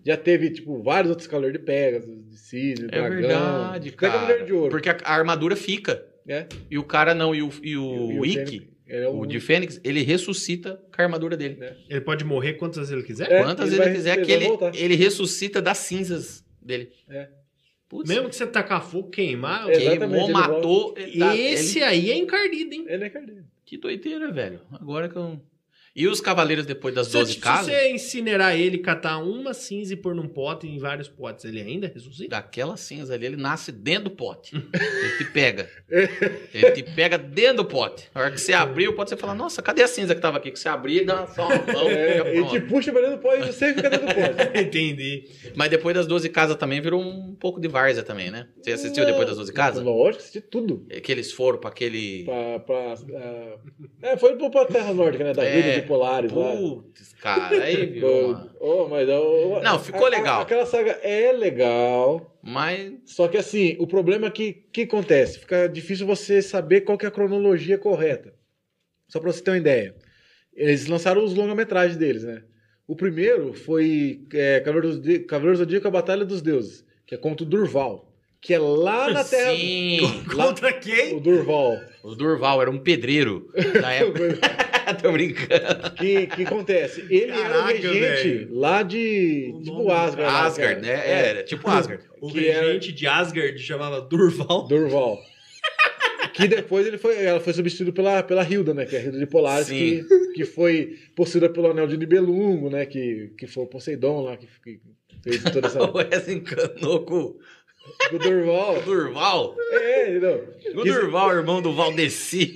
Já teve, tipo, vários outros cavaleiros de Pegasus, de Cisne, É Dragão. verdade, até Cavaleiro cara. de Ouro. Porque a, a armadura fica. É. E o cara não, e o, e o, E- e Wick, Fênix, ele é o de único. Fênix, ele ressuscita com a armadura dele. Ele pode morrer quantas vezes ele quiser? É, Quantas ele vezes ele quiser, vai- ele que vai ele, voltar. ele ressuscita das cinzas dele. É. Putz, Mesmo que você tacar fogo, queimar... É, Exatamente, queimou, ele matou. ele tá- Esse ele- aí é encardido, hein? Ele é cardíaco. Que doideira, velho. Agora que eu. E os cavaleiros depois das Se, 12 se casas? você incinerar ele, catar uma cinza e pôr num pote, em vários potes, ele ainda ressuscita? Daquela cinza ali, ele nasce dentro do pote. Ele te pega. Ele te pega dentro do pote. A hora que você abrir, o pote você fala, nossa, cadê a cinza que tava aqui? Que você abrir, dá só uma mão. fica É, ele pronto. te puxa pra dentro do pó e você fica dentro do pó. Entendi. Mas depois das 12 casas também virou um pouco de várzea também, né? Você assistiu depois das 12 casas? Lógico, assisti tudo. É Que eles foram pra aquele. Pra, pra, ah, é, foi pro- pra Terra Nórdica, né? Da É. Ilha de Polares lá. Putz, cara, aí virou uma... Oh, mas, oh, Não, ficou legal. Aquela saga é legal. Mas Só que assim, o problema é que o que acontece? Fica difícil você saber qual que é a cronologia correta. Só pra você ter uma ideia. Eles lançaram os longa-metragens deles, né? O primeiro foi é, Cavaleiros do Zodíaco- Cavaleiros do Zodíaco, A Batalha dos Deuses, que é contra o Durval. Que é lá na Terra. sim, Contra quem? O Durval. assim, o Durval era um pedreiro da época. Tô brincando. que, que acontece? Ele era o Caraca, regente velho. lá de O tipo nome do Asgard. lá, Asgard, né? cara. É, era tipo Asgard. O é- Que era- regente de Asgard chamava Durval. Durval. que depois ele foi, ela foi substituída pela, pela Hilda, né? Que é a Hilda de Polaris, Sim. que, que foi possuída pelo Anel de Nibelungo, né? Que, que foi o Poseidon lá, que, que fez toda essa... O Wes encanou com do Durval. o Durval. É, não. O Durval, irmão do Valdeci.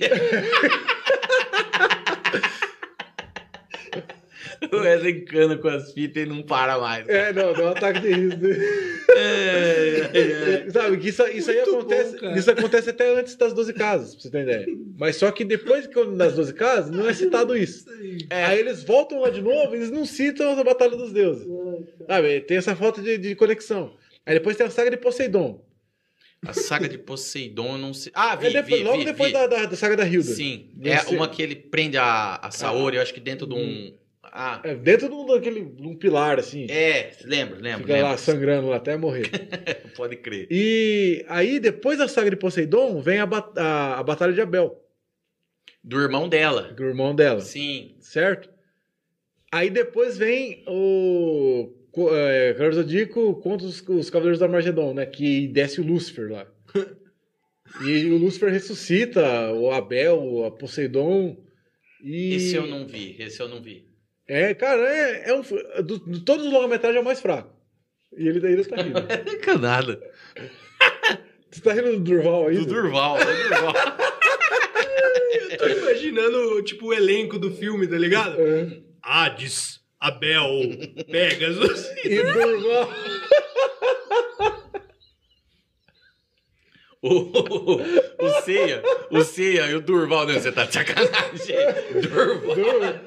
O Wes encana com as fitas e não para mais. É, É, não, deu um ataque de riso. É, Sabe, que isso, isso aí É, Muito acontece. bom, cara. isso acontece até antes das 12 casas, pra você ter ideia. Mas só que depois que eu- das 12 casas, não é citado isso. É. Aí eles voltam lá de novo eles não citam a Batalha dos Deuses. Sabe, tem essa falta de, de conexão. Aí depois tem a saga de Poseidon. A saga de Poseidon, eu não sei. Ah, vi, É depois- vi, logo vi, depois vi. Da, da- da saga da Hilda. Ah. Sim, Não é sei. uma que ele prende a, a Saori, eu acho que dentro de um. Ah, É, dentro de um, daquele, de um pilar, assim. é, lembro, lembro. fica lá lembro. sangrando lá até morrer. Pode crer. e aí, depois da saga de Poseidon, vem a, ba- a- a Batalha de Abel, Do irmão dela. que é o irmão dela. Sim. certo? Aí depois vem o co- é, Cavaleiros do Zodíaco contra os, os Cavaleiros da Armagedon, né? Que desce o Lúcifer lá. e o Lúcifer ressuscita o Abel, a Poseidon e... Esse eu não vi, esse eu não vi. É, cara, é, é um... fi- do- de todos os longa-metragens é o mais fraco. E ele daí ele tá rindo. Encanado. Você tá rindo do Durval aí? Do Durval, do Durval. Eu tô imaginando, tipo, o elenco do filme, tá ligado? É. Hades, Abel, Pegasus. E Durval. O, o, o Ceia, o Ceia e o Durval, né? Você tá de sacanagem. Durval. Dur-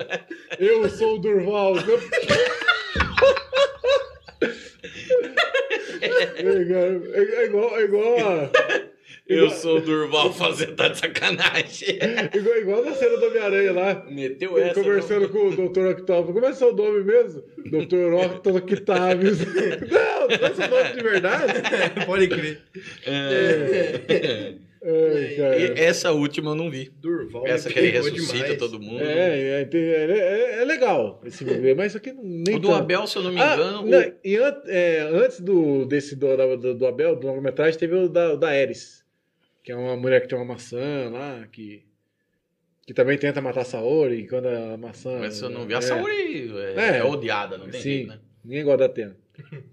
Eu sou o Durval. É, cara, é- é igual, é igual a. Eu sou o Durval fazendo tá de sacanagem. Igual, igual na cena do Homem-Aranha lá. Meteu Ele essa. conversando não. com o Dr. Octavio. Como é seu nome mesmo? Dr. Octavius. Não, não é seu nome de verdade. Pode crer. É. Ai, cara. E essa última eu não vi. Durval. Essa me que ele pegou ressuscita demais. todo mundo. É, é, tem- é, é- é legal esse bebê, mas isso aqui nem O do tanto. Abel, se eu não me Ah, engano, não, o- e an- é, antes do, desse do, da- do, do Abel, do longa-metragem, teve o da, o da Eris, que é uma mulher que tem uma maçã lá, que, que também tenta matar a Saori, quando a maçã... mas se eu não vi. é, A Saori é, É. é odiada, não tem Sim. jeito, né? Ninguém gosta da Atena.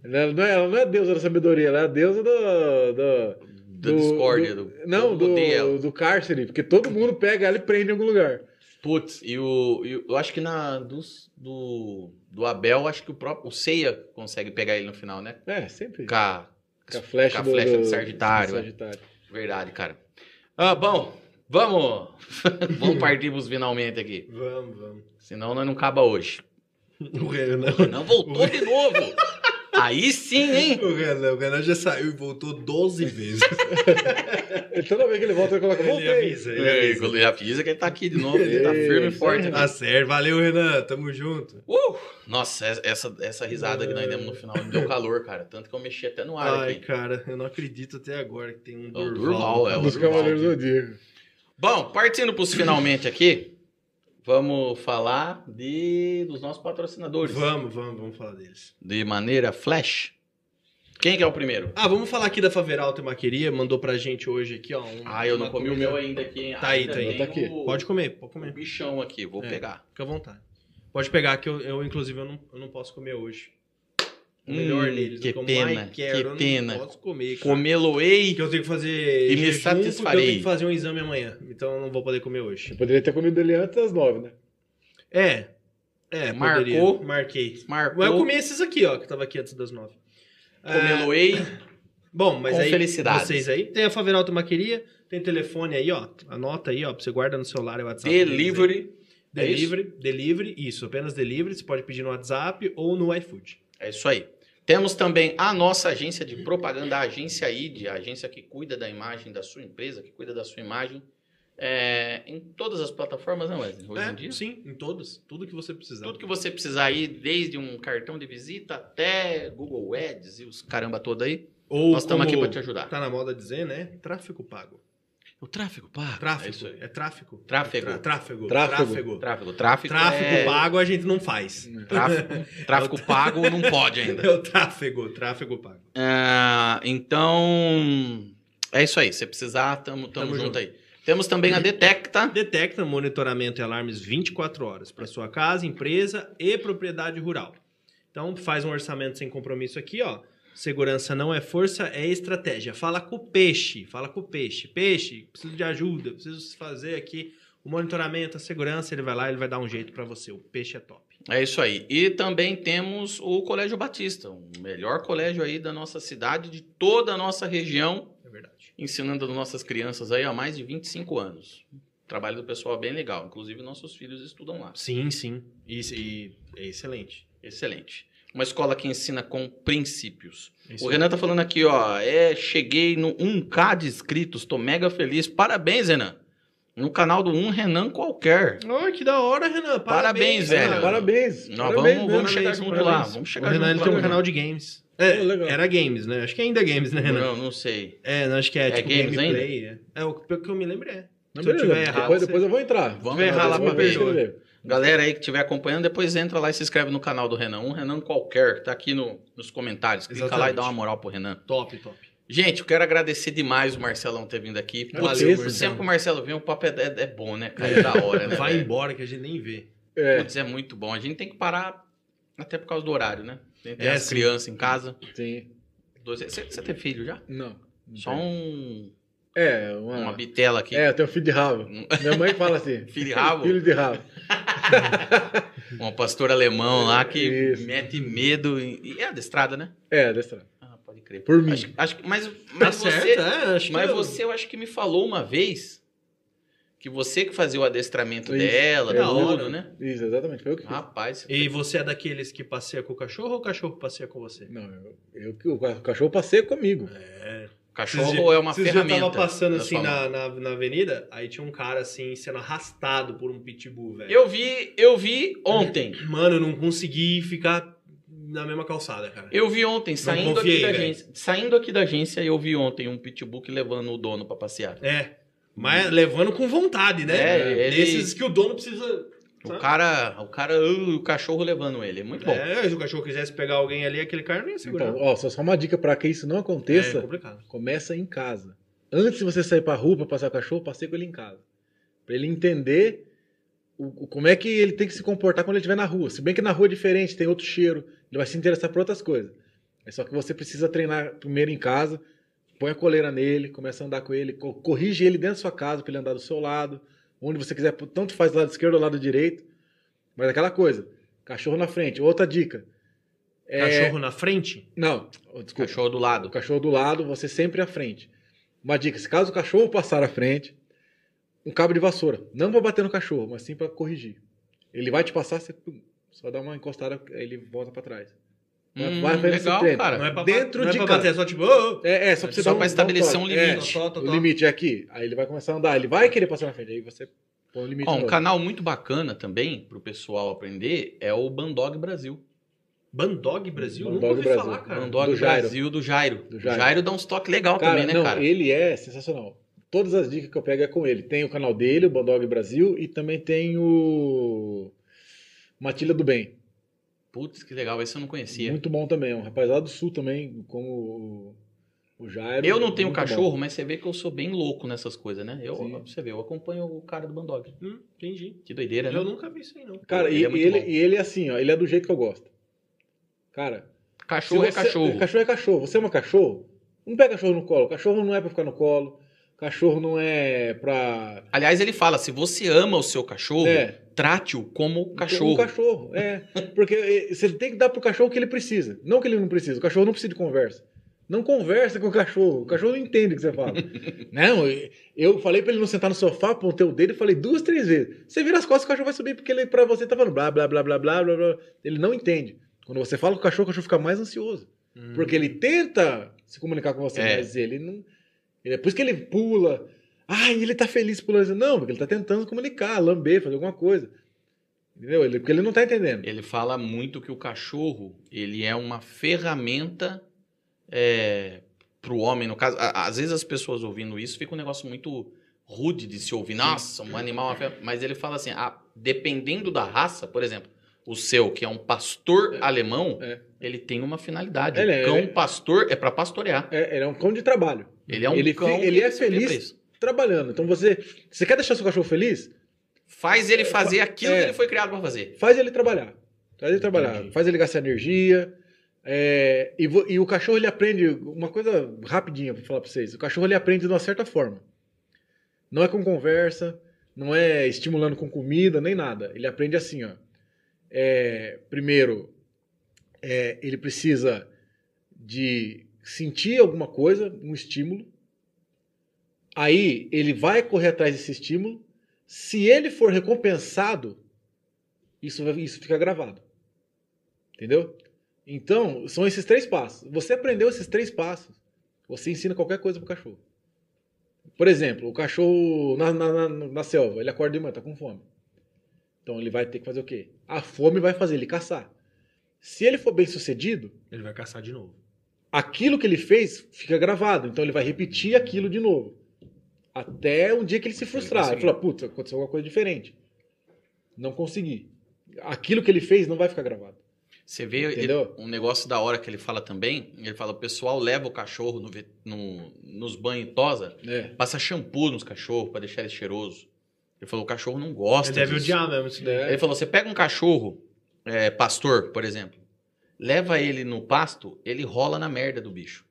Ela não, é, ela não é a deusa da sabedoria, ela é a deusa do... do- Da discórdia. Do, não, eu odeio ela. do, do cárcere, porque todo mundo pega ela e prende em algum lugar. Putz, e o. e o- eu acho que na. dos- do, do Abel, acho que o próprio. O Ceia consegue pegar ele no final, né? É, sempre. Com a, Com a flecha, com a do, flecha do- de Sagitário, do é. Sagitário. Verdade, cara. Ah, bom, vamos. vamos partir pros finalmente aqui. Vamos, vamos. Senão nós não acaba hoje. O Renan, Não voltou de novo. Aí sim, hein? o Renan, o Renan já saiu e voltou 12 vezes. Ele, toda vez que ele volta, ele coloca, ele voltei. avisa, ele É, avisa. Quando ele avisa que ele tá aqui de novo, ele tá firme e forte. Tá certo, valeu Renan, tamo junto. Uh! Nossa, essa- essa, essa risada que nós demos no final me deu calor, cara. Tanto que eu mexi até no ar Ai, aqui. cara, eu não acredito até agora que tem um o Durval. Durval, é o Dos Durval. Cavaleiros do Zodíaco. Bom, partindo pros finalmente aqui, vamos falar de dos nossos patrocinadores. Vamos, vamos, vamos falar deles. De maneira flash. Quem que é o primeiro? Ah, vamos falar aqui da Faveral Temaqueria, mandou pra gente hoje aqui, ó. um- Ah, eu não uma comi o comida. meu ainda aqui, hein? Tá aí, Ainda tá aí. tem Tá aqui. o- Pode comer, pode o comer. bichão aqui, vou É. pegar. Fica à vontade. Pode pegar, que eu, eu, inclusive, eu não, eu não posso comer hoje. O Hum, melhor deles, que o eu pena, mais quero, que eu não pena. posso comer. cara. Comê-lo-ei. Que eu tenho que fazer E me jejum, porque satisfarei. Eu tenho que fazer um exame amanhã, então eu não vou poder comer hoje. Eu poderia ter comido ele antes das nove, né? É, é, Marcou. poderia. Marquei. Marcou. Mas eu comi esses aqui, ó, que tava aqui antes das nove. É, Comê-lo-ei. Bom, mas Com aí felicidades. vocês aí, tem a Faveral Tomaqueria, tem telefone aí, ó, anota aí, ó, pra você guarda no celular e WhatsApp. deles aí. Delivery. é isso? Delivery, delivery, isso, apenas delivery, você pode pedir no WhatsApp ou no iFood. É isso aí. Temos também a nossa agência de propaganda, a agência ID, a agência que cuida da imagem da sua empresa, que cuida da sua imagem é, em todas as plataformas, não, Wesley? Hoje É, em dia. Sim, em todas, tudo que você precisar. Tudo que você precisar aí, desde um cartão de visita até Google Ads e os caramba todo aí, Ou nós estamos aqui como para te ajudar. Tá na moda dizer, né? Tráfego pago. O tráfego, pá. É isso Tráfego, aí. é, tráfego. Tráfego. Tra- Tráfego. Tráfego. Tráfego. Tráfego, tráfego. Tráfego é- pago É a gente não faz. Tráfego, tráfego pago não pode ainda. É o tráfego, tráfego pago. Ah, então, é isso aí. Se precisar, tamo, tamo, Tamo junto, junto. aí. Temos também a Detecta. Detecta monitoramento e alarmes 24 horas para sua casa, empresa e propriedade rural. Então faz um orçamento sem compromisso aqui, ó. Segurança não é força, é estratégia. Fala com o peixe, fala com o peixe. Peixe, preciso de ajuda, preciso fazer aqui o monitoramento, a segurança, ele vai lá, ele vai dar um jeito para você. O peixe é top. É isso aí. E também temos o Colégio Batista, o melhor colégio aí da nossa cidade, de toda a nossa região, É verdade. ensinando as nossas crianças aí há mais de 25 anos. O trabalho do pessoal é bem legal, inclusive nossos filhos estudam lá. Sim, sim. E, e é excelente. Excelente. Uma escola que ensina com princípios. É O isso. Renan tá falando aqui, ó, é, cheguei no 1K de inscritos, tô mega feliz. Parabéns, Renan. No canal do 1 Renan qualquer. Ai, que da hora, Renan. Parabéns, Parabéns, velho. cara. Parabéns. Nós parabéns vamos, mesmo. vamos chegar parabéns, junto parabéns. lá, vamos O chegar Renan ele junto tem lá, um Renan. canal de games. É, Oh, legal. era games, né? Acho que ainda é games, né, Renan? Não, não sei. É, não, acho que é, É tipo games gameplay. É. é, o pelo que eu me lembro é. Não, Se eu beleza. tiver errado, depois, você- depois eu vou entrar. Vamos Depois errar lá eu pra vou ver. escrever. Galera aí que estiver acompanhando, depois entra lá e se inscreve no canal do Renan. Um Renan qualquer, que tá aqui no- nos comentários. Clica lá e Exatamente. dá uma moral pro Renan. Top, top. Gente, eu quero agradecer demais o Marcelão ter vindo aqui. Putz, Valeu, sempre Marcelo. que o Marcelo vem, o papo é, é- é bom, né, cara? É da hora, né? Vai velho? embora que a gente nem vê. É, Putz, é muito bom. A gente tem que parar até por causa do horário, né? Tem, tem É, as sim. crianças em casa. sim. Doze- Você você tem filho já? Não. Só um, É, uma... uma bitela aqui. É, eu tenho um filho de rabo. Minha mãe fala assim. Filho de rabo? Filho de rabo. Um pastor alemão lá que Isso. mete medo. em- E é da estrada, né? É, dessa estrada. Ah, pode crer. Por mim. Acho, acho que- mas Tá mas certo, você, é, acho mas que eu- você, eu acho que me falou uma vez que você que fazia o adestramento Isso, dela, é da isso. hora, né? Isso, exatamente. Foi eu que fiz. Rapaz, E você é daqueles que passeia com o cachorro ou o cachorro passeia com você? Não, eu, eu que o ca- cachorro passeia comigo. É. cachorro Esses dias- é uma esses dias ferramenta. Eu tava passando da assim sua mão. na, na, na avenida, aí tinha um cara assim sendo arrastado por um pitbull, velho. Eu vi, eu vi ontem. Mano, eu não consegui ficar na mesma calçada, cara. Eu vi ontem, saindo confiei, aqui da velho. agência. Saindo aqui da agência, eu vi ontem um pitbull que levando o dono pra passear. É. Mas levando com vontade, né? É, ele- Desses que o dono precisa. O Sabe? cara, o cara, uh, o cachorro levando ele. É muito bom. Tá. É, se o cachorro quisesse pegar alguém ali, aquele cara não ia segurar. Então, ó, só, só uma dica pra que isso não aconteça. É complicado. Começa em casa. Antes de você sair pra rua pra passar o cachorro, passeia com ele em casa. Pra ele entender o, o- como é que ele tem que se comportar quando ele estiver na rua. Se bem que na rua é diferente, tem outro cheiro, ele vai se interessar por outras coisas. É só que você precisa treinar primeiro em casa, põe a coleira nele, começa a andar com ele, co- corrige ele dentro da sua casa pra ele andar do seu lado, onde você quiser, tanto faz do lado esquerdo ou do lado direito. Mas é aquela coisa, cachorro na frente. Outra dica. é- Cachorro na frente? Não, desculpa. Cachorro do O Tá lado. cachorro do lado, você sempre à frente. Uma dica: se caso o cachorro passar à frente, um cabo de vassoura. Não para bater no cachorro, mas sim para corrigir. Ele vai te passar, você pum, só dá uma encostada, aí ele volta para trás. Hum, Vai fazendo esse legal, treino. cara. Não é pra, dentro ba- não de é pra casa. bater, é só tipo. ô, ô. É, é só para você Só dar um, pra estabelecer dar um toque. limite. Tó, tó, É, tó. o limite é aqui. Aí ele vai começar a andar, ele vai querer passar na frente, aí você põe o limite. Ó, de um novo. canal muito bacana também pro pessoal aprender é o Bandog Brasil. Bandog Brasil? Bandog Nunca ouvi Brasil. falar, cara. Bandog Ah, do Jairo. Brasil do Jairo. Do O Jairo. Jairo. dá uns toques legal Cara, também, né, não, cara? ele é sensacional. Todas as dicas que eu pego é com ele. Tem o canal dele, o Bandog Brasil, e também tem o Matilha do Bem. Putz, que legal, esse eu não conhecia. Muito bom também. é Um rapaz lá do sul também, como o, o Jairo. é eu não tenho Muito cachorro, bom. mas você vê que eu sou bem louco nessas coisas, né? Eu, Sim. você vê, eu acompanho o cara do Bandog. Hum, entendi. Que doideira, né? Eu nunca vi isso aí, não. Cara, Ele e, é muito e ele, bom. e ele é assim, ó. Ele é do jeito que eu gosto. Cara. se Cachorro é você- cachorro. Cachorro é cachorro. Você é uma cachorro? Não pega cachorro no colo. Cachorro não é pra ficar no colo. Cachorro não é pra. Aliás, ele fala: se você ama o seu cachorro, É. trate-o como Um cachorro. cachorro, é. Porque eh, você tem que dar pro cachorro o que ele precisa. Não o que ele não precisa. O cachorro não precisa de conversa. Não conversa com o cachorro. O cachorro não entende o que você fala. não, eu- eu falei pra ele não sentar no sofá, apontei o dedo e falei duas, três vezes. Você vira as costas, o cachorro vai subir porque ele pra você tá falando blá, blá, blá, blá, blá, blá, blá. Ele não entende. Quando você fala com o cachorro, o cachorro fica mais ansioso. Hum. Porque ele tenta se comunicar com você, É. mas ele não... Ele, é por isso que ele pula. Ai, ele tá feliz pulando. Não, porque ele tá tentando comunicar, lamber, fazer alguma coisa. Entendeu? Ele, porque ele não tá entendendo. Ele fala muito que o cachorro ele é uma ferramenta é, para o homem. No caso, a- às vezes as pessoas ouvindo isso fica um negócio muito rude de se ouvir. Nossa, um animal. é uma fer-". Mas ele fala assim, ah, dependendo da raça, por exemplo, o seu que é um pastor alemão, É. ele tem uma finalidade. Ele é- o cão ele é- pastor é para pastorear. É, ele é um cão de trabalho, Ele é um Ele cão. fi- que ele é servia pra feliz. isso. trabalhando. Então você, você quer deixar seu cachorro feliz? Faz ele fazer aquilo É. que ele foi criado para fazer. Faz ele trabalhar. Faz ele trabalhar, Entendi. faz ele gastar energia. é, e, vo- e o cachorro ele aprende uma coisa rapidinha pra falar pra vocês. O cachorro ele aprende de uma certa forma. Não é com conversa, não é estimulando com comida nem nada. Ele aprende assim, ó. É, primeiro, é, ele precisa de sentir alguma coisa, um estímulo. Aí ele vai correr atrás desse estímulo. Se ele for recompensado, isso, vai- isso fica gravado. Entendeu? Então, são esses três passos. Você aprendeu esses três passos, você ensina qualquer coisa pro cachorro. Por exemplo, o cachorro na, na- na- na selva, ele acorda de manhã, tá com fome. Então ele vai ter que fazer o quê? A fome vai fazer ele caçar. Se ele for bem sucedido, Ele vai caçar de novo. aquilo que ele fez fica gravado. Então ele vai repetir aquilo de novo. Até um dia que ele se frustrar. Ele conseguir. fala, putz, aconteceu alguma coisa diferente. Não consegui. Aquilo que ele fez não vai ficar gravado. Você vê ele- Entendeu? um negócio da hora que ele fala também. Ele fala: o pessoal leva o cachorro no vet- no- nos banhos e tosa, É. passa shampoo nos cachorros pra deixar ele cheiroso. Ele falou: o cachorro não gosta. Ele deve disso. odiar mesmo isso daí. É. Ele falou: você pega um cachorro, é, pastor, por exemplo, leva ele no pasto, ele rola na merda do bicho.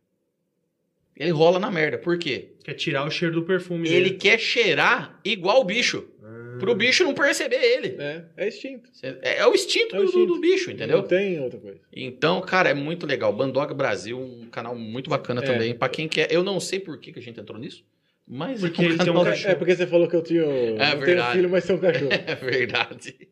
Ele rola na merda. Por quê? Quer tirar o cheiro do perfume Ele dele. quer cheirar igual o bicho. Ah. Pro bicho não perceber ele. É, é extinto. Cê- É, é o instinto, É o do- Do, instinto. bicho, Não entendeu? tem outra coisa. Então, cara, é muito legal. Bandog Brasil, um canal muito bacana É. também. Pra quem quer. Eu não sei por que que a gente entrou nisso, mas Porque é um ele tem um canal- cachorro. É porque você falou que eu tinha. É não tenho verdade. filho, mas tenho um cachorro. É verdade.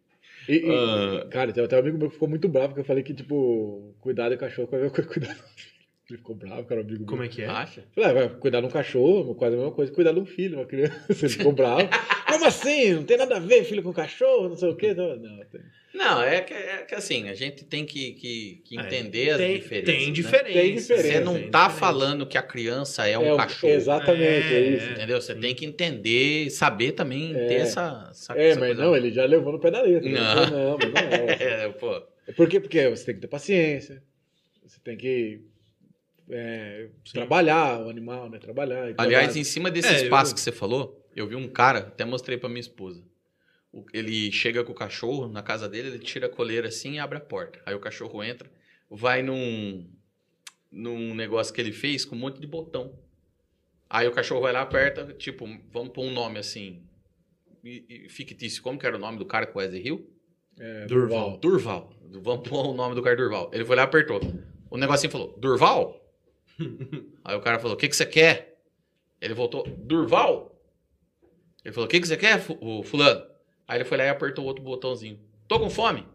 E, e- Ah. Cara, tem até um amigo meu que ficou muito bravo, que eu falei que, tipo, cuidado com cachorro, com cu- cuidado. Ele ficou bravo, cara, um amigo Como meu. é que é? Acha? Falei, ah, vai cuidar de um cachorro, quase a mesma coisa, que cuidar de um filho, uma criança. Ele ficou bravo. Como assim? Não tem nada a ver filho com cachorro, não sei o quê. Não, não, tem. Não, é que, é que assim, a gente tem que, que- que É, entender as tem, diferenças. Tem né? diferença. Tem Você diferença, não tem tá diferença. falando que a criança é um É um- cachorro. Exatamente, é, É, isso. é. Entendeu? Você tem que entender e saber também É. ter essa, essa É, essa mas coisa. não, ele já levou no pé da letra. Ele Não. falou, não, mas não é. É, pô. Por quê? Porque você tem que ter paciência, você tem que é, trabalhar o animal, né? Trabalhar. e Aliás, trabalhar. em cima desse É, eu- espaço que você falou, eu vi um cara, até mostrei pra minha esposa. O- Ele chega com o cachorro na casa dele, ele tira a coleira assim e abre a porta. Aí o cachorro entra, vai num, num negócio que ele fez com um monte de botão. Aí o cachorro vai lá, aperta, tipo, vamos pôr um nome assim. E, e fictício. Como que era o nome do cara com o Wesley Hill? É, Durval. Durval. Vamos pôr o nome do cara Durval. Ele foi lá e apertou. O negocinho falou, Durval? Aí o cara falou, o que, que você quer? Ele voltou, Durval? Ele falou, o que, que você quer, fu- o fulano? Aí ele foi lá e apertou outro botãozinho. Tô com fome.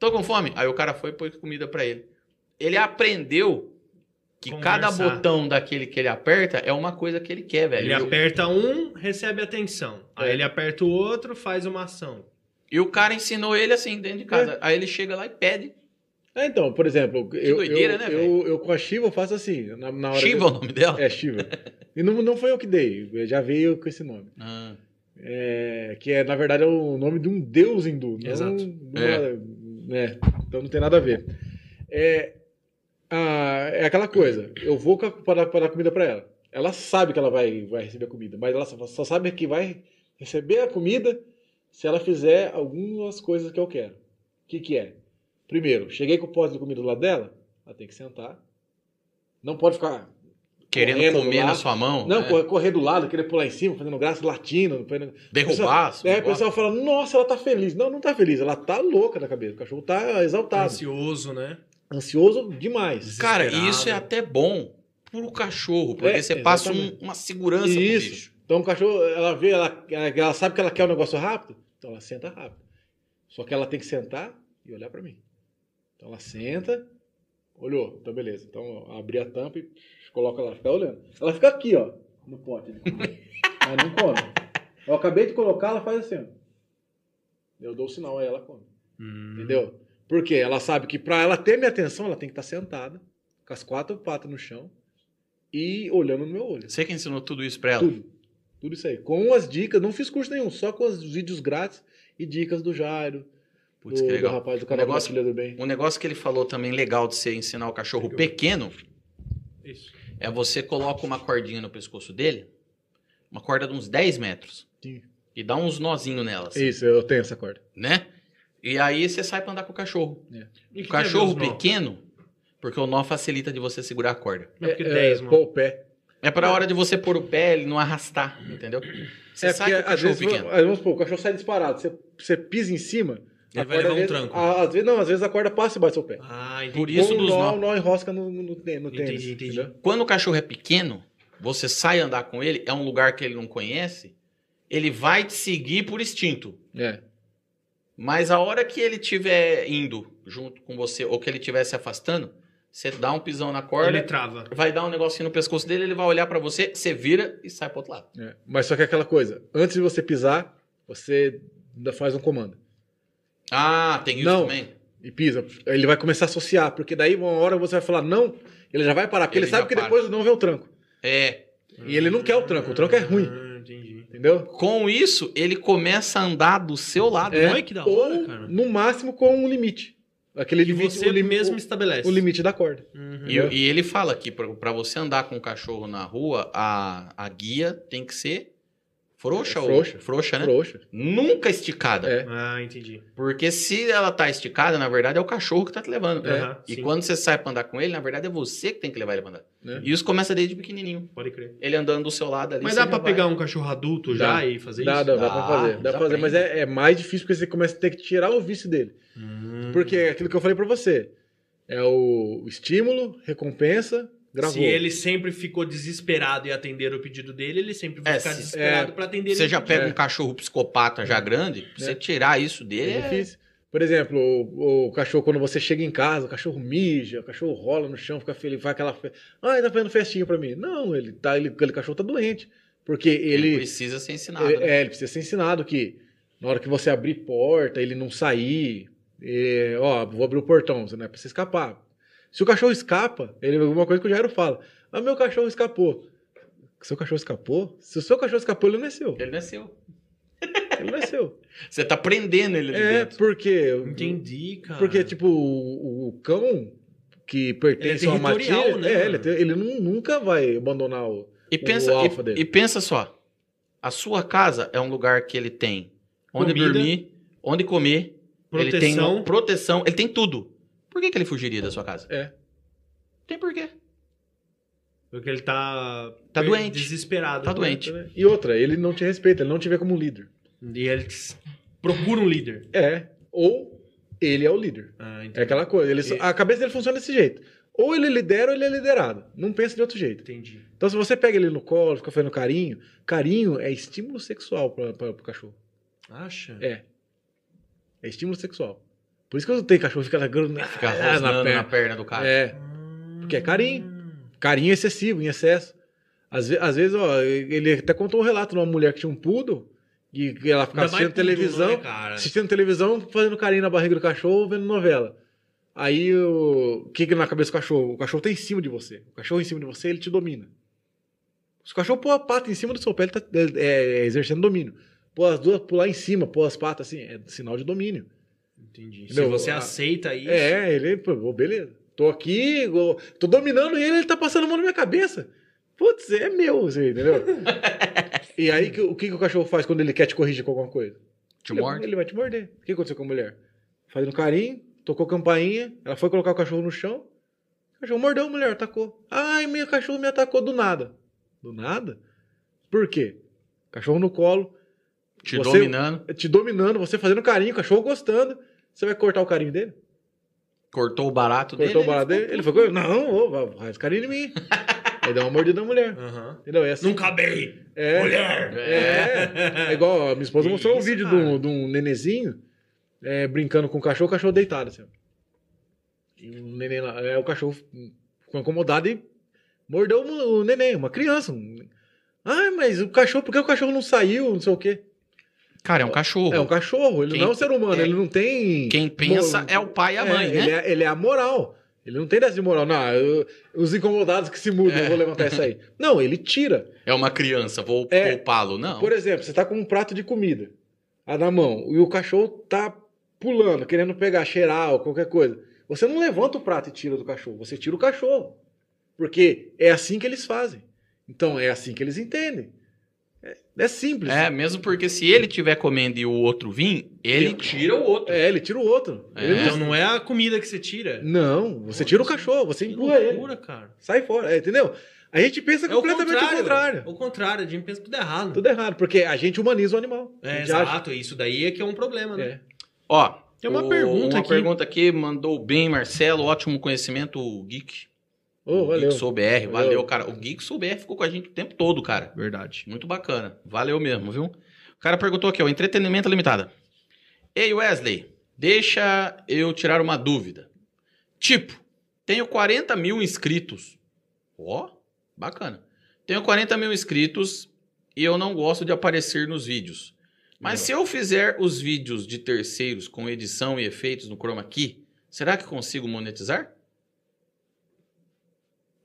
Tô com fome. Aí o cara foi e pôs comida pra ele. Ele aprendeu que cada Conversar. botão daquele que ele aperta é uma coisa que ele quer, velho. Ele E o- aperta um, recebe atenção. Aí É. ele aperta o outro, faz uma ação. E o cara ensinou ele assim, dentro de casa. Aí ele chega lá e pede. É, então, por exemplo, eu, doideira, eu, né, eu, velho? eu com a Shiva eu faço assim, na, na hora. Shiva é o nome dela? Que... É, Shiva. E não, não foi eu que dei, eu já veio com esse nome. Ah, É, que é, na verdade, é o nome de um deus hindu. Não, Exato. não É. era- né? Então não tem nada a ver. É, a- é aquela coisa, eu vou ca- para, para dar comida para ela. Ela sabe que ela vai, vai receber a comida, mas ela só, só sabe que vai receber a comida se ela fizer algumas coisas que eu quero. O que, que é? Primeiro, cheguei com o pote de comida do lado dela, ela tem que sentar. Não pode ficar querendo Correndo comer lá. na sua mão. não, né? correr- correr do lado, querer pular em cima, fazendo graça, latindo. fazendo- Derrubar. assim, um é, seu o pessoal fala, nossa, ela tá feliz. Não, não tá feliz, ela tá louca da cabeça. O cachorro tá exaltado, Ansioso, né? ansioso demais. negócio. Cara, desesperado. isso é até bom pro cachorro, porque É, você passa um- exatamente. uma segurança Isso. pro bicho. Então o cachorro, ela vê, ela, ela sabe que ela quer um negócio rápido, então ela senta rápido. Só que ela tem que sentar e olhar pra mim. Então ela senta, olhou, então beleza. Então ó, abri a tampa e coloca ela, fica olhando. Ela fica aqui, ó, no pote. de comida. ela não come. Eu acabei de colocar, ela faz assim, ó. Eu dou o sinal, aí ela come. Hum. Uhum. Entendeu? Porque ela sabe que pra ela ter minha atenção, ela tem que estar sentada, com as quatro patas no chão e olhando no meu olho. Você que ensinou tudo isso pra ela. Tudo. Tudo isso aí. Com as dicas, não fiz curso nenhum, só com os vídeos grátis e dicas do Jairo, Putz, do, que do legal. rapaz do canal Negócio- Negócio... do Bem. Um negócio que ele falou também legal de você ensinar o cachorro Legal. pequeno Isso. é você coloca uma cordinha no pescoço dele, uma corda de uns 10 metros, Sim. e dá uns nozinhos nelas, Isso, eu tenho essa corda. né? E aí você sai pra andar com o cachorro. E O que cachorro que é meus nó? pequeno, porque o nó facilita de você segurar a corda. Não, porque É, 10, é, mano. pôr o pé. É pra hora de você pôr o pé, ele não arrastar, entendeu? Você é sai porque, com o às cachorro vezes, pequeno. vamos, vamos supor, o cachorro sai disparado, você, você pisa em cima... a Ele vai levar corda, um às vezes- tranco. a- às vezes, não, às vezes a corda passa e bate seu pé. Ah, entendi. Por isso Ou o dos nó, nó. o nó enrosca no, no, no tênis. Entendi, entendi. entendeu? Quando o cachorro é pequeno, você sai andar com ele, é um lugar que ele não conhece, ele vai te seguir por instinto. É. Mas a hora que ele estiver indo junto com você, ou que ele estiver se afastando, você dá um pisão na corda, Ele trava. vai dar um negocinho no pescoço dele, ele vai olhar pra você, você vira e sai pro outro lado. É, Mas só que é aquela coisa, antes de você pisar, você ainda faz um comando. Ah, tem isso Não. também. E pisa. Ele vai começar a associar, porque daí uma hora você vai falar não, ele já vai parar, porque Ele ele, já sabe que para. depois não vê o tranco. É. E ele não quer o tranco, o tranco é ruim. Ah, entendi. Entendeu? Com isso, ele começa a andar do seu lado. né? É. Olha que da Ou, hora, cara. no máximo, com um limite. Aquele Que limite, você o, lim- mesmo o- estabelece. o limite da corda. Uhum. E, Entendeu? e ele fala um aqui, pra pra você andar com o cachorro na rua, a, a guia tem que ser Frouxa, É ou frouxa. frouxa, né? Frouxa. Nunca esticada. É. Ah, entendi. Porque se ela tá esticada, na verdade é o cachorro que tá te levando. É. Aham, e sim. quando você sai pra andar com ele, na verdade é você que tem que levar ele pra andar. Né? E isso começa desde pequenininho. Pode crer. Ele andando do seu lado ali. Mas você dá já pra vai. pegar um cachorro adulto já Dá. e fazer Dá, dá, isso? Ah, dá pra Dá, fazer. Dá pra fazer, desaprende. mas é, é mais difícil porque você começa a ter que tirar o vício dele. Hum. Porque é aquilo que eu falei pra você. É o o estímulo, recompensa, gravou. Se ele sempre ficou desesperado em atender o pedido dele, ele sempre vai É, ficar se- desesperado pra atender Você ele. já pega É. um cachorro psicopata já grande, pra você tirar isso dele É é... difícil. Por exemplo, o, o cachorro, quando você chega em casa, o cachorro mija, o cachorro rola no chão, fica feliz, faz aquela. fe- Ai, tá fazendo festinha pra mim. Não, ele tá, ele, aquele cachorro tá doente. Porque ele... ele. precisa ser ensinado. ele- né? É, ele precisa ser ensinado que na hora que você abrir porta, ele não sair. é, ó, vou abrir o portão, você não é pra você escapar. Se o cachorro escapa, ele alguma coisa que o Jairo fala. Ah, meu cachorro escapou. Seu cachorro escapou? Se o seu cachorro escapou, ele não é seu. Ele não é seu. Ele não é seu. Você tá prendendo ele ali é, dentro. porque. Entendi, cara. Porque, tipo, o, o cão que pertence Ele é a uma matilha, territorial, né, é, mano? ele, é ter- ele nu- nunca vai abandonar o... E pensa, o alfa e- dele. e pensa só. A sua casa é um lugar que ele tem onde Comida. dormir, onde comer, Ele tem proteção. um- uma proteção, ele tem tudo. Por que, que ele fugiria da sua casa? É. Tem porquê. Porque ele tá. Tá per- doente. Desesperado. Tá doente. E outra, ele não te respeita, ele não te vê como líder. E ele s- procura um líder. É, ou ele é o líder. Ah, entendi. É aquela coisa, ele só- E- a cabeça dele funciona desse jeito. Ou ele lidera ou ele é liderado. Não pensa de outro jeito. Entendi. Então, se você pega ele no colo, fica fazendo carinho, carinho é estímulo sexual pra, pra, pro cachorro. Acha? É. É estímulo sexual. Por isso que eu tenho cachorro que fica largando na, Ficar Ah, na rosnando na perna. perna. do cara. É. Hum. Porque é carinho. carinho excessivo, em excesso. Às, ve- às vezes, ó, ele até contou um relato de uma mulher que tinha um poodle e que ela ficava Ainda mais poodle, assistindo televisão, né, cara? assistindo televisão, fazendo carinho na barriga do cachorro, vendo novela. Aí o o que que na cabeça do cachorro? O cachorro tá em cima de você. O cachorro em cima de você, ele te domina. Se o cachorro pôr a pata em cima do seu pé, ele tá é, é, exercendo domínio. Pôr as duas, pular em cima, pôr as patas assim, é sinal de domínio. Entendi. Se Entendeu? você A- aceita isso. É, ele, pô, ô, beleza. Tô aqui, ô, tô dominando ele, ele tá passando a mão na minha cabeça. Putz, é meu, você entendeu? e aí, que- o que, que o cachorro faz quando ele quer te corrigir com alguma coisa? Te ele, morde. ele vai te morder. O que aconteceu com a mulher? Fazendo carinho, tocou campainha, ela foi colocar o cachorro no chão, o cachorro mordeu a mulher, atacou. Ai, meu cachorro me atacou do nada. Do nada? Por quê? Cachorro no colo, Te Você- dominando. te dominando, você fazendo carinho, o cachorro gostando. Você vai cortar o carinho dele? Cortou o barato Cortou o dele. barato dele, ele falou, não, ô, vai- vai ficar em mim. Aí dá uma mordida na mulher. Aham. Entendeu? É assim. Não cabei! é, Mulher! É, é igual, ó, minha esposa Que mostrou um isso, vídeo de cara. um, de um nenezinho é, brincando com o cachorro, o cachorro deitado, assim. ó. E o neném lá, é, o cachorro ficou incomodado e mordeu o, o neném, uma criança. Um... Ah, mas o cachorro, por que o cachorro não saiu, não sei o quê? Cara, é um cachorro. É um cachorro, ele Quem- não é um ser humano, é- ele não tem... Quem pensa Mo- é o pai e a mãe, É, né? Ele é, ele é amoral. Ele não tem dessa de moral. Não, eu- os incomodados que se mudam, eu vou levantar isso aí. Não, ele tira. É... uma criança, vou É. poupá-lo. Não. Por exemplo, você tá com um prato de comida ah, na mão e o cachorro tá pulando, querendo pegar, cheirar ou qualquer coisa. Você não levanta o prato e tira do cachorro, você tira o cachorro. Porque é assim que eles fazem. Então é assim que eles entendem. É, é simples. É, mesmo porque se ele tiver comendo e o outro vir, ele tira o outro. É, ele tira o outro. É. Ele Então não é a comida que você tira. não... não, você tira o cachorro, você Que empurra ele. loucura, cara. Sai fora, é, entendeu? A gente pensa É o completamente contrário. o contrário. O contrário, a gente pensa tudo é errado. Tudo errado, porque a gente humaniza o animal. É, A gente acha- exato. Isso daí é que é um problema, né? É. Ó, Tem uma o- pergunta uma aqui. pergunta aqui, mandou bem, Marcelo. Ótimo conhecimento, geek. Ô, o valeu. Geek Sou BR, valeu, Valeu. cara. O Geek Sou BR ficou com a gente o tempo todo, cara. Verdade. Muito bacana. Valeu mesmo, viu? O cara perguntou aqui, ó, entretenimento limitado. Ei, Wesley, deixa eu tirar uma dúvida. Tipo, tenho 40 mil inscritos. Ó, bacana. Tenho 40 mil inscritos e eu não gosto de aparecer nos vídeos. Mas se eu fizer os vídeos de terceiros com edição e efeitos no Chroma Key, será que consigo monetizar?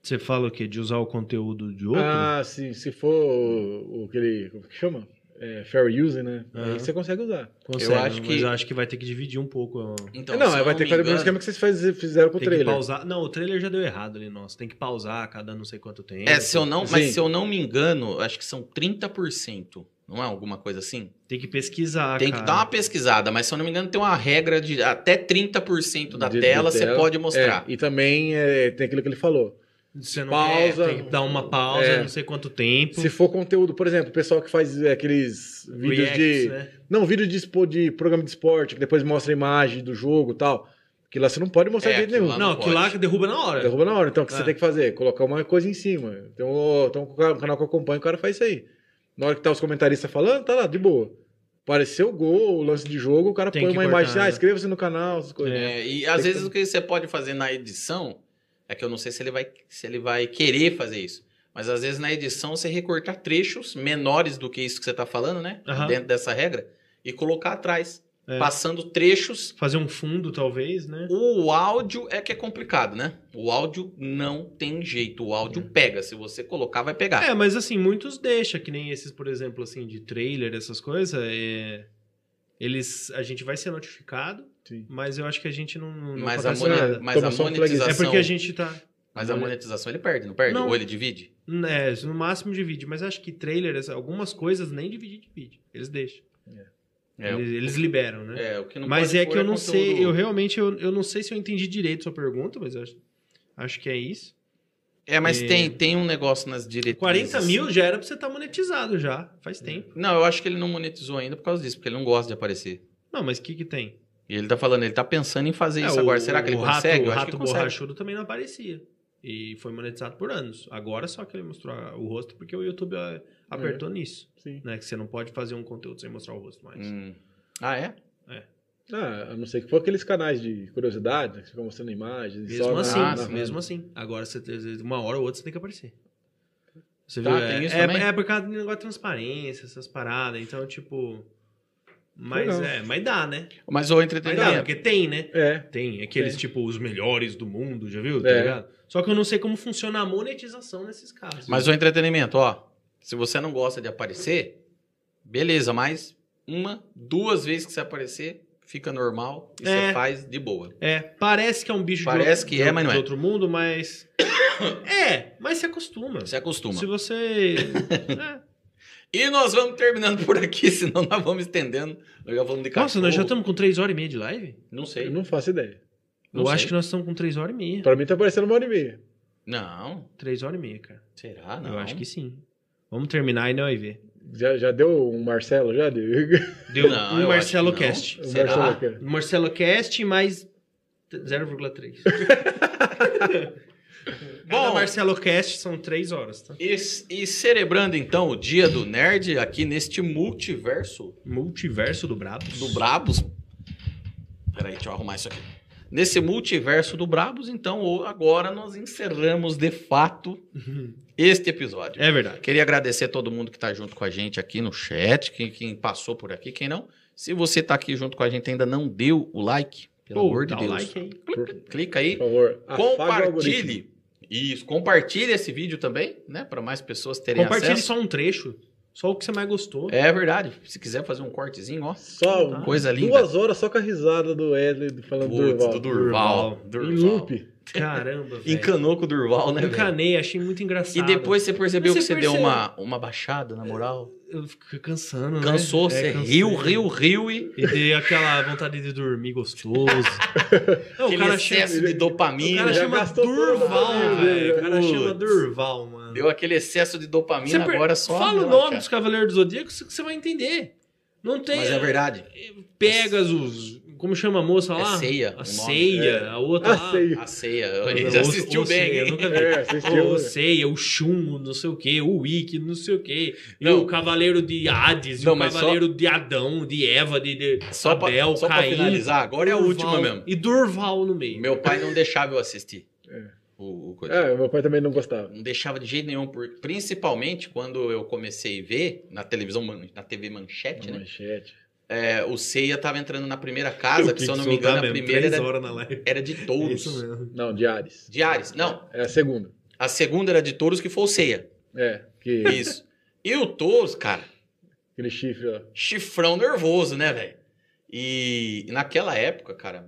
Você fala o quê? De usar o conteúdo de outro? Ah, sim, se for o, o aquele. Como que chama? É, fair use, né? Aham. Aí você consegue usar. Consegue, eu acho mas que- eu acho que vai ter que dividir um pouco. ó. Então, não, se aí eu vai ter que me fazer o mesmo engano- esquema que vocês faz- fizeram com o Tem que trailer. pausar. Não, o trailer já deu errado ali, nossa. Tem que É, pausar a cada não sei quanto tempo. É, se eu não, Sim. mas se eu não me engano, acho que são 30%. Não é alguma coisa assim? Tem que pesquisar, tem que cara. dar uma pesquisada, mas se eu não me engano tem uma regra de até 30% da De- de tela você tela, pode mostrar. É, e também é, tem aquilo que ele falou. Você não pausa. quer, tem que dar uma pausa, É. não sei quanto tempo. Se for conteúdo, por exemplo, o pessoal que faz é, aqueles vídeos Reacts, de. né? Não, vídeo de, expo- de programa de esporte, que depois mostra a imagem do jogo e tal. Aquilo lá você não pode mostrar É, de jeito aquilo nenhum. lá Não, não aquilo lá pode. que derruba na hora. Derruba na hora. Então, o que Ah. você tem que fazer? Colocar uma coisa em cima. Então, o, então, o ca- o canal que eu acompanho, o cara faz isso aí. Na hora que tá os comentaristas falando, tá lá, de boa. Apareceu o gol, o lance de jogo, o cara Tem põe que uma cortar, imagem assim, ah, né? inscreva-se no canal, essas coisas. É, e às Tem que vezes ter- o que você pode fazer na edição é que eu não sei se ele vai se ele vai querer fazer isso. Mas às vezes na edição você recortar trechos menores do que isso que você tá falando, né? Aham. Dentro dessa regra e colocar atrás, É. passando trechos. Fazer um fundo, talvez, né? O áudio é que é complicado, né? O áudio não tem jeito, o áudio pega, se você colocar vai pegar. É, mas assim, muitos deixam, que nem esses, por exemplo, assim, de trailer, essas coisas, é, eles, a gente vai ser notificado, Sim. mas eu acho que a gente não, não Mas a, acontece mone- mone- nada. mas a Toma só um flagzinho. É monetização. porque a gente tá, Mas a monetização ele perde, não perde? Não. Ou ele divide? é, no máximo divide, mas acho que trailer, essa- algumas coisas nem dividir, divide, eles deixam, É, eles, eles liberam, né? é, o que não mas pode é pôr que eu não sei, conteúdo- eu realmente, eu, eu não sei se eu entendi direito sua pergunta, mas eu acho, acho que é isso. É, mas É. tem, tem um negócio nas diretrizes. 40 assim- mil já era pra você estar monetizado já, faz tempo. Não, eu acho que ele não monetizou ainda por causa disso, porque ele não gosta de aparecer. Não, mas o que que tem? E ele tá falando, ele tá pensando em É. fazer É, isso o- agora. Será que ele o consegue? eu Rato, o acho rato que consegue. borrachudo também não aparecia. E foi monetizado por anos. Agora só que ele mostrou a- o rosto, porque o YouTube ah, É. apertou nisso. Sim. Né? Que você não pode fazer um conteúdo sem mostrar o rosto mais. Hum. Ah, é? Ah, a não ser que for aqueles canais de curiosidade, né, que ficam mostrando imagens. e Mesmo na- assim, ah, na- sim. mesmo assim. Agora, você, tem- uma hora ou outra, você tem que aparecer. Você Tá, viu? tem é, isso é, também? é por causa do negócio de transparência, essas paradas. Então, tipo... Mas, Legal. é, mas dá, né? Mas o Mas dá, entretenimento. porque tem, né? É, Tem aqueles, tipo, os melhores do mundo, já viu? Tá É. ligado? Só que eu não sei como funciona a monetização nesses casos. Mas o entretenimento, ó. Se você não gosta de aparecer, beleza, mas uma, duas vezes que você aparecer, fica normal e É. você faz de boa. É, parece que é um bicho Parece de, outro, que de é, outro- mas não de é. outro mundo, mas. é, mas se acostuma. Você acostuma. Se você. é. E nós vamos terminando por aqui, senão nós vamos estendendo. Nós já falamos de cachorro. Nossa, nós já estamos com 3 horas e meia de live? Não eu sei. não faço ideia. Não eu sei. acho que nós estamos com 3 horas e meia. Pra mim tá parecendo uma hora e meia. Não. 3 horas e meia, cara. Será? Não. Eu acho que sim. Vamos terminar e não vai ver. Já, já deu um Marcelo, já? Deu Deu Não, um eu acho Marcelo que não. Cast. Um Será? Marcelo aqui. Marcelo Cast mais t- 0,3. Bom, Bom. Marcelo Cast são 3 horas, tá? E, e celebrando então o dia do nerd aqui neste multiverso Multiverso do Brabos. do Brabos. Peraí, deixa eu arrumar isso aqui. Nesse multiverso do Brabos, então, o- agora nós encerramos de fato este episódio. É verdade. Queria agradecer a todo mundo que está junto com a gente aqui no chat, quem, quem passou por aqui, quem não. Se você está aqui junto com a gente e ainda não deu o like, pelo Pô, amor de dá o Deus, like aí. Ah, clica aí. Por favor, afaga o algoritmo. compartilhe. Isso, compartilhe esse vídio também, né? Para mais pessoas terem Compartilhe acesso. só um trecho. Só o que você mais gostou. É verdade. Se quiser fazer um cortezinho, ó. Só um Ah, Coisa linda. duas horas só com a risada do Wesley do- falando do Putz, do Durval. Durval. Em loop. Caramba, velho. Encanou com o Durval, né, velho? Encanei, achei muito engraçado. E depois você percebeu Mas que você você deu percebe- uma, uma baixada, na moral. Eu fico cansando, né? Cansou, É, você cansei. riu, riu, riu e E dei aquela vontade de dormir gostoso. Não, o aquele cara chama, excesso de o dopamina. cara já chama gastou todo o Durval, dinheiro velho. O dele, cara né? chama Putz. Durval, mano. Deu aquele excesso de dopamina, per- agora é só... Fala o relaxa. nome dos Cavaleiros do Zodíaco que você vai entender. Não tem. Mas é verdade. Pegasus, como chama a moça lá? É ceia, o A nome. ceia, É. a outra. lá. Ah, sei. A ceia. Não, Ele não, assistiu ou- ou bem, ceia, hein? Nunca vi. É, O assistiu. Seiya, o Shun, não sei o que, o Wiki, não sei o que, e Não. o Cavaleiro de Hades, e Não, o mas só- Cavaleiro de Adão, de Eva, de, de Só pra, Abel, só pra Caim. finalizar, agora é a Durval É. última mesmo. E Durval no meio. Meu pai não deixava eu assistir. É. O, o coisa. É, meu pai também não gostava. Não deixava de jeito nenhum, por- principalmente quando eu comecei a ver na televisão, man- na TV Manchete, né? Manchete. É, o Ceia tava entrando na primeira casa, que se eu não me soltar engano, a tá mesmo, primeira três era, horas na live. era de É touros. Isso mesmo. Não, de Ares. de Ares. Não, É a segunda. a segunda era de touros, que foi o Ceia. É, que Isso. e o touros, cara, aquele chifre lá. chifrão nervoso, né, velho? E naquela época, cara,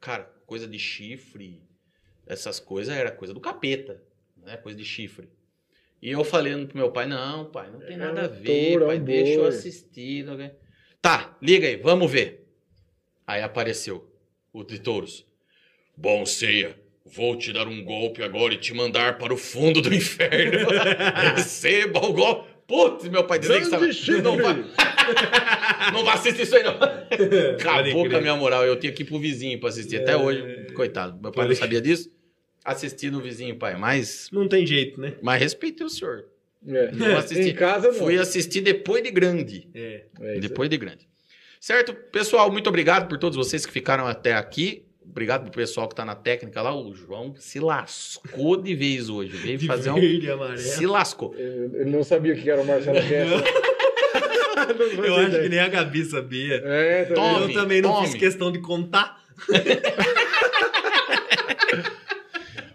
cara, coisa de chifre, essas coisas era coisa do capeta, né? Coisa de chifre. E eu falando pro meu pai, não, pai, não tem É nada a um ver, touro, é pai, um deixa eu boi." assistir. não é? Tá, liga aí, vamos ver. Aí apareceu o de touros. Bom, ceia, vou te dar um golpe agora e te mandar para o fundo do inferno. Receba o golpe. Putz, meu pai dizia que Grande sabe. chifre! Não vai, não vai assistir isso aí, não. Acabou crer. com a minha moral. Eu tinha que ir pro vizinho pra assistir. Até É. hoje, coitado. Meu pai Pode não crer. sabia disso. Assisti no vizinho, pai. Mas, Não tem jeito, né? mas respeitei o senhor. É. Não Em assisti. casa Tá não. Fui assistir depois de grande. É. É isso Depois de grande. Certo? Pessoal, muito obrigado por todos vocês que ficaram até aqui. Obrigado pro pessoal que tá na técnica lá. O João se lascou de vez hoje. Veio De fazer um. verde e amarelo. Se lascou. Eu, eu não sabia que era o Marcelo Kessler. Eu acho que nem a Gabi sabia. É, também. Toma. eu também não tome. fiz questão de contar.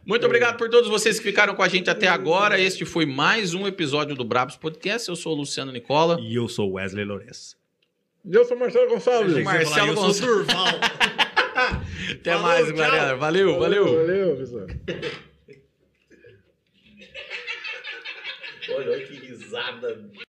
Muito obrigado por todos vocês que ficaram com a gente até agora. Este foi mais um episódio do Brabos Podcast. Eu sou o Luciano Nicola. E eu sou Wesley Lourenço. Eu sou Marcelo Achei Gonçalves. que Marcelo eu sou Gonçalves. Durval. Até Falou, mais, tchau. galera. Valeu, valeu. Valeu, pessoal. Olha, olha que risada